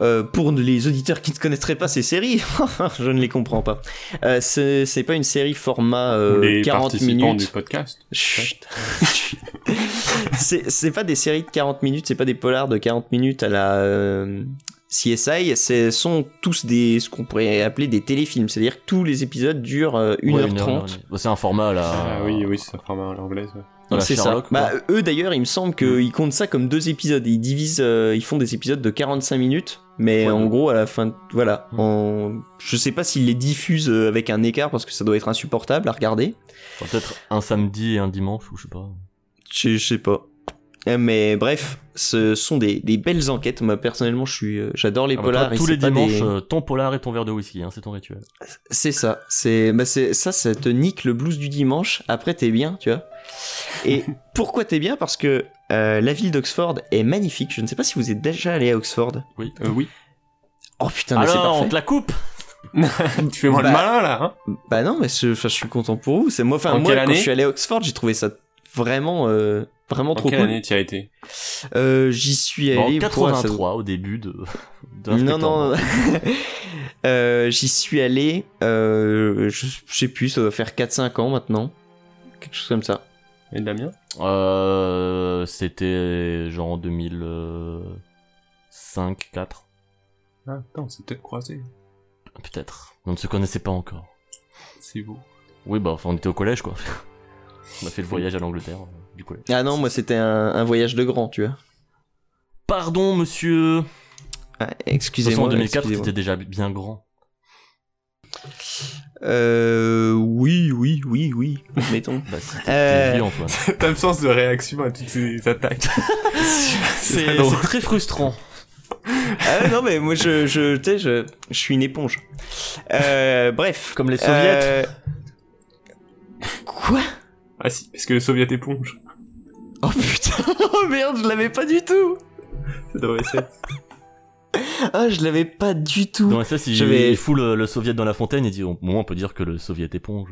[SPEAKER 6] euh, pour les auditeurs qui ne connaîtraient pas ces séries, je ne les comprends pas. Euh, ce n'est pas une série format euh,
[SPEAKER 4] les
[SPEAKER 6] 40
[SPEAKER 4] participants
[SPEAKER 6] minutes.
[SPEAKER 4] du podcast.
[SPEAKER 6] Chut. c'est c'est pas des séries de 40 minutes, c'est pas des polars de 40 minutes à la euh, CSI, ce sont tous des ce qu'on pourrait appeler des téléfilms, c'est-à-dire que tous les épisodes durent euh, 1h30.
[SPEAKER 3] Ouais, une heure, une heure et demie. Bah, C'est un format là.
[SPEAKER 4] Ah, oui, oui, c'est un format à l'anglaise. ouais.
[SPEAKER 3] à la
[SPEAKER 6] c'est ça.
[SPEAKER 3] Sherlock, Mm. quoi.
[SPEAKER 6] Bah, eux d'ailleurs, il me semble qu'ils comptent ça comme deux épisodes. Ils divisent, euh, ils font des épisodes de 45 minutes, mais
[SPEAKER 3] Ouais.
[SPEAKER 6] en gros à la fin, voilà.
[SPEAKER 3] Mm.
[SPEAKER 6] en- Je sais pas s'ils les diffusent euh, avec un écart parce que ça doit être insupportable à regarder.
[SPEAKER 3] Enfin, Peut-être un samedi et un dimanche, ou je sais pas.
[SPEAKER 6] Je, je sais pas. Euh, Mais bref, ce sont des, des belles enquêtes. Moi, personnellement, je suis, euh, j'adore les
[SPEAKER 3] Ah bah,
[SPEAKER 6] polars.
[SPEAKER 3] toi,
[SPEAKER 6] et
[SPEAKER 3] tous
[SPEAKER 6] c'est
[SPEAKER 3] les
[SPEAKER 6] pas des-
[SPEAKER 3] dimanches, euh, ton polar et ton verre de whisky, hein, c'est ton rituel.
[SPEAKER 6] C'est ça. C'est, bah, c'est, ça, ça te nique le blues du dimanche. Après, t'es bien, tu vois. Et pourquoi t'es bien Parce que euh, la ville d'Oxford est magnifique. Je ne sais pas si vous êtes déjà allé à Oxford.
[SPEAKER 4] Euh, oui.
[SPEAKER 6] Oh putain, mais c'est
[SPEAKER 3] Alors,
[SPEAKER 6] parfait.
[SPEAKER 3] on te la coupe
[SPEAKER 4] tu fais moi
[SPEAKER 6] Bah,
[SPEAKER 4] le malin là. Hein
[SPEAKER 6] Bah non, mais je, enfin, je suis content pour vous. C'est moi, enfin,
[SPEAKER 4] En
[SPEAKER 6] moi,
[SPEAKER 4] quelle
[SPEAKER 6] quand
[SPEAKER 4] année
[SPEAKER 6] je suis allé à Oxford, j'ai trouvé ça vraiment, euh, vraiment
[SPEAKER 4] en
[SPEAKER 6] trop
[SPEAKER 4] quelle
[SPEAKER 6] cool.
[SPEAKER 4] année tu as été
[SPEAKER 6] Euh, j'y suis
[SPEAKER 3] En
[SPEAKER 6] allé. pour- ça
[SPEAKER 3] 83, au début de. de
[SPEAKER 6] Non,
[SPEAKER 3] l'inspecteur.
[SPEAKER 6] non. Euh, J'y suis allé, euh, je je sais plus, ça doit faire 4-5 ans maintenant. Quelque chose comme ça.
[SPEAKER 4] Et Damien
[SPEAKER 3] Euh, C'était genre en 2005, 4,
[SPEAKER 4] Ah, attends, c'est peut-être croisé.
[SPEAKER 3] peut-être. On ne se connaissait pas encore.
[SPEAKER 4] C'est beau.
[SPEAKER 3] Oui, bah, enfin, on était au collège, quoi. on a fait le voyage à l'Angleterre, euh, du collège.
[SPEAKER 6] Ah non, moi c'était un, un voyage de grand, tu vois.
[SPEAKER 3] Pardon, monsieur
[SPEAKER 6] Ah,
[SPEAKER 3] De toute façon,
[SPEAKER 6] excusez-moi.
[SPEAKER 3] en 2004,
[SPEAKER 6] excusez-moi.
[SPEAKER 3] t'étais déjà bien grand.
[SPEAKER 6] Euh, oui, oui, oui, oui. Mettons.
[SPEAKER 3] Bah, si,
[SPEAKER 6] Euh,
[SPEAKER 3] t'es vieux, Antoine.
[SPEAKER 4] Cette absence de réaction à toutes ces attaques.
[SPEAKER 3] C'est
[SPEAKER 4] très drôle.
[SPEAKER 3] c'est très frustrant.
[SPEAKER 6] ah ouais, non, mais moi je, je, tu sais, je, je suis une éponge. Euh, bref.
[SPEAKER 3] Comme les soviets.
[SPEAKER 6] Euh, Quoi
[SPEAKER 4] Ah si, parce que le soviet éponge.
[SPEAKER 6] Oh putain, oh merde, je l'avais pas du tout.
[SPEAKER 4] C'est dans SF.
[SPEAKER 6] Ah, je l'avais pas du tout.
[SPEAKER 3] Dans SS, il,
[SPEAKER 6] Je vais-
[SPEAKER 3] il fout le, le soviet dans la fontaine et dit au moins on peut dire que le soviet éponge.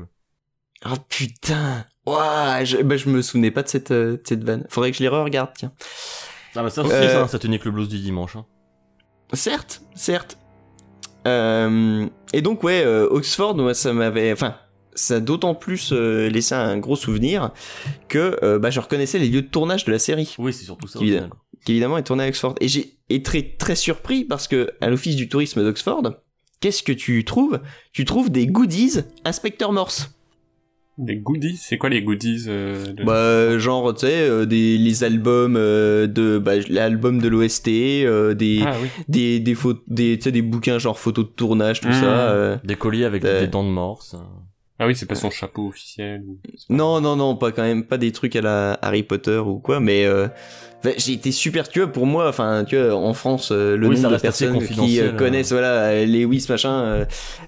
[SPEAKER 6] Ah putain Ouah, je, bah, je me souvenais pas de cette, euh, de cette vanne. Faudrait que je les re-regarde, tiens.
[SPEAKER 3] Ah bah ça aussi,
[SPEAKER 6] Euh,
[SPEAKER 3] ça, ça te nique le blues du dimanche. hein.
[SPEAKER 6] Certes, certes. Euh, et donc, ouais, euh, Oxford, moi, ça m'avait... Enfin, ça a d'autant plus euh, laissé un gros souvenir que euh, bah, je reconnaissais les lieux de tournage de la série,
[SPEAKER 3] Oui, c'est surtout ça. au
[SPEAKER 6] Qui-
[SPEAKER 3] final.
[SPEAKER 6] qui évidemment est tournée à Oxford. Et j'ai été très, très surpris parce que à l'Office du tourisme d'Oxford, qu'est-ce que tu trouves Tu trouves des goodies Inspecteur Morse.
[SPEAKER 4] Des goodies C'est quoi les goodies euh, de-
[SPEAKER 6] Bah, genre, tu sais, euh, des- les albums euh, de bah, l'album de l'OST, euh, des,
[SPEAKER 4] Ah oui.
[SPEAKER 6] des, des, pho- des, tu sais, des bouquins genre photos de tournage, tout
[SPEAKER 4] Mmh.
[SPEAKER 6] ça. euh.
[SPEAKER 3] Des colliers avec
[SPEAKER 6] Euh.
[SPEAKER 3] des dents de morse.
[SPEAKER 4] Ah oui, c'est pas son chapeau officiel. ou-
[SPEAKER 6] Non, non, non, pas quand même, pas des trucs à la Harry Potter ou quoi, mais euh, bah, j'ai été super, tu vois, pour moi, enfin, tu vois, en France, euh, le
[SPEAKER 3] Oui, ça
[SPEAKER 6] nombre de
[SPEAKER 3] reste assez
[SPEAKER 6] personnes qui
[SPEAKER 3] confidentiel,
[SPEAKER 6] euh,
[SPEAKER 3] hein.
[SPEAKER 6] connaissent, voilà, euh, Lewis, machin, euh,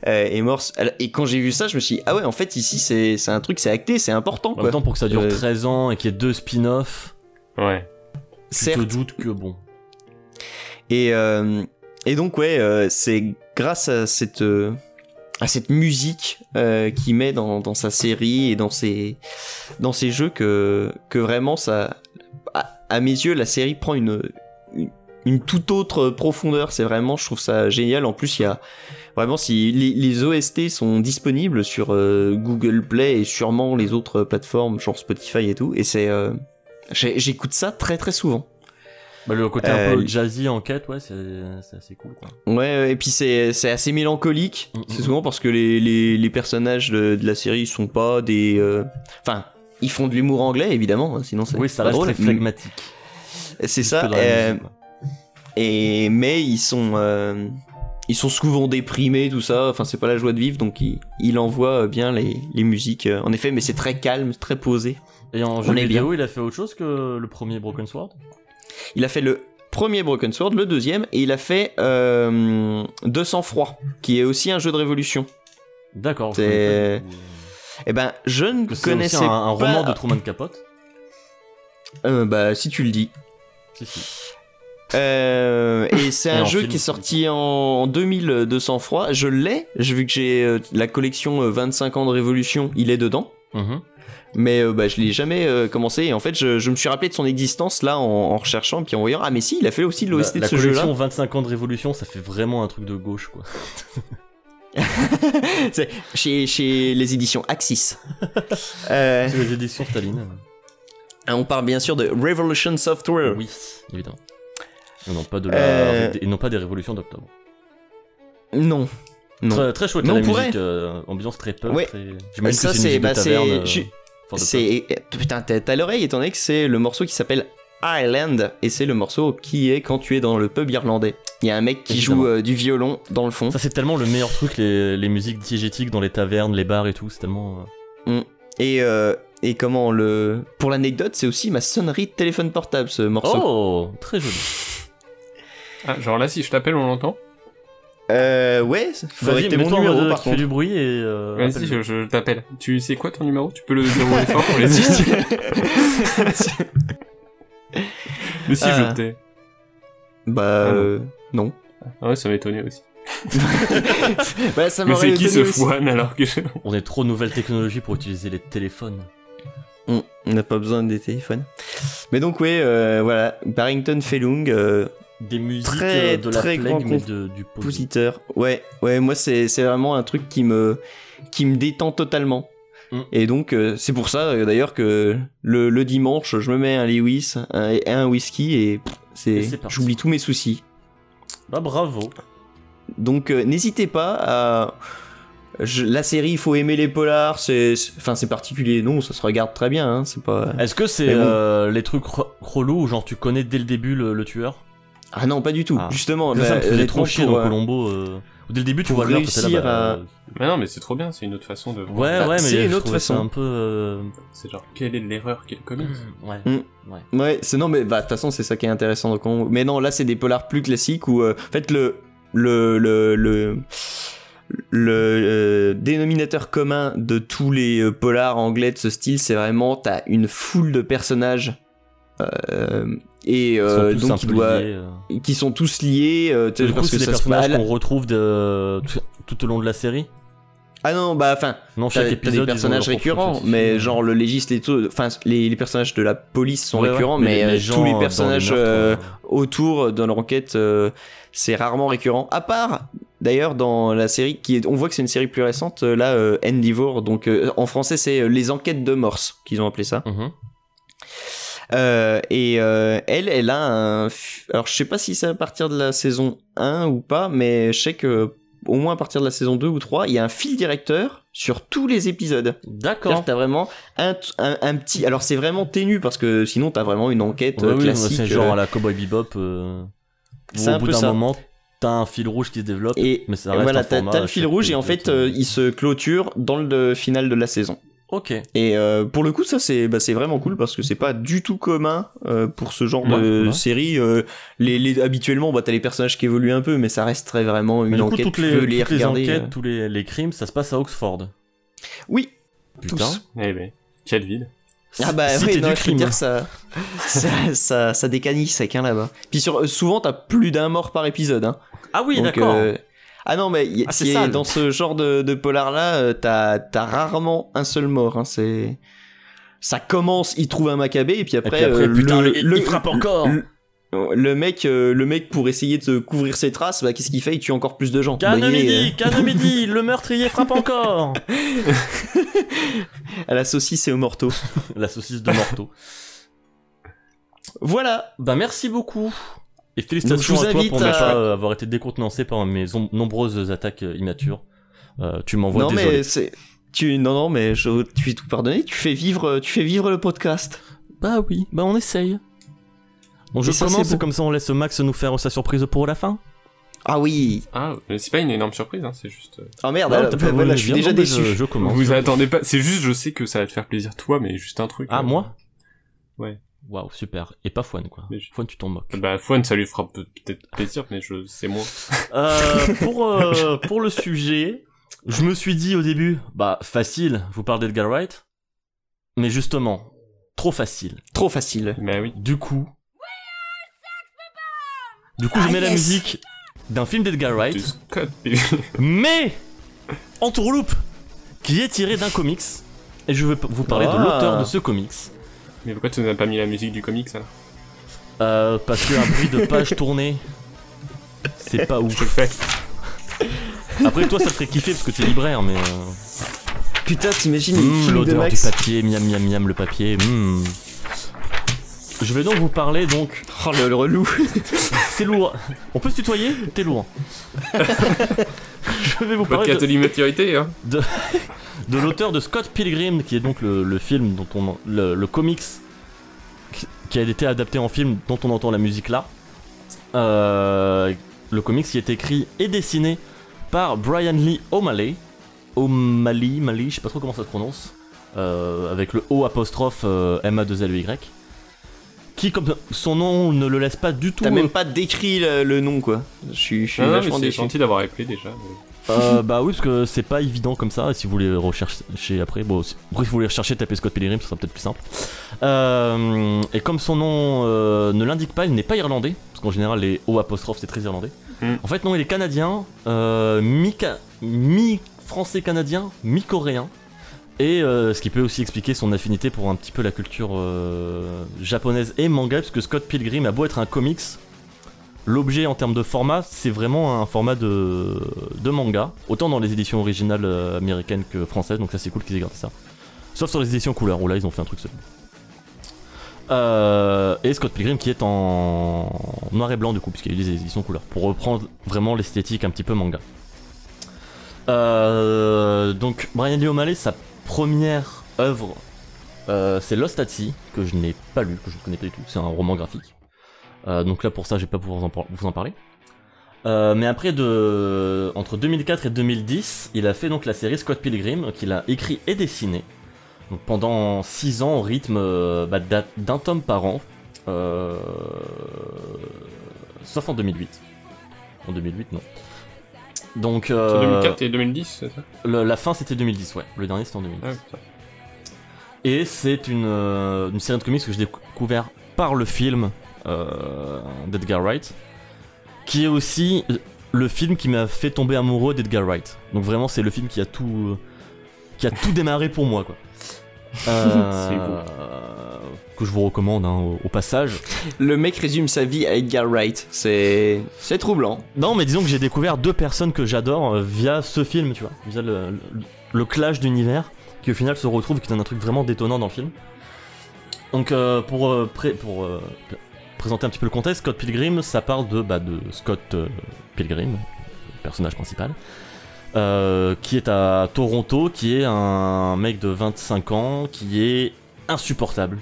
[SPEAKER 6] euh, et Morse. Et quand j'ai vu ça, je me suis dit, ah ouais, en fait, ici, c'est c'est un truc, c'est acté, c'est important,
[SPEAKER 3] En même
[SPEAKER 6] quoi.
[SPEAKER 3] temps, pour que ça dure
[SPEAKER 6] Euh.
[SPEAKER 3] 13 ans et qu'il y ait deux spin-offs,
[SPEAKER 4] Ouais.
[SPEAKER 3] tu te
[SPEAKER 6] Certes,
[SPEAKER 3] doutes que bon.
[SPEAKER 6] Et, euh, et donc, ouais, euh, c'est grâce à cette, euh, à cette musique euh, qu'il met dans, dans sa série et dans ses, dans ses jeux que, que vraiment, ça, à, à mes yeux, la série prend une, une, une toute autre profondeur. C'est vraiment, je trouve ça génial. En plus, il y a vraiment, si les, les OST sont disponibles sur euh, Google Play et sûrement les autres plateformes, genre Spotify et tout. Et c'est. euh, j'ai- J'écoute ça très très souvent.
[SPEAKER 3] Bah, le côté un
[SPEAKER 6] Euh,
[SPEAKER 3] peu jazzy enquête, ouais, c'est c'est assez cool quoi.
[SPEAKER 6] Ouais, Ouais, et puis c'est c'est assez mélancolique.
[SPEAKER 3] Mm,
[SPEAKER 6] C'est
[SPEAKER 3] mm.
[SPEAKER 6] souvent parce que les, les, les personnages de, de la série ils sont pas des. euh, Enfin, ils font de l'humour anglais évidemment, hein, sinon c'est
[SPEAKER 3] Oui, ça
[SPEAKER 6] pas
[SPEAKER 3] reste
[SPEAKER 6] drôle.
[SPEAKER 3] très flegmatique.
[SPEAKER 6] Mm, C'est
[SPEAKER 3] jusque
[SPEAKER 6] ça.
[SPEAKER 3] dans la
[SPEAKER 6] euh,
[SPEAKER 3] musique, quoi.
[SPEAKER 6] et mais ils sont euh, ils sont souvent déprimés tout ça. Enfin, c'est pas la joie de vivre, donc il, il envoie euh, bien les, les musiques. euh, En effet, mais c'est très calme, très posé.
[SPEAKER 3] Et en jeu
[SPEAKER 6] est
[SPEAKER 3] vidéo, il a fait autre chose que le premier Broken Sword
[SPEAKER 6] Il a fait le premier Broken Sword, le deuxième, et il a fait euh, 200 froid, qui est aussi un jeu de révolution.
[SPEAKER 3] D'accord. je
[SPEAKER 6] C'est-
[SPEAKER 3] connais pas du tout.
[SPEAKER 6] Eh ben, je ne
[SPEAKER 3] Que C'est aussi
[SPEAKER 6] connaissais
[SPEAKER 3] un, un
[SPEAKER 6] pas.
[SPEAKER 3] roman de Truman Capote.
[SPEAKER 6] Euh, bah, si tu le dis.
[SPEAKER 3] Si, si.
[SPEAKER 6] Euh, et c'est
[SPEAKER 3] Et
[SPEAKER 6] un
[SPEAKER 3] en
[SPEAKER 6] jeu
[SPEAKER 3] film,
[SPEAKER 6] qui est
[SPEAKER 3] c'est
[SPEAKER 6] sorti en 2200 froid. Je l'ai, je- vu que j'ai euh, la collection euh, 25 ans de Révolution, il est dedans.
[SPEAKER 3] Mhm.
[SPEAKER 6] Mais euh, bah, je l'ai jamais euh, commencé. Et en fait, je, je me suis rappelé de son existence là en, en recherchant, puis en voyant. Ah, mais si, il a fait aussi
[SPEAKER 3] La,
[SPEAKER 6] l'OST de
[SPEAKER 3] Bah, la
[SPEAKER 6] ce jeu-là.
[SPEAKER 3] collection 25 ans de Révolution, ça fait vraiment un truc de gauche quoi.
[SPEAKER 6] C'est chez, chez les éditions Axis. Euh,
[SPEAKER 3] C'est les éditions Staline.
[SPEAKER 6] on parle bien sûr de Revolution Software.
[SPEAKER 3] Oui, évidemment. Et non pas de la-
[SPEAKER 6] Euh.
[SPEAKER 3] et non pas des révolutions d'octobre.
[SPEAKER 6] Non. Non.
[SPEAKER 3] Très, très chouette
[SPEAKER 6] Mais
[SPEAKER 3] la
[SPEAKER 6] on pourrait.
[SPEAKER 3] musique, euh, ambiance très pop.
[SPEAKER 6] Ouais.
[SPEAKER 3] Très... J'imagine
[SPEAKER 6] Ça,
[SPEAKER 3] que
[SPEAKER 6] c'est-
[SPEAKER 3] c'est une musique
[SPEAKER 6] bah,
[SPEAKER 3] de taverne.
[SPEAKER 6] c'est-
[SPEAKER 3] euh,
[SPEAKER 6] je-
[SPEAKER 3] enfin, de pop.
[SPEAKER 6] C'est eh, putain, t'as t'as l'oreille étant donné que c'est le morceau qui s'appelle Island et c'est le morceau qui est quand tu es dans le pub irlandais. Il y a un mec qui
[SPEAKER 3] Évidemment.
[SPEAKER 6] joue euh, du violon dans le fond.
[SPEAKER 3] Ça c'est tellement le meilleur truc les, les musiques diégétiques dans les tavernes, les bars et tout, c'est tellement euh,
[SPEAKER 6] Et euh, et comment le pour l'anecdote, c'est aussi ma sonnerie de téléphone portable ce morceau.
[SPEAKER 3] Oh, très joli.
[SPEAKER 4] Ah, genre là, si je t'appelle, on l'entend
[SPEAKER 6] Euh, ouais, c'est- faut
[SPEAKER 3] Vas-y,
[SPEAKER 6] arrêter
[SPEAKER 3] mets-toi
[SPEAKER 6] mon
[SPEAKER 3] en
[SPEAKER 6] numéro
[SPEAKER 3] mode
[SPEAKER 6] par
[SPEAKER 3] qui fait
[SPEAKER 6] contre.
[SPEAKER 3] du bruit et euh,
[SPEAKER 4] Vas-y,
[SPEAKER 3] appelle-le.
[SPEAKER 4] je, je t'appelle. Tu sais quoi ton numéro Tu peux le dire au effort pour les autres Mais si,
[SPEAKER 6] Ah.
[SPEAKER 4] je t'ai.
[SPEAKER 6] bah
[SPEAKER 4] Ah non.
[SPEAKER 6] euh, non.
[SPEAKER 4] Ah ouais, ça m'étonnait aussi.
[SPEAKER 6] bah ça
[SPEAKER 4] Mais
[SPEAKER 6] m'aurait
[SPEAKER 4] c'est qui
[SPEAKER 6] étonné
[SPEAKER 4] ce
[SPEAKER 6] aussi.
[SPEAKER 4] Fouane alors que je...
[SPEAKER 3] On est trop nouvelle technologie pour utiliser les téléphones.
[SPEAKER 6] On on n'a pas besoin des téléphones. Mais donc ouais, euh, voilà, Barrington Fellung euh,
[SPEAKER 3] Des musiques
[SPEAKER 6] Très,
[SPEAKER 3] euh, de la
[SPEAKER 6] très grand
[SPEAKER 3] plague mais de, du positif.
[SPEAKER 6] compositeur. Ouais, ouais, moi c'est c'est vraiment un truc qui me qui me détend totalement.
[SPEAKER 3] Mm.
[SPEAKER 6] Et donc euh, c'est pour ça euh, d'ailleurs que le, le dimanche je me mets un Lewis, un, un whisky et pff,
[SPEAKER 3] Et
[SPEAKER 6] c'est
[SPEAKER 3] c'est parti.
[SPEAKER 6] j'oublie tous mes soucis.
[SPEAKER 3] Bah bravo.
[SPEAKER 6] Donc euh, n'hésitez pas à je- la série il faut aimer les polars, c'est c'est- enfin c'est particulier non ça se regarde très bien hein, c'est pas
[SPEAKER 3] Est-ce que c'est
[SPEAKER 6] Mais bon.
[SPEAKER 3] euh, les trucs re- relous où genre tu connais dès le début le, le tueur
[SPEAKER 6] ah non pas du tout
[SPEAKER 3] Ah.
[SPEAKER 6] justement
[SPEAKER 3] Ça,
[SPEAKER 6] bah,
[SPEAKER 3] ça me faisait
[SPEAKER 6] honnêtement,
[SPEAKER 3] trop chier
[SPEAKER 6] pour,
[SPEAKER 3] dans
[SPEAKER 6] euh,
[SPEAKER 3] Colombo. euh, où dès le début tu
[SPEAKER 6] pour
[SPEAKER 3] vois l'heure, t'étais là,
[SPEAKER 6] réussir
[SPEAKER 3] bah,
[SPEAKER 6] à-
[SPEAKER 3] euh,
[SPEAKER 4] Mais non, mais c'est trop bien, c'est une autre façon de... voir.
[SPEAKER 3] Ouais,
[SPEAKER 6] Bah,
[SPEAKER 3] ouais, mais
[SPEAKER 6] c'est une
[SPEAKER 3] je
[SPEAKER 6] autre
[SPEAKER 3] trouvais ça
[SPEAKER 6] façon.
[SPEAKER 3] un peu. euh,
[SPEAKER 4] C'est genre, quelle est l'erreur qu'il commet
[SPEAKER 3] Ouais.
[SPEAKER 6] Ouais, c'est non, mais bah, de toute façon, c'est ça qui est intéressant. Donc on- Mais non, là, c'est des polars plus classiques où, euh, en fait, le. le, le, le... Le euh, dénominateur commun de tous les euh, polars anglais de ce style, c'est vraiment t'as une foule de personnages euh, et
[SPEAKER 3] Ils sont
[SPEAKER 6] euh,
[SPEAKER 3] tous un
[SPEAKER 6] donc qui,
[SPEAKER 3] peu
[SPEAKER 6] doit-
[SPEAKER 3] liés, euh.
[SPEAKER 6] qui sont tous liés. euh, tu sais,
[SPEAKER 3] Du coup,
[SPEAKER 6] parce
[SPEAKER 3] c'est
[SPEAKER 6] que
[SPEAKER 3] des
[SPEAKER 6] ça se
[SPEAKER 3] personnages
[SPEAKER 6] passe-
[SPEAKER 3] qu'on retrouve de... tout, tout au long de la série.
[SPEAKER 6] Ah non, bah enfin,
[SPEAKER 3] Non,
[SPEAKER 6] T'as
[SPEAKER 3] chaque
[SPEAKER 6] t'as
[SPEAKER 3] épisode. ils ont
[SPEAKER 6] des personnages
[SPEAKER 3] leur propre
[SPEAKER 6] récurrents,
[SPEAKER 3] truc.
[SPEAKER 6] mais genre le légiste et tout, enfin les, les personnages de la police sont
[SPEAKER 3] Ouais, ouais,
[SPEAKER 6] récurrents, mais, euh,
[SPEAKER 3] gens
[SPEAKER 6] tous les
[SPEAKER 3] dans
[SPEAKER 6] personnages
[SPEAKER 3] meurtres,
[SPEAKER 6] euh,
[SPEAKER 3] euh,
[SPEAKER 6] autour dans l'enquête, euh, c'est rarement récurrent. À part, d'ailleurs, dans la série qui est, on voit que c'est une série plus récente, euh, là, euh, Endeavour, donc euh, en français, c'est euh, les enquêtes de Morse qu'ils ont appelé ça.
[SPEAKER 3] mhm.
[SPEAKER 6] Euh, et euh, elle, elle a un, f- alors je sais pas si c'est à partir de la saison 1 ou pas, mais je sais que au moins à partir de la saison 2 ou 3, il y a un fil directeur sur tous les épisodes. C'est-à-dire
[SPEAKER 3] D'accord.
[SPEAKER 6] que t'as vraiment un, t- un, un petit... Alors c'est vraiment ténu parce que sinon t'as vraiment une enquête
[SPEAKER 3] Ouais,
[SPEAKER 6] euh,
[SPEAKER 3] oui,
[SPEAKER 6] classique.
[SPEAKER 3] c'est genre
[SPEAKER 6] euh,
[SPEAKER 3] à la Cowboy Bebop. euh, où
[SPEAKER 6] C'est un
[SPEAKER 3] au bout
[SPEAKER 6] peu
[SPEAKER 3] d'un
[SPEAKER 6] ça.
[SPEAKER 3] moment, t'as un fil rouge qui se développe.
[SPEAKER 6] Et
[SPEAKER 3] mais ça
[SPEAKER 6] et
[SPEAKER 3] reste
[SPEAKER 6] voilà,
[SPEAKER 3] un
[SPEAKER 6] t'as
[SPEAKER 3] format
[SPEAKER 6] t'as le fil
[SPEAKER 3] chaque
[SPEAKER 6] rouge et en
[SPEAKER 3] épisode,
[SPEAKER 6] fait euh, il se clôture dans le de- final de la saison.
[SPEAKER 3] Ok.
[SPEAKER 6] Et euh, pour le coup, ça c'est bah, c'est vraiment cool parce que c'est pas du tout commun euh, pour ce genre de
[SPEAKER 3] Ouais.
[SPEAKER 6] série. euh, les, les- habituellement, bah t'as les personnages qui évoluent un peu, mais ça reste très vraiment une
[SPEAKER 3] Mais du coup,
[SPEAKER 6] enquête.
[SPEAKER 3] toutes
[SPEAKER 6] tu
[SPEAKER 3] les,
[SPEAKER 6] peux
[SPEAKER 3] toutes les
[SPEAKER 6] regarder,
[SPEAKER 3] enquêtes,
[SPEAKER 6] euh.
[SPEAKER 3] tous les, les crimes, ça se passe à Oxford.
[SPEAKER 6] Oui.
[SPEAKER 3] Putain.
[SPEAKER 6] Tous.
[SPEAKER 4] Eh ben, quelle ville.
[SPEAKER 6] Ah bah
[SPEAKER 3] Cité
[SPEAKER 6] oui,
[SPEAKER 3] du
[SPEAKER 6] non, je peux
[SPEAKER 3] crime.
[SPEAKER 6] dire ça, ça, ça, ça décanille sec hein, là-bas. Puis sur, euh, souvent t'as plus d'un mort par épisode. Hein.
[SPEAKER 3] Ah oui,
[SPEAKER 6] Donc,
[SPEAKER 3] d'accord.
[SPEAKER 6] euh, Ah non, mais y-
[SPEAKER 3] Ah,
[SPEAKER 6] si-
[SPEAKER 3] c'est sale.
[SPEAKER 6] dans ce genre de, de polar-là, euh, t'as t'as rarement un seul mort. Hein, c'est... Ça commence, il trouve un macabé, et puis
[SPEAKER 3] Et
[SPEAKER 6] après,
[SPEAKER 3] puis après,
[SPEAKER 6] euh,
[SPEAKER 3] putain,
[SPEAKER 6] le,
[SPEAKER 3] il-
[SPEAKER 6] le-
[SPEAKER 3] il frappe encore.
[SPEAKER 6] le- le mec, euh, le mec pour essayer de couvrir ses traces, bah, qu'est-ce qu'il fait Il tue encore plus de gens.
[SPEAKER 3] Canne
[SPEAKER 6] Bah, il est,
[SPEAKER 3] midi, canne midi, le meurtrier frappe encore.
[SPEAKER 6] euh, hein. à la saucisse et au morteau.
[SPEAKER 3] La saucisse de morteau.
[SPEAKER 6] Voilà.
[SPEAKER 3] Bah merci beaucoup. Et félicitations
[SPEAKER 6] Donc, je vous
[SPEAKER 3] à toi pour ne
[SPEAKER 6] invite à-
[SPEAKER 3] pas euh, avoir été décontenancé par mes om- nombreuses attaques euh, immatures. Euh, tu m'envoies
[SPEAKER 6] non
[SPEAKER 3] désolé.
[SPEAKER 6] mais c'est. Tu, non, non, mais je, tu es tout pardonné, tu fais vivre, tu fais vivre le podcast.
[SPEAKER 3] Bah oui, bah on essaye. Bon, je
[SPEAKER 6] Et ça,
[SPEAKER 3] commence
[SPEAKER 6] c'est beau.
[SPEAKER 3] comme ça on laisse Max nous faire sa surprise pour la fin.
[SPEAKER 6] Ah oui.
[SPEAKER 4] Ah, mais c'est pas une énorme surprise, hein, c'est juste. euh,
[SPEAKER 6] Ah merde,
[SPEAKER 3] Non,
[SPEAKER 6] alors,
[SPEAKER 3] t'as pas
[SPEAKER 6] bah,
[SPEAKER 3] voulu
[SPEAKER 6] voilà, je suis
[SPEAKER 3] bien,
[SPEAKER 6] déjà
[SPEAKER 3] non, mais je-
[SPEAKER 6] déçu.
[SPEAKER 3] Je, commence.
[SPEAKER 4] Vous attendez pas. C'est juste, je sais que ça va te faire plaisir toi, mais juste un truc.
[SPEAKER 3] Ah
[SPEAKER 4] euh,
[SPEAKER 3] moi
[SPEAKER 4] Ouais.
[SPEAKER 3] Waouh, super. Et pas Fouane quoi.
[SPEAKER 4] Mais je-
[SPEAKER 3] Fouane, tu t'en moques.
[SPEAKER 4] Bah, Fouane, ça lui fera peut- peut-être plaisir, mais je sais moins.
[SPEAKER 3] Euh, pour, euh, pour le sujet, je me suis dit au début, bah facile, vous parlez d'Edgar Wright. Mais justement, trop facile.
[SPEAKER 6] Trop facile.
[SPEAKER 4] Bah oui.
[SPEAKER 3] Du coup. Du coup, je mets la musique d'un film d'Edgar
[SPEAKER 4] De
[SPEAKER 3] Wright,
[SPEAKER 4] Scott.
[SPEAKER 3] mais en tourloupe, qui est tiré d'un comics. Et je veux p- vous parler de
[SPEAKER 6] Ah.
[SPEAKER 3] l'auteur de ce comics.
[SPEAKER 4] mais pourquoi tu n'as pas mis la musique du comics alors
[SPEAKER 3] Euh, parce qu'un bruit de page tournée, c'est pas
[SPEAKER 4] Je te
[SPEAKER 3] ouf.
[SPEAKER 4] le fais.
[SPEAKER 3] Après, toi, ça te ferait kiffer parce que t'es libraire, mais. euh,
[SPEAKER 6] Putain, t'imagines
[SPEAKER 3] Mm,
[SPEAKER 6] les films de
[SPEAKER 3] l'odeur du
[SPEAKER 6] Max
[SPEAKER 3] papier, miam miam miam le papier. mm. Je vais donc vous parler donc.
[SPEAKER 6] Oh le, le relou.
[SPEAKER 3] C'est lourd. On peut se tutoyer T'es lourd. Je vais vous parler
[SPEAKER 4] Podcast
[SPEAKER 3] de,
[SPEAKER 4] de l'immaturité, hein.
[SPEAKER 3] de l'auteur de Scott Pilgrim, qui est donc le, le film dont on en- le, le comics qui- qui a été adapté en film, dont on entend la musique là. Euh, le comics qui est écrit et dessiné par Brian Lee O'Malley. O'Malley, Malley, je sais pas trop comment ça se prononce. Euh, avec le O apostrophe euh, M A 2 L E Y. Qui comme son nom ne le laisse pas du tout
[SPEAKER 6] T'as même pas décrit le, le nom quoi. Je suis, je suis
[SPEAKER 4] Ah, non, mais
[SPEAKER 6] vachement
[SPEAKER 4] c'est
[SPEAKER 6] déçu.
[SPEAKER 4] gentil d'avoir appelé déjà. mais-
[SPEAKER 3] Euh, bah oui, parce que c'est pas évident comme ça. Et si vous voulez rechercher après, bon, si après, si vous voulez rechercher, tapez Scott Pilgrim, ce sera peut-être plus simple. Euh, et comme son nom euh, ne l'indique pas, il n'est pas irlandais, parce qu'en général, les O apostrophes, c'est très irlandais.
[SPEAKER 4] Mm.
[SPEAKER 3] En fait, non, il est canadien, euh, mi-ca- mi-français-canadien, mi-coréen. Et euh, ce qui peut aussi expliquer son affinité pour un petit peu la culture euh, japonaise et manga, parce que Scott Pilgrim a beau être un comics, l'objet en termes de format, c'est vraiment un format de, de manga, autant dans les éditions originales euh, américaines que françaises, donc ça c'est cool qu'ils aient gardé ça. Sauf sur les éditions couleur, où là ils ont fait un truc seul. Euh, et Scott Pilgrim qui est en noir et blanc du coup, puisqu'il y a eu des éditions couleur, pour reprendre vraiment l'esthétique un petit peu manga. Euh, donc Brian Lee O'Malley, sa première œuvre, euh, c'est Lost at Sea, que je n'ai pas lu, que je ne connais pas du tout, c'est un roman graphique. Euh, donc là pour ça je vais pas pouvoir vous en, par- vous en parler. Euh, mais après de entre 2004 et 2010, il a fait donc la série Scott Pilgrim qu'il a écrit et dessiné. Donc pendant 6 ans au rythme euh, bah, d'a- d'un tome par an, euh, sauf en 2008. En 2008 non. Donc
[SPEAKER 4] C'est
[SPEAKER 3] euh,
[SPEAKER 4] 2004 et 2010, c'est ça
[SPEAKER 3] le- la fin c'était 2010 ouais, le dernier c'était en 2010.
[SPEAKER 4] Ah, putain.
[SPEAKER 3] Et c'est une, euh, une série de comics que j'ai découvert par le film euh, d'Edgar Wright, qui est aussi euh, le film qui m'a fait tomber amoureux d'Edgar Wright. Donc vraiment, c'est le film qui a tout, euh, qui a tout démarré pour moi, quoi. Euh,
[SPEAKER 4] C'est beau.
[SPEAKER 3] que je vous recommande hein, au- au passage.
[SPEAKER 6] Le mec résume sa vie à Edgar Wright. C'est c'est troublant.
[SPEAKER 3] Non, mais disons que j'ai découvert deux personnes que j'adore euh, via ce film, tu vois, via le, le- le clash d'univers qui au final se retrouve, qui donne un truc vraiment détonnant dans le film. Donc euh, pour, euh, pré- pour euh, p- présenter un petit peu le contexte, Scott Pilgrim, ça parle de, bah, de Scott euh, Pilgrim, personnage principal, euh, qui est à Toronto, qui est un mec de 25 ans, qui est insupportable.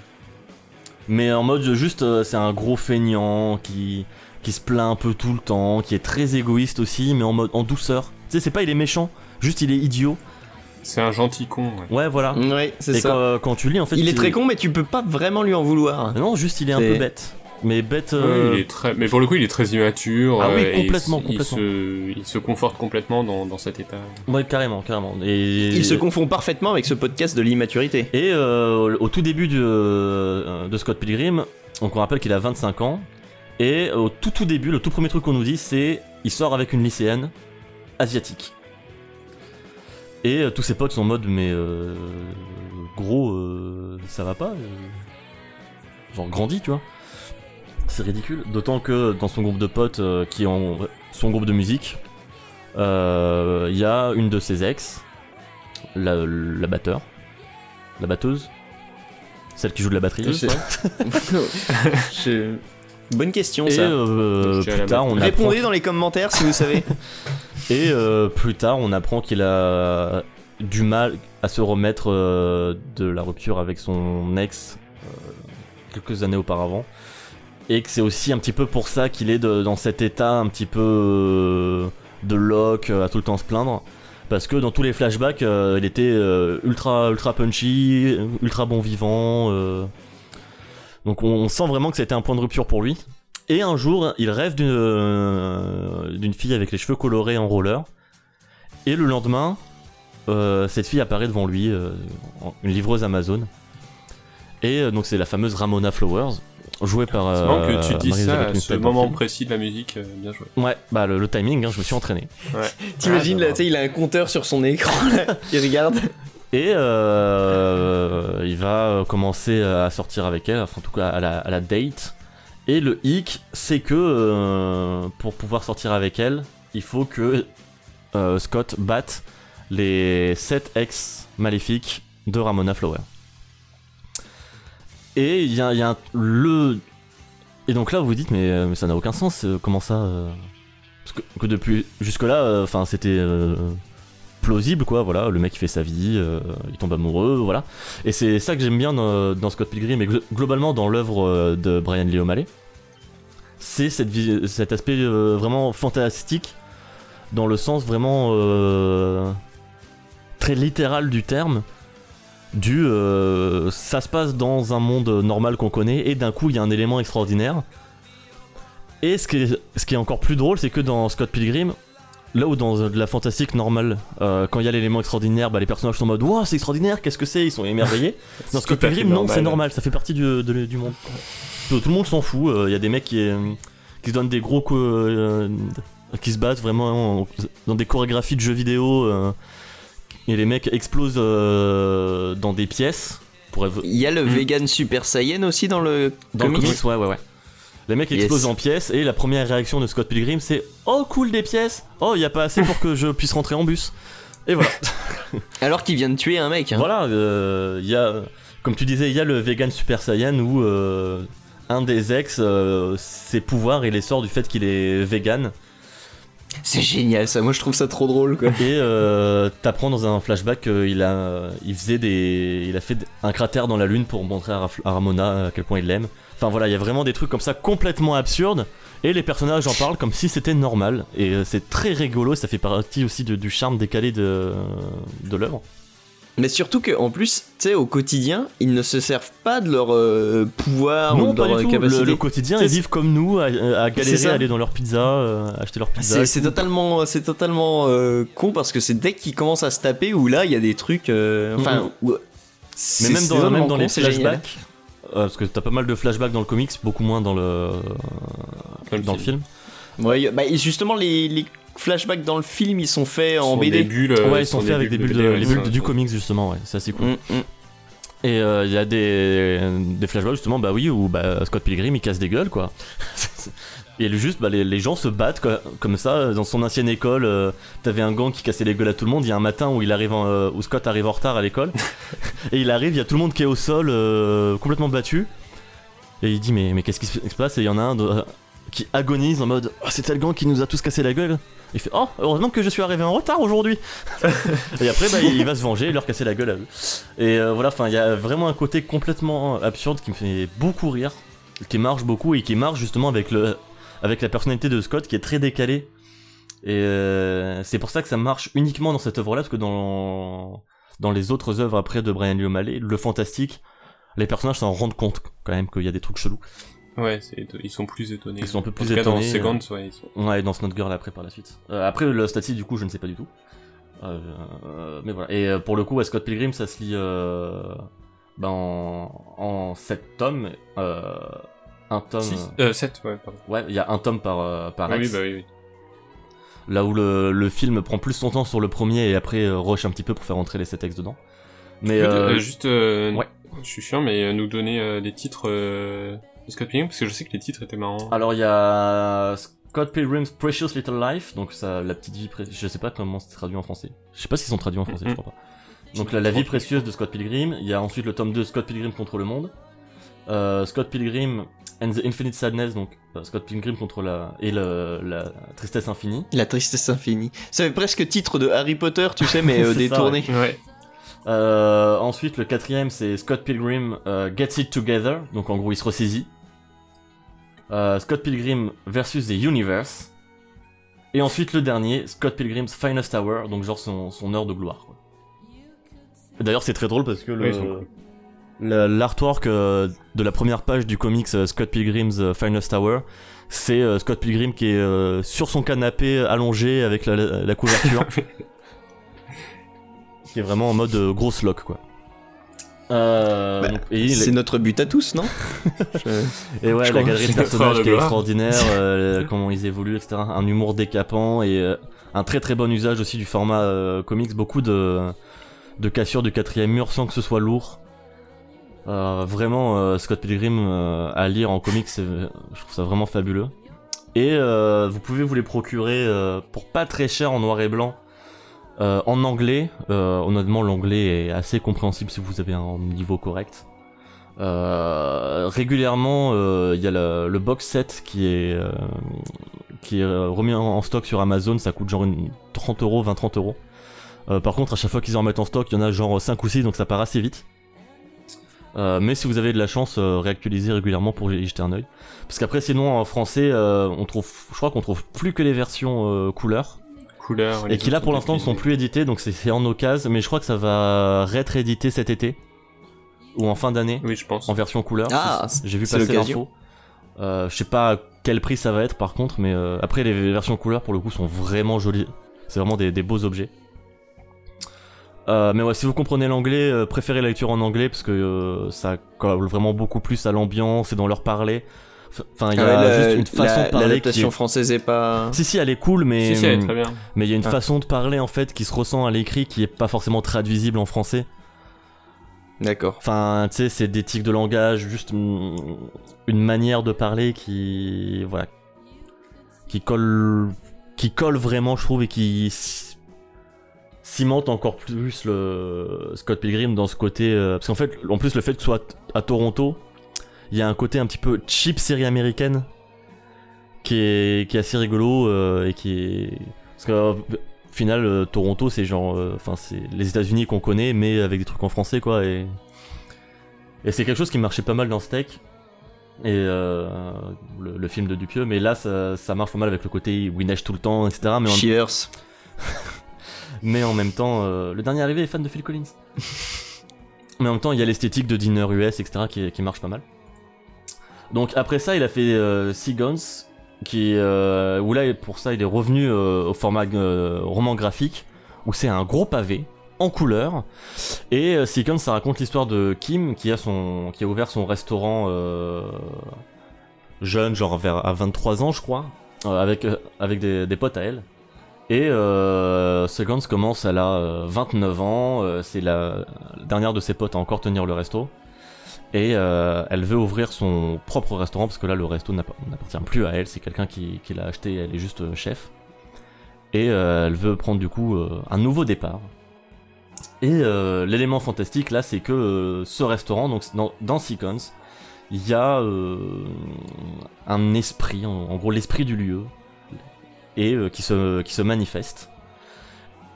[SPEAKER 3] Mais en mode juste, euh, c'est un gros feignant qui, qui se plaint un peu tout le temps, qui est très égoïste aussi, mais en mode en douceur. Tu sais, c'est pas il est méchant, juste il est idiot.
[SPEAKER 4] C'est un gentil con. ouais.
[SPEAKER 3] Ouais, voilà.
[SPEAKER 6] Ouais, Mm, c'est
[SPEAKER 3] Et
[SPEAKER 6] ça.
[SPEAKER 3] quand, quand tu lis, en fait,
[SPEAKER 6] il est très con, mais tu peux pas vraiment lui en vouloir.
[SPEAKER 3] Non, juste il est un
[SPEAKER 6] C'est-
[SPEAKER 3] peu bête. Mais bête.
[SPEAKER 4] Oui,
[SPEAKER 3] euh,
[SPEAKER 4] il est très... Mais pour le coup, il est très immature.
[SPEAKER 3] Ah oui,
[SPEAKER 4] euh, et il
[SPEAKER 3] complètement,
[SPEAKER 4] se-
[SPEAKER 3] complètement.
[SPEAKER 4] Il se... il se conforte complètement dans, dans cet état.
[SPEAKER 3] Ouais, carrément, carrément. Et,
[SPEAKER 6] Il se confond parfaitement avec ce podcast de l'immaturité.
[SPEAKER 3] Et euh, au tout début du, euh, de Scott Pilgrim, donc on rappelle qu'il a 25 ans. Et au tout tout début, le tout premier truc qu'on nous dit, c'est il sort avec une lycéenne asiatique. Et euh, tous ses potes sont en mode mais euh, gros, euh, ça va pas. euh, genre grandit, tu vois. C'est ridicule. D'autant que dans son groupe de potes, euh, qui est en- son groupe de musique, euh, il y a une de ses ex, la, la batteur, la batteuse, celle qui joue de la batterie.
[SPEAKER 6] Je sais. Je- Bonne question,
[SPEAKER 3] Et
[SPEAKER 6] ça.
[SPEAKER 3] euh,
[SPEAKER 4] Je suis à la
[SPEAKER 3] plus tard, on apprend. Ah,
[SPEAKER 6] Répondez dans les commentaires si vous savez.
[SPEAKER 3] Et euh, plus tard, on apprend qu'il a du mal à se remettre euh, de la rupture avec son ex euh, quelques années auparavant. Et que c'est aussi un petit peu pour ça qu'il est de- dans cet état un petit peu euh, de loc, euh, à tout le temps se plaindre. Parce que dans tous les flashbacks, euh, il était euh, ultra, ultra punchy, ultra bon vivant. euh. Donc on, on sent vraiment que c'était un point de rupture pour lui. Et un jour, il rêve d'une euh, d'une fille avec les cheveux colorés en roller. Et le lendemain, euh, cette fille apparaît devant lui, euh, en- une livreuse Amazon. Et euh, donc c'est la fameuse Ramona Flowers, jouée par.
[SPEAKER 4] C'est
[SPEAKER 3] euh,
[SPEAKER 4] marrant que tu dis ça
[SPEAKER 3] Marie-Elisabeth
[SPEAKER 4] à ce
[SPEAKER 3] Winstead dans le
[SPEAKER 4] moment
[SPEAKER 3] film.
[SPEAKER 4] précis de la musique. euh, bien joué.
[SPEAKER 3] Ouais, bah le, le timing, hein, je me suis entraîné.
[SPEAKER 6] T'imagines,
[SPEAKER 3] Ah,
[SPEAKER 6] là,
[SPEAKER 3] bah.
[SPEAKER 6] tu sais, il a un compteur sur son écran, là. il regarde.
[SPEAKER 3] Et euh, il va euh, commencer à sortir avec elle, enfin, en tout cas à la, à la date. Et le hic, c'est que euh, pour pouvoir sortir avec elle, il faut que euh, Scott batte les 7 ex maléfiques de Ramona Flower. Et il y a, il y a un- le. Et donc là, vous vous dites, mais, euh, mais ça n'a aucun sens, euh, comment ça euh, Parce que, que depuis. Jusque-là, enfin, c'était. euh, plausible quoi voilà le mec il fait sa vie euh, il tombe amoureux voilà et c'est ça que j'aime bien euh, dans, dans Scott Pilgrim et glo- globalement dans l'œuvre euh, de Brian Lee O'Malley c'est cette vi- cet aspect euh, vraiment fantastique dans le sens vraiment euh, très littéral du terme du euh, ça se passe dans un monde normal qu'on connaît et d'un coup il y a un élément extraordinaire et ce qui est, ce qui est encore plus drôle c'est que dans Scott Pilgrim Là où dans euh, de la fantastique normale, euh, quand il y a l'élément extraordinaire, bah, les personnages sont en mode Waouh, c'est extraordinaire, qu'est-ce que c'est Ils sont émerveillés. dans
[SPEAKER 4] C'est tout
[SPEAKER 3] Scott
[SPEAKER 4] à fait
[SPEAKER 3] Pilgrim, non, c'est normal, ça fait partie du, de- du monde. Tout, tout le monde s'en fout, euh, il y a des mecs qui, euh, qui se donnent des gros coups. euh, qui se battent vraiment en- dans des chorégraphies de jeux vidéo. euh, et les mecs explosent euh, dans des pièces. Pour évo-
[SPEAKER 6] Il y a le vegan Super Saiyan aussi dans le
[SPEAKER 3] Hmm. dans le
[SPEAKER 6] comics.
[SPEAKER 3] comics, ouais, ouais, ouais. Les mecs
[SPEAKER 6] Yes.
[SPEAKER 3] explosent en pièces et la première réaction de Scott Pilgrim c'est Oh cool des pièces Oh y a pas assez pour que je puisse rentrer en bus Et voilà
[SPEAKER 6] Alors qu'il vient de tuer un mec. hein.
[SPEAKER 3] Voilà, euh, il y a, comme tu disais, il y a le vegan Super Saiyan où euh, un des ex, euh, ses pouvoirs, il les sort du fait qu'il est vegan.
[SPEAKER 6] C'est génial ça, moi je trouve ça trop drôle quoi.
[SPEAKER 3] Et euh, t'apprends dans un flashback qu'il a, il faisait des, il a fait un cratère dans la lune pour montrer à, Raf- à Ramona à quel point il l'aime. Enfin voilà, il y a vraiment des trucs comme ça complètement absurdes. Et les personnages en parlent comme si c'était normal. Et euh, c'est très rigolo, ça fait partie aussi de- du charme décalé de, de l'œuvre.
[SPEAKER 6] Mais surtout qu'en plus, tu sais, au quotidien, ils ne se servent pas de leur euh, pouvoir ou
[SPEAKER 3] Non,
[SPEAKER 6] de
[SPEAKER 3] pas
[SPEAKER 6] leur
[SPEAKER 3] du tout. Le,
[SPEAKER 6] capacité.
[SPEAKER 3] le quotidien,
[SPEAKER 6] C'est-
[SPEAKER 3] ils vivent comme nous, à, à
[SPEAKER 6] C'est
[SPEAKER 3] galérer,
[SPEAKER 6] ça. Ah,
[SPEAKER 3] à aller dans leur pizza, euh, acheter leur pizza.
[SPEAKER 6] C'est c'est totalement, c'est totalement euh, con parce que c'est dès qu'ils commencent à se taper où là il y a des trucs. euh, enfin,
[SPEAKER 3] Mhm.
[SPEAKER 6] où-
[SPEAKER 3] Mais
[SPEAKER 6] c'est-
[SPEAKER 3] même
[SPEAKER 6] c'est
[SPEAKER 3] dans,
[SPEAKER 6] totalement
[SPEAKER 3] même dans
[SPEAKER 6] con,
[SPEAKER 3] les
[SPEAKER 6] c'est génial.
[SPEAKER 3] flashbacks, euh, parce que t'as pas mal de flashbacks dans le comics, beaucoup moins dans le, dans le film.
[SPEAKER 6] Ouais, y a- bah, et justement, les, les flashbacks dans le film ils sont faits en
[SPEAKER 4] Sont
[SPEAKER 6] BD.
[SPEAKER 4] Des bulles, euh,
[SPEAKER 3] ouais, ils sont
[SPEAKER 4] sont
[SPEAKER 3] faits avec des bulles, de-
[SPEAKER 4] BD, ouais,
[SPEAKER 3] les
[SPEAKER 4] ça,
[SPEAKER 3] bulles du
[SPEAKER 4] ça.
[SPEAKER 3] comics justement, ouais, c'est assez cool.
[SPEAKER 6] Mhm, mhm.
[SPEAKER 3] Et euh, il y a des, des flashbacks justement, bah oui, où bah, Scott Pilgrim il casse des gueules quoi. Et lui, juste, bah, les, les gens se battent quoi, comme ça. Dans son ancienne école, euh, t'avais un gang qui cassait les gueules à tout le monde. Il y a un matin où, il arrive en, euh, où Scott arrive en retard à l'école. et il arrive, il y a tout le monde qui est au sol, euh, complètement battu. Et il dit Mais, mais qu'est-ce qui se se passe Et il y en a un de- qui agonise en mode Ah, c'est Talgan qui nous a tous cassé la gueule. Il fait Oh, heureusement que je suis arrivé en retard aujourd'hui. et après, bah, il va se venger et leur casser la gueule à eux. Et euh, voilà, enfin, il y a vraiment un côté complètement absurde qui me fait beaucoup rire, qui marche beaucoup et qui marche justement avec, le, avec la personnalité de Scott qui est très décalée. Et euh, c'est pour ça que ça marche uniquement dans cette œuvre-là, parce que dans, dans les autres œuvres après de Brian Lee O'Malley, le fantastique, les personnages s'en rendent compte quand même qu'il y a des trucs chelous.
[SPEAKER 4] Ouais, c'est éton- ils sont plus étonnés.
[SPEAKER 3] Ils sont un peu
[SPEAKER 4] En
[SPEAKER 3] plus
[SPEAKER 4] tout cas, dans
[SPEAKER 3] étonnés, euh,
[SPEAKER 4] Seconds, ouais, ils sont-
[SPEAKER 3] Ouais, dans Snot Girl après par la suite. Euh, après le Stacy du coup je ne sais pas du tout. Euh, euh, mais voilà. Et euh, pour le coup à Scott Pilgrim ça se lit euh, ben, en, en 7 tomes. euh, un tome.
[SPEAKER 4] Six- euh, 7, ouais, pardon.
[SPEAKER 3] Ouais, il y a un tome par, euh, par
[SPEAKER 4] Ah oui,
[SPEAKER 3] axe.
[SPEAKER 4] bah oui, oui.
[SPEAKER 3] Là où le, le film prend plus son temps sur le premier et après euh, rush un petit peu pour faire entrer les 7 textes dedans. Mais
[SPEAKER 4] Oui,
[SPEAKER 3] euh,
[SPEAKER 4] euh, juste, euh,
[SPEAKER 3] ouais.
[SPEAKER 4] je suis chiant, mais euh, nous donner euh, les titres euh, de Scott Pilgrim, parce que je sais que les titres étaient marrants.
[SPEAKER 3] Alors il y a Scott Pilgrim's Precious Little Life, donc ça, la petite vie précieuse. Je sais pas comment c'est traduit en français. Je sais pas s'ils sont traduits en français, je
[SPEAKER 4] Mhm.
[SPEAKER 3] crois pas. Donc la, la vie précieuse de Scott Pilgrim. Il y a ensuite le tome 2 Scott Pilgrim contre le monde. Euh, Scott Pilgrim and the Infinite Sadness, donc euh, Scott Pilgrim contre la et le- la tristesse infinie.
[SPEAKER 6] La tristesse infinie. Ça fait presque titre de Harry Potter, tu sais, mais euh,
[SPEAKER 3] C'est ça,
[SPEAKER 6] détourné.
[SPEAKER 4] Ouais.
[SPEAKER 3] Euh, ensuite le quatrième c'est Scott Pilgrim euh, Gets It Together, donc en gros il se ressaisit. Euh, Scott Pilgrim versus the Universe. Et ensuite le dernier, Scott Pilgrim's Finest Hour, donc genre son, son heure de gloire. quoi. D'ailleurs c'est très drôle parce que
[SPEAKER 4] Oui, ils sont
[SPEAKER 3] le
[SPEAKER 4] cool.
[SPEAKER 3] le- l'artwork euh, de la première page du comics euh, Scott Pilgrim's euh, Finest Hour, c'est euh, Scott Pilgrim qui est euh, sur son canapé allongé avec la, la- la couverture. qui est vraiment en mode euh, grosse loque quoi. Euh,
[SPEAKER 6] Bah,
[SPEAKER 3] donc, et, il-
[SPEAKER 6] C'est notre but à tous, non
[SPEAKER 3] et ouais,
[SPEAKER 6] je
[SPEAKER 3] la
[SPEAKER 6] crois.
[SPEAKER 3] galerie de
[SPEAKER 4] C'est notre heure
[SPEAKER 3] personnages
[SPEAKER 4] de
[SPEAKER 3] qui est
[SPEAKER 4] gloire.
[SPEAKER 3] extraordinaire, euh, comment ils évoluent, etc. Un humour décapant et euh, un très très bon usage aussi du format euh, comics. Beaucoup de, de cassures du quatrième mur sans que ce soit lourd. Euh, vraiment, euh, Scott Pilgrim euh, à lire en comics, c'est- je trouve ça vraiment fabuleux. Et euh, vous pouvez vous les procurer euh, pour pas très cher en noir et blanc. Euh, en anglais, euh, honnêtement, l'anglais est assez compréhensible si vous avez un niveau correct. Euh, régulièrement, euh, il y a le, le box set qui est, euh, qui est euh, remis en, en stock sur Amazon. Ça coûte genre une 30 euros, 20, 30 euros. Euh, par contre, à chaque fois qu'ils en remettent en stock, il y en a genre 5 ou 6, donc ça part assez vite. Euh, mais si vous avez de la chance, euh, réactualisez régulièrement pour y jeter un œil. Parce qu'après, sinon, en français, euh, on trouve, je crois qu'on trouve plus que les versions euh, couleurs.
[SPEAKER 4] Couleur.
[SPEAKER 3] Et qui là pour l'instant ne sont plus édités, donc c'est- c'est en occasion, mais je crois que ça va être édité cet été. Ou en fin d'année,
[SPEAKER 4] Oui, je pense.
[SPEAKER 3] en version couleur.
[SPEAKER 6] Ah,
[SPEAKER 3] C'est- j'ai vu
[SPEAKER 6] c'est
[SPEAKER 3] passer
[SPEAKER 6] l'occasion.
[SPEAKER 3] l'info. Euh, je sais pas à quel prix ça va être par contre, mais euh, après les versions couleur pour le coup sont vraiment jolies. C'est vraiment des, des beaux objets. Euh, mais ouais, si vous comprenez l'anglais, euh, préférez la lecture en anglais parce que euh, ça colle vraiment beaucoup plus à l'ambiance et dans leur parler. Enfin, il y a
[SPEAKER 6] Ah ouais, la-
[SPEAKER 3] juste une façon
[SPEAKER 6] la-
[SPEAKER 3] de parler qui
[SPEAKER 6] L'adaptation
[SPEAKER 3] est-
[SPEAKER 6] française est pas.
[SPEAKER 3] Si si, elle est cool, mais hum,
[SPEAKER 4] Si, si, elle est très bien.
[SPEAKER 3] mais il y a une
[SPEAKER 6] Ah.
[SPEAKER 3] façon de parler en fait qui se ressent à l'écrit qui est pas forcément traduisible en français.
[SPEAKER 6] D'accord.
[SPEAKER 3] Enfin, tu sais, c'est des tics de langage, juste mm, une manière de parler qui. Voilà. Qui colle. Qui colle vraiment, je trouve, et qui. c- cimente encore plus le Scott Pilgrim dans ce côté. euh, parce qu'en fait, en plus, le fait que ce soit à Toronto, il y a un côté un petit peu cheap série américaine qui est, qui est assez rigolo euh, et qui est. Parce que. euh, au final, euh, Toronto, c'est genre, euh, enfin, c'est les États-Unis qu'on connaît, mais avec des trucs en français, quoi. Et et c'est quelque chose qui marchait pas mal dans Steak et euh, le, le film de Dupieux, mais là ça, ça marche pas mal avec le côté il neige tout le temps, etc. Mais en,
[SPEAKER 6] Cheers.
[SPEAKER 3] mais en même temps, euh, le dernier arrivé est fan de Phil Collins. mais en même temps, il y a l'esthétique de Dinner US, etc. qui, qui marche pas mal. Donc après ça, il a fait euh, Sea Guns, qui euh, où là pour ça il est revenu euh, au format euh, roman graphique, où c'est un gros pavé en couleur. Et euh, Sea Guns, ça raconte l'histoire de Kim qui a son qui a ouvert son restaurant euh, jeune, genre vers à 23 ans je crois, euh, avec euh, avec des, des potes à elle. Et euh, Seconds commence, elle a euh, 29 ans, euh, c'est la dernière de ses potes à encore tenir le resto. Et euh, elle veut ouvrir son propre restaurant parce que là le resto n'app- n'appartient plus à elle, c'est quelqu'un qui, qui l'a acheté, elle est juste euh, chef. Et euh, elle veut prendre du coup euh, un nouveau départ. Et euh, l'élément fantastique là c'est que euh, ce restaurant, donc dans, dans Seconds, il y a euh, un esprit, en, en gros l'esprit du lieu, et euh, qui, se, qui se manifeste.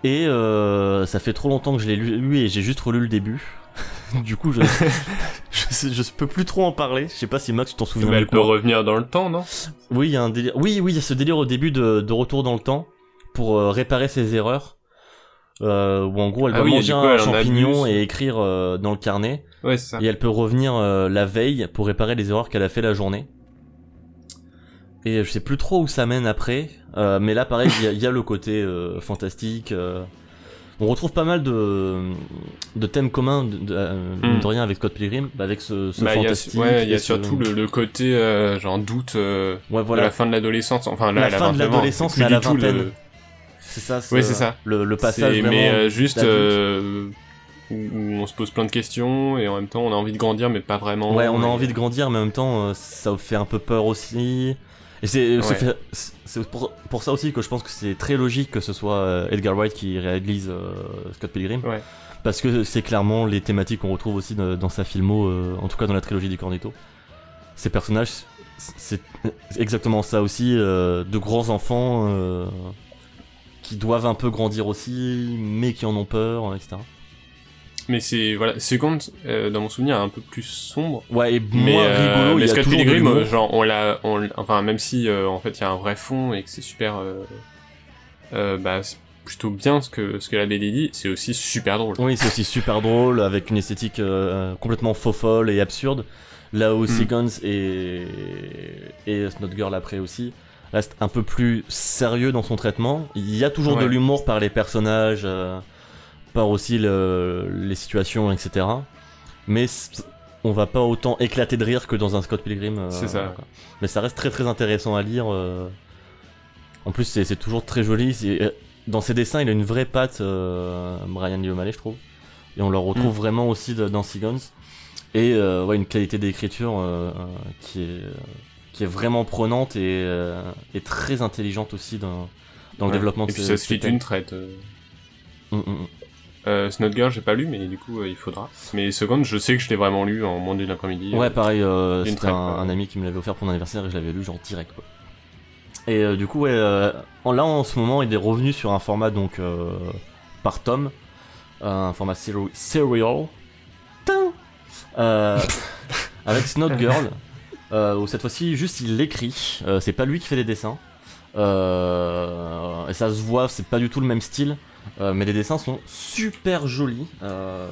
[SPEAKER 3] Et euh, ça fait trop longtemps que je l'ai lu, lu et j'ai juste relu le début. du coup, je, je, sais- je peux plus trop en parler. Je sais pas si Max, tu t'en souviens. hein.
[SPEAKER 4] Mais elle peut
[SPEAKER 3] beaucoup.
[SPEAKER 4] revenir dans le temps, non
[SPEAKER 3] Oui, il y a un délire. Oui, oui, il y a ce délire au début de, de retour dans le temps pour euh, réparer ses erreurs. Euh, où en gros, elle
[SPEAKER 4] Ah
[SPEAKER 3] va
[SPEAKER 4] oui,
[SPEAKER 3] manger
[SPEAKER 4] du coup,
[SPEAKER 3] un
[SPEAKER 4] elle en
[SPEAKER 3] champignon
[SPEAKER 4] abuse.
[SPEAKER 3] et écrire euh, dans le carnet.
[SPEAKER 4] Ouais, c'est ça.
[SPEAKER 3] Et elle peut revenir euh, la veille pour réparer les erreurs qu'elle a fait la journée. Et je sais plus trop où ça mène après, euh, mais là pareil, il y a- il y, a le côté euh, fantastique. euh, on retrouve pas mal de, de thèmes communs, de, de- euh, mine de rien, avec Scott Pilgrim, bah, avec ce, ce
[SPEAKER 4] Hmm. Bah, il y a,
[SPEAKER 3] fantastique.
[SPEAKER 4] su- ouais, il y a
[SPEAKER 3] et ce-
[SPEAKER 4] surtout le, le côté, euh, genre, doute euh,
[SPEAKER 3] Ouais,
[SPEAKER 4] de la
[SPEAKER 3] voilà,
[SPEAKER 4] fin de l'adolescence. Enfin, là,
[SPEAKER 3] La
[SPEAKER 4] elle a
[SPEAKER 3] fin de
[SPEAKER 4] 20 ans,
[SPEAKER 3] l'adolescence,
[SPEAKER 4] c'est
[SPEAKER 3] mais
[SPEAKER 4] plus
[SPEAKER 3] à
[SPEAKER 4] du
[SPEAKER 3] la
[SPEAKER 4] tout le-
[SPEAKER 3] vingtaine. c'est ça. ce-
[SPEAKER 4] Oui, c'est ça.
[SPEAKER 3] Le, le
[SPEAKER 4] C'est-
[SPEAKER 3] passage vraiment.
[SPEAKER 4] mais euh, juste
[SPEAKER 3] d'adulte.
[SPEAKER 4] euh, où, où on se pose plein de questions et en même temps on a envie de grandir mais pas vraiment.
[SPEAKER 3] Ouais, on a
[SPEAKER 4] Et-
[SPEAKER 3] envie de grandir, mais en même temps, euh, ça fait un peu peur aussi. Et c'est c'est
[SPEAKER 4] Ouais.
[SPEAKER 3] fait- c'est pour, pour ça aussi que je pense que c'est très logique que ce soit euh, Edgar Wright qui réalise euh, Scott Pilgrim.
[SPEAKER 4] Ouais.
[SPEAKER 3] Parce que c'est clairement les thématiques qu'on retrouve aussi dans, dans sa filmo, euh, en tout cas dans la trilogie du Cornetto. Ces personnages, c'est c'est exactement ça aussi, euh, de grands enfants euh, qui doivent un peu grandir aussi, mais qui en ont peur, etc.
[SPEAKER 4] Mais c'est voilà, Second euh, dans mon souvenir est un peu plus sombre.
[SPEAKER 3] Ouais, et
[SPEAKER 4] Mais,
[SPEAKER 3] moins
[SPEAKER 4] euh,
[SPEAKER 3] rigolo, il
[SPEAKER 4] mais
[SPEAKER 3] y a
[SPEAKER 4] Scott
[SPEAKER 3] toujours de
[SPEAKER 4] Pilgrim,
[SPEAKER 3] l'humour.
[SPEAKER 4] euh, genre on l'a, on l'- enfin même si euh, en fait il y a un vrai fond et que c'est super, euh, euh, bah c'est plutôt bien ce que ce que la Lady dit, c'est aussi super drôle.
[SPEAKER 3] Oui, c'est aussi super drôle, avec une esthétique euh, complètement faux-folle et absurde. Là où
[SPEAKER 4] Mm.
[SPEAKER 3] Seconds et, et Snot Girl après aussi reste un peu plus sérieux dans son traitement. Il y a toujours de
[SPEAKER 4] Ouais.
[SPEAKER 3] l'humour par les personnages, euh, par aussi le- les situations, etc. Mais c- on va pas autant éclater de rire que dans un Scott Pilgrim. euh,
[SPEAKER 4] C'est ça.
[SPEAKER 3] quoi. Mais ça reste très très intéressant à lire. euh. En plus, c'est c'est toujours très joli. c'est- euh, Dans ses dessins, il a une vraie patte, euh, Brian Lee O'Malley, je trouve. Et on le retrouve
[SPEAKER 4] Mm.
[SPEAKER 3] vraiment aussi de- dans Seagons. Et euh, ouais, une qualité d'écriture euh, euh, qui, est, euh, qui est vraiment prenante et, euh, et très intelligente aussi dans, dans le
[SPEAKER 4] Ouais.
[SPEAKER 3] développement
[SPEAKER 4] Et
[SPEAKER 3] de
[SPEAKER 4] puis
[SPEAKER 3] ces-
[SPEAKER 4] ça se
[SPEAKER 3] ces
[SPEAKER 4] fait
[SPEAKER 3] thèmes.
[SPEAKER 4] d'une traite. euh.
[SPEAKER 3] Mm, mm, mm.
[SPEAKER 4] Euh, Snot Girl, j'ai pas lu, mais du coup, euh, il faudra. Mais Second, je sais que je l'ai vraiment lu en moins d'une après-midi.
[SPEAKER 3] Ouais,
[SPEAKER 4] Euh,
[SPEAKER 3] pareil, euh,
[SPEAKER 4] d'une
[SPEAKER 3] c'était un,
[SPEAKER 4] traite, ouais.
[SPEAKER 3] un ami qui me l'avait offert pour mon anniversaire et je l'avais lu genre direct. Quoi. Et euh, du coup, ouais, euh, en- là en ce moment, il est revenu sur un format donc euh, par tome, un format séri- serial, Tin Euh, avec Snot Girl, euh, où cette fois-ci, juste il l'écrit, euh, c'est pas lui qui fait les dessins. Euh, et ça se voit, c'est pas du tout le même style, euh, mais les dessins sont super jolis. euh,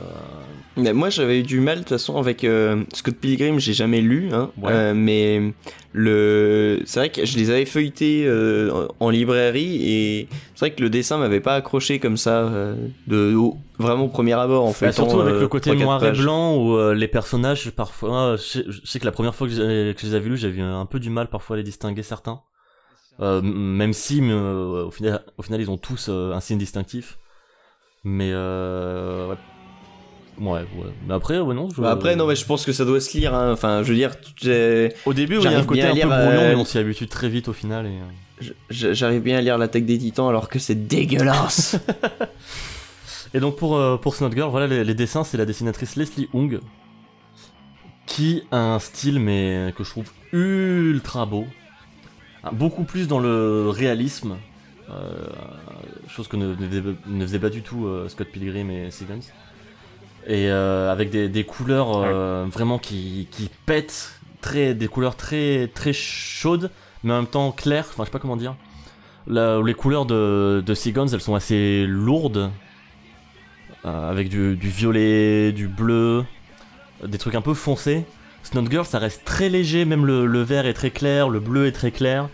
[SPEAKER 6] Mais moi j'avais eu du mal de toute façon avec euh, Scott Pilgrim, j'ai jamais lu, hein,
[SPEAKER 3] Ouais.
[SPEAKER 6] euh, mais le c'est vrai que je les avais feuilletés euh, en en librairie et c'est vrai que le dessin m'avait pas accroché comme ça euh, de au- vraiment au premier abord en euh, fait.
[SPEAKER 3] Bah, surtout avec le côté noir et blanc où euh, les personnages parfois euh, je, sais, je sais que la première fois que, j'ai- euh, que je les avais lus j'avais eu un peu du mal parfois à les distinguer certains Euh, m- même si mais, euh, au final au final ils ont tous euh, un signe distinctif mais euh, ouais. Ouais, ouais. Mais Bah, après, ouais, non. je-
[SPEAKER 6] après non mais je pense que ça doit se lire, hein. enfin je veux dire tout est-
[SPEAKER 3] au début, ouais, il y a un
[SPEAKER 6] j'arrive
[SPEAKER 3] côté
[SPEAKER 6] bien à
[SPEAKER 3] un
[SPEAKER 6] lire,
[SPEAKER 3] peu brouillon,
[SPEAKER 6] euh,
[SPEAKER 3] mais on s'y habitue très vite au final. Et... euh,
[SPEAKER 6] je- je- j'arrive bien à lire l'attaque des titans alors que c'est dégueulasse.
[SPEAKER 3] Et donc pour, euh, pour Snot Girl, voilà les, les dessins, c'est la dessinatrice Leslie Hung qui a un style mais que je trouve ultra beau, Ah, beaucoup plus dans le réalisme, euh, chose que ne, ne faisait, ne faisait pas du tout euh, Scott Pilgrim et Siggins. Et euh, avec des, des couleurs euh, vraiment qui, qui pètent, très, des couleurs très, très chaudes, mais en même temps claires, enfin je sais pas comment dire. Là, les couleurs de, de Seagulls, elles sont assez lourdes, euh, avec du, du violet, du bleu, euh, des trucs un peu foncés. Snot Girl, ça reste très léger, même le, le vert est très clair, le bleu est très clair.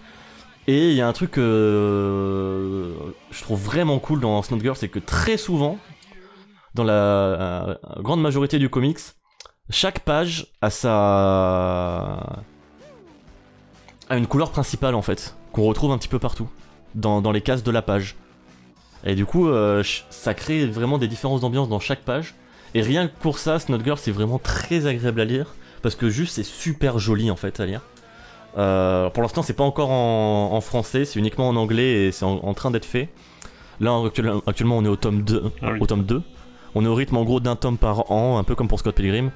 [SPEAKER 3] Et il y a un truc que euh, je trouve vraiment cool dans Snot Girl, c'est que très souvent, dans la euh, grande majorité du comics, chaque page a sa. a une couleur principale en fait, qu'on retrouve un petit peu partout, dans, dans les cases de la page. Et du coup, euh, ch- ça crée vraiment des différences d'ambiance dans chaque page. Et rien que pour ça, Snot Girl, c'est vraiment très agréable à lire. Parce que juste, c'est super joli en fait à lire. Euh, pour l'instant, c'est pas encore en, en français, c'est uniquement en anglais et c'est en, en train d'être fait. Là, en- actuellement, actuellement, on est au tome 2.
[SPEAKER 4] Ah oui.
[SPEAKER 3] Au tome 2. On est au rythme en gros d'un tome par an, un peu comme pour Scott Pilgrim.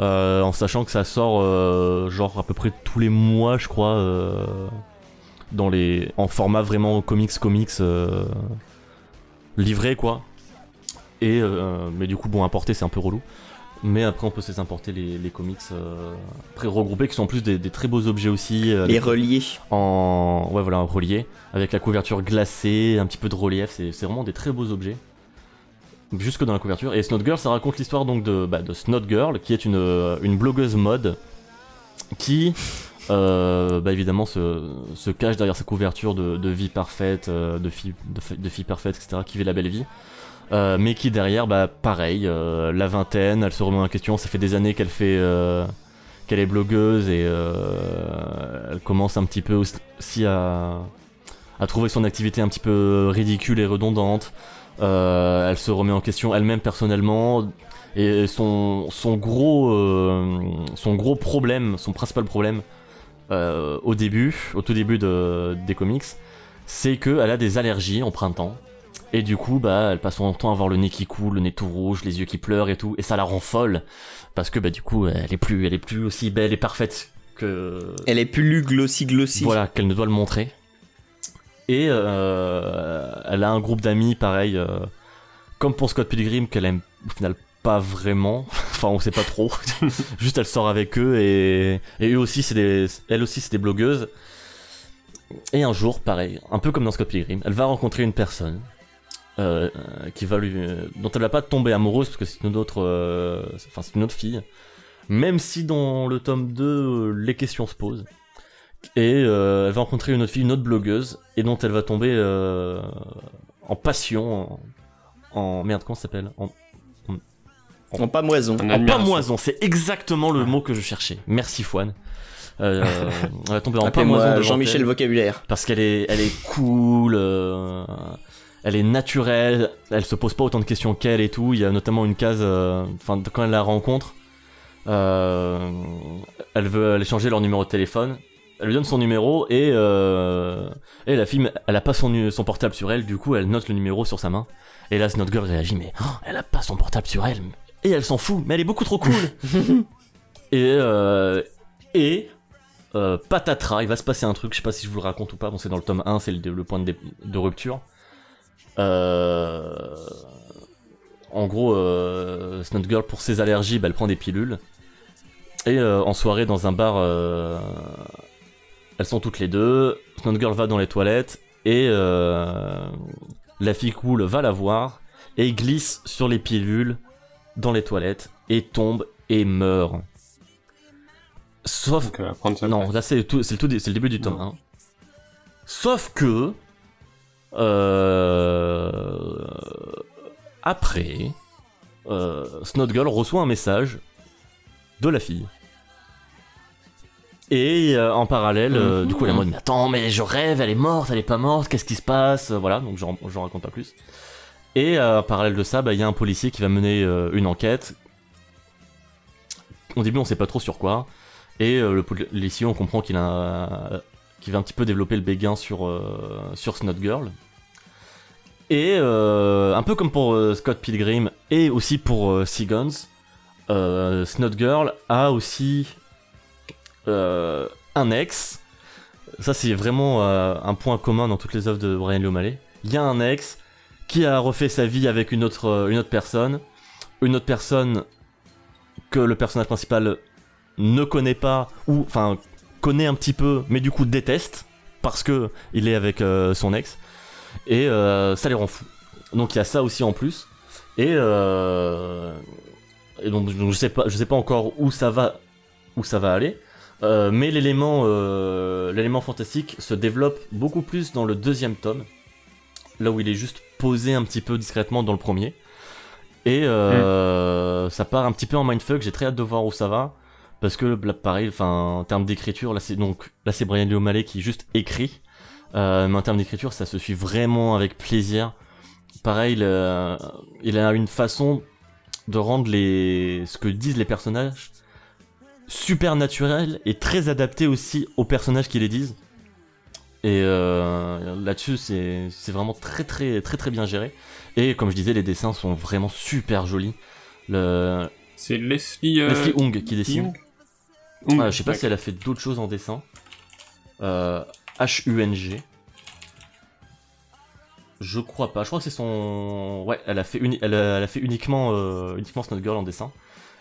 [SPEAKER 3] euh, en sachant que ça sort euh, genre à peu près tous les mois, je crois, euh, dans les en format vraiment comics comics euh, livré quoi. Et euh, mais du coup bon importer c'est un peu relou. Mais après on peut se importer les, les comics euh, très regroupés qui sont en plus des, des très beaux objets aussi. euh,
[SPEAKER 6] Les
[SPEAKER 3] avec-
[SPEAKER 6] reliés.
[SPEAKER 3] en ouais voilà en relié avec la couverture glacée un petit peu de relief c'est c'est vraiment des très beaux objets jusque dans la couverture et Snot Girl ça raconte l'histoire donc de bah, de Snot Girl qui est une euh, une blogueuse mode qui euh, bah évidemment se, se cache derrière sa couverture de, de vie parfaite euh, de fille de, fi- de fille parfaite etc qui vit la belle vie Euh, mais qui derrière bah pareil euh, la vingtaine elle se remet en question ça fait des années qu'elle fait euh, qu'elle est blogueuse et euh, elle commence un petit peu aussi à, à trouver son activité un petit peu ridicule et redondante. Euh, elle se remet en question elle-même personnellement et son, son, gros, euh, son gros problème, son principal problème euh, au début, au tout début de, des comics, c'est qu'elle a des allergies en printemps. Et du coup, bah, elle passe son temps à avoir le nez qui coule, le nez tout rouge, les yeux qui pleurent et tout, et ça la rend folle parce que bah du coup elle est plus elle est plus aussi belle et parfaite que
[SPEAKER 6] Elle est plus glossy glossy.
[SPEAKER 3] voilà qu'elle ne doit le montrer et euh, elle a un groupe d'amis pareil euh, comme pour Scott Pilgrim qu'elle aime au final pas vraiment enfin on sait pas trop juste elle sort avec eux et, et eux aussi c'est des elle aussi c'est des blogueuses et un jour pareil un peu comme dans Scott Pilgrim elle va rencontrer une personne euh, euh, qui va lui euh, dont elle va pas tomber amoureuse parce que c'est une autre euh, c'est- enfin c'est une autre fille même si dans le tome 2 euh, les questions se posent et euh, elle va rencontrer une autre fille, une autre blogueuse, et dont elle va tomber euh, en passion, en, en- merde, comment ça s'appelle En,
[SPEAKER 6] En pamoison.
[SPEAKER 4] En
[SPEAKER 3] en
[SPEAKER 4] admiration.
[SPEAKER 3] pamoison, c'est exactement le mot que je cherchais. Merci Fouane. Euh, elle va tomber en pamoison
[SPEAKER 6] Appelez-moi
[SPEAKER 3] devant
[SPEAKER 6] Jean-Michel
[SPEAKER 3] elle,
[SPEAKER 6] Vocabulaire.
[SPEAKER 3] parce qu'elle est, elle est cool, euh, elle est naturelle, elle se pose pas autant de questions qu'elle et tout. Il y a notamment une case, euh, enfin quand elle la rencontre, euh, elle veut elle échanger leur numéro de téléphone. Elle lui donne son numéro et, euh, et la fille, elle a pas son, nu- son portable sur elle, du coup elle note le numéro sur sa main. Et là, notre girl réagit, mais oh, elle a pas son portable sur elle, et elle s'en fout, mais elle est beaucoup trop cool. et euh, et euh, patatras, il va se passer un truc, je sais pas si je vous le raconte ou pas, bon c'est dans le tome 1, c'est le, le point de, dé- de rupture. Euh, en gros, euh, Snot Girl, pour ses allergies, bah, elle prend des pilules. Et euh, en soirée, dans un bar, euh, elles sont toutes les deux. Snot Girl va dans les toilettes et euh, la fille cool va la voir et glisse sur les pilules dans les toilettes et tombe et meurt. Sauf
[SPEAKER 4] Donc, euh, prendre ça.
[SPEAKER 3] non, là c'est le tout, c'est le tout, dé- c'est le début du tome
[SPEAKER 4] Non.
[SPEAKER 3] 1. Sauf que euh, après, euh, Snot Girl reçoit un message de la fille. Et euh, en parallèle, euh, du coup, elle est en mode mais attends, mais je rêve, elle est morte, elle est pas morte, qu'est-ce qui se passe euh, Voilà, donc j'en j'en raconte pas plus. Et euh, en parallèle de ça, bah, il y a un policier qui va mener euh, une enquête. Au début, on sait pas trop sur quoi. Et euh, le policier, on comprend qu'il a un- euh, qu'il va un petit peu développer le béguin sur, euh, sur Snot Girl. Et euh, un peu comme pour euh, Scott Pilgrim et aussi pour euh, Sea Guns, euh, Snot Girl a aussi euh, un ex. Ça, c'est vraiment euh, un point commun dans toutes les œuvres de Brian Lee O'Malley. Il y a un ex qui a refait sa vie avec une autre, euh, une autre personne. Une autre personne que le personnage principal ne connaît pas, ou enfin connaît un petit peu, mais du coup déteste, parce que il est avec euh, son ex. Et euh, ça les rend fous. Donc il y a ça aussi en plus. Et, euh, et donc, donc, je sais pas, je sais pas encore où ça va, où ça va aller. Euh, mais l'élément, euh, l'élément fantastique se développe beaucoup plus dans le deuxième tome, là où il est juste posé un petit peu discrètement dans le premier. Et euh, ça part un petit peu en mindfuck. J'ai très hâte de voir où ça va, parce que là, pareil, enfin, en termes d'écriture, là c'est donc là c'est Brian Lee O'Malley qui juste écrit, Euh, mais en termes d'écriture, ça se suit vraiment avec plaisir. Pareil, le- il a une façon de rendre les ce que disent les personnages super naturel et très adapté aussi aux personnages qui les disent. Et euh, là-dessus, c'est c'est vraiment très très très très bien géré. Et comme je disais, les dessins sont vraiment super jolis. Le,
[SPEAKER 4] C'est Leslie. euh,
[SPEAKER 3] Leslie Hung qui dessine.
[SPEAKER 4] Young. Hung,
[SPEAKER 3] Ah, je sais pas si
[SPEAKER 4] d'accord.
[SPEAKER 3] elle a fait d'autres choses en dessin. Euh, H-U-N-G. Je crois pas. Je crois que c'est son. Ouais, elle a fait, uni- elle a, elle a fait uniquement, euh, uniquement Snot Girl en dessin.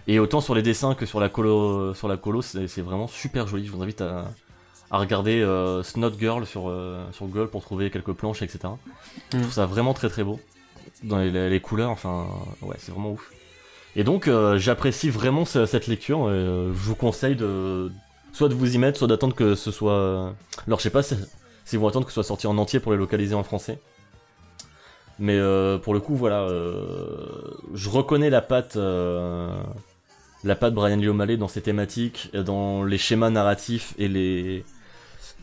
[SPEAKER 3] Et autant sur les dessins que sur la colo, sur la colo, c'est c'est vraiment super joli. Je vous invite à, à regarder euh, Snot Girl sur, euh, sur Google pour trouver quelques planches, etc. Je trouve ça vraiment très très beau. Dans les, les- les couleurs, enfin, ouais, c'est vraiment ouf. Et donc, euh, j'apprécie vraiment ce- cette lecture. euh, je vous conseille de soit de vous y mettre, soit d'attendre que ce soit. euh, Alors, je sais pas si, si vont attendre que ce soit sorti en entier pour les localiser en français. Mais euh, pour le coup, voilà, euh, je reconnais la patte, euh, la patte Brian Lee O'Malley dans ses thématiques, dans les schémas narratifs et les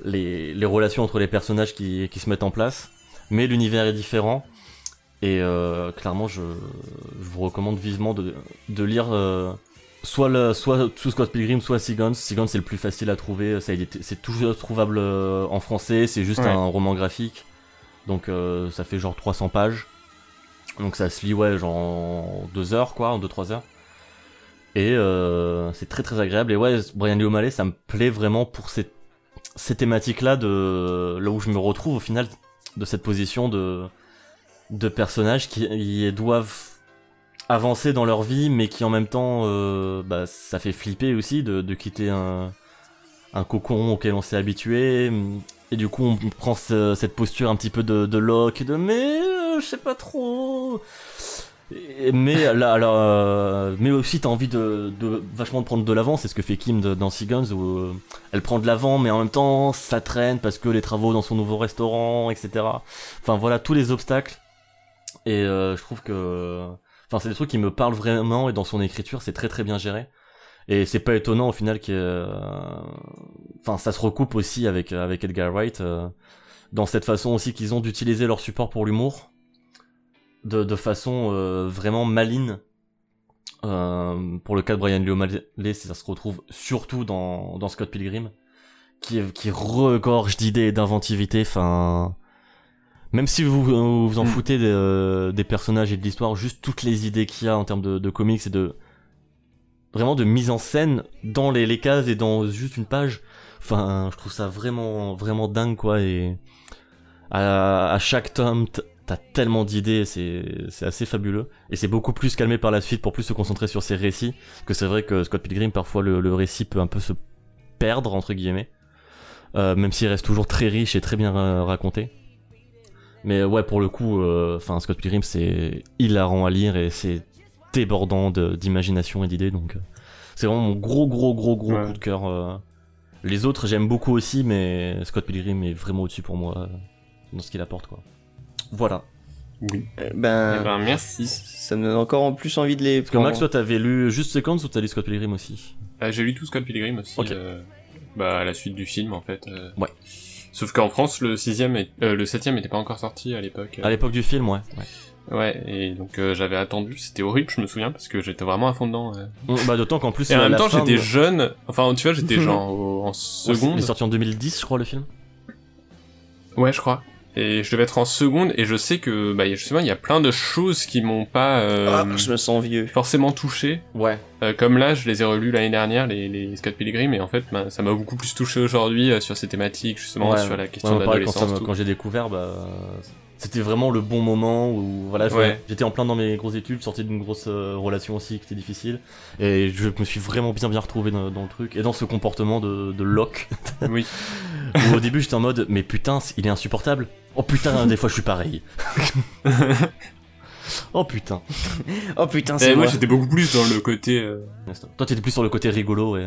[SPEAKER 3] les, les relations entre les personnages qui, qui se mettent en place. Mais l'univers est différent. Et euh, clairement, je, je vous recommande vivement de, de lire euh, soit, le, soit tout Scott Pilgrim, soit Sigons. Sigons, c'est le plus facile à trouver. ça, il est- C'est toujours trouvable euh, en français. C'est juste
[SPEAKER 4] Ouais.
[SPEAKER 3] un roman graphique. Donc euh, ça fait genre 300 pages. Donc ça se lit, ouais, genre en 2 heures, quoi, en 2-3 heures. Et euh, c'est très très agréable. Et ouais, Brian Lee O'Malley, ça me plaît vraiment pour ces, ces thématiques-là, de là où je me retrouve au final, de cette position de, de personnages qui ils doivent avancer dans leur vie, mais qui en même temps, euh, bah, ça fait flipper aussi de, de quitter un, un cocon auquel on s'est habitué. Et du coup, on prend ce- cette posture un petit peu de, de Locke, de mais euh, je sais pas trop. Et- mais là, alors, euh, mais aussi t'as envie de, de vachement de prendre de l'avant, c'est ce que fait Kim de- dans Sea Guns où euh, elle prend de l'avant, mais en même temps ça traîne parce que les travaux dans son nouveau restaurant, etc. Enfin voilà tous les obstacles. Et euh, je trouve que, enfin c'est des trucs qui me parlent vraiment et dans son écriture c'est très très bien géré. Et c'est pas étonnant au final que, euh, enfin ça se recoupe aussi avec avec Edgar Wright euh, dans cette façon aussi qu'ils ont d'utiliser leur support pour l'humour de, de façon euh, vraiment maligne. Euh, pour le cas de Brian Lee O'Malley, ça se retrouve surtout dans, dans Scott Pilgrim, qui, est- qui regorge d'idées et d'inventivité. Enfin, même si vous euh, vous vous en
[SPEAKER 4] Mm.
[SPEAKER 3] foutez des, euh, des personnages et de l'histoire, juste toutes les idées qu'il y a en termes de, de comics et de vraiment de mise en scène dans les, les cases et dans juste une page. Enfin, je trouve ça vraiment vraiment dingue quoi. Et à, à chaque tome, t- t'as tellement d'idées, c'est c'est assez fabuleux. Et c'est beaucoup plus calmé par la suite pour plus se concentrer sur ses récits. Parce que c'est vrai que Scott Pilgrim, parfois, le, le récit peut un peu se perdre, entre guillemets. Euh, même s'il reste toujours très riche et très bien euh, raconté. Mais ouais, pour le coup, euh, enfin, Scott Pilgrim, c'est hilarant à lire et c'est débordant de- d'imagination et d'idées. Donc, euh, c'est vraiment mon gros, gros, gros, gros
[SPEAKER 4] Ouais.
[SPEAKER 3] coup de cœur. euh. Les autres, j'aime beaucoup aussi, mais Scott Pilgrim est vraiment au-dessus pour moi euh, dans ce qu'il apporte, quoi. Voilà.
[SPEAKER 4] Oui.
[SPEAKER 6] Euh,
[SPEAKER 4] Eh
[SPEAKER 6] ben,
[SPEAKER 4] ben, merci.
[SPEAKER 6] ça me donne encore en plus envie de les.
[SPEAKER 3] Parce que Max, toi, t'avais lu juste Seconds ou t'as lu Scott Pilgrim aussi
[SPEAKER 4] Ah, J'ai lu tout Scott Pilgrim aussi.
[SPEAKER 3] Ok.
[SPEAKER 4] euh, bah, à la suite du film, en fait. euh.
[SPEAKER 3] Ouais.
[SPEAKER 4] Sauf qu'en France, le sixième, est- euh, le septième n'était pas encore sorti à l'époque. euh.
[SPEAKER 3] À l'époque du film, ouais. Ah.
[SPEAKER 4] Ouais, et donc euh, j'avais attendu, c'était horrible, je me souviens, parce que j'étais vraiment à fond dedans. euh.
[SPEAKER 3] Mm, Bah, d'autant qu'en plus.
[SPEAKER 4] Et
[SPEAKER 3] euh,
[SPEAKER 4] en même
[SPEAKER 3] la
[SPEAKER 4] temps,
[SPEAKER 3] fin
[SPEAKER 4] j'étais
[SPEAKER 3] de-
[SPEAKER 4] jeune, enfin, tu vois, j'étais genre au- en seconde.
[SPEAKER 3] Il est sorti en 2010, je crois, le film.
[SPEAKER 4] Ouais, je crois. Et je devais être en seconde, et je sais que, bah, justement, il y a plein de choses qui m'ont pas euh,
[SPEAKER 6] Ah, je me sens vieux.
[SPEAKER 4] forcément touché.
[SPEAKER 3] Ouais.
[SPEAKER 4] Euh, comme là, je les ai relus l'année dernière, les, les Scott Pilgrim, et en fait, bah, ça m'a beaucoup plus touché aujourd'hui euh, sur ces thématiques, justement,
[SPEAKER 3] Ouais.
[SPEAKER 4] sur la
[SPEAKER 3] Ouais,
[SPEAKER 4] question
[SPEAKER 3] on
[SPEAKER 4] de
[SPEAKER 3] parlait quand, ça
[SPEAKER 4] l'adolescence.
[SPEAKER 3] me-
[SPEAKER 4] tout.
[SPEAKER 3] quand j'ai découvert, bah, euh, c'était vraiment le bon moment où voilà, je-
[SPEAKER 4] Ouais.
[SPEAKER 3] j'étais en plein dans mes grosses études, sorti d'une grosse euh, relation aussi qui était difficile, et je me suis vraiment bien bien retrouvé dans, dans le truc et dans ce comportement de, de Locke.
[SPEAKER 4] Oui.
[SPEAKER 3] où au début j'étais en mode mais putain c- il est insupportable. Oh putain des fois je suis pareil. oh putain.
[SPEAKER 6] Oh putain,
[SPEAKER 3] Eh,
[SPEAKER 4] Et
[SPEAKER 6] c'est
[SPEAKER 4] moi,
[SPEAKER 6] moi.
[SPEAKER 4] j'étais beaucoup plus dans le côté euh,
[SPEAKER 3] Toi t'étais plus sur le côté rigolo et.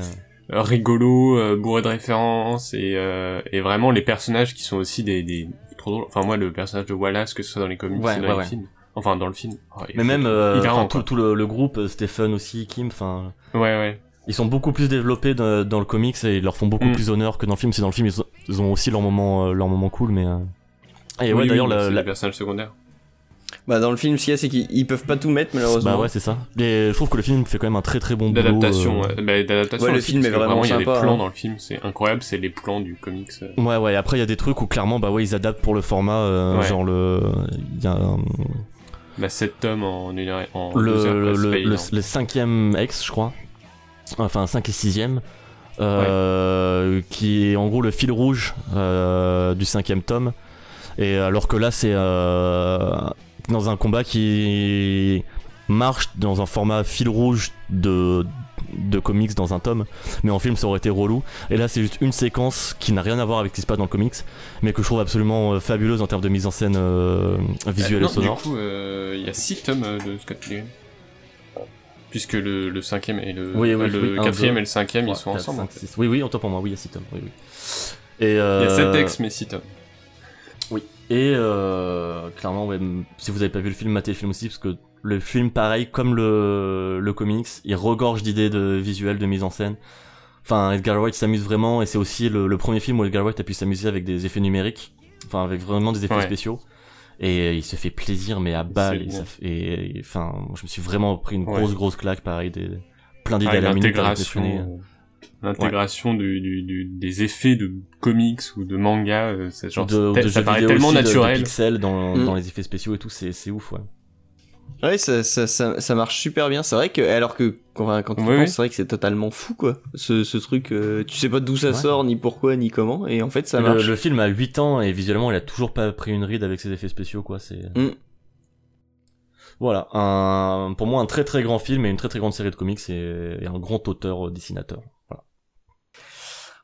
[SPEAKER 3] euh,
[SPEAKER 4] rigolo, euh, bourré de références, et, euh, et vraiment les personnages qui sont aussi des, des trop drôles. Enfin, moi, le personnage de Wallace, que ce soit dans les comics
[SPEAKER 3] Ouais,
[SPEAKER 4] ou dans
[SPEAKER 3] ouais,
[SPEAKER 4] les
[SPEAKER 3] ouais.
[SPEAKER 4] films. Enfin, dans le film. Oh, il
[SPEAKER 3] Mais
[SPEAKER 4] est
[SPEAKER 3] même euh,
[SPEAKER 4] hilarant,
[SPEAKER 3] enfin,
[SPEAKER 4] quoi.
[SPEAKER 3] tout, tout le, le groupe, euh, Stephen aussi, Kim, enfin
[SPEAKER 4] Ouais, ouais.
[SPEAKER 3] ils sont beaucoup plus développés dans, dans le comics et ils leur font beaucoup
[SPEAKER 4] Mm.
[SPEAKER 3] plus honneur que dans le film. Si dans le film ils ont, ils ont aussi leur moment, euh, leur moment cool, mais. euh, Et ouais,
[SPEAKER 4] Oui,
[SPEAKER 3] d'ailleurs,
[SPEAKER 4] oui,
[SPEAKER 3] la-
[SPEAKER 4] c'est
[SPEAKER 3] la-
[SPEAKER 4] des personnages secondaires.
[SPEAKER 6] Bah, dans le film, ce qu'il y a, c'est qu'ils ils peuvent pas tout mettre, malheureusement.
[SPEAKER 3] bah ouais, c'est ça. Et je trouve que le film fait quand même un très très bon boulot.
[SPEAKER 4] D'adaptation,
[SPEAKER 3] euh,
[SPEAKER 4] ouais. Bah, d'adaptation.
[SPEAKER 6] Ouais, le
[SPEAKER 4] aussi,
[SPEAKER 6] film
[SPEAKER 4] parce
[SPEAKER 6] est
[SPEAKER 4] que
[SPEAKER 6] vraiment
[SPEAKER 4] Il y a des
[SPEAKER 6] sympa,
[SPEAKER 4] plans
[SPEAKER 6] hein.
[SPEAKER 4] dans le film, c'est incroyable, c'est les plans du comics. euh.
[SPEAKER 3] Ouais, ouais, après il y a des trucs où clairement, bah ouais, ils adaptent pour le format, euh,
[SPEAKER 4] Ouais.
[SPEAKER 3] genre le. Il y a un-
[SPEAKER 4] La 7 bah, tomes en une heure. et- En deux heures,
[SPEAKER 3] le,
[SPEAKER 4] quoi, c'est pas
[SPEAKER 3] le, le,
[SPEAKER 4] évident.
[SPEAKER 3] le cinquième ex, je crois. Enfin, 5 et 6ème. Euh, Qui est en gros le fil rouge euh, du cinquième tome. Et alors que là, c'est euh, dans un combat qui marche dans un format fil rouge de, de comics dans un tome. Mais en film, ça aurait été relou. Et là, c'est juste une séquence qui n'a rien à voir avec ce qui se passe dans le comics. Mais que je trouve absolument euh, fabuleuse en termes de mise en scène euh, visuelle
[SPEAKER 4] Euh,
[SPEAKER 3] et
[SPEAKER 4] non,
[SPEAKER 3] sonore.
[SPEAKER 4] Du coup, euh, il y a 6 tomes euh, de Scott Pilgrim. Puisque le, le cinquième et le,
[SPEAKER 3] Oui, oui,
[SPEAKER 4] euh, le
[SPEAKER 3] oui, un,
[SPEAKER 4] quatrième
[SPEAKER 3] deux,
[SPEAKER 4] et le cinquième, ils
[SPEAKER 3] Ouais,
[SPEAKER 4] sont
[SPEAKER 3] quatre,
[SPEAKER 4] ensemble.
[SPEAKER 3] cinq,
[SPEAKER 4] en fait.
[SPEAKER 3] six. Oui, oui, autant pour moi, oui, il y a 6 tomes. Oui, oui. Et,
[SPEAKER 4] Il y a 7
[SPEAKER 3] euh,
[SPEAKER 4] textes, mais 6 tomes.
[SPEAKER 3] Oui. Et euh, clairement, ouais, m- si vous avez pas vu le film, matez le film aussi, parce que le film, pareil, comme le, le comics, il regorge d'idées de visuels, de mise en scène. Enfin, Edgar Wright s'amuse vraiment, et c'est aussi le, le premier film où Edgar Wright a pu s'amuser avec des effets numériques, enfin avec vraiment des effets
[SPEAKER 4] Ouais.
[SPEAKER 3] spéciaux. Et euh, il se fait plaisir, mais à balle. Et,
[SPEAKER 4] bien.
[SPEAKER 3] ça f- et- et- enfin, moi, je me suis vraiment pris une
[SPEAKER 4] Ouais.
[SPEAKER 3] grosse, grosse claque, pareil, des, plein
[SPEAKER 4] Ah,
[SPEAKER 3] d'idées à la minute. à réfléchir.
[SPEAKER 4] l'intégration euh, l'intégration du, du, du- des effets de comics ou de manga euh, c'est genre
[SPEAKER 3] de,
[SPEAKER 4] tel-
[SPEAKER 3] de
[SPEAKER 4] ça
[SPEAKER 3] jeux
[SPEAKER 4] paraît
[SPEAKER 3] vidéo
[SPEAKER 4] tellement
[SPEAKER 3] aussi, de- de
[SPEAKER 4] naturel
[SPEAKER 3] pixels dans,
[SPEAKER 6] Mm.
[SPEAKER 3] dans les effets spéciaux et tout, c'est c'est ouf, ouais.
[SPEAKER 6] Ouais, ça, ça, ça, ça marche super bien. C'est vrai que, alors que quand, quand on
[SPEAKER 4] Oui, oui.
[SPEAKER 6] pense, c'est vrai que c'est totalement fou, quoi. Ce, ce truc, euh, tu sais pas d'où ça
[SPEAKER 3] Ouais.
[SPEAKER 6] sort, ni pourquoi, ni comment, et en fait, ça
[SPEAKER 3] le,
[SPEAKER 6] marche.
[SPEAKER 3] le film a 8 ans et visuellement il a toujours pas pris une ride avec ses effets spéciaux quoi c'est
[SPEAKER 6] Mm.
[SPEAKER 3] voilà un, pour moi un très très grand film et une très très grande série de comics et, et un grand auteur euh, dessinateur voilà.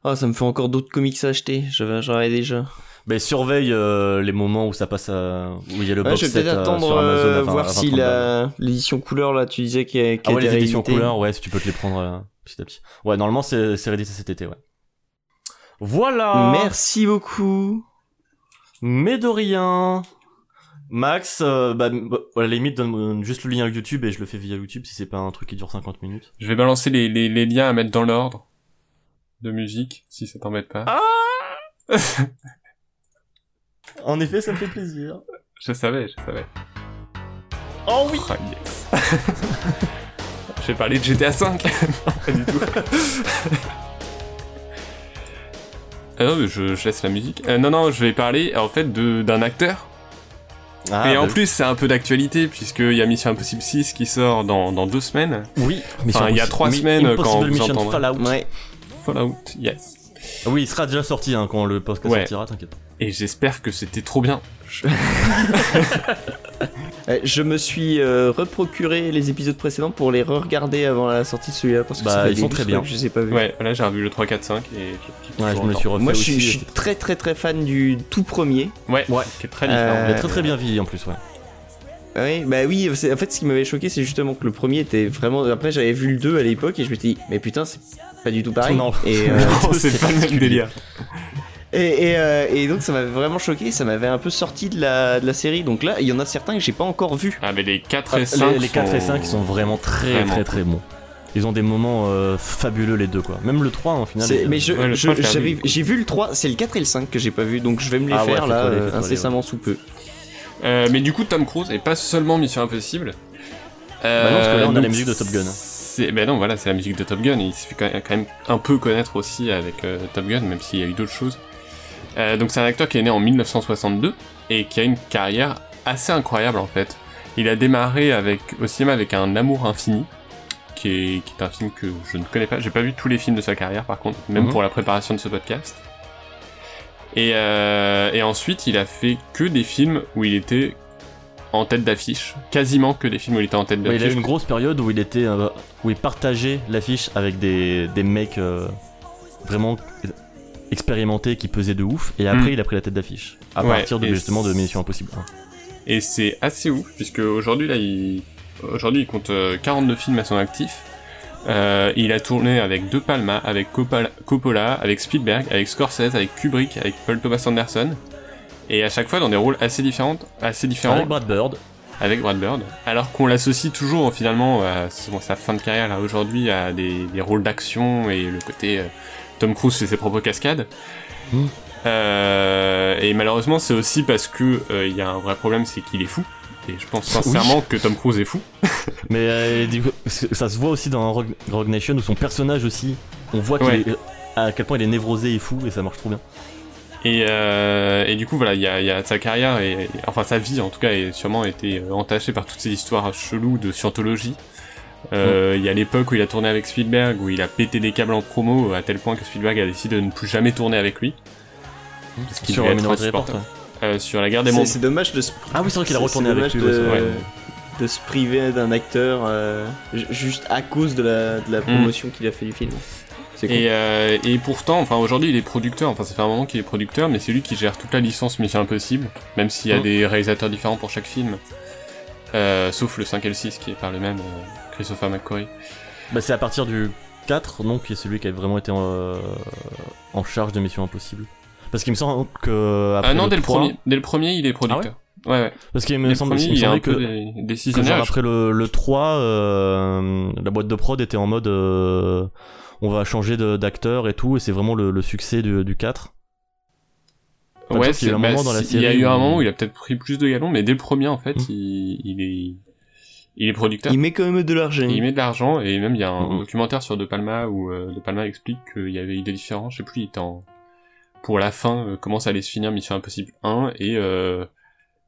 [SPEAKER 6] Ah, ça me fait encore d'autres comics à acheter. J'avais- J'en avais déjà.
[SPEAKER 3] mais surveille euh, les moments où ça passe à, où il y a le
[SPEAKER 6] Ouais,
[SPEAKER 3] box
[SPEAKER 6] je vais
[SPEAKER 3] set
[SPEAKER 6] peut-être
[SPEAKER 3] à-
[SPEAKER 6] attendre,
[SPEAKER 3] sur Amazon à
[SPEAKER 6] euh,
[SPEAKER 3] vingt- à
[SPEAKER 6] voir
[SPEAKER 3] vingt,
[SPEAKER 6] si
[SPEAKER 3] trente balles.
[SPEAKER 6] la- l'édition couleur, là, tu disais qu'il y a,
[SPEAKER 3] ah ouais les éditions
[SPEAKER 6] couleur
[SPEAKER 3] couleurs ouais si tu peux te les prendre euh, petit à petit ouais normalement c'est c'est réédité cet été ouais
[SPEAKER 6] Ah.
[SPEAKER 3] voilà
[SPEAKER 6] Merci beaucoup.
[SPEAKER 3] Mais de rien Max, euh, bah, m- bah, à la limite, donne donne juste le lien avec YouTube et je le fais via YouTube si c'est pas un truc qui dure 50 minutes.
[SPEAKER 4] je vais balancer les, les, les liens à mettre dans l'ordre de musique si ça t'embête pas
[SPEAKER 3] Ah En effet, ça me fait plaisir.
[SPEAKER 4] je savais je savais
[SPEAKER 3] Oh oui
[SPEAKER 4] Ah, yes. je vais parler de GTA 5 pas du tout Ah non, mais je, je laisse la musique. Euh, non, non, je vais parler en fait de- d'un acteur
[SPEAKER 3] Ah,
[SPEAKER 4] et
[SPEAKER 3] bah,
[SPEAKER 4] en plus, c'est un peu d'actualité, puisqu'il y a Mission Impossible 6 qui sort dans, dans deux semaines.
[SPEAKER 3] Oui,
[SPEAKER 4] Mission il y a Impossible- trois Mi- semaines, Impossible quand vous Mission entendrez.
[SPEAKER 3] Fallout.
[SPEAKER 6] Ouais.
[SPEAKER 4] Fallout, yes.
[SPEAKER 3] Oui, il sera déjà sorti hein, quand le podcast
[SPEAKER 4] Ouais.
[SPEAKER 3] sortira, t'inquiète pas.
[SPEAKER 4] Et j'espère que c'était trop bien.
[SPEAKER 6] Ouais, Je me suis euh, reprocuré les épisodes précédents pour les re-regarder avant la sortie de celui-là parce que
[SPEAKER 3] Bah,
[SPEAKER 6] ça fait
[SPEAKER 3] ils sont
[SPEAKER 6] des
[SPEAKER 3] très
[SPEAKER 6] jours
[SPEAKER 3] bien.
[SPEAKER 6] que je les ai pas vus.
[SPEAKER 4] Ouais, là j'ai revu le 3, 4, 5 et je kiffe
[SPEAKER 3] Ouais, je
[SPEAKER 4] toujours
[SPEAKER 3] me suis
[SPEAKER 4] autant.
[SPEAKER 3] refait
[SPEAKER 6] Moi je
[SPEAKER 3] aussi.
[SPEAKER 6] suis, je suis
[SPEAKER 3] c'était-
[SPEAKER 6] très très très fan du tout premier.
[SPEAKER 4] Ouais,
[SPEAKER 3] Ouais.
[SPEAKER 4] qui est très différent.
[SPEAKER 3] Il a
[SPEAKER 6] Euh,
[SPEAKER 3] très très bien vieilli en plus, ouais.
[SPEAKER 6] Ouais, bah oui, c'est- en fait ce qui m'avait choqué c'est justement que le premier était vraiment. Après j'avais vu le 2 à l'époque et je me suis dit, mais putain c'est pas du tout pareil.
[SPEAKER 3] Non.
[SPEAKER 6] Et, euh,
[SPEAKER 4] Non, c'est pas le même délire.
[SPEAKER 6] et, et, euh, et donc ça m'avait vraiment choqué, ça m'avait un peu sorti de la, de la série. Donc là il y en a certains que j'ai pas encore vus.
[SPEAKER 4] Ah, mais les 4
[SPEAKER 3] Les,
[SPEAKER 4] et 5.
[SPEAKER 3] les 4 et 5 sont vraiment très
[SPEAKER 4] vraiment
[SPEAKER 3] très très bons. Ils ont des moments euh, fabuleux les deux quoi. Même le 3 en final.
[SPEAKER 6] C'est-
[SPEAKER 3] il-
[SPEAKER 6] Mais je-
[SPEAKER 4] Ouais, le
[SPEAKER 6] je-
[SPEAKER 4] trois, je l'ai
[SPEAKER 6] j'avais-
[SPEAKER 4] vu.
[SPEAKER 6] j'ai vu le 3, c'est le 4 et le 5 que j'ai pas vu donc je vais me les
[SPEAKER 3] Ah ouais,
[SPEAKER 6] faire là
[SPEAKER 3] fais-toi les,
[SPEAKER 6] euh,
[SPEAKER 3] fais-toi les, ouais.
[SPEAKER 6] incessamment sous peu.
[SPEAKER 4] Euh, mais du coup, Tom Cruise et pas seulement Mission Impossible. Euh,
[SPEAKER 3] Bah non, parce que là, on a la
[SPEAKER 4] donc,
[SPEAKER 3] musique de Top Gun.
[SPEAKER 4] c'est- Bah non, voilà, c'est la musique de Top Gun. Il s'est fait quand même- quand même un peu connaître aussi avec euh, Top Gun, même s'il y a eu d'autres choses. Euh, donc c'est un acteur qui est né en 1962 et qui a une carrière assez incroyable en fait. Il a démarré avec, au cinéma avec Un Amour Infini, qui est, qui est un film que je ne connais pas. J'ai pas vu tous les films de sa carrière par contre, même
[SPEAKER 3] Mhm.
[SPEAKER 4] pour la préparation de ce podcast. Et, euh, et ensuite, il a fait que des films où il était en tête d'affiche. Quasiment que des films où il était en tête
[SPEAKER 3] Ouais, il a eu
[SPEAKER 4] d'affiche.
[SPEAKER 3] une grosse période où il était euh, où il partageait l'affiche avec des, des mecs euh, vraiment expérimentés qui pesaient de ouf et après
[SPEAKER 4] Mm.
[SPEAKER 3] il a pris la tête d'affiche à
[SPEAKER 4] Ouais,
[SPEAKER 3] partir de
[SPEAKER 4] et
[SPEAKER 3] justement de
[SPEAKER 4] c'est-
[SPEAKER 3] Mission Impossible 1.
[SPEAKER 4] Et c'est assez ouf, puisque aujourd'hui, là, il... Aujourd'hui, il compte euh, 42 films à son actif. Euh, il a tourné avec De Palma, avec Coppola, Coppola, avec Spielberg, avec Scorsese, avec Kubrick, avec Paul Thomas Anderson. Et à chaque fois dans des rôles assez différents, assez différents
[SPEAKER 3] Avec Brad Bird,
[SPEAKER 4] avec Brad Bird, alors qu'on l'associe toujours finalement à son- sa fin de carrière là aujourd'hui à des, des rôles d'action et le côté euh, Tom Cruise fait ses propres cascades.
[SPEAKER 3] Mm.
[SPEAKER 4] Euh, et malheureusement, c'est aussi parce que euh, il y a un vrai problème, c'est qu'il est fou. Et je pense sincèrement que Tom Cruise est fou.
[SPEAKER 3] mais euh, du coup, ça se voit aussi dans Rogue, Rogue Nation où son personnage aussi, on voit qu'il euh,
[SPEAKER 4] Ouais.
[SPEAKER 3] est- à quel point il est névrosé et fou et ça marche trop bien.
[SPEAKER 4] Et, euh, et du coup, voilà, il y a, il y a sa carrière, et, et- enfin sa vie en tout cas, est sûrement été euh, entachée par toutes ces histoires cheloues de scientologie.
[SPEAKER 6] Mm.
[SPEAKER 4] Euh, Il y a l'époque où il a tourné avec Spielberg, où il a pété des câbles en promo, euh, à tel point que Spielberg a décidé de ne plus jamais tourner avec lui. Parce qu'il
[SPEAKER 3] Sur
[SPEAKER 4] devait être
[SPEAKER 3] Minority Report.
[SPEAKER 4] insupportable. Euh, sur la guerre des
[SPEAKER 6] C'est
[SPEAKER 4] mondes.
[SPEAKER 6] c'est dommage de se,
[SPEAKER 3] Ah oui, c'est vrai qu'il a
[SPEAKER 6] c'est-
[SPEAKER 3] retourné
[SPEAKER 6] c'est
[SPEAKER 3] avec lui.
[SPEAKER 6] dommage
[SPEAKER 3] ouais,
[SPEAKER 6] de,
[SPEAKER 3] c'est vrai.
[SPEAKER 6] de se priver d'un acteur euh, ju- juste à cause de la, de la promotion qu'il a fait du film. C'est cool.
[SPEAKER 4] Et, euh, et pourtant, enfin aujourd'hui il est producteur, enfin ça fait un moment qu'il est producteur, mais c'est lui qui gère toute la licence Mission Impossible, même s'il y a
[SPEAKER 3] Mm.
[SPEAKER 4] des réalisateurs différents pour chaque film, Euh, sauf le 5 et le 6 qui est par le même euh, Christopher McQuarrie.
[SPEAKER 3] Bah, c'est à partir du 4, non, qui est celui qui a vraiment été euh, en charge de Mission Impossible. Parce qu'il me semble que.
[SPEAKER 4] Ah
[SPEAKER 3] après
[SPEAKER 4] non, dès le,
[SPEAKER 3] 3,
[SPEAKER 4] premier, dès le premier il est producteur. ouais, ouais.
[SPEAKER 3] Parce qu'il
[SPEAKER 4] Dès
[SPEAKER 3] me
[SPEAKER 4] le
[SPEAKER 3] semble
[SPEAKER 4] premier
[SPEAKER 3] Ah il me
[SPEAKER 4] il est un
[SPEAKER 3] semblait que.
[SPEAKER 4] peu dé-
[SPEAKER 3] que genre
[SPEAKER 4] décisionnaire.
[SPEAKER 3] après le, le 3, euh, la boîte de prod était en mode euh, on va changer de- d'acteur et tout, et c'est vraiment le, le succès du, du 4. Enfin,
[SPEAKER 4] Ouais,
[SPEAKER 3] je trouve qu'il y a eu un
[SPEAKER 4] c'est- bah,
[SPEAKER 3] moment dans la
[SPEAKER 4] si- il y a
[SPEAKER 3] série
[SPEAKER 4] eu un
[SPEAKER 3] où-
[SPEAKER 4] moment où il a peut-être pris plus de galons, mais dès le premier en fait
[SPEAKER 3] Mm.
[SPEAKER 4] il, il est il est producteur.
[SPEAKER 6] Il met quand même de l'argent.
[SPEAKER 4] Et il met de l'argent et même il y a un
[SPEAKER 3] Mhm.
[SPEAKER 4] documentaire sur De Palma où euh, De Palma explique qu'il y avait eu des différences, je sais plus, il était en... pour la fin, euh, comment ça allait se finir Mission Impossible 1 et euh,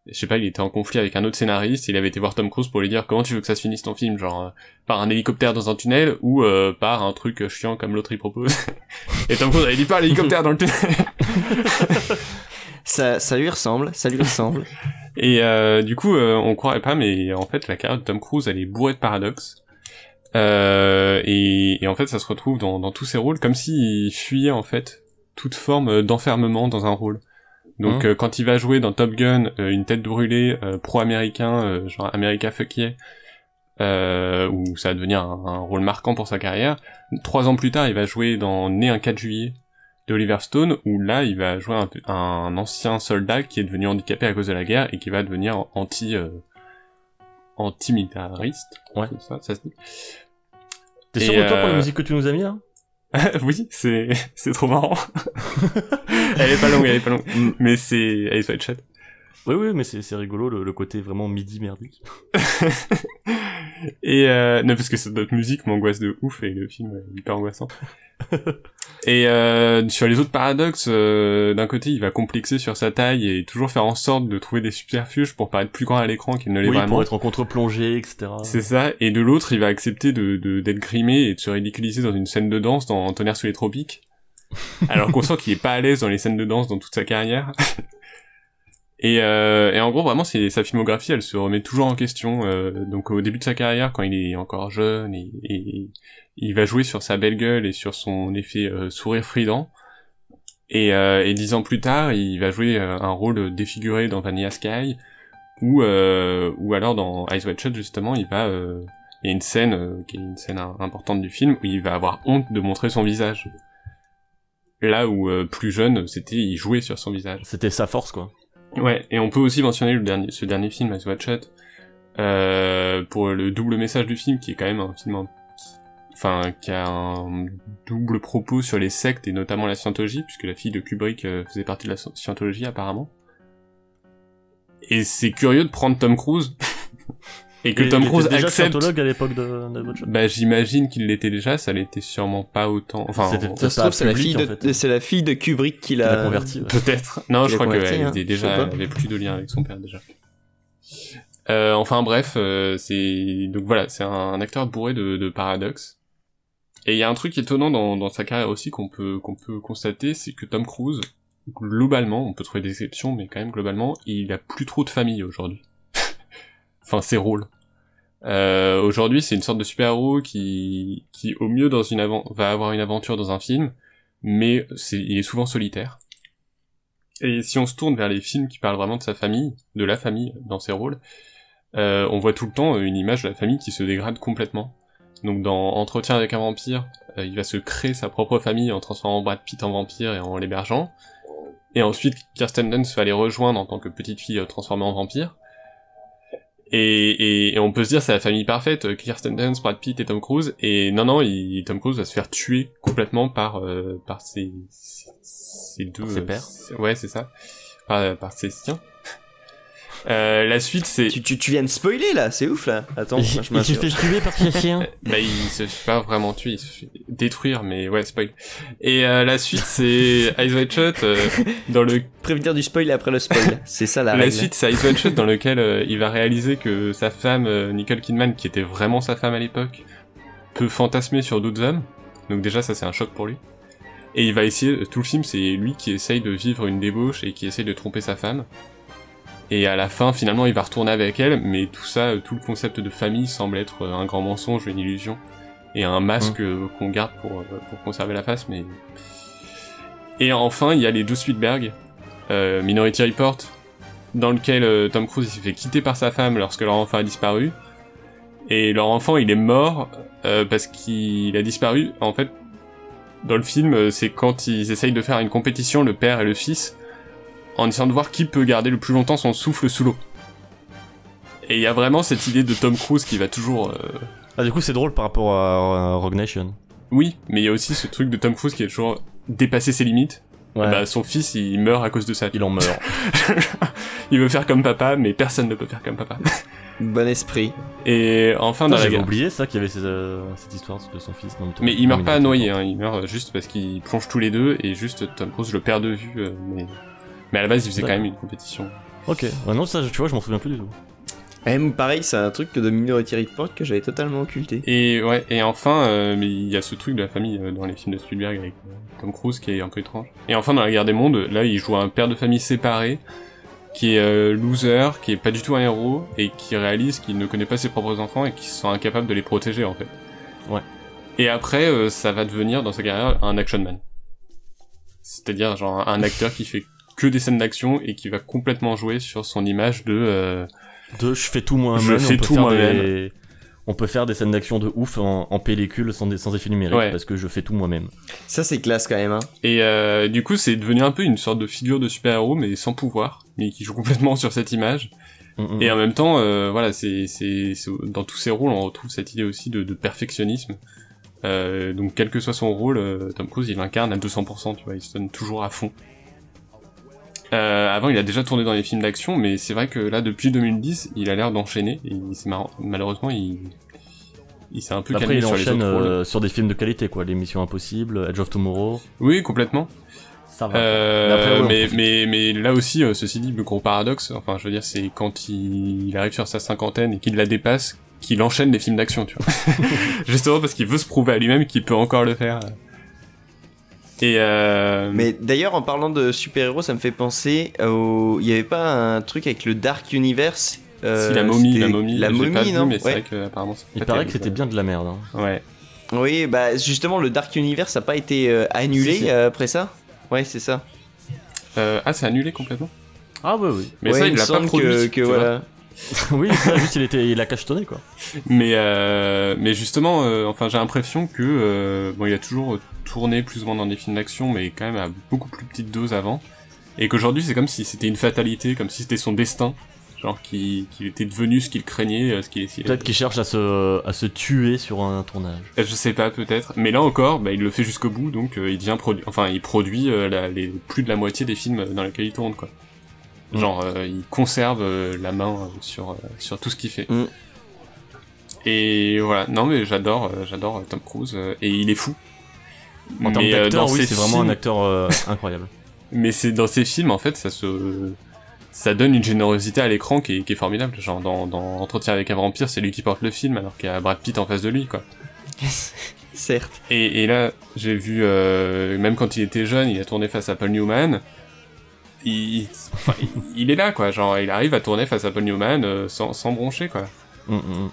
[SPEAKER 4] je sais pas, il était en conflit avec un autre scénariste, il avait été voir Tom Cruise pour lui dire comment tu veux que ça se finisse ton film, genre euh, par un hélicoptère dans un tunnel ou euh, par un truc chiant comme l'autre il propose. et Tom Cruise avait dit pas l'hélicoptère dans le tunnel.
[SPEAKER 6] Ça, ça lui ressemble, ça lui ressemble.
[SPEAKER 4] Et euh, du coup, euh, on croirait pas, mais en fait, la carrière de Tom Cruise, elle est bourrée de paradoxes. Euh, et, et en fait, ça se retrouve dans, dans tous ses rôles, comme s'il fuyait en fait toute forme euh, d'enfermement dans un rôle. Donc, euh, quand il va jouer dans Top Gun, euh, une tête brûlée, euh, pro-américain, euh, genre America fuck yeah, euh, où ça va devenir un, un rôle marquant pour sa carrière. Trois ans plus tard, il va jouer dans Né un 4 juillet d'Oliver Stone, où là, il va jouer un, un ancien soldat qui est devenu handicapé à cause de la guerre et qui va devenir anti, euh, anti-militariste.
[SPEAKER 3] Ouais.
[SPEAKER 4] C'est Ça, ça se dit.
[SPEAKER 3] T'es
[SPEAKER 4] Et
[SPEAKER 3] sûr de toi pour la
[SPEAKER 4] euh,
[SPEAKER 3] musique que tu nous as mis là
[SPEAKER 4] oui, c'est, c'est trop marrant. elle est pas longue, elle est pas longue. Mais c'est, allez, sur le chat.
[SPEAKER 3] Oui, oui, mais c'est c'est rigolo le, le côté vraiment midi merdique.
[SPEAKER 4] Et euh, non, parce que cette autre musique m'angoisse de ouf et le film est hyper angoissant. et euh, sur les autres paradoxes, euh, d'un côté, il va complexer sur sa taille et toujours faire en sorte de trouver des subterfuges pour paraître plus grand à l'écran qu'il ne l'est
[SPEAKER 3] Oui,
[SPEAKER 4] vraiment.
[SPEAKER 3] pour être en contre-plongée, etc.
[SPEAKER 4] C'est ça. Et de l'autre, il va accepter de de- d'être grimé et de se ridiculiser dans une scène de danse dans Tonnerre sous les tropiques. Alors qu'on sent qu'il est pas à l'aise dans les scènes de danse dans toute sa carrière. Et, euh, et en gros, vraiment, c'est sa filmographie, elle se remet toujours en question. euh, donc au début de sa carrière, quand il est encore jeune, et, et- il va jouer sur sa belle gueule et sur son effet euh, sourire fridant. Et, euh, et dix ans plus tard, il va jouer euh, un rôle défiguré dans Vanilla Sky, ou euh, ou alors dans Eyes Wide Shut justement, il va euh, il y a une scène euh, qui est une scène im- importante du film où il va avoir honte de montrer son visage. Là où euh, plus jeune, c'était il jouait sur son visage.
[SPEAKER 3] C'était sa force, quoi.
[SPEAKER 4] Ouais, et on peut aussi mentionner le dernier, ce dernier film, As Watch It, euh, pour le double message du film, qui est quand même un film, un- enfin, qui a un double propos sur les sectes et notamment la scientologie, puisque la fille de Kubrick euh, faisait partie de la sci- scientologie apparemment. Et c'est curieux de prendre Tom Cruise et que
[SPEAKER 3] Il-
[SPEAKER 4] Tom
[SPEAKER 3] il était
[SPEAKER 4] Cruise
[SPEAKER 3] déjà
[SPEAKER 4] accepte.
[SPEAKER 3] scientologue à l'époque de, de Butch.
[SPEAKER 4] Bah j'imagine qu'il l'était déjà, ça l'était sûrement pas autant. Enfin,
[SPEAKER 3] C'était
[SPEAKER 6] Ça
[SPEAKER 3] peut-être
[SPEAKER 6] se
[SPEAKER 3] pas
[SPEAKER 6] trouve, c'est la,
[SPEAKER 3] public,
[SPEAKER 6] fille
[SPEAKER 3] en
[SPEAKER 6] de-
[SPEAKER 3] fait.
[SPEAKER 6] c'est la fille de Kubrick qui
[SPEAKER 3] Il l'a
[SPEAKER 6] l'a.
[SPEAKER 3] converti. ouais.
[SPEAKER 4] Peut-être. Non,
[SPEAKER 6] Euh, Il
[SPEAKER 4] je
[SPEAKER 6] a
[SPEAKER 4] crois qu'elle
[SPEAKER 6] converti, hein,
[SPEAKER 4] était
[SPEAKER 6] je
[SPEAKER 4] déjà,
[SPEAKER 6] sais pas.
[SPEAKER 4] elle avait plus de lien avec son père déjà. Euh, enfin bref, euh, c'est donc voilà, c'est un, un acteur bourré de, de paradoxes. Et il y a un truc étonnant dans, dans sa carrière aussi qu'on peut qu'on peut constater, c'est que Tom Cruise, globalement, on peut trouver des exceptions, mais quand même globalement, il a plus trop de famille aujourd'hui. enfin, ses rôles. Euh, aujourd'hui, c'est une sorte de super-héros qui qui au mieux dans une avan- va avoir une aventure dans un film, mais c'est il est souvent solitaire. Et si on se tourne vers les films qui parlent vraiment de sa famille, de la famille dans ses rôles, euh, on voit tout le temps euh, une image de la famille qui se dégrade complètement. Donc dans Entretien avec un vampire, euh, il va se créer sa propre famille en transformant Brad Pitt en vampire et en l'hébergeant. Et ensuite, Kirsten Dunst va les rejoindre en tant que petite fille euh, transformée en vampire. Et, et- et on peut se dire c'est la famille parfaite, euh, Kirsten Dunst, Brad Pitt et Tom Cruise. Et non non, il- Tom Cruise va se faire tuer complètement par euh, par ses, ses, ses deux
[SPEAKER 3] Par ses
[SPEAKER 4] euh,
[SPEAKER 3] pairs.
[SPEAKER 4] ses- ouais c'est ça, par, par ses siens. Euh, la suite, c'est.
[SPEAKER 6] Tu, tu, tu viens de spoiler là, c'est ouf là. Attends, je
[SPEAKER 3] se
[SPEAKER 6] m'insurge.
[SPEAKER 3] fait tuer par ses chiens.
[SPEAKER 4] Bah, il se fait pas vraiment tuer, il se fait détruire, mais ouais, spoil. Et euh, la suite, c'est Eyes Wide Shut, euh, dans le...
[SPEAKER 6] Prévenir du spoil après le spoil. c'est ça la,
[SPEAKER 4] la
[SPEAKER 6] règle.
[SPEAKER 4] suite, c'est Eyes Wide Shut, dans lequel euh, il va réaliser que sa femme, euh, Nicole Kidman, qui était vraiment sa femme à l'époque, peut fantasmer sur d'autres hommes. Donc déjà, ça, c'est un choc pour lui. Et il va essayer, euh, tout le film, c'est lui qui essaye de vivre une débauche et qui essaye de tromper sa femme. Et à la fin, finalement, il va retourner avec elle, mais tout ça, euh, tout le concept de famille semble être euh, un grand mensonge, une illusion, et un masque euh, qu'on garde pour, euh, pour conserver la face, mais... Et enfin, il y a les Joe Spielberg, euh, Minority Report, dans lequel euh, Tom Cruise il s'est fait quitter par sa femme lorsque leur enfant a disparu, et leur enfant, il est mort euh, parce qu'il a disparu, en fait, dans le film, euh, c'est quand ils essayent de faire une compétition, le père et le fils, en essayant de voir qui peut garder le plus longtemps son souffle sous l'eau. Et il y a vraiment cette idée de Tom Cruise qui va toujours... euh,
[SPEAKER 3] Ah, du coup, c'est drôle par rapport à euh, Rogue Nation.
[SPEAKER 4] Oui, mais il y a aussi ce truc de Tom Cruise qui est toujours dépassé ses limites.
[SPEAKER 3] Ouais.
[SPEAKER 4] Bah, son fils, il meurt à cause de ça.
[SPEAKER 3] Il en meurt.
[SPEAKER 4] il veut faire comme papa, mais personne ne peut faire comme papa.
[SPEAKER 6] Bon esprit.
[SPEAKER 4] Et enfin,
[SPEAKER 3] Putain,
[SPEAKER 4] dans la
[SPEAKER 3] J'avais
[SPEAKER 4] guerre...
[SPEAKER 3] oublié ça qu'il y avait ces, euh, cette histoire de son fils. dans le tour-
[SPEAKER 4] Mais il meurt pas
[SPEAKER 3] dans le
[SPEAKER 4] noyé,
[SPEAKER 3] tour.
[SPEAKER 4] hein, il meurt juste parce qu'il plonge tous les deux et juste Tom Cruise le perd de vue. euh, mais... mais à la base, il faisait quand
[SPEAKER 3] D'accord.
[SPEAKER 4] même une compétition.
[SPEAKER 3] Ok. Ouais, non, ça, tu vois, je m'en souviens plus du tout.
[SPEAKER 6] Eh, mais pareil, c'est un truc de Minority Report que j'avais totalement occulté.
[SPEAKER 4] Et ouais, et enfin, euh, mais il y a ce truc de la famille euh, dans les films de Spielberg avec euh, Tom Cruise qui est un peu étrange. Et enfin, dans La Guerre des Mondes, là, il joue un père de famille séparé qui est euh, loser, qui est pas du tout un héros et qui réalise qu'il ne connaît pas ses propres enfants et qui se sent incapable de les protéger en fait.
[SPEAKER 3] Ouais.
[SPEAKER 4] Et après, euh, ça va devenir dans sa carrière un action man. C'est-à-dire genre un acteur qui fait que des scènes d'action et qui va complètement jouer sur son image de euh,
[SPEAKER 3] Deux, je fais tout moi-même.
[SPEAKER 4] Je
[SPEAKER 3] on
[SPEAKER 4] fais
[SPEAKER 3] peut
[SPEAKER 4] tout
[SPEAKER 3] faire
[SPEAKER 4] moi-même.
[SPEAKER 3] des- On peut faire des scènes d'action de ouf en, en pellicule sans, des- sans effet numérique
[SPEAKER 4] Ouais.
[SPEAKER 3] parce que je fais tout moi-même.
[SPEAKER 6] Ça, c'est classe quand même. Hein.
[SPEAKER 4] Et euh, du coup, c'est devenu un peu une sorte de figure de super-héros, mais sans pouvoir, mais qui joue complètement sur cette image.
[SPEAKER 3] Mm, mm.
[SPEAKER 4] Et en même temps, euh, voilà, c'est c'est c'est- dans tous ses rôles, on retrouve cette idée aussi de, de perfectionnisme. Euh, donc, quel que soit son rôle, euh, Tom Cruise, il l'incarne à 200%, tu vois, il se donne toujours à fond. Euh, avant, il a déjà tourné dans les films d'action, mais c'est vrai que là, depuis 2010, il a l'air d'enchaîner. Et c'est marrant, malheureusement, il, il s'est un peu
[SPEAKER 3] Après,
[SPEAKER 4] calmé
[SPEAKER 3] il
[SPEAKER 4] sur les
[SPEAKER 3] enchaîne
[SPEAKER 4] autres
[SPEAKER 3] euh,
[SPEAKER 4] rôles.
[SPEAKER 3] sur des films de qualité, quoi. Les Missions Impossibles, Edge of Tomorrow.
[SPEAKER 4] Oui, complètement.
[SPEAKER 3] Ça va.
[SPEAKER 4] Euh,
[SPEAKER 3] Mais après, ouais,
[SPEAKER 4] mais, mais, mais là aussi, euh, ceci dit, le gros paradoxe, enfin, je veux dire, c'est quand il, il arrive sur sa cinquantaine et qu'il la dépasse, qu'il enchaîne les films d'action, tu vois. Justement parce qu'il veut se prouver à lui-même qu'il peut encore le faire. Et euh,
[SPEAKER 6] Mais d'ailleurs, en parlant de super-héros, ça me fait penser au. Il y avait pas un truc avec le Dark Universe euh,
[SPEAKER 4] si la momie, la
[SPEAKER 6] c'était-
[SPEAKER 4] momie,
[SPEAKER 6] La
[SPEAKER 4] j'ai
[SPEAKER 6] momie,
[SPEAKER 4] pas vu,
[SPEAKER 6] non
[SPEAKER 4] mais c'est
[SPEAKER 6] Ouais.
[SPEAKER 4] vrai que apparemment, c'est
[SPEAKER 3] Il
[SPEAKER 4] pas
[SPEAKER 3] paraît
[SPEAKER 4] terrible,
[SPEAKER 3] que c'était bien de la merde. hein.
[SPEAKER 4] Ouais.
[SPEAKER 6] Oui, bah justement, le Dark Universe n'a pas été euh, annulé
[SPEAKER 3] Si, si.
[SPEAKER 6] euh, après ça Ouais, c'est ça.
[SPEAKER 4] Euh, ah, c'est annulé complètement.
[SPEAKER 3] Ah, ouais, oui.
[SPEAKER 4] Mais
[SPEAKER 6] Ouais,
[SPEAKER 4] ça,
[SPEAKER 6] il
[SPEAKER 4] il
[SPEAKER 6] me
[SPEAKER 4] l'a pas
[SPEAKER 6] semble
[SPEAKER 4] produit.
[SPEAKER 6] que,
[SPEAKER 4] tu
[SPEAKER 6] que
[SPEAKER 4] vois.
[SPEAKER 6] voilà.
[SPEAKER 3] oui, ça, juste, il, était, il a cachetonné, quoi.
[SPEAKER 4] Mais euh, mais justement, euh, enfin j'ai l'impression que euh, bon il a toujours tourné plus ou moins dans des films d'action, mais quand même à beaucoup plus petite dose avant, et qu'aujourd'hui c'est comme si c'était une fatalité, comme si c'était son destin, genre qu'il qu'il était devenu ce qu'il craignait, euh, ce qu'il essayait.
[SPEAKER 3] Peut-être qu'il cherche à se, à se tuer sur un tournage.
[SPEAKER 4] Euh, Je sais pas peut-être, mais là encore, bah, il le fait jusqu'au bout, donc euh, il devient produit, enfin il produit euh, la- les, plus de la moitié des films euh, dans lesquels il tourne quoi.
[SPEAKER 3] Mm.
[SPEAKER 4] Genre euh, il conserve euh, la main euh, sur euh, sur tout ce qu'il fait.
[SPEAKER 6] Mm.
[SPEAKER 4] Et voilà, non mais j'adore euh, j'adore euh, Tom Cruise euh, et il est fou.
[SPEAKER 3] En termes
[SPEAKER 4] Mais, euh,
[SPEAKER 3] d'acteur,
[SPEAKER 4] dans
[SPEAKER 3] oui,
[SPEAKER 4] ses
[SPEAKER 3] c'est vraiment un
[SPEAKER 4] films-
[SPEAKER 3] acteur euh, incroyable.
[SPEAKER 4] mais c'est dans ces films en fait ça se ça donne une générosité à l'écran qui est, qui est formidable. Genre dans, dans Entretien avec un vampire, c'est lui qui porte le film alors qu'il y a Brad Pitt en face de lui quoi.
[SPEAKER 6] Certes.
[SPEAKER 4] Et, et là, j'ai vu, euh, même quand il était jeune, il a tourné face à Paul Newman. Il, il- enfin, il- il est là, quoi. Genre, il arrive à tourner face à Paul Newman euh, sans, sans broncher, quoi.
[SPEAKER 3] Mm, mm, mm.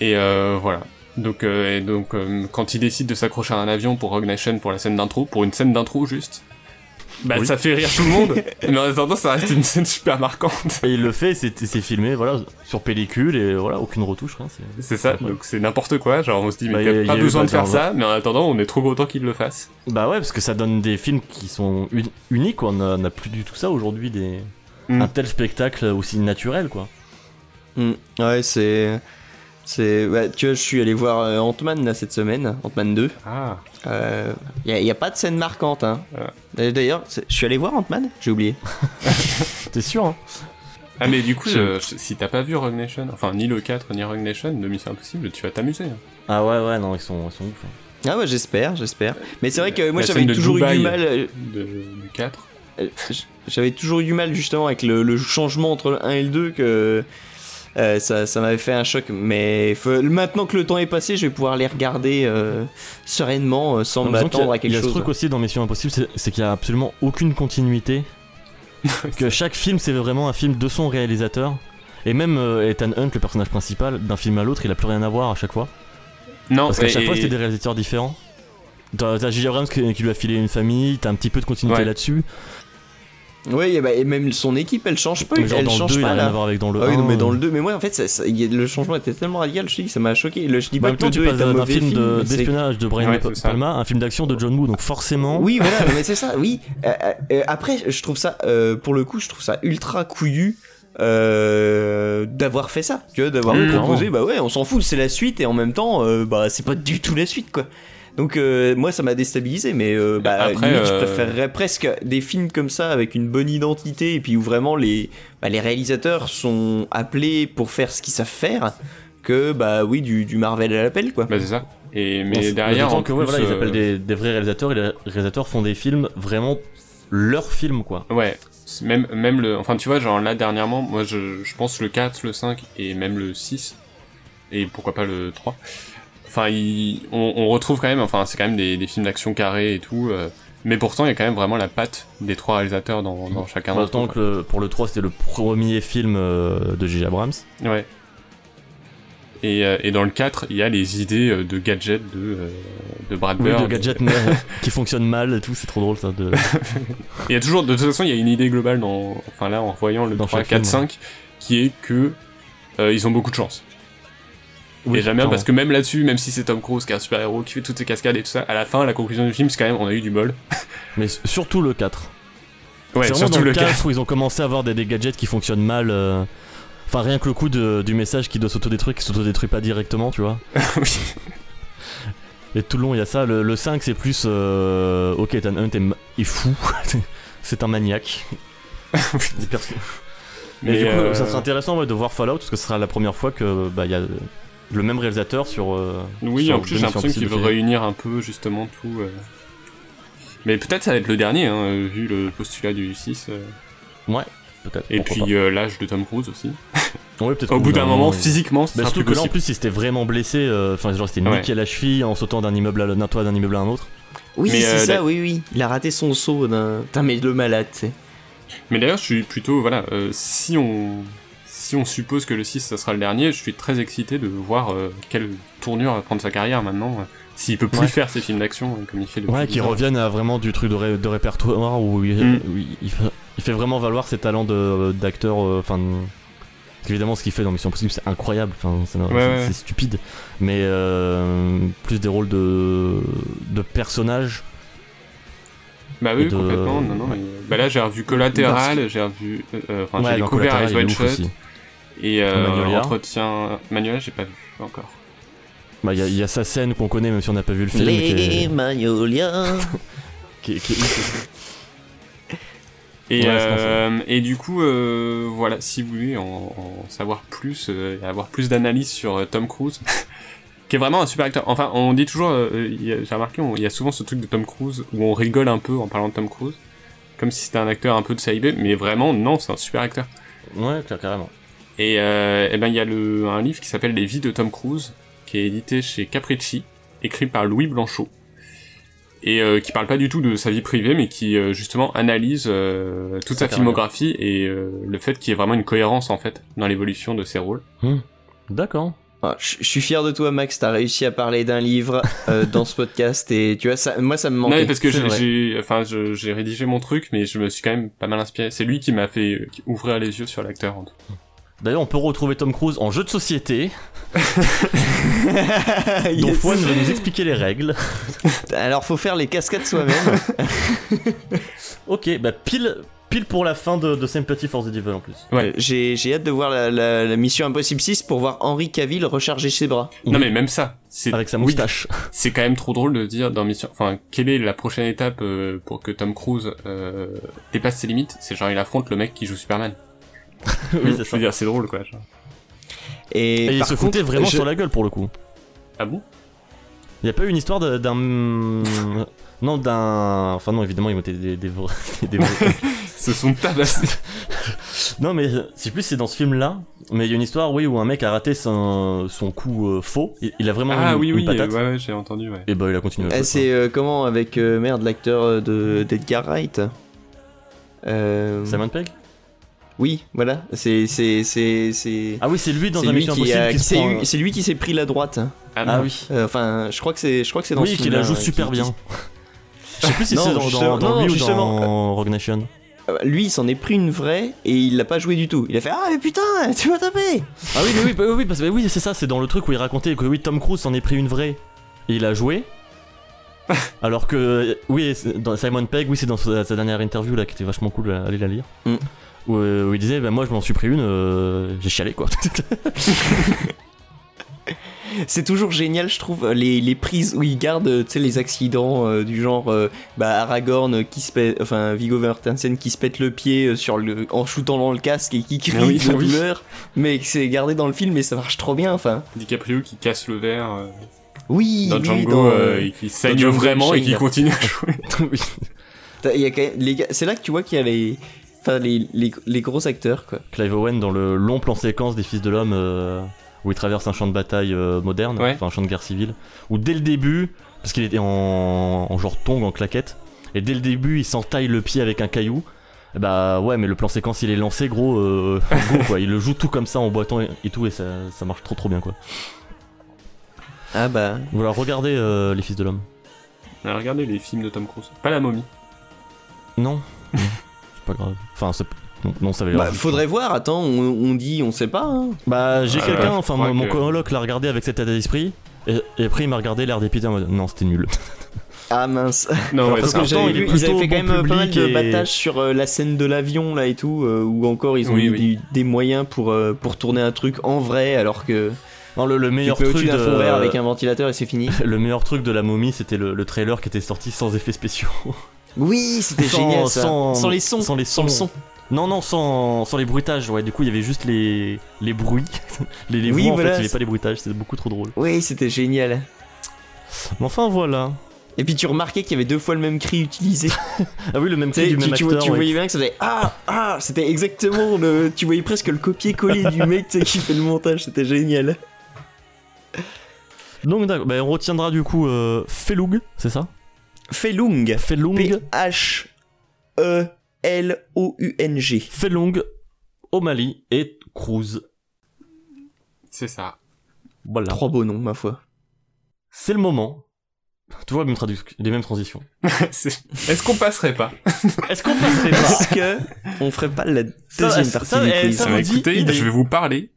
[SPEAKER 4] Et euh, voilà. Donc, euh, et donc euh, quand il décide de s'accrocher à un avion pour Rogue Nation pour la scène d'intro, pour une scène d'intro juste, bah
[SPEAKER 3] Oui.
[SPEAKER 4] ça fait rire tout le monde. mais en attendant, ça reste une scène super marquante.
[SPEAKER 3] Et il le fait, c'est c'est filmé, voilà, sur pellicule, et voilà, aucune retouche, rien. c'est-
[SPEAKER 4] C'est ça,
[SPEAKER 3] Ouais.
[SPEAKER 4] donc c'est n'importe quoi. Genre, on se dit, mais
[SPEAKER 3] Bah,
[SPEAKER 4] il
[SPEAKER 3] y a-
[SPEAKER 4] a
[SPEAKER 3] y
[SPEAKER 4] pas
[SPEAKER 3] a eu
[SPEAKER 4] besoin de faire
[SPEAKER 3] Bazar,
[SPEAKER 4] ça, mais en attendant, on est trop content qu'il le fasse.
[SPEAKER 3] Bah ouais, parce que ça donne des films qui sont uni- uniques, quoi. on a- on n'a plus du tout ça aujourd'hui, des...
[SPEAKER 4] Mm.
[SPEAKER 3] un tel spectacle aussi naturel, quoi.
[SPEAKER 6] Mm. Ouais, c'est. C'est. bah, tu vois, je suis allé voir euh, Ant-Man là cette semaine, Ant-Man 2.
[SPEAKER 4] Ah,
[SPEAKER 6] Il n'y Euh, a, pas de scène marquante. Euh, Hein. D'ailleurs, c'est- je suis allé voir Ant-Man J'ai oublié.
[SPEAKER 3] T'es sûr, hein
[SPEAKER 4] Ah mais du coup, euh, si t'as pas vu Rogue Nation, enfin ni le 4 ni Rogue Nation de Mission Impossible, tu vas t'amuser. hein.
[SPEAKER 3] Ah ouais, ouais, non, ils sont, ils sont ouf. hein.
[SPEAKER 6] Ah bah j'espère, j'espère. Mais c'est vrai que moi
[SPEAKER 4] La scène
[SPEAKER 6] j'avais
[SPEAKER 4] de
[SPEAKER 6] toujours eu
[SPEAKER 4] Dubaï.
[SPEAKER 6] du mal. euh,
[SPEAKER 4] De, du 4.
[SPEAKER 6] euh, j- J'avais toujours eu du mal justement avec le, le changement entre le 1 et le 2 que euh, ça, ça m'avait fait un choc. Mais faut- maintenant que le temps est passé, je vais pouvoir les regarder euh, sereinement euh, sans
[SPEAKER 3] Non, mais disons qu'il y a-
[SPEAKER 6] m'attendre à
[SPEAKER 3] Il y
[SPEAKER 6] quelque
[SPEAKER 3] a ce
[SPEAKER 6] chose.
[SPEAKER 3] truc aussi dans Mission Impossible, c'est- c'est qu'il y a absolument aucune continuité. que chaque film, c'est vraiment un film de son réalisateur. Et même euh, Ethan Hunt, le personnage principal, d'un film à l'autre, il a plus rien à voir à chaque fois.
[SPEAKER 4] Non,
[SPEAKER 3] Parce qu'à
[SPEAKER 4] et-
[SPEAKER 3] chaque fois,
[SPEAKER 4] et-
[SPEAKER 3] c'était des réalisateurs différents. T'as t'as J.J. Abrams qui, qui lui a filé une famille, t'as un petit peu de continuité
[SPEAKER 4] Ouais.
[SPEAKER 3] là-dessus.
[SPEAKER 6] Oui, et, bah, et même son équipe, elle change pas.
[SPEAKER 3] Mais genre
[SPEAKER 6] elle
[SPEAKER 3] dans le
[SPEAKER 6] change
[SPEAKER 3] 2, il a
[SPEAKER 6] pas
[SPEAKER 3] rien à
[SPEAKER 6] là.
[SPEAKER 3] voir avec dans le
[SPEAKER 6] Ah oui, non,
[SPEAKER 3] 1.
[SPEAKER 6] mais dans le 2, mais moi en fait, ça- ça- y a- le changement était tellement radical, je te dis que ça m'a choqué. Le- je dis
[SPEAKER 3] Bah,
[SPEAKER 6] pas
[SPEAKER 3] en même
[SPEAKER 6] que
[SPEAKER 3] temps,
[SPEAKER 6] le
[SPEAKER 3] tu
[SPEAKER 6] 2
[SPEAKER 3] passes
[SPEAKER 6] est un
[SPEAKER 3] d'un
[SPEAKER 6] mauvais
[SPEAKER 3] film de-
[SPEAKER 6] mais c'est-
[SPEAKER 3] d'espionnage de Brian
[SPEAKER 4] Ouais,
[SPEAKER 3] De
[SPEAKER 4] c'est ça.
[SPEAKER 3] Palma à un film d'action de John Woo, donc forcément.
[SPEAKER 6] Oui, voilà, mais c'est ça, oui. Euh, euh, après, je trouve ça, euh, pour le coup, je trouve ça ultra couillu euh, d'avoir fait ça. Tu vois, d'avoir
[SPEAKER 4] Mmh.
[SPEAKER 6] proposé, bah ouais, on s'en fout, c'est la suite, et en même temps, euh, bah c'est pas du tout la suite, quoi. Donc euh, moi ça m'a déstabilisé mais euh, bah,
[SPEAKER 4] Après,
[SPEAKER 6] limite, je
[SPEAKER 4] euh,
[SPEAKER 6] préférerais presque des films comme ça avec une bonne identité et puis où vraiment les bah, les réalisateurs sont appelés pour faire ce qu'ils savent faire que bah oui du, du Marvel à l'appel quoi.
[SPEAKER 4] Bah c'est ça. Et
[SPEAKER 3] On
[SPEAKER 4] mais
[SPEAKER 3] s-
[SPEAKER 4] derrière,
[SPEAKER 3] d'autant
[SPEAKER 4] en
[SPEAKER 3] que ouais,
[SPEAKER 4] plus,
[SPEAKER 3] voilà, ils
[SPEAKER 4] euh,
[SPEAKER 3] appellent des, des vrais réalisateurs et les réalisateurs font des films vraiment leur film quoi.
[SPEAKER 4] Ouais, c'est même, même le. Enfin, tu vois, genre là dernièrement, moi je, je pense le 4, le 5 et même le 6, et pourquoi pas le 3. Enfin, il- on, on retrouve quand même, enfin, c'est quand même des, des films d'action carrés et tout, euh, mais pourtant il y a quand même vraiment la patte des trois réalisateurs dans, dans chacun d'entre
[SPEAKER 3] D'autant
[SPEAKER 4] eux.
[SPEAKER 3] que le- pour le 3 c'était le premier film euh, de J.J. Abrams.
[SPEAKER 4] Ouais. Et, euh, et dans le 4, il y a les idées euh, de gadgets de, euh, de Brad
[SPEAKER 3] Oui,
[SPEAKER 4] Bird.
[SPEAKER 3] de gadgets mais- qui fonctionnent mal et tout, c'est trop drôle ça. De...
[SPEAKER 4] Il y a toujours, de toute façon, il y a une idée globale dans, enfin là, en voyant le
[SPEAKER 3] Dans
[SPEAKER 4] 3,
[SPEAKER 3] chaque
[SPEAKER 4] 4,
[SPEAKER 3] film,
[SPEAKER 4] 5, qui est que euh, ils ont beaucoup de chance.
[SPEAKER 3] Oui,
[SPEAKER 4] et j'aime bien
[SPEAKER 3] clairement.
[SPEAKER 4] parce que même là-dessus, même si c'est Tom Cruise qui est un super héros, qui fait toutes ses cascades et tout ça, à la fin, la conclusion du film, c'est quand même on a eu du bol.
[SPEAKER 3] Mais s- surtout le 4.
[SPEAKER 4] Ouais,
[SPEAKER 3] c'est vraiment
[SPEAKER 4] surtout
[SPEAKER 3] dans
[SPEAKER 4] le
[SPEAKER 3] le
[SPEAKER 4] cas.
[SPEAKER 3] 4 où ils ont commencé à avoir des, des gadgets qui fonctionnent mal. euh, Enfin, rien que le coup de- du message qui doit s'autodétruire, qui s'autodétruit pas directement, tu vois.
[SPEAKER 4] Oui.
[SPEAKER 3] Et tout le long, il y a ça. Le, le 5, c'est plus. euh, ok, Ethan Hunt est, ma- est fou. c'est un maniaque. Des perso- Mais
[SPEAKER 4] Mais,
[SPEAKER 3] du coup,
[SPEAKER 4] euh,
[SPEAKER 3] ça sera intéressant ouais, de voir Fallout parce que ce sera la première fois que bah, il y a le même réalisateur sur. euh,
[SPEAKER 4] Oui,
[SPEAKER 3] sur
[SPEAKER 4] en plus,
[SPEAKER 3] deux
[SPEAKER 4] j'ai
[SPEAKER 3] missions
[SPEAKER 4] l'impression qu'il veut
[SPEAKER 3] impossibles.
[SPEAKER 4] réunir un peu justement tout. euh. Mais peut-être ça va être le dernier, hein, euh, vu le postulat du 6. euh.
[SPEAKER 3] Peut-être.
[SPEAKER 4] Et
[SPEAKER 3] pourquoi
[SPEAKER 4] puis euh, l'âge de Tom Cruise aussi.
[SPEAKER 3] pas. Ouais, peut-être
[SPEAKER 4] Au
[SPEAKER 3] qu'au
[SPEAKER 4] bout d'un moment,
[SPEAKER 3] il-
[SPEAKER 4] physiquement, c'est
[SPEAKER 3] Bah,
[SPEAKER 4] un
[SPEAKER 3] surtout
[SPEAKER 4] plus
[SPEAKER 3] que là en
[SPEAKER 4] possible.
[SPEAKER 3] plus, il s'était vraiment blessé. euh, Enfin, genre, c'était
[SPEAKER 4] Ouais.
[SPEAKER 3] niqué à la cheville en sautant d'un immeuble à l'autre- d'un toit d'un immeuble à un autre.
[SPEAKER 6] Oui,
[SPEAKER 4] Mais,
[SPEAKER 6] c'est
[SPEAKER 4] euh,
[SPEAKER 6] ça,
[SPEAKER 4] la-
[SPEAKER 6] oui, oui. Il a raté son saut d'un. Putain, mais le malade, tu sais.
[SPEAKER 4] Mais d'ailleurs, je suis plutôt, voilà, euh, si on si on suppose que le 6 ça sera le dernier, je suis très excité de voir euh, quelle tournure va prendre sa carrière maintenant. euh, S'il peut plus
[SPEAKER 3] Ouais.
[SPEAKER 4] faire ses films d'action euh, comme il fait depuis.
[SPEAKER 3] Ouais, qui
[SPEAKER 4] longtemps.
[SPEAKER 3] reviennent à vraiment du truc de, ré- de répertoire où, il,
[SPEAKER 4] Mm.
[SPEAKER 3] où il- il fa- il fait vraiment valoir ses talents de- d'acteur. euh, Enfin, de- parce qu'évidemment, ce qu'il fait dans Mission Impossible, c'est incroyable. Enfin, c'est c'est-
[SPEAKER 4] ouais, ouais.
[SPEAKER 3] c'est stupide. Mais euh, plus des rôles de, de personnages.
[SPEAKER 4] Bah oui,
[SPEAKER 3] de-
[SPEAKER 4] complètement. Non, non, mais, euh, Bah là, j'ai revu Collateral, j'ai revu. euh, euh, Enfin, j'ai
[SPEAKER 3] dans
[SPEAKER 4] découvert
[SPEAKER 3] Collateral,
[SPEAKER 4] Eyes
[SPEAKER 3] il est
[SPEAKER 4] Wide
[SPEAKER 3] ouf
[SPEAKER 4] Shut
[SPEAKER 3] aussi.
[SPEAKER 4] et euh,
[SPEAKER 3] Magnolia.
[SPEAKER 4] Entretien. Manuel, j'ai pas vu encore.
[SPEAKER 3] Bah, Il y, a- il y a sa scène qu'on connaît, même si on n'a pas vu le film. qui
[SPEAKER 6] Les
[SPEAKER 3] est-
[SPEAKER 6] Magnolias.
[SPEAKER 3] qui est- qui est ouf.
[SPEAKER 4] Et,
[SPEAKER 3] Ouais, c'est pour ça.
[SPEAKER 4] euh, et du coup, euh, voilà, si vous voulez en, en savoir plus euh, et avoir plus d'analyse sur euh, Tom Cruise, qui est vraiment un super acteur. Enfin, on dit toujours, euh, euh, il y a- j'ai remarqué, on- il y a souvent ce truc de Tom Cruise où on rigole un peu en parlant de Tom Cruise, comme si c'était un acteur un peu de série B, mais vraiment, non, c'est un super acteur.
[SPEAKER 3] ouais, car- carrément.
[SPEAKER 4] Et, euh, eh ben, il y a le, un livre qui s'appelle Les vies de Tom Cruise, qui est édité chez Capricci, écrit par Louis Blanchot, et euh, qui parle pas du tout de sa vie privée, mais qui euh, justement analyse euh, toute
[SPEAKER 3] Sa
[SPEAKER 4] sa filmographie et euh, le fait qu'il y ait vraiment une cohérence en fait dans l'évolution de ses rôles.
[SPEAKER 3] D'accord.
[SPEAKER 6] Ah, Je je suis fier de toi, Max. T'as réussi à parler d'un livre euh, dans ce podcast et tu vois ça. Moi, ça me manquait.
[SPEAKER 4] Non, mais parce que
[SPEAKER 6] C'est
[SPEAKER 4] j'ai-
[SPEAKER 6] vrai.
[SPEAKER 4] j'ai, enfin, je- j'ai rédigé mon truc, mais je me suis quand même pas mal inspiré. C'est lui qui m'a fait euh, ouvrir les yeux sur l'acteur. en tout cas.
[SPEAKER 3] D'ailleurs, on peut retrouver Tom Cruise en jeu de société, dont
[SPEAKER 6] Yes.
[SPEAKER 3] Fouane va nous expliquer les règles.
[SPEAKER 6] Alors, faut faire les cascades soi-même.
[SPEAKER 3] Ok, bah pile, pile pour la fin de, de Sympathy for the Devil en plus.
[SPEAKER 4] Ouais.
[SPEAKER 6] Euh, J'ai j'ai hâte de voir la, la- la Mission Impossible 6 pour voir Henri Cavill recharger ses bras.
[SPEAKER 4] Non, mais même ça, c'est
[SPEAKER 3] Avec sa
[SPEAKER 4] oui,
[SPEAKER 3] moustache.
[SPEAKER 4] c'est quand même trop drôle de dire dans Mission... Enfin, quelle est la prochaine étape euh, pour que Tom Cruise euh, dépasse ses limites C'est genre il affronte le mec qui joue Superman.
[SPEAKER 3] oui,
[SPEAKER 4] je
[SPEAKER 3] c'est
[SPEAKER 4] veux
[SPEAKER 3] ça.
[SPEAKER 4] dire, c'est drôle, quoi. genre.
[SPEAKER 6] Et,
[SPEAKER 3] Et il
[SPEAKER 6] par
[SPEAKER 3] se foutait
[SPEAKER 6] contre,
[SPEAKER 3] vraiment
[SPEAKER 6] je-
[SPEAKER 3] sur la gueule pour le coup.
[SPEAKER 4] Ah bon
[SPEAKER 3] Il n'y a pas eu une histoire de- d'un. non, d'un. Enfin, non, évidemment, ils m'ont été des, des, vrais- des vrais-
[SPEAKER 4] Ce sont tabassés.
[SPEAKER 3] Non, mais euh, je sais plus, c'est dans ce film-là. Mais il y a une histoire, oui, où un mec a raté son, son coup euh, faux. Il, il a vraiment eu
[SPEAKER 4] Ah
[SPEAKER 3] une,
[SPEAKER 4] oui,
[SPEAKER 3] une
[SPEAKER 4] oui, euh,
[SPEAKER 3] patate.
[SPEAKER 4] ouais, ouais, j'ai entendu, ouais.
[SPEAKER 3] Et bah, il a continué. à jouer,
[SPEAKER 6] Ah, c'est euh, comment avec euh, merde l'acteur euh, de d'Edgar Wright Euh,
[SPEAKER 3] quoi. Simon Pegg
[SPEAKER 6] Oui, voilà. C'est c'est c'est c'est.
[SPEAKER 3] Ah oui, c'est lui dans
[SPEAKER 6] c'est
[SPEAKER 3] un
[SPEAKER 6] lui
[SPEAKER 3] Mission
[SPEAKER 6] qui,
[SPEAKER 3] Impossible
[SPEAKER 6] a-
[SPEAKER 3] qui se
[SPEAKER 6] c'est
[SPEAKER 3] prend,
[SPEAKER 6] lui-
[SPEAKER 3] euh,
[SPEAKER 6] c'est lui qui s'est pris la droite. hein.
[SPEAKER 3] Ah
[SPEAKER 4] bon
[SPEAKER 3] oui.
[SPEAKER 6] Euh, Enfin, je crois que c'est je crois que c'est dans.
[SPEAKER 3] Oui,
[SPEAKER 6] ce
[SPEAKER 3] qui la
[SPEAKER 6] film-là,
[SPEAKER 3] joue
[SPEAKER 6] ouais,
[SPEAKER 3] super
[SPEAKER 6] qui-
[SPEAKER 3] bien. Je sais plus si
[SPEAKER 6] Non,
[SPEAKER 3] c'est dans, dans,
[SPEAKER 6] justement-
[SPEAKER 3] dans
[SPEAKER 6] non,
[SPEAKER 3] lui ou
[SPEAKER 6] justement.
[SPEAKER 3] dans Rogue Nation.
[SPEAKER 6] Euh, Lui, il s'en est pris une vraie et il l'a pas joué du tout. Il a fait ah mais putain, tu m'as tapé.
[SPEAKER 3] Ah oui, mais oui, bah oui, parce que oui, c'est ça, c'est dans le truc où il racontait que oui, Tom Cruise s'en est pris une vraie et il a joué. Alors que euh, oui, c'est- dans Simon Pegg, oui, c'est dans sa, sa dernière interview là qui était vachement cool, allez la lire.
[SPEAKER 6] Mm.
[SPEAKER 3] Où, euh, où il disait, bah moi je m'en suis pris une, euh, j'ai chialé quoi.
[SPEAKER 6] C'est toujours génial, je trouve, les, les prises où ils gardent, euh, tu sais, les accidents euh, du genre, euh, bah, Aragorn euh, qui se pète, enfin, Viggo Mortensen qui se pète le pied euh, sur le, en shootant dans le casque et qui crie
[SPEAKER 4] Ah oui,
[SPEAKER 6] de
[SPEAKER 4] ah oui.
[SPEAKER 6] douleur, mais que c'est gardé dans le film et ça marche trop bien, enfin.
[SPEAKER 4] DiCaprio qui casse le verre euh,
[SPEAKER 6] Oui,
[SPEAKER 4] dans
[SPEAKER 6] oui,
[SPEAKER 4] Django
[SPEAKER 6] dans,
[SPEAKER 4] euh,
[SPEAKER 6] euh,
[SPEAKER 4] et qui saigne
[SPEAKER 6] Django
[SPEAKER 4] vraiment et qui
[SPEAKER 6] Unchained.
[SPEAKER 4] continue à jouer.
[SPEAKER 3] Oui.
[SPEAKER 6] t'as- il y a quand même- les gars- c'est là que tu vois qu'il y a les, enfin, les, les, les gros acteurs, quoi.
[SPEAKER 3] Clive Owen dans le long plan séquence des Fils de l'Homme euh, où il traverse un champ de bataille euh, moderne,
[SPEAKER 4] Ouais.
[SPEAKER 3] enfin un champ de guerre civile, où dès le début, parce qu'il était en, en genre tong, en claquette, et dès le début il s'entaille le pied avec un caillou, et bah ouais mais le plan séquence il est lancé gros, euh, go, quoi, il le joue tout comme ça en boitant et, et tout et ça, ça marche trop trop bien quoi.
[SPEAKER 6] Ah bah,
[SPEAKER 3] Voilà, regardez euh, les Fils de l'Homme.
[SPEAKER 4] Alors, Ah, regardez les films de Tom Cruise. Pas la momie.
[SPEAKER 3] Non, non, c'est pas grave. Enfin, c'est- non, non, ça avait l'air
[SPEAKER 6] bah, faudrait voir, attends, on, on dit, on sait pas, hein.
[SPEAKER 3] Bah j'ai
[SPEAKER 4] Euh,
[SPEAKER 3] quelqu'un,
[SPEAKER 4] je
[SPEAKER 3] enfin
[SPEAKER 4] crois
[SPEAKER 3] mon, mon
[SPEAKER 4] que-
[SPEAKER 3] coloc l'a regardé avec cet état d'esprit, et, et après il m'a regardé l'air dépité en mode non c'était nul.
[SPEAKER 6] Ah mince.
[SPEAKER 4] Non,
[SPEAKER 3] Alors,
[SPEAKER 4] ouais,
[SPEAKER 3] parce
[SPEAKER 4] c'est un-
[SPEAKER 3] que j'ai-
[SPEAKER 6] Pourtant,
[SPEAKER 3] il est
[SPEAKER 6] ils- ils
[SPEAKER 3] plutôt
[SPEAKER 6] avaient fait
[SPEAKER 3] bon
[SPEAKER 6] quand même euh, pas mal de
[SPEAKER 3] public et-
[SPEAKER 6] battages sur euh, la scène de l'avion là et tout, euh, où encore ils ont
[SPEAKER 4] Oui,
[SPEAKER 6] eu
[SPEAKER 4] oui.
[SPEAKER 6] du- des moyens pour, euh, pour tourner un truc en vrai alors que
[SPEAKER 3] Non, le, le
[SPEAKER 6] tu
[SPEAKER 3] meilleur
[SPEAKER 6] peux
[SPEAKER 3] truc
[SPEAKER 6] au-dessus d'un
[SPEAKER 3] de...
[SPEAKER 6] fond vert avec un ventilateur et c'est fini.
[SPEAKER 3] Le meilleur truc de la momie, c'était le, le trailer qui était sorti sans effets spéciaux.
[SPEAKER 6] Oui, c'était
[SPEAKER 3] Sans-
[SPEAKER 6] génial ça.
[SPEAKER 3] sans-
[SPEAKER 6] les sons,
[SPEAKER 3] sans les
[SPEAKER 6] sans le
[SPEAKER 3] sons.
[SPEAKER 6] son.
[SPEAKER 3] Non, non, sans, sans les bruitages. Ouais, du coup, il y avait juste les, les bruits. Les, les
[SPEAKER 6] Oui,
[SPEAKER 3] voix, en fait,
[SPEAKER 6] voilà,
[SPEAKER 3] il n'y avait
[SPEAKER 6] c'est-
[SPEAKER 3] pas les bruitages. C'était beaucoup trop drôle.
[SPEAKER 6] Oui, c'était génial.
[SPEAKER 3] Mais enfin, voilà.
[SPEAKER 6] Et puis tu remarquais qu'il y avait deux fois le même cri utilisé.
[SPEAKER 3] Ah oui, le même
[SPEAKER 6] tu
[SPEAKER 3] cri
[SPEAKER 6] sais,
[SPEAKER 3] du
[SPEAKER 6] tu,
[SPEAKER 3] même
[SPEAKER 6] tu-
[SPEAKER 3] acteur.
[SPEAKER 6] tu
[SPEAKER 3] ouais.
[SPEAKER 6] voyais bien que ça faisait ah ah, c'était exactement le, tu voyais presque le copier-coller du mec tu sais, qui fait le montage, c'était génial.
[SPEAKER 3] Donc, d'accord. Bah, on retiendra du coup euh, Felung, c'est ça
[SPEAKER 6] Felung,
[SPEAKER 3] Felung.
[SPEAKER 6] P H E L O U N G.
[SPEAKER 3] Felung, O'Malley et Cruz.
[SPEAKER 4] c'est ça.
[SPEAKER 3] Voilà.
[SPEAKER 6] Trois beaux noms, ma foi.
[SPEAKER 3] C'est le moment. Toujours les mêmes, tradu- les mêmes transitions.
[SPEAKER 4] C'est- Est-ce qu'on passerait pas
[SPEAKER 3] Est-ce qu'on passerait pas
[SPEAKER 6] Parce que on ferait pas la deuxième
[SPEAKER 3] Ça,
[SPEAKER 6] partie
[SPEAKER 3] ça, ça,
[SPEAKER 6] du
[SPEAKER 3] eh,
[SPEAKER 6] quiz.
[SPEAKER 3] ça,
[SPEAKER 4] Bah,
[SPEAKER 3] vous dit
[SPEAKER 4] Écoutez,
[SPEAKER 3] idée.
[SPEAKER 4] je vais vous parler.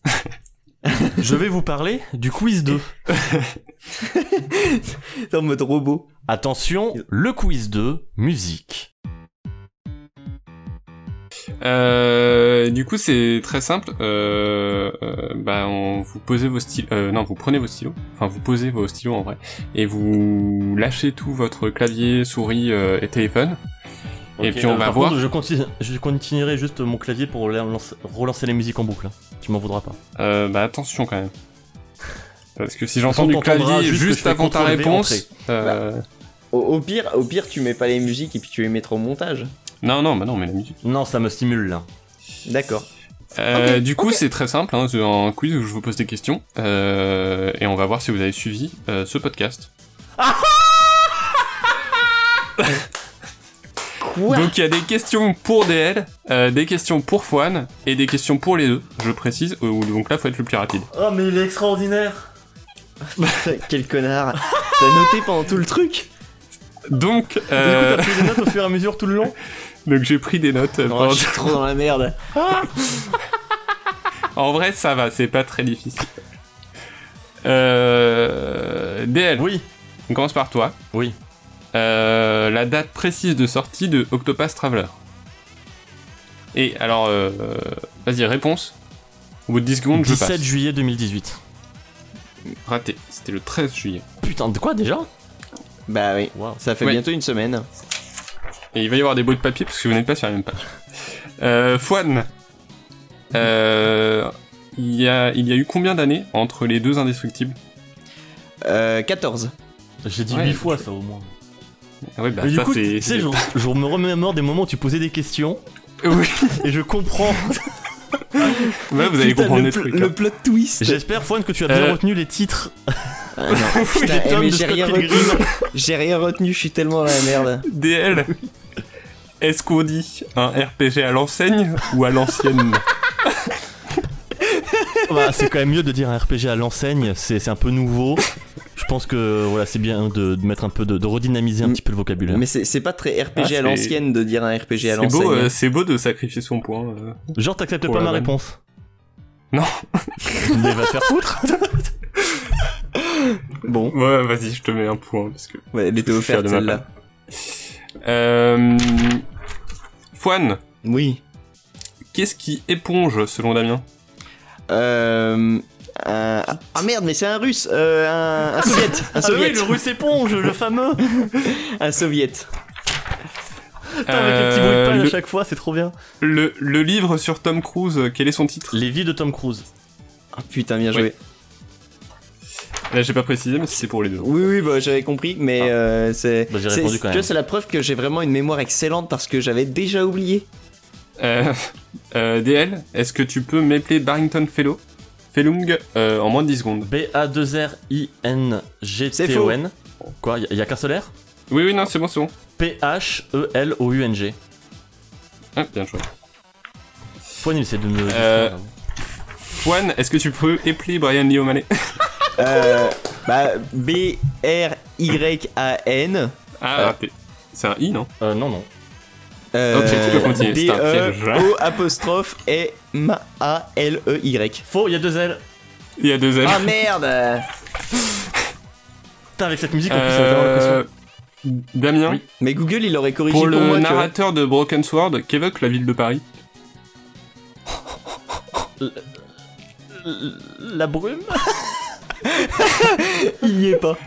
[SPEAKER 3] Je vais vous parler du quiz 2.
[SPEAKER 6] C'est en mode robot.
[SPEAKER 3] Attention, le quiz 2, musique.
[SPEAKER 4] Euh, du coup, c'est très simple. Euh, euh, bah, on, vous posez vos stylos. euh, non, vous prenez vos stylos. Enfin, vous posez vos stylos en vrai, et vous lâchez tout votre clavier, souris euh, et téléphone. Et
[SPEAKER 3] Ok,
[SPEAKER 4] puis on
[SPEAKER 3] euh,
[SPEAKER 4] va
[SPEAKER 3] par
[SPEAKER 4] voir.
[SPEAKER 3] contre, je, continue- je continuerai juste mon clavier pour la- lancer- relancer les musiques en boucle. hein. Tu m'en voudras pas.
[SPEAKER 4] Euh, bah, attention quand même. Parce que si j'entends
[SPEAKER 3] Par
[SPEAKER 4] du
[SPEAKER 3] contre, on entendra
[SPEAKER 4] clavier
[SPEAKER 3] juste que je
[SPEAKER 4] juste
[SPEAKER 3] fais
[SPEAKER 4] avant ta
[SPEAKER 3] CTRL V,
[SPEAKER 4] réponse, euh,
[SPEAKER 6] Au, au pire, au pire, tu mets pas les musiques et puis tu les mettras au montage.
[SPEAKER 4] non, non, bah non, mais la musique.
[SPEAKER 3] Non, ça me stimule là.
[SPEAKER 6] D'accord.
[SPEAKER 4] Euh,
[SPEAKER 6] Ok,
[SPEAKER 4] du coup,
[SPEAKER 6] ok.
[SPEAKER 4] c'est très simple, hein, c'est un quiz où je vous pose des questions euh, et on va voir si vous avez suivi euh, ce podcast.
[SPEAKER 6] Quoi
[SPEAKER 4] Donc il y a des questions pour DL, euh, des questions pour Fouane et des questions pour les deux. Je précise, euh, donc là faut être le plus rapide.
[SPEAKER 3] Oh, mais il est extraordinaire
[SPEAKER 6] Quel connard. T'as noté pendant tout le truc
[SPEAKER 4] Donc,
[SPEAKER 3] Du
[SPEAKER 4] euh,
[SPEAKER 3] coup, t'as pris des notes au fur et à mesure tout le long
[SPEAKER 4] donc j'ai pris des notes. euh,
[SPEAKER 6] Oh,
[SPEAKER 4] pendant-
[SPEAKER 6] je suis trop dans la merde.
[SPEAKER 4] En vrai, ça va, c'est pas très difficile. Euh, DL,
[SPEAKER 3] Oui,
[SPEAKER 4] on commence par toi.
[SPEAKER 3] oui.
[SPEAKER 4] Euh, la date précise de sortie de Octopus Traveler. Et alors, euh, vas-y, réponse. Au bout de 10 secondes, je
[SPEAKER 3] 17
[SPEAKER 4] passe.
[SPEAKER 3] juillet 2018.
[SPEAKER 4] Raté, c'était le 13 juillet.
[SPEAKER 3] Putain, de quoi déjà
[SPEAKER 6] Bah oui.
[SPEAKER 3] Waouh.
[SPEAKER 6] Ça fait
[SPEAKER 4] Ouais.
[SPEAKER 6] bientôt une semaine.
[SPEAKER 4] Et il va y avoir des bouts de papier parce que vous n'êtes pas sur la même page. Euh, Fouane, Euh, il, y a, il y a eu combien d'années entre les deux indestructibles
[SPEAKER 6] Euh, 14.
[SPEAKER 3] J'ai dit
[SPEAKER 4] Ouais.
[SPEAKER 3] 8 fois ça au moins.
[SPEAKER 4] Ah ouais, bah,
[SPEAKER 3] Mais du
[SPEAKER 4] ça,
[SPEAKER 3] coup,
[SPEAKER 4] c'est-
[SPEAKER 3] tu sais,
[SPEAKER 4] c'est-
[SPEAKER 3] je, je me remémore des moments où tu posais des questions
[SPEAKER 4] Oui,
[SPEAKER 3] et je comprends.
[SPEAKER 4] ouais, vous allez
[SPEAKER 6] Putain,
[SPEAKER 4] comprendre
[SPEAKER 6] le,
[SPEAKER 4] des
[SPEAKER 6] pl-
[SPEAKER 4] trucs.
[SPEAKER 6] le
[SPEAKER 4] hein.
[SPEAKER 6] plot twist.
[SPEAKER 3] J'espère, Fouane, que tu as bien
[SPEAKER 4] Euh.
[SPEAKER 3] retenu les titres
[SPEAKER 6] Ah, non.
[SPEAKER 3] des
[SPEAKER 6] Putain, eh,
[SPEAKER 3] tomes
[SPEAKER 6] mais
[SPEAKER 3] de
[SPEAKER 6] j'ai
[SPEAKER 3] Scott
[SPEAKER 6] rien
[SPEAKER 3] Pilgrim.
[SPEAKER 6] retenu. J'ai rien retenu, je suis tellement dans la merde.
[SPEAKER 4] DL, est-ce qu'on dit un RPG à l'enseigne ou à l'ancienne
[SPEAKER 3] Bah, c'est quand même mieux de dire un RPG à l'enseigne, c'est c'est un peu nouveau. Je pense que voilà, c'est bien de, de mettre un peu de, de redynamiser un
[SPEAKER 6] Mm.
[SPEAKER 3] petit peu le vocabulaire.
[SPEAKER 6] Mais c'est c'est pas très RPG
[SPEAKER 4] Ah,
[SPEAKER 6] à
[SPEAKER 4] c'est-
[SPEAKER 6] l'ancienne de dire un RPG à
[SPEAKER 4] C'est beau, euh,
[SPEAKER 6] l'ancienne. hein.
[SPEAKER 4] c'est beau de sacrifier son point. euh.
[SPEAKER 3] Genre, t'acceptes
[SPEAKER 4] Pour
[SPEAKER 3] pas
[SPEAKER 4] la
[SPEAKER 3] ma
[SPEAKER 4] vanne.
[SPEAKER 3] réponse
[SPEAKER 4] Non.
[SPEAKER 3] Mais va te faire foutre
[SPEAKER 6] Bon,
[SPEAKER 4] Ouais, vas-y, je te mets un point parce que.
[SPEAKER 6] ouais, elle était
[SPEAKER 4] Je suis fier
[SPEAKER 6] offerte
[SPEAKER 4] de ma
[SPEAKER 6] celle-là.
[SPEAKER 4] Euh... Fouane,
[SPEAKER 6] Oui.
[SPEAKER 4] qu'est-ce qui éponge selon Damien
[SPEAKER 6] Euh, un- Ah merde, mais c'est un russe, euh, un, un soviète, un
[SPEAKER 3] Ah oui,
[SPEAKER 6] soviète,
[SPEAKER 3] le russe éponge, le fameux
[SPEAKER 6] un soviète.
[SPEAKER 3] Putain, Avec les petits bruits de
[SPEAKER 4] Euh,
[SPEAKER 3] page à
[SPEAKER 4] le,
[SPEAKER 3] chaque fois, c'est trop bien.
[SPEAKER 4] le- le livre sur Tom Cruise, euh, quel est son titre
[SPEAKER 3] Les vies de Tom Cruise.
[SPEAKER 6] Ah putain, bien joué.
[SPEAKER 4] Ouais. Là, j'ai pas précisé, mais c'est pour les deux.
[SPEAKER 6] Oui, oui, bah, j'avais compris, mais
[SPEAKER 3] Ah.
[SPEAKER 6] euh, c'est.
[SPEAKER 3] Bah, j'ai
[SPEAKER 6] c'est-
[SPEAKER 3] répondu quand
[SPEAKER 6] tu vois,
[SPEAKER 3] même.
[SPEAKER 6] c'est la preuve que j'ai vraiment une mémoire excellente parce que j'avais déjà oublié.
[SPEAKER 4] Euh, euh, DL, est-ce que tu peux m'épeler Barrington Fellow Fellung euh, en moins de 10 secondes
[SPEAKER 6] C'est faux.
[SPEAKER 3] B-A-2-R-I-N-G-T-O-N. Quoi, y y a qu'un solaire
[SPEAKER 4] Oui, oui, non, c'est bon, c'est bon.
[SPEAKER 3] E P-H-E-L-O-U-N-G.
[SPEAKER 4] Ah, bien joué.
[SPEAKER 3] Fouane, il essaie de me.
[SPEAKER 4] Euh, Juan, est-ce que tu peux épeler Brian Lee O'Malley
[SPEAKER 6] Euh, bah, B-R-Y-A-N.
[SPEAKER 4] Ah, raté. C'est un I, non
[SPEAKER 3] Euh, non, non.
[SPEAKER 6] Euh,
[SPEAKER 4] Ok, tu peux continuer, c'est un piège.
[SPEAKER 6] D-E-O apostrophe et M-A-L-E-Y.
[SPEAKER 3] Faux, il y a deux L.
[SPEAKER 4] Il y a deux L.
[SPEAKER 6] Ah merde
[SPEAKER 3] Putain, avec cette musique, en plus, ça va vraiment
[SPEAKER 4] Euh, Damien,
[SPEAKER 3] Oui.
[SPEAKER 6] Mais Google, il aurait corrigé
[SPEAKER 4] pour
[SPEAKER 6] pour,
[SPEAKER 4] le
[SPEAKER 6] moi, tu vois.
[SPEAKER 4] narrateur de Broken Sword, qu'évoque la ville de Paris
[SPEAKER 3] le cauchemar. La brume
[SPEAKER 6] Il y est pas.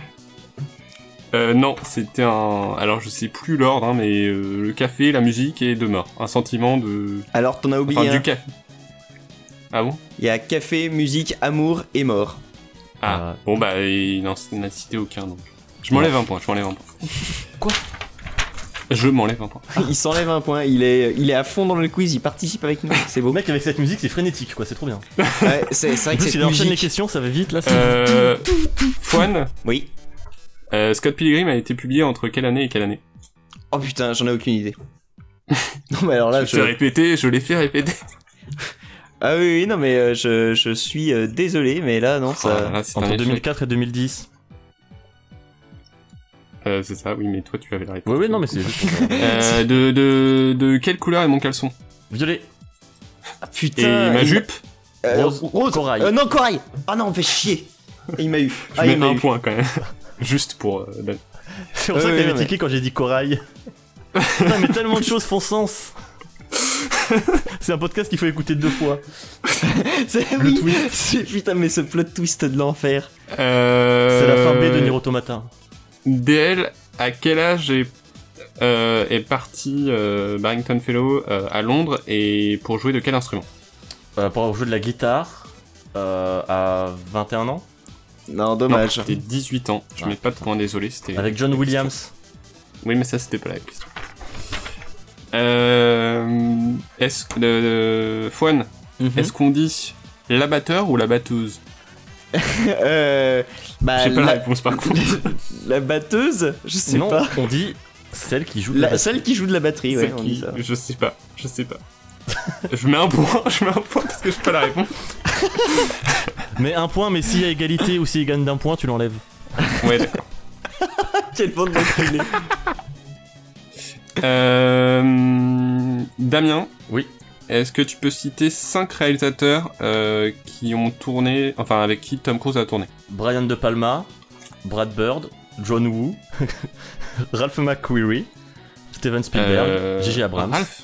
[SPEAKER 4] Euh, non, c'était un. Alors je sais plus l'ordre, hein, mais euh, le café, la musique et deux morts. Un sentiment de.
[SPEAKER 6] Alors, t'en as oublié
[SPEAKER 4] Enfin,
[SPEAKER 3] euh.
[SPEAKER 6] un.
[SPEAKER 4] du café. Ah bon
[SPEAKER 6] Il y a café, musique, amour et mort.
[SPEAKER 4] Ah,
[SPEAKER 3] Ah.
[SPEAKER 4] bon bah il n'en il n'a cité aucun donc. Je m'enlève un point, je m'enlève un point.
[SPEAKER 3] Quoi
[SPEAKER 4] Je m'enlève un point.
[SPEAKER 6] Il s'enlève un point, il est, il est à fond dans le quiz, il participe avec nous, c'est beau.
[SPEAKER 3] Mec, avec cette musique, c'est frénétique, quoi, c'est trop bien.
[SPEAKER 6] Ouais, c'est c'est
[SPEAKER 3] En
[SPEAKER 6] vrai que
[SPEAKER 3] plus,
[SPEAKER 6] cette
[SPEAKER 3] il enchaîne les
[SPEAKER 6] musique...
[SPEAKER 3] questions, ça va vite, là. c'est-
[SPEAKER 4] Euh. Fouane,
[SPEAKER 6] Oui.
[SPEAKER 4] euh, Scott Pilgrim a été publié entre quelle année et quelle année
[SPEAKER 6] Oh putain, j'en ai aucune idée. non mais
[SPEAKER 3] Ah,
[SPEAKER 6] alors là,
[SPEAKER 4] Je l'ai
[SPEAKER 6] je...
[SPEAKER 4] répété, je l'ai fait répéter.
[SPEAKER 6] Ah oui, oui, non mais euh, je, je suis euh, désolé, mais là, non,
[SPEAKER 4] Oh là
[SPEAKER 6] ça...
[SPEAKER 4] là, c'est un
[SPEAKER 3] Entre
[SPEAKER 4] échec.
[SPEAKER 3] 2004 et 2010.
[SPEAKER 4] Euh, c'est ça, oui, mais toi tu avais la réponse.
[SPEAKER 3] Oui, oui, non, mais c'est juste.
[SPEAKER 4] Euh, de, de, de quelle couleur est mon caleçon
[SPEAKER 3] Violet,
[SPEAKER 6] Ah,
[SPEAKER 4] Et
[SPEAKER 6] putain,
[SPEAKER 4] ma
[SPEAKER 6] il-
[SPEAKER 4] jupe
[SPEAKER 6] Euh,
[SPEAKER 3] Rose,
[SPEAKER 6] rose.
[SPEAKER 3] corail.
[SPEAKER 6] Euh, non, corail Ah non, on fait chier Il m'a eu.
[SPEAKER 4] Je
[SPEAKER 6] Ah,
[SPEAKER 4] mets
[SPEAKER 6] il m'a
[SPEAKER 4] un
[SPEAKER 6] eu.
[SPEAKER 4] point quand même. Juste pour. euh, Dan.
[SPEAKER 3] c'est pour
[SPEAKER 6] Ouais,
[SPEAKER 3] ça que
[SPEAKER 6] ouais,
[SPEAKER 3] t'avais
[SPEAKER 6] ouais.
[SPEAKER 3] tiqué quand j'ai dit corail. Putain, mais tellement de choses font sens. c'est un podcast qu'il faut écouter deux fois.
[SPEAKER 6] C'est- oui, c'est- Putain, mais ce plot twist de l'enfer.
[SPEAKER 4] Euh,
[SPEAKER 3] C'est la fin B de Niro Automata.
[SPEAKER 4] DL, à quel âge est, euh, est parti euh, Barrington Fellow euh, à Londres et pour jouer de quel instrument
[SPEAKER 3] Euh, pour avoir joué de la guitare euh, à 21 ans
[SPEAKER 6] Non, dommage.
[SPEAKER 4] Non, C'était 18 ans. Je
[SPEAKER 3] Ah,
[SPEAKER 4] mets pas de point, désolé. C'était.
[SPEAKER 3] avec John Williams.
[SPEAKER 4] Oui, mais ça c'était pas la question. Euh, est-ce que euh, Fouane,
[SPEAKER 6] Mhm.
[SPEAKER 4] est-ce qu'on dit la batteur ou la batteuse
[SPEAKER 6] Euh, bah,
[SPEAKER 4] J'ai pas la
[SPEAKER 6] la,
[SPEAKER 4] réponse par contre.
[SPEAKER 6] la batteuse, je sais
[SPEAKER 3] non,
[SPEAKER 6] pas.
[SPEAKER 3] on dit celle qui joue de la,
[SPEAKER 6] La, celle qui joue de la batterie, ouais,
[SPEAKER 4] Celle
[SPEAKER 6] on
[SPEAKER 4] qui-
[SPEAKER 6] dit ça.
[SPEAKER 4] Je sais pas, je sais pas. je mets un point, je mets un point parce que j'ai pas la réponse.
[SPEAKER 3] Mais un point, mais s'il y a égalité ou s'il gagne d'un point, tu l'enlèves.
[SPEAKER 4] Ouais, d'accord.
[SPEAKER 6] Quelle bande d'enculés.
[SPEAKER 4] Euh, Damien
[SPEAKER 3] Oui.
[SPEAKER 4] Est-ce que tu peux citer 5 réalisateurs euh, qui ont tourné, enfin avec qui Tom Cruise a tourné
[SPEAKER 3] Brian De Palma, Brad Bird, John Woo, Ralph McQuarrie, Steven Spielberg,
[SPEAKER 4] Euh,
[SPEAKER 3] Gigi Abrams.
[SPEAKER 4] Ralph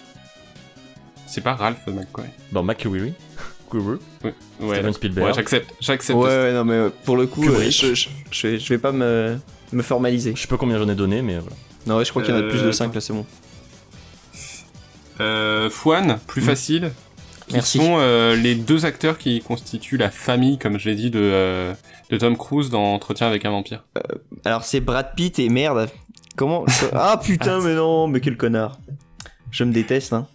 [SPEAKER 4] C'est pas Ralph euh, McCoy.
[SPEAKER 3] Bon, McQuarrie. Quirrell.
[SPEAKER 4] Ouais,
[SPEAKER 3] Steven
[SPEAKER 4] d'accord.
[SPEAKER 3] Spielberg.
[SPEAKER 4] Ouais, j'accepte, j'accepte.
[SPEAKER 6] Ouais, ouais, non, mais euh, pour le coup, euh,
[SPEAKER 3] Kubrick.
[SPEAKER 6] je, je, je vais, je vais pas me, me formaliser.
[SPEAKER 3] Je sais pas combien j'en ai donné, mais voilà.
[SPEAKER 6] Non, ouais, je crois qu'il y en a
[SPEAKER 4] Euh,
[SPEAKER 6] plus de 5 là, c'est bon.
[SPEAKER 3] Mhm.
[SPEAKER 4] Euh, Fouane, plus facile. qui
[SPEAKER 6] Merci.
[SPEAKER 4] sont euh, les deux acteurs qui constituent la famille, comme je l'ai dit, de, euh, de Tom Cruise dans Entretien avec un vampire.
[SPEAKER 6] Alors c'est Brad Pitt et merde. Comment Ah putain, mais non, mais quel connard. Je me déteste, hein.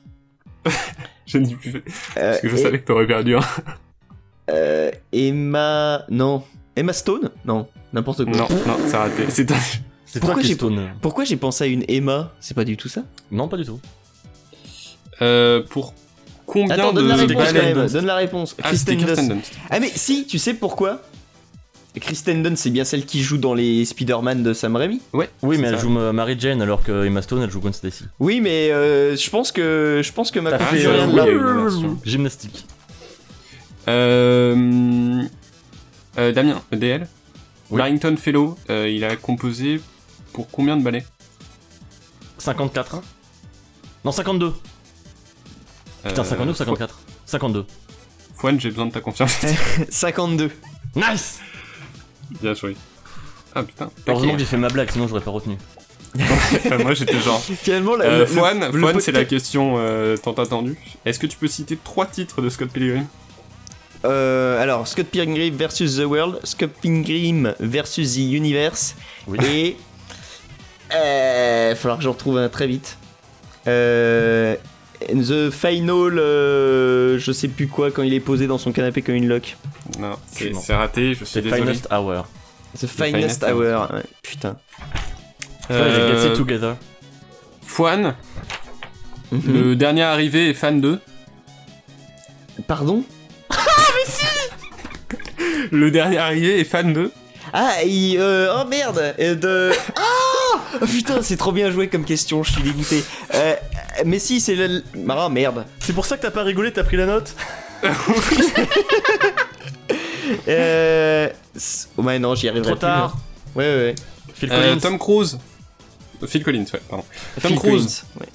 [SPEAKER 4] Je ne dis plus
[SPEAKER 6] Euh,
[SPEAKER 4] parce que je
[SPEAKER 6] et-
[SPEAKER 4] savais que t'aurais perdu. hein. un.
[SPEAKER 6] euh, Emma. Non. Emma Stone Non, n'importe quoi.
[SPEAKER 4] Non, non, c'est raté. C'est un-
[SPEAKER 3] C'est
[SPEAKER 6] Pourquoi
[SPEAKER 3] toi qui
[SPEAKER 6] j'ai-
[SPEAKER 3] stone.
[SPEAKER 6] Pourquoi j'ai pensé à une Emma C'est pas du tout ça
[SPEAKER 3] Non, pas du tout.
[SPEAKER 4] Euh, pour combien
[SPEAKER 6] Attends,
[SPEAKER 4] de
[SPEAKER 6] donne la réponse quand
[SPEAKER 4] baleines-
[SPEAKER 6] même. Donne la réponse.
[SPEAKER 4] Ah, c'était
[SPEAKER 6] Kristen
[SPEAKER 4] Kirsten
[SPEAKER 6] Dunst.
[SPEAKER 4] Dunst.
[SPEAKER 6] Ah mais si, tu sais pourquoi Kristen Dunst, c'est bien celle qui joue dans les Spider-Man de Sam Raimi.
[SPEAKER 4] Ouais.
[SPEAKER 3] Oui,
[SPEAKER 4] c'est
[SPEAKER 3] mais elle
[SPEAKER 4] ça.
[SPEAKER 3] joue euh, Mary Jane alors que Emma Stone, elle joue Gwen Stacy.
[SPEAKER 6] Oui, mais euh, je pense que je pense que ma
[SPEAKER 3] T'as
[SPEAKER 4] Ah,
[SPEAKER 3] fait,
[SPEAKER 4] c'est
[SPEAKER 6] confusion
[SPEAKER 4] vrai,
[SPEAKER 3] euh,
[SPEAKER 6] vient de
[SPEAKER 4] oui,
[SPEAKER 6] là.
[SPEAKER 4] il y a une version.
[SPEAKER 3] Gymnastique.
[SPEAKER 4] Euh, euh, Damien, DL.
[SPEAKER 3] Oui.
[SPEAKER 4] Barrington Fellow, euh, il a composé pour combien de ballets
[SPEAKER 3] 54. Non, 52. Putain, 52 ou 54 52.
[SPEAKER 4] Euh, Fouane, j'ai besoin de ta confiance.
[SPEAKER 6] Eh. 52.
[SPEAKER 3] Nice
[SPEAKER 4] Bien joué. Ah putain,
[SPEAKER 3] Heureusement que
[SPEAKER 4] taquet.
[SPEAKER 3] j'ai fait ma blague, sinon j'aurais pas retenu.
[SPEAKER 4] Enfin, Moi j'étais genre.
[SPEAKER 6] Finalement, la-
[SPEAKER 4] Euh,
[SPEAKER 6] le-
[SPEAKER 4] Fouane,
[SPEAKER 6] le
[SPEAKER 4] Fouane, c'est la
[SPEAKER 6] podcast-
[SPEAKER 4] question euh, tant attendue. Est-ce que tu peux citer trois titres de Scott Pilgrim
[SPEAKER 6] Euh, alors, Scott Pilgrim versus The World, Scott Pilgrim versus The Universe,
[SPEAKER 3] Oui.
[SPEAKER 6] et... Euh, falloir que j'en retrouve un très vite. Euh, the Final... euh, je sais plus quoi, quand il est posé dans son canapé comme une loque.
[SPEAKER 4] Non, c'est
[SPEAKER 3] Non.
[SPEAKER 4] c'est raté, je suis
[SPEAKER 3] C'est
[SPEAKER 4] désolé.
[SPEAKER 3] Finest Hour.
[SPEAKER 6] The Finest
[SPEAKER 4] Finest Hour.
[SPEAKER 6] Hour. ouais, putain.
[SPEAKER 3] Putain, j'ai
[SPEAKER 4] Euh,
[SPEAKER 3] Get It Together.
[SPEAKER 4] Fouane,
[SPEAKER 6] Mhm.
[SPEAKER 4] le dernier arrivé est fan de.
[SPEAKER 6] Pardon Ah,
[SPEAKER 4] Le dernier arrivé est fan de.
[SPEAKER 6] Ah, il, euh, oh merde euh, de... Ah Putain, c'est trop bien joué comme question, je suis dégoûté. Euh, mais si, c'est le... Ah merde.
[SPEAKER 3] C'est pour ça que t'as pas rigolé, t'as pris la note
[SPEAKER 6] Euh... c'est- Ouais, non, j'y arriverai
[SPEAKER 3] Trop
[SPEAKER 6] plus,
[SPEAKER 3] tard.
[SPEAKER 6] hein. Ouais, ouais, ouais.
[SPEAKER 3] Phil
[SPEAKER 4] Euh,
[SPEAKER 3] Collins.
[SPEAKER 4] Tom Cruise. Phil Collins, ouais, pardon. Tom
[SPEAKER 6] Phil
[SPEAKER 4] Cruise.
[SPEAKER 6] Collins, ouais.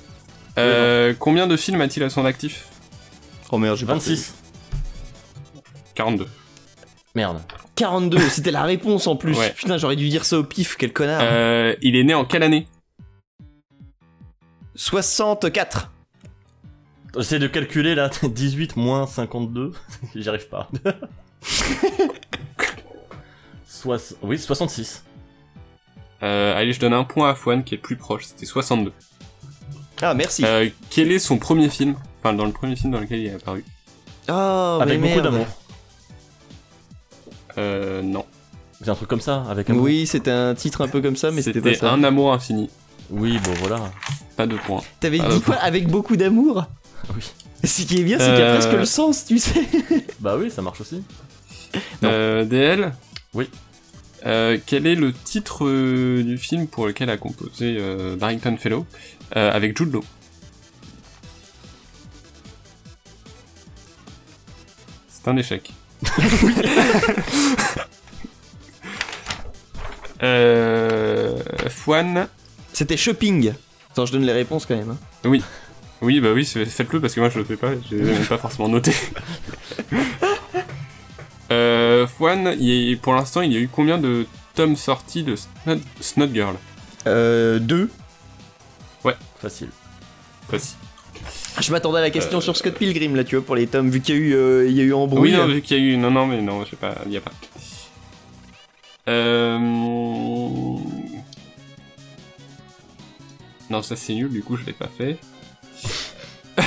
[SPEAKER 4] Euh, combien de films a-t-il à son actif
[SPEAKER 6] Oh merde, j'ai pas
[SPEAKER 3] 26.
[SPEAKER 4] 42.
[SPEAKER 3] Merde.
[SPEAKER 6] fait. 42, c'était la réponse en plus.
[SPEAKER 4] Ouais.
[SPEAKER 6] Putain, j'aurais dû dire ça au pif, quel connard.
[SPEAKER 4] Euh, il est né en quelle année
[SPEAKER 6] 64.
[SPEAKER 3] J'essaie de calculer là, 18 moins 52. J'y arrive pas. Soix- Oui, 66.
[SPEAKER 4] Euh, Allez, je donne un point à Fouane qui est le plus proche, c'était 62.
[SPEAKER 6] Ah, merci.
[SPEAKER 4] Euh, quel est son premier film Enfin, dans le premier film dans lequel il est apparu
[SPEAKER 6] Oh,
[SPEAKER 3] avec
[SPEAKER 6] mais
[SPEAKER 3] beaucoup
[SPEAKER 6] merde.
[SPEAKER 3] d'amour.
[SPEAKER 4] Euh, non.
[SPEAKER 3] C'est un truc comme ça, avec amour.
[SPEAKER 6] Oui, c'était un titre un peu comme ça, Ah, mais c'était pas
[SPEAKER 4] C'était
[SPEAKER 6] ça.
[SPEAKER 4] Un amour infini.
[SPEAKER 3] Oui, bon voilà.
[SPEAKER 4] Pas de points.
[SPEAKER 6] T'avais
[SPEAKER 4] Ah,
[SPEAKER 6] dit
[SPEAKER 4] bah.
[SPEAKER 6] quoi Avec beaucoup d'amour
[SPEAKER 3] Oui.
[SPEAKER 6] Ce qui est bien, c'est qu'il y a
[SPEAKER 4] Euh.
[SPEAKER 6] presque le sens, tu sais.
[SPEAKER 3] Bah oui, ça marche aussi. Non.
[SPEAKER 4] Euh, DL
[SPEAKER 3] Oui.
[SPEAKER 4] Euh, quel est le titre euh, du film pour lequel a composé euh, Barrington Fellow euh, avec Jude Law C'est un échec. euh, Fouane
[SPEAKER 6] C'était shopping. Attends, je donne les réponses quand même. hein.
[SPEAKER 4] Oui, bah oui, c'est- faites-le parce que moi je le fais pas, je l'ai même pas forcément noté. euh, Fouane, il y a- pour l'instant, il y a eu combien de tomes sortis de Snot, Snot Girl
[SPEAKER 6] Euh, deux.
[SPEAKER 3] Facile.
[SPEAKER 4] Facile.
[SPEAKER 6] Ah, Je m'attendais à la
[SPEAKER 3] Euh.
[SPEAKER 6] question sur Scott Pilgrim, là, tu vois, pour les tomes, vu qu'il y a eu, euh, il y a eu embrouille.
[SPEAKER 4] Oui, non, vu qu'il y a eu. Non, non, mais non, je sais pas, il y a pas. Euh... Non, ça c'est nul, du coup je l'ai pas fait.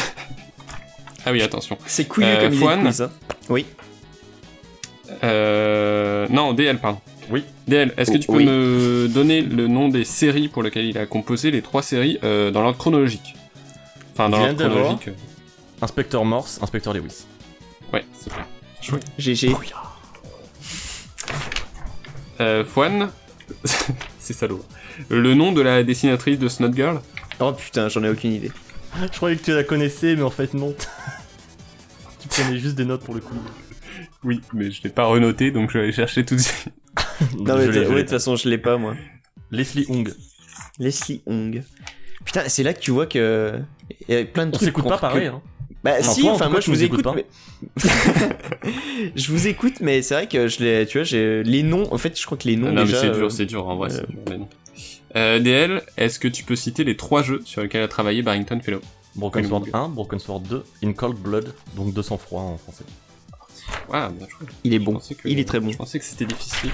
[SPEAKER 4] ah oui, attention.
[SPEAKER 6] c'est couillu
[SPEAKER 4] Euh,
[SPEAKER 6] comme il est
[SPEAKER 4] Fouane.
[SPEAKER 6] quiz, hein. Oui.
[SPEAKER 4] Euh... Non, DL, pardon.
[SPEAKER 3] Oui.
[SPEAKER 4] DL, est-ce que tu peux
[SPEAKER 6] Oui.
[SPEAKER 4] me donner le nom des séries pour lesquelles il a composé les trois séries euh, dans l'ordre chronologique Enfin, dans
[SPEAKER 3] Bien
[SPEAKER 4] l'ordre
[SPEAKER 3] d'abord.
[SPEAKER 4] chronologique. euh,
[SPEAKER 3] Inspecteur Morse, Inspecteur Lewis.
[SPEAKER 4] Ouais, c'est vrai.
[SPEAKER 6] GG.
[SPEAKER 4] Euh, Fouane, c'est salaud. Le nom de la dessinatrice de Snot Girl
[SPEAKER 6] Oh putain, j'en ai aucune idée.
[SPEAKER 3] Je croyais que tu la connaissais, mais en fait non. tu prenais juste des notes pour le coup.
[SPEAKER 4] Oui, mais je l'ai pas renoté, donc je vais aller chercher tout de suite.
[SPEAKER 6] Non, mais
[SPEAKER 3] Je l'ai,
[SPEAKER 6] t'as-
[SPEAKER 3] je
[SPEAKER 6] ouais, de
[SPEAKER 3] l'ai.
[SPEAKER 6] toute façon, je l'ai pas, moi.
[SPEAKER 3] Leslie Hung.
[SPEAKER 6] Leslie Hong. Putain, c'est là que tu vois que. Il y a plein de
[SPEAKER 3] On
[SPEAKER 6] trucs.
[SPEAKER 3] s'écoute
[SPEAKER 6] qu'on-
[SPEAKER 3] pas
[SPEAKER 6] que-
[SPEAKER 3] pareil. Hein.
[SPEAKER 6] Bah,
[SPEAKER 3] Enfin,
[SPEAKER 6] si,
[SPEAKER 3] toi, en
[SPEAKER 6] enfin,
[SPEAKER 3] tout
[SPEAKER 6] moi,
[SPEAKER 3] cas,
[SPEAKER 6] je
[SPEAKER 3] tu
[SPEAKER 6] vous
[SPEAKER 3] nous
[SPEAKER 6] écoute.
[SPEAKER 3] écoutes
[SPEAKER 6] mais- je vous écoute, mais c'est vrai que je l'ai. Tu vois, j'ai. Les noms, en fait, je crois que les noms.
[SPEAKER 4] Ah non, mais
[SPEAKER 6] déjà,
[SPEAKER 4] c'est
[SPEAKER 6] euh,
[SPEAKER 4] dur, c'est dur, en vrai,
[SPEAKER 6] euh,
[SPEAKER 4] c'est dur, mais non. Euh, DL, est-ce que tu peux citer les trois jeux sur lesquels a travaillé Barrington Fellow
[SPEAKER 3] Broken
[SPEAKER 4] Une
[SPEAKER 3] Sword
[SPEAKER 4] longue.
[SPEAKER 3] 1, Broken Sword 2, In Cold Blood, donc 200 froid hein, en français.
[SPEAKER 4] Ah, bien joué.
[SPEAKER 6] Il est
[SPEAKER 4] Je
[SPEAKER 6] bon.
[SPEAKER 4] pensais que-
[SPEAKER 6] Il est très bon.
[SPEAKER 4] Je pensais que c'était difficile.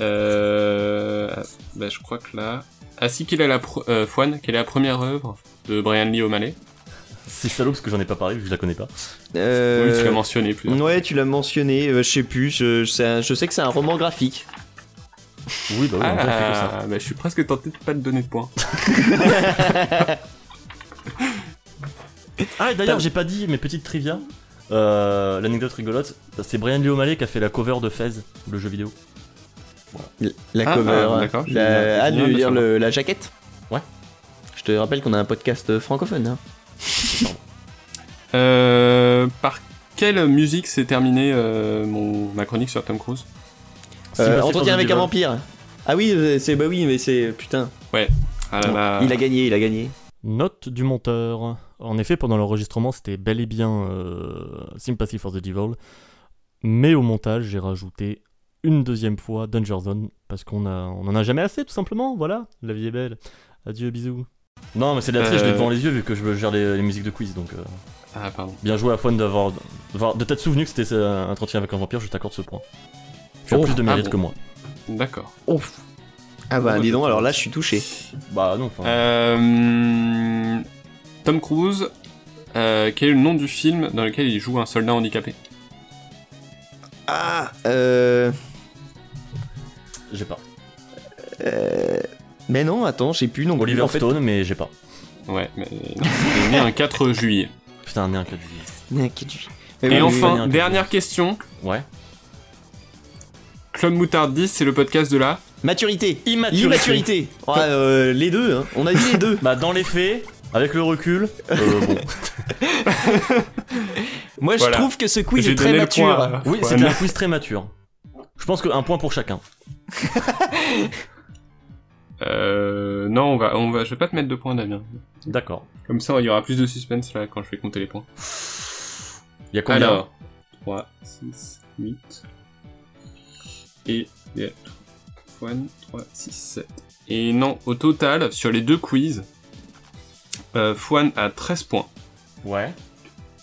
[SPEAKER 4] Euh... ah, Bah, je crois que là... Ah si, quelle est la, pro- euh, Fouane, quelle est la première œuvre de Brian Lee O'Malley
[SPEAKER 3] C'est salaud parce que j'en ai pas parlé vu que je la connais pas.
[SPEAKER 6] Euh,
[SPEAKER 4] Oui, tu l'as mentionné plus.
[SPEAKER 6] Ouais, tu l'as mentionné, euh, je sais plus, je, c'est un- je sais que c'est un roman graphique.
[SPEAKER 3] Oui, bah oui, on dirait que c'est que ça.
[SPEAKER 4] Ah, bah, je suis presque tenté de pas te donner de points.
[SPEAKER 3] Ah, et
[SPEAKER 6] T'as-
[SPEAKER 3] d'ailleurs, j'ai pas dit mes petites trivia. Euh, L'anecdote rigolote, c'est Brian Lee O'Malley qui a fait la cover de Fez, le jeu vidéo.
[SPEAKER 6] L- La
[SPEAKER 4] Ah,
[SPEAKER 6] cover.
[SPEAKER 4] ah, d'accord, je vais-
[SPEAKER 6] la, ah,
[SPEAKER 4] je
[SPEAKER 6] de
[SPEAKER 4] vais
[SPEAKER 6] lire
[SPEAKER 4] bien
[SPEAKER 6] le- la jaquette
[SPEAKER 3] Ouais.
[SPEAKER 6] Je te rappelle qu'on a un podcast euh, francophone. hein.
[SPEAKER 4] Euh, par quelle musique s'est terminée euh, mon... ma chronique sur Tom Cruise bah,
[SPEAKER 3] C'est
[SPEAKER 6] Euh,
[SPEAKER 3] passé
[SPEAKER 6] entretien
[SPEAKER 3] sur
[SPEAKER 6] avec un
[SPEAKER 3] Deadpool.
[SPEAKER 6] vampire. Ah oui, euh, c'est bah oui, mais c'est putain.
[SPEAKER 4] Ah là là.
[SPEAKER 6] Il a gagné, il a gagné.
[SPEAKER 3] Note du monteur. En effet, pendant l'enregistrement, c'était bel et bien euh, Sympathy for the Devil. Mais au montage, j'ai rajouté une deuxième fois Danger Zone parce qu'on a, on en a jamais assez, tout simplement. Voilà, la vie est belle. Adieu, bisous. Non, mais c'est de la triche, je l'ai
[SPEAKER 4] Euh.
[SPEAKER 3] devant les yeux vu que je gère les, les musiques de quiz. Donc, euh,
[SPEAKER 4] Ah, pardon.
[SPEAKER 3] bien joué à Fouane d'avoir, d'avoir- de t'être souvenu que c'était euh, un entretien avec un vampire. Je t'accorde ce point. Tu as
[SPEAKER 6] Oh,
[SPEAKER 3] plus de
[SPEAKER 4] ah
[SPEAKER 3] mérite
[SPEAKER 4] bon.
[SPEAKER 3] que moi.
[SPEAKER 4] D'accord.
[SPEAKER 6] Ouf. Ah bah
[SPEAKER 4] Ouais.
[SPEAKER 6] dis donc, alors là je suis touché.
[SPEAKER 3] Bah non. enfin,
[SPEAKER 4] Euh, Tom Cruise, euh, quel est le nom du film dans lequel il joue un soldat handicapé
[SPEAKER 6] Ah euh,
[SPEAKER 3] j'ai pas.
[SPEAKER 6] euh, Mais non, attends, j'ai plus non plus,
[SPEAKER 3] Oliver
[SPEAKER 6] en fait.
[SPEAKER 3] Stone, mais j'ai pas.
[SPEAKER 4] Ouais, mais non, il est né un 4 juillet.
[SPEAKER 3] Putain, né un cas de vie.
[SPEAKER 6] Mais qu'est-ce que tu- Mais
[SPEAKER 4] Et
[SPEAKER 6] oui, oui,
[SPEAKER 4] enfin,
[SPEAKER 3] oui.
[SPEAKER 4] dernière question.
[SPEAKER 3] Ouais.
[SPEAKER 4] Club Moutarde 10, c'est le podcast de la.
[SPEAKER 6] oui. Maturité.
[SPEAKER 3] Immaturité.
[SPEAKER 6] Immaturité. Ouais, euh, les deux, hein. on a dit les deux.
[SPEAKER 3] Bah dans les faits, avec le recul, euh, bon.
[SPEAKER 6] Moi je
[SPEAKER 4] Voilà.
[SPEAKER 6] trouve que ce quiz
[SPEAKER 4] J'ai
[SPEAKER 6] est très
[SPEAKER 4] donné le
[SPEAKER 6] mature.
[SPEAKER 4] point à-
[SPEAKER 3] Oui,
[SPEAKER 4] Ouais,
[SPEAKER 3] c'était
[SPEAKER 4] mais-
[SPEAKER 3] un quiz très mature. Je pense qu'un point pour chacun.
[SPEAKER 4] Euh, non, on va, on va, je vais pas te mettre de points, Damien.
[SPEAKER 3] D'accord.
[SPEAKER 4] Comme ça, il y aura plus de suspense là quand je vais compter les points.
[SPEAKER 3] Il y a combien
[SPEAKER 4] Alors, 3, 6, 8. Et. 1, 3, 6, 7. Et non, au total, sur les deux quiz, euh, Fouane a 13 points
[SPEAKER 3] Ouais.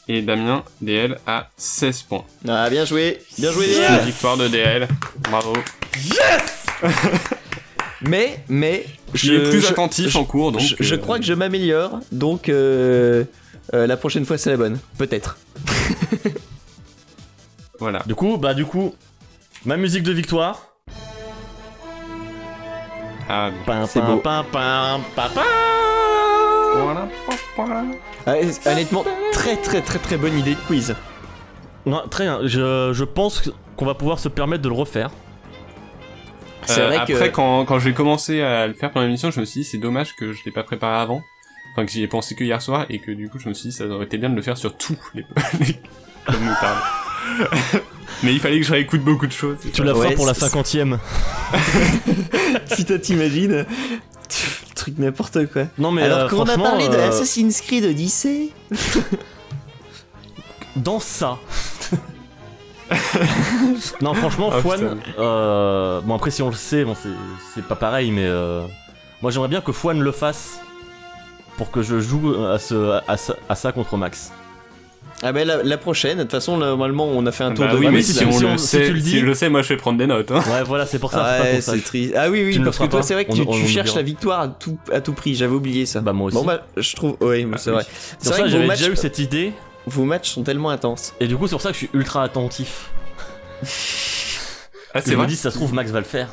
[SPEAKER 4] et Damien DL a 16 points.
[SPEAKER 6] Ah bien joué, bien joué.
[SPEAKER 4] C'est
[SPEAKER 6] les
[SPEAKER 4] la
[SPEAKER 6] gars.
[SPEAKER 4] victoire de DL, bravo.
[SPEAKER 6] Mais mais
[SPEAKER 4] Je suis plus
[SPEAKER 6] je-
[SPEAKER 4] attentif
[SPEAKER 6] je-
[SPEAKER 4] en cours donc.
[SPEAKER 6] je, je
[SPEAKER 4] euh,
[SPEAKER 6] crois que je m'améliore, donc euh, euh, la prochaine fois c'est la bonne, peut-être.
[SPEAKER 4] Voilà.
[SPEAKER 3] Du coup, bah du coup, ma musique de victoire.
[SPEAKER 4] Ah, bien.
[SPEAKER 3] Pim,
[SPEAKER 6] C'est
[SPEAKER 3] pim,
[SPEAKER 6] beau.
[SPEAKER 3] pim, pim, pim, pim.
[SPEAKER 4] Voilà. voilà.
[SPEAKER 6] Ah, et- Honnêtement, très très très très bonne idée de quiz.
[SPEAKER 3] Non, très bien. Je, je pense qu'on va pouvoir se permettre de le refaire.
[SPEAKER 6] C'est
[SPEAKER 4] Euh,
[SPEAKER 6] vrai
[SPEAKER 4] après,
[SPEAKER 6] que
[SPEAKER 4] quand, quand j'ai commencé à le faire pendant l'émission, je me suis dit c'est dommage que je l'ai pas préparé avant. Enfin, que j'y ai pensé que hier soir et que du coup, je me suis dit ça aurait été bien de le faire sur tous les, les clubs moutardes. Mais il fallait que je réécoute beaucoup de choses.
[SPEAKER 3] Tu la feras
[SPEAKER 6] Ouais,
[SPEAKER 3] pour la
[SPEAKER 6] c'est-
[SPEAKER 3] cinquantième.
[SPEAKER 6] si toi t'imagines, tu- le truc n'importe quoi.
[SPEAKER 3] Non mais
[SPEAKER 6] Alors
[SPEAKER 3] euh,
[SPEAKER 6] qu'on a
[SPEAKER 3] franchement,
[SPEAKER 6] parlé de
[SPEAKER 3] euh,
[SPEAKER 6] Assassin's Creed Odyssey,
[SPEAKER 3] dans ça. non, franchement,
[SPEAKER 4] Ah,
[SPEAKER 3] Fouane. euh, bon, après, si on le sait, bon, c'est- c'est pas pareil, mais. euh, moi, j'aimerais bien que Fouane le fasse pour que je joue euh, à, ce, à, ça- à ça contre Max.
[SPEAKER 6] ah ben la, la prochaine, de toute façon normalement on a fait un tour
[SPEAKER 4] Bah
[SPEAKER 6] de
[SPEAKER 4] oui, mais
[SPEAKER 3] mais
[SPEAKER 4] si,
[SPEAKER 3] si
[SPEAKER 4] on
[SPEAKER 3] on-
[SPEAKER 4] le
[SPEAKER 3] si
[SPEAKER 4] sait,
[SPEAKER 3] tu le
[SPEAKER 4] si
[SPEAKER 3] dis-
[SPEAKER 4] je le sais, moi je vais prendre des notes. hein.
[SPEAKER 3] Ouais, voilà, c'est pour ça, c'est pas
[SPEAKER 6] Ouais,
[SPEAKER 3] pour ça.
[SPEAKER 6] c'est triste. Ah oui, oui,
[SPEAKER 3] Tu ne le
[SPEAKER 6] parce que
[SPEAKER 3] feras
[SPEAKER 6] toi,
[SPEAKER 3] pas.
[SPEAKER 6] c'est vrai que
[SPEAKER 3] On-
[SPEAKER 6] tu,
[SPEAKER 3] on
[SPEAKER 6] tu
[SPEAKER 3] nous
[SPEAKER 6] cherches
[SPEAKER 3] dira.
[SPEAKER 6] la victoire à tout, à tout prix. J'avais oublié ça.
[SPEAKER 3] Bah, moi aussi.
[SPEAKER 6] Bon, bah, je trouve. Oui, c'est
[SPEAKER 4] Ah,
[SPEAKER 6] vrai.
[SPEAKER 4] oui.
[SPEAKER 6] C'est
[SPEAKER 3] Sur ça,
[SPEAKER 6] vrai que vos
[SPEAKER 3] j'avais
[SPEAKER 6] matchs,
[SPEAKER 3] déjà eu cette idée,
[SPEAKER 6] vos matchs sont tellement intenses.
[SPEAKER 3] et du coup, c'est pour ça que je suis ultra attentif.
[SPEAKER 4] Ah,
[SPEAKER 3] Je
[SPEAKER 4] c'est
[SPEAKER 3] me
[SPEAKER 4] vrai.
[SPEAKER 3] dis, si ça se trouve, Max va le faire.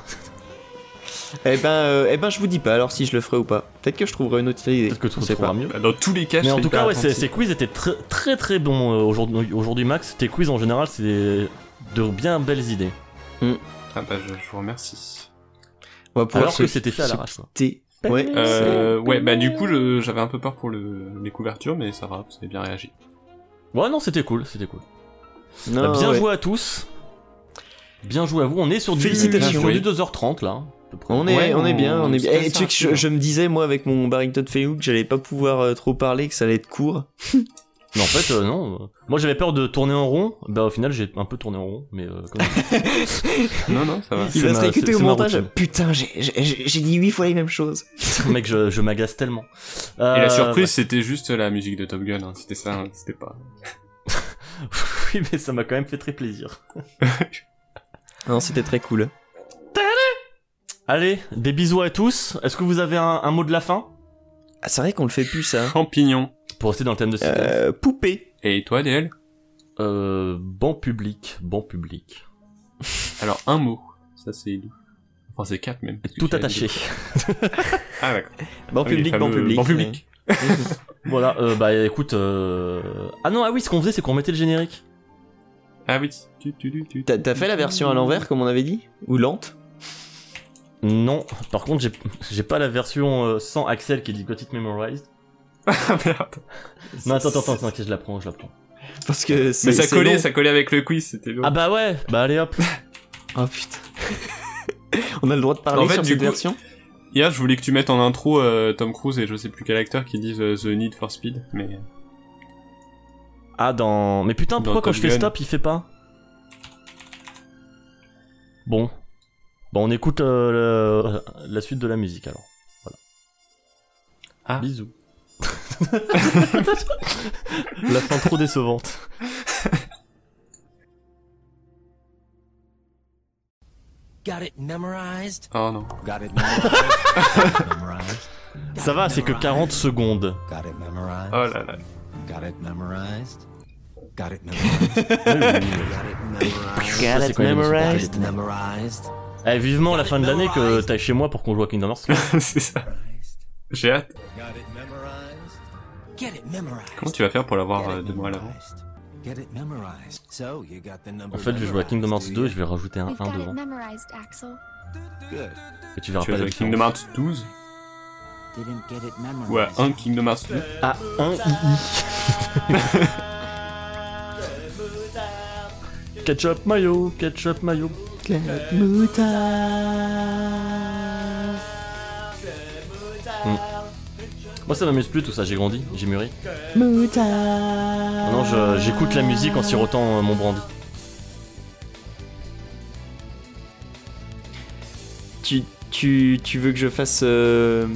[SPEAKER 6] Eh ben, euh, eh ben, je vous dis pas alors si je le ferai ou pas. Peut-être que je trouverai une autre idée.
[SPEAKER 3] Peut-être que tout
[SPEAKER 6] On
[SPEAKER 3] se
[SPEAKER 6] sait
[SPEAKER 3] trouvera
[SPEAKER 6] pas.
[SPEAKER 3] mieux.
[SPEAKER 4] Bah, Dans tous les cas,
[SPEAKER 3] Mais
[SPEAKER 4] je
[SPEAKER 3] en
[SPEAKER 4] serai
[SPEAKER 3] tout cas,
[SPEAKER 4] hyper
[SPEAKER 3] ouais, ces,
[SPEAKER 4] attentif.
[SPEAKER 3] ces quiz étaient très très très bons euh, aujourd'hui, aujourd'hui, Max. Tes quiz en général, c'est de bien belles idées.
[SPEAKER 4] Ah, bah, je, je vous remercie.
[SPEAKER 6] On va pouvoir
[SPEAKER 3] Alors
[SPEAKER 6] se-
[SPEAKER 3] que c'était fait à hein.
[SPEAKER 6] se
[SPEAKER 3] l'arrache. ça.
[SPEAKER 6] quitter. Ouais.
[SPEAKER 4] Euh, ouais, bah du coup, je- j'avais un peu peur pour le, les couvertures, mais ça va, vous avez bien réagi.
[SPEAKER 3] Ouais, non, c'était cool, c'était cool.
[SPEAKER 6] Non,
[SPEAKER 3] bien
[SPEAKER 6] ouais.
[SPEAKER 3] joué à tous. Bien joué à vous. On est sur du,
[SPEAKER 6] Félicitations.
[SPEAKER 3] sur du 2h30 là. à peu près.
[SPEAKER 6] On est,
[SPEAKER 4] Ouais,
[SPEAKER 6] on est bien,
[SPEAKER 4] on-
[SPEAKER 6] on est bien.
[SPEAKER 4] c'est
[SPEAKER 6] Eh, tu sais que
[SPEAKER 4] assez
[SPEAKER 6] je, je me disais moi avec mon Barrington Fayou que j'allais pas pouvoir euh, trop parler, que ça allait être court.
[SPEAKER 3] Mais en fait, euh, non. euh, Moi, j'avais peur de tourner en rond. Bah, au final, j'ai un peu tourné en rond, mais euh, comme-
[SPEAKER 4] Non, non, ça va.
[SPEAKER 3] Il va se réécouter au montage.
[SPEAKER 6] Putain, j'ai- j'ai j'ai dit huit fois les mêmes choses.
[SPEAKER 3] mec, je, je m'agace tellement.
[SPEAKER 4] Et
[SPEAKER 3] Euh,
[SPEAKER 4] la surprise, c'était juste la musique de Top Gun. hein. C'était ça, hein, c'était pas.
[SPEAKER 3] ouais. oui, mais ça m'a quand même fait très plaisir.
[SPEAKER 6] Non, c'était très cool.
[SPEAKER 3] Allez, des bisous à tous. Est-ce que vous avez un, un mot de la fin
[SPEAKER 6] Ah, c'est vrai qu'on le fait plus ça.
[SPEAKER 4] Oh, Champignon.
[SPEAKER 3] pour rester dans le thème de cette
[SPEAKER 6] Euh, poupée.
[SPEAKER 4] Et toi, DL
[SPEAKER 3] euh, Bon public, bon public,
[SPEAKER 4] Alors, un mot. Ça, c'est doux. Enfin, c'est quatre même. parce que
[SPEAKER 3] tout
[SPEAKER 4] tu as
[SPEAKER 3] attaché.
[SPEAKER 4] dit deux. Ah, d'accord.
[SPEAKER 6] Bon
[SPEAKER 4] Ah oui, les
[SPEAKER 6] public, bon
[SPEAKER 4] fameux-
[SPEAKER 6] public.
[SPEAKER 4] Bon public.
[SPEAKER 3] voilà. euh, bah écoute. euh, Ah non, ah oui, ce qu'on faisait, c'est qu'on mettait le générique.
[SPEAKER 4] Ah oui. Tu, tu, tu, tu.
[SPEAKER 6] T'as t'as fait la version à l'envers, comme on avait dit Ou lente
[SPEAKER 3] Non. Par contre, j'ai- j'ai pas la version euh, sans Axel qui dit Got It Memorized.
[SPEAKER 4] Ah, merde.
[SPEAKER 3] Non, attends, attends, attends, t'inquiète, je la prends, je la prends.
[SPEAKER 6] Parce que c'est.
[SPEAKER 4] Mais ça
[SPEAKER 6] c'est
[SPEAKER 4] collait,
[SPEAKER 6] long.
[SPEAKER 4] ça collait avec le quiz. C'était long.
[SPEAKER 3] Ah bah ouais, bah allez hop.
[SPEAKER 6] Oh putain. on a le droit de parler
[SPEAKER 4] En fait,
[SPEAKER 6] sur
[SPEAKER 4] du
[SPEAKER 6] cette
[SPEAKER 4] coup-
[SPEAKER 6] version
[SPEAKER 4] Hier, je voulais que tu mettes en intro euh, Tom Cruise et je sais plus quel acteur qui disent euh, The Need for Speed. Mais.
[SPEAKER 3] Ah dans. Mais putain,
[SPEAKER 4] Dans
[SPEAKER 3] pourquoi quand
[SPEAKER 4] Top
[SPEAKER 3] je fais
[SPEAKER 4] Gun.
[SPEAKER 3] stop, il fait pas Bon. Bon, on écoute euh, le- la suite de la musique alors. Voilà.
[SPEAKER 4] Ah.
[SPEAKER 3] Bisous. la fin trop décevante.
[SPEAKER 2] Got it memorized.
[SPEAKER 4] Oh non.
[SPEAKER 2] Got it memorized. memorized.
[SPEAKER 3] Ça va, c'est que 40 secondes.
[SPEAKER 2] Got it memorized.
[SPEAKER 4] Oh là là.
[SPEAKER 2] Got it memorized. Got it memorized. Got it memorized.
[SPEAKER 3] Ça, c'est
[SPEAKER 6] Got it
[SPEAKER 3] quand même une
[SPEAKER 2] Got
[SPEAKER 6] memorized.
[SPEAKER 2] it memorized.
[SPEAKER 3] Eh, vivement la fin de l'année que t'ailles chez moi pour qu'on joue à Kingdom Hearts.
[SPEAKER 4] c'est ça. J'ai hâte.
[SPEAKER 2] Got it memorized. Get it memorized.
[SPEAKER 4] Comment tu vas faire pour l'avoir
[SPEAKER 2] Get
[SPEAKER 4] euh,
[SPEAKER 2] it
[SPEAKER 4] deux mois à l'avant
[SPEAKER 2] memorized. Get it memorized. So you got the number
[SPEAKER 3] En fait, je vais jouer à Kingdom Hearts 2 et je vais rajouter un
[SPEAKER 5] We've
[SPEAKER 3] 1
[SPEAKER 5] got it
[SPEAKER 3] devant.
[SPEAKER 5] memorized, Axel.
[SPEAKER 2] Good.
[SPEAKER 3] Et tu verras
[SPEAKER 4] Tu
[SPEAKER 3] pas
[SPEAKER 4] vas
[SPEAKER 3] la
[SPEAKER 4] jouer à
[SPEAKER 3] différence.
[SPEAKER 4] Kingdom Hearts 12
[SPEAKER 2] Didn't get it memorized.
[SPEAKER 4] ou à un Kingdom Hearts 12
[SPEAKER 3] Ah, un II. ketchup mayo, ketchup mayo. Hmm. Moi ça m'amuse plus tout ça, j'ai grandi, j'ai mûri. Maintenant je- j'écoute la musique en sirotant euh, mon brandy.
[SPEAKER 6] Tu, tu, tu veux que je fasse. euh,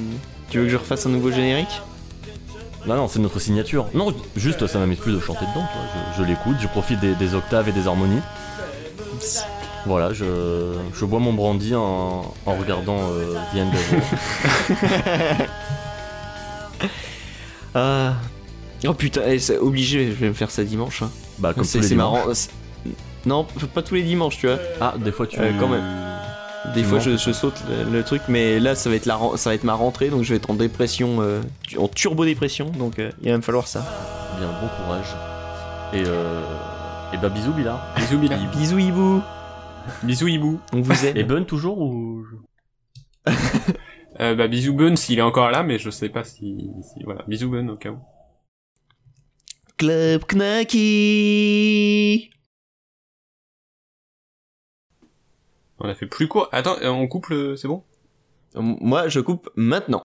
[SPEAKER 6] tu veux que je refasse un nouveau générique
[SPEAKER 3] Non non c'est notre signature. Non juste ça m'amuse plus de chanter dedans, tu vois. Je, je l'écoute, je profite des, des octaves et des harmonies. Voilà, je, je bois mon brandy en, en regardant euh, The End of War.
[SPEAKER 6] Ah. Oh putain, eh, c'est obligé, je vais me faire ça dimanche. hein.
[SPEAKER 3] Bah comme tous
[SPEAKER 6] C'est
[SPEAKER 3] les
[SPEAKER 6] c'est
[SPEAKER 3] dimanches.
[SPEAKER 6] marrant. c'est- Non, pas tous les dimanches, tu vois.
[SPEAKER 3] Ah des fois tu...
[SPEAKER 6] Euh, quand même. Des
[SPEAKER 3] Tu
[SPEAKER 6] fois,
[SPEAKER 3] mens.
[SPEAKER 6] je, je saute le, le truc, mais là, ça va être la, ren- ça va être ma rentrée, donc je vais être en dépression, euh, tu- en turbo dépression, donc euh, il va me falloir ça.
[SPEAKER 3] Bien, bon courage. Et euh... Et bah bisous Bilard.
[SPEAKER 4] Bisous, Bila.
[SPEAKER 6] Bisous hibou,
[SPEAKER 4] Bisous, Hibou.
[SPEAKER 6] on vous
[SPEAKER 3] Et
[SPEAKER 6] aime.
[SPEAKER 3] Bun toujours ou...
[SPEAKER 4] Euh, bah, bisous, Bun, s'il est encore là, mais je sais pas si. si- voilà. Bisous, Bun, au cas où.
[SPEAKER 6] Club Knacky.
[SPEAKER 4] On a fait plus court. Attends, euh, on coupe le. C'est bon
[SPEAKER 6] Moi, je coupe maintenant.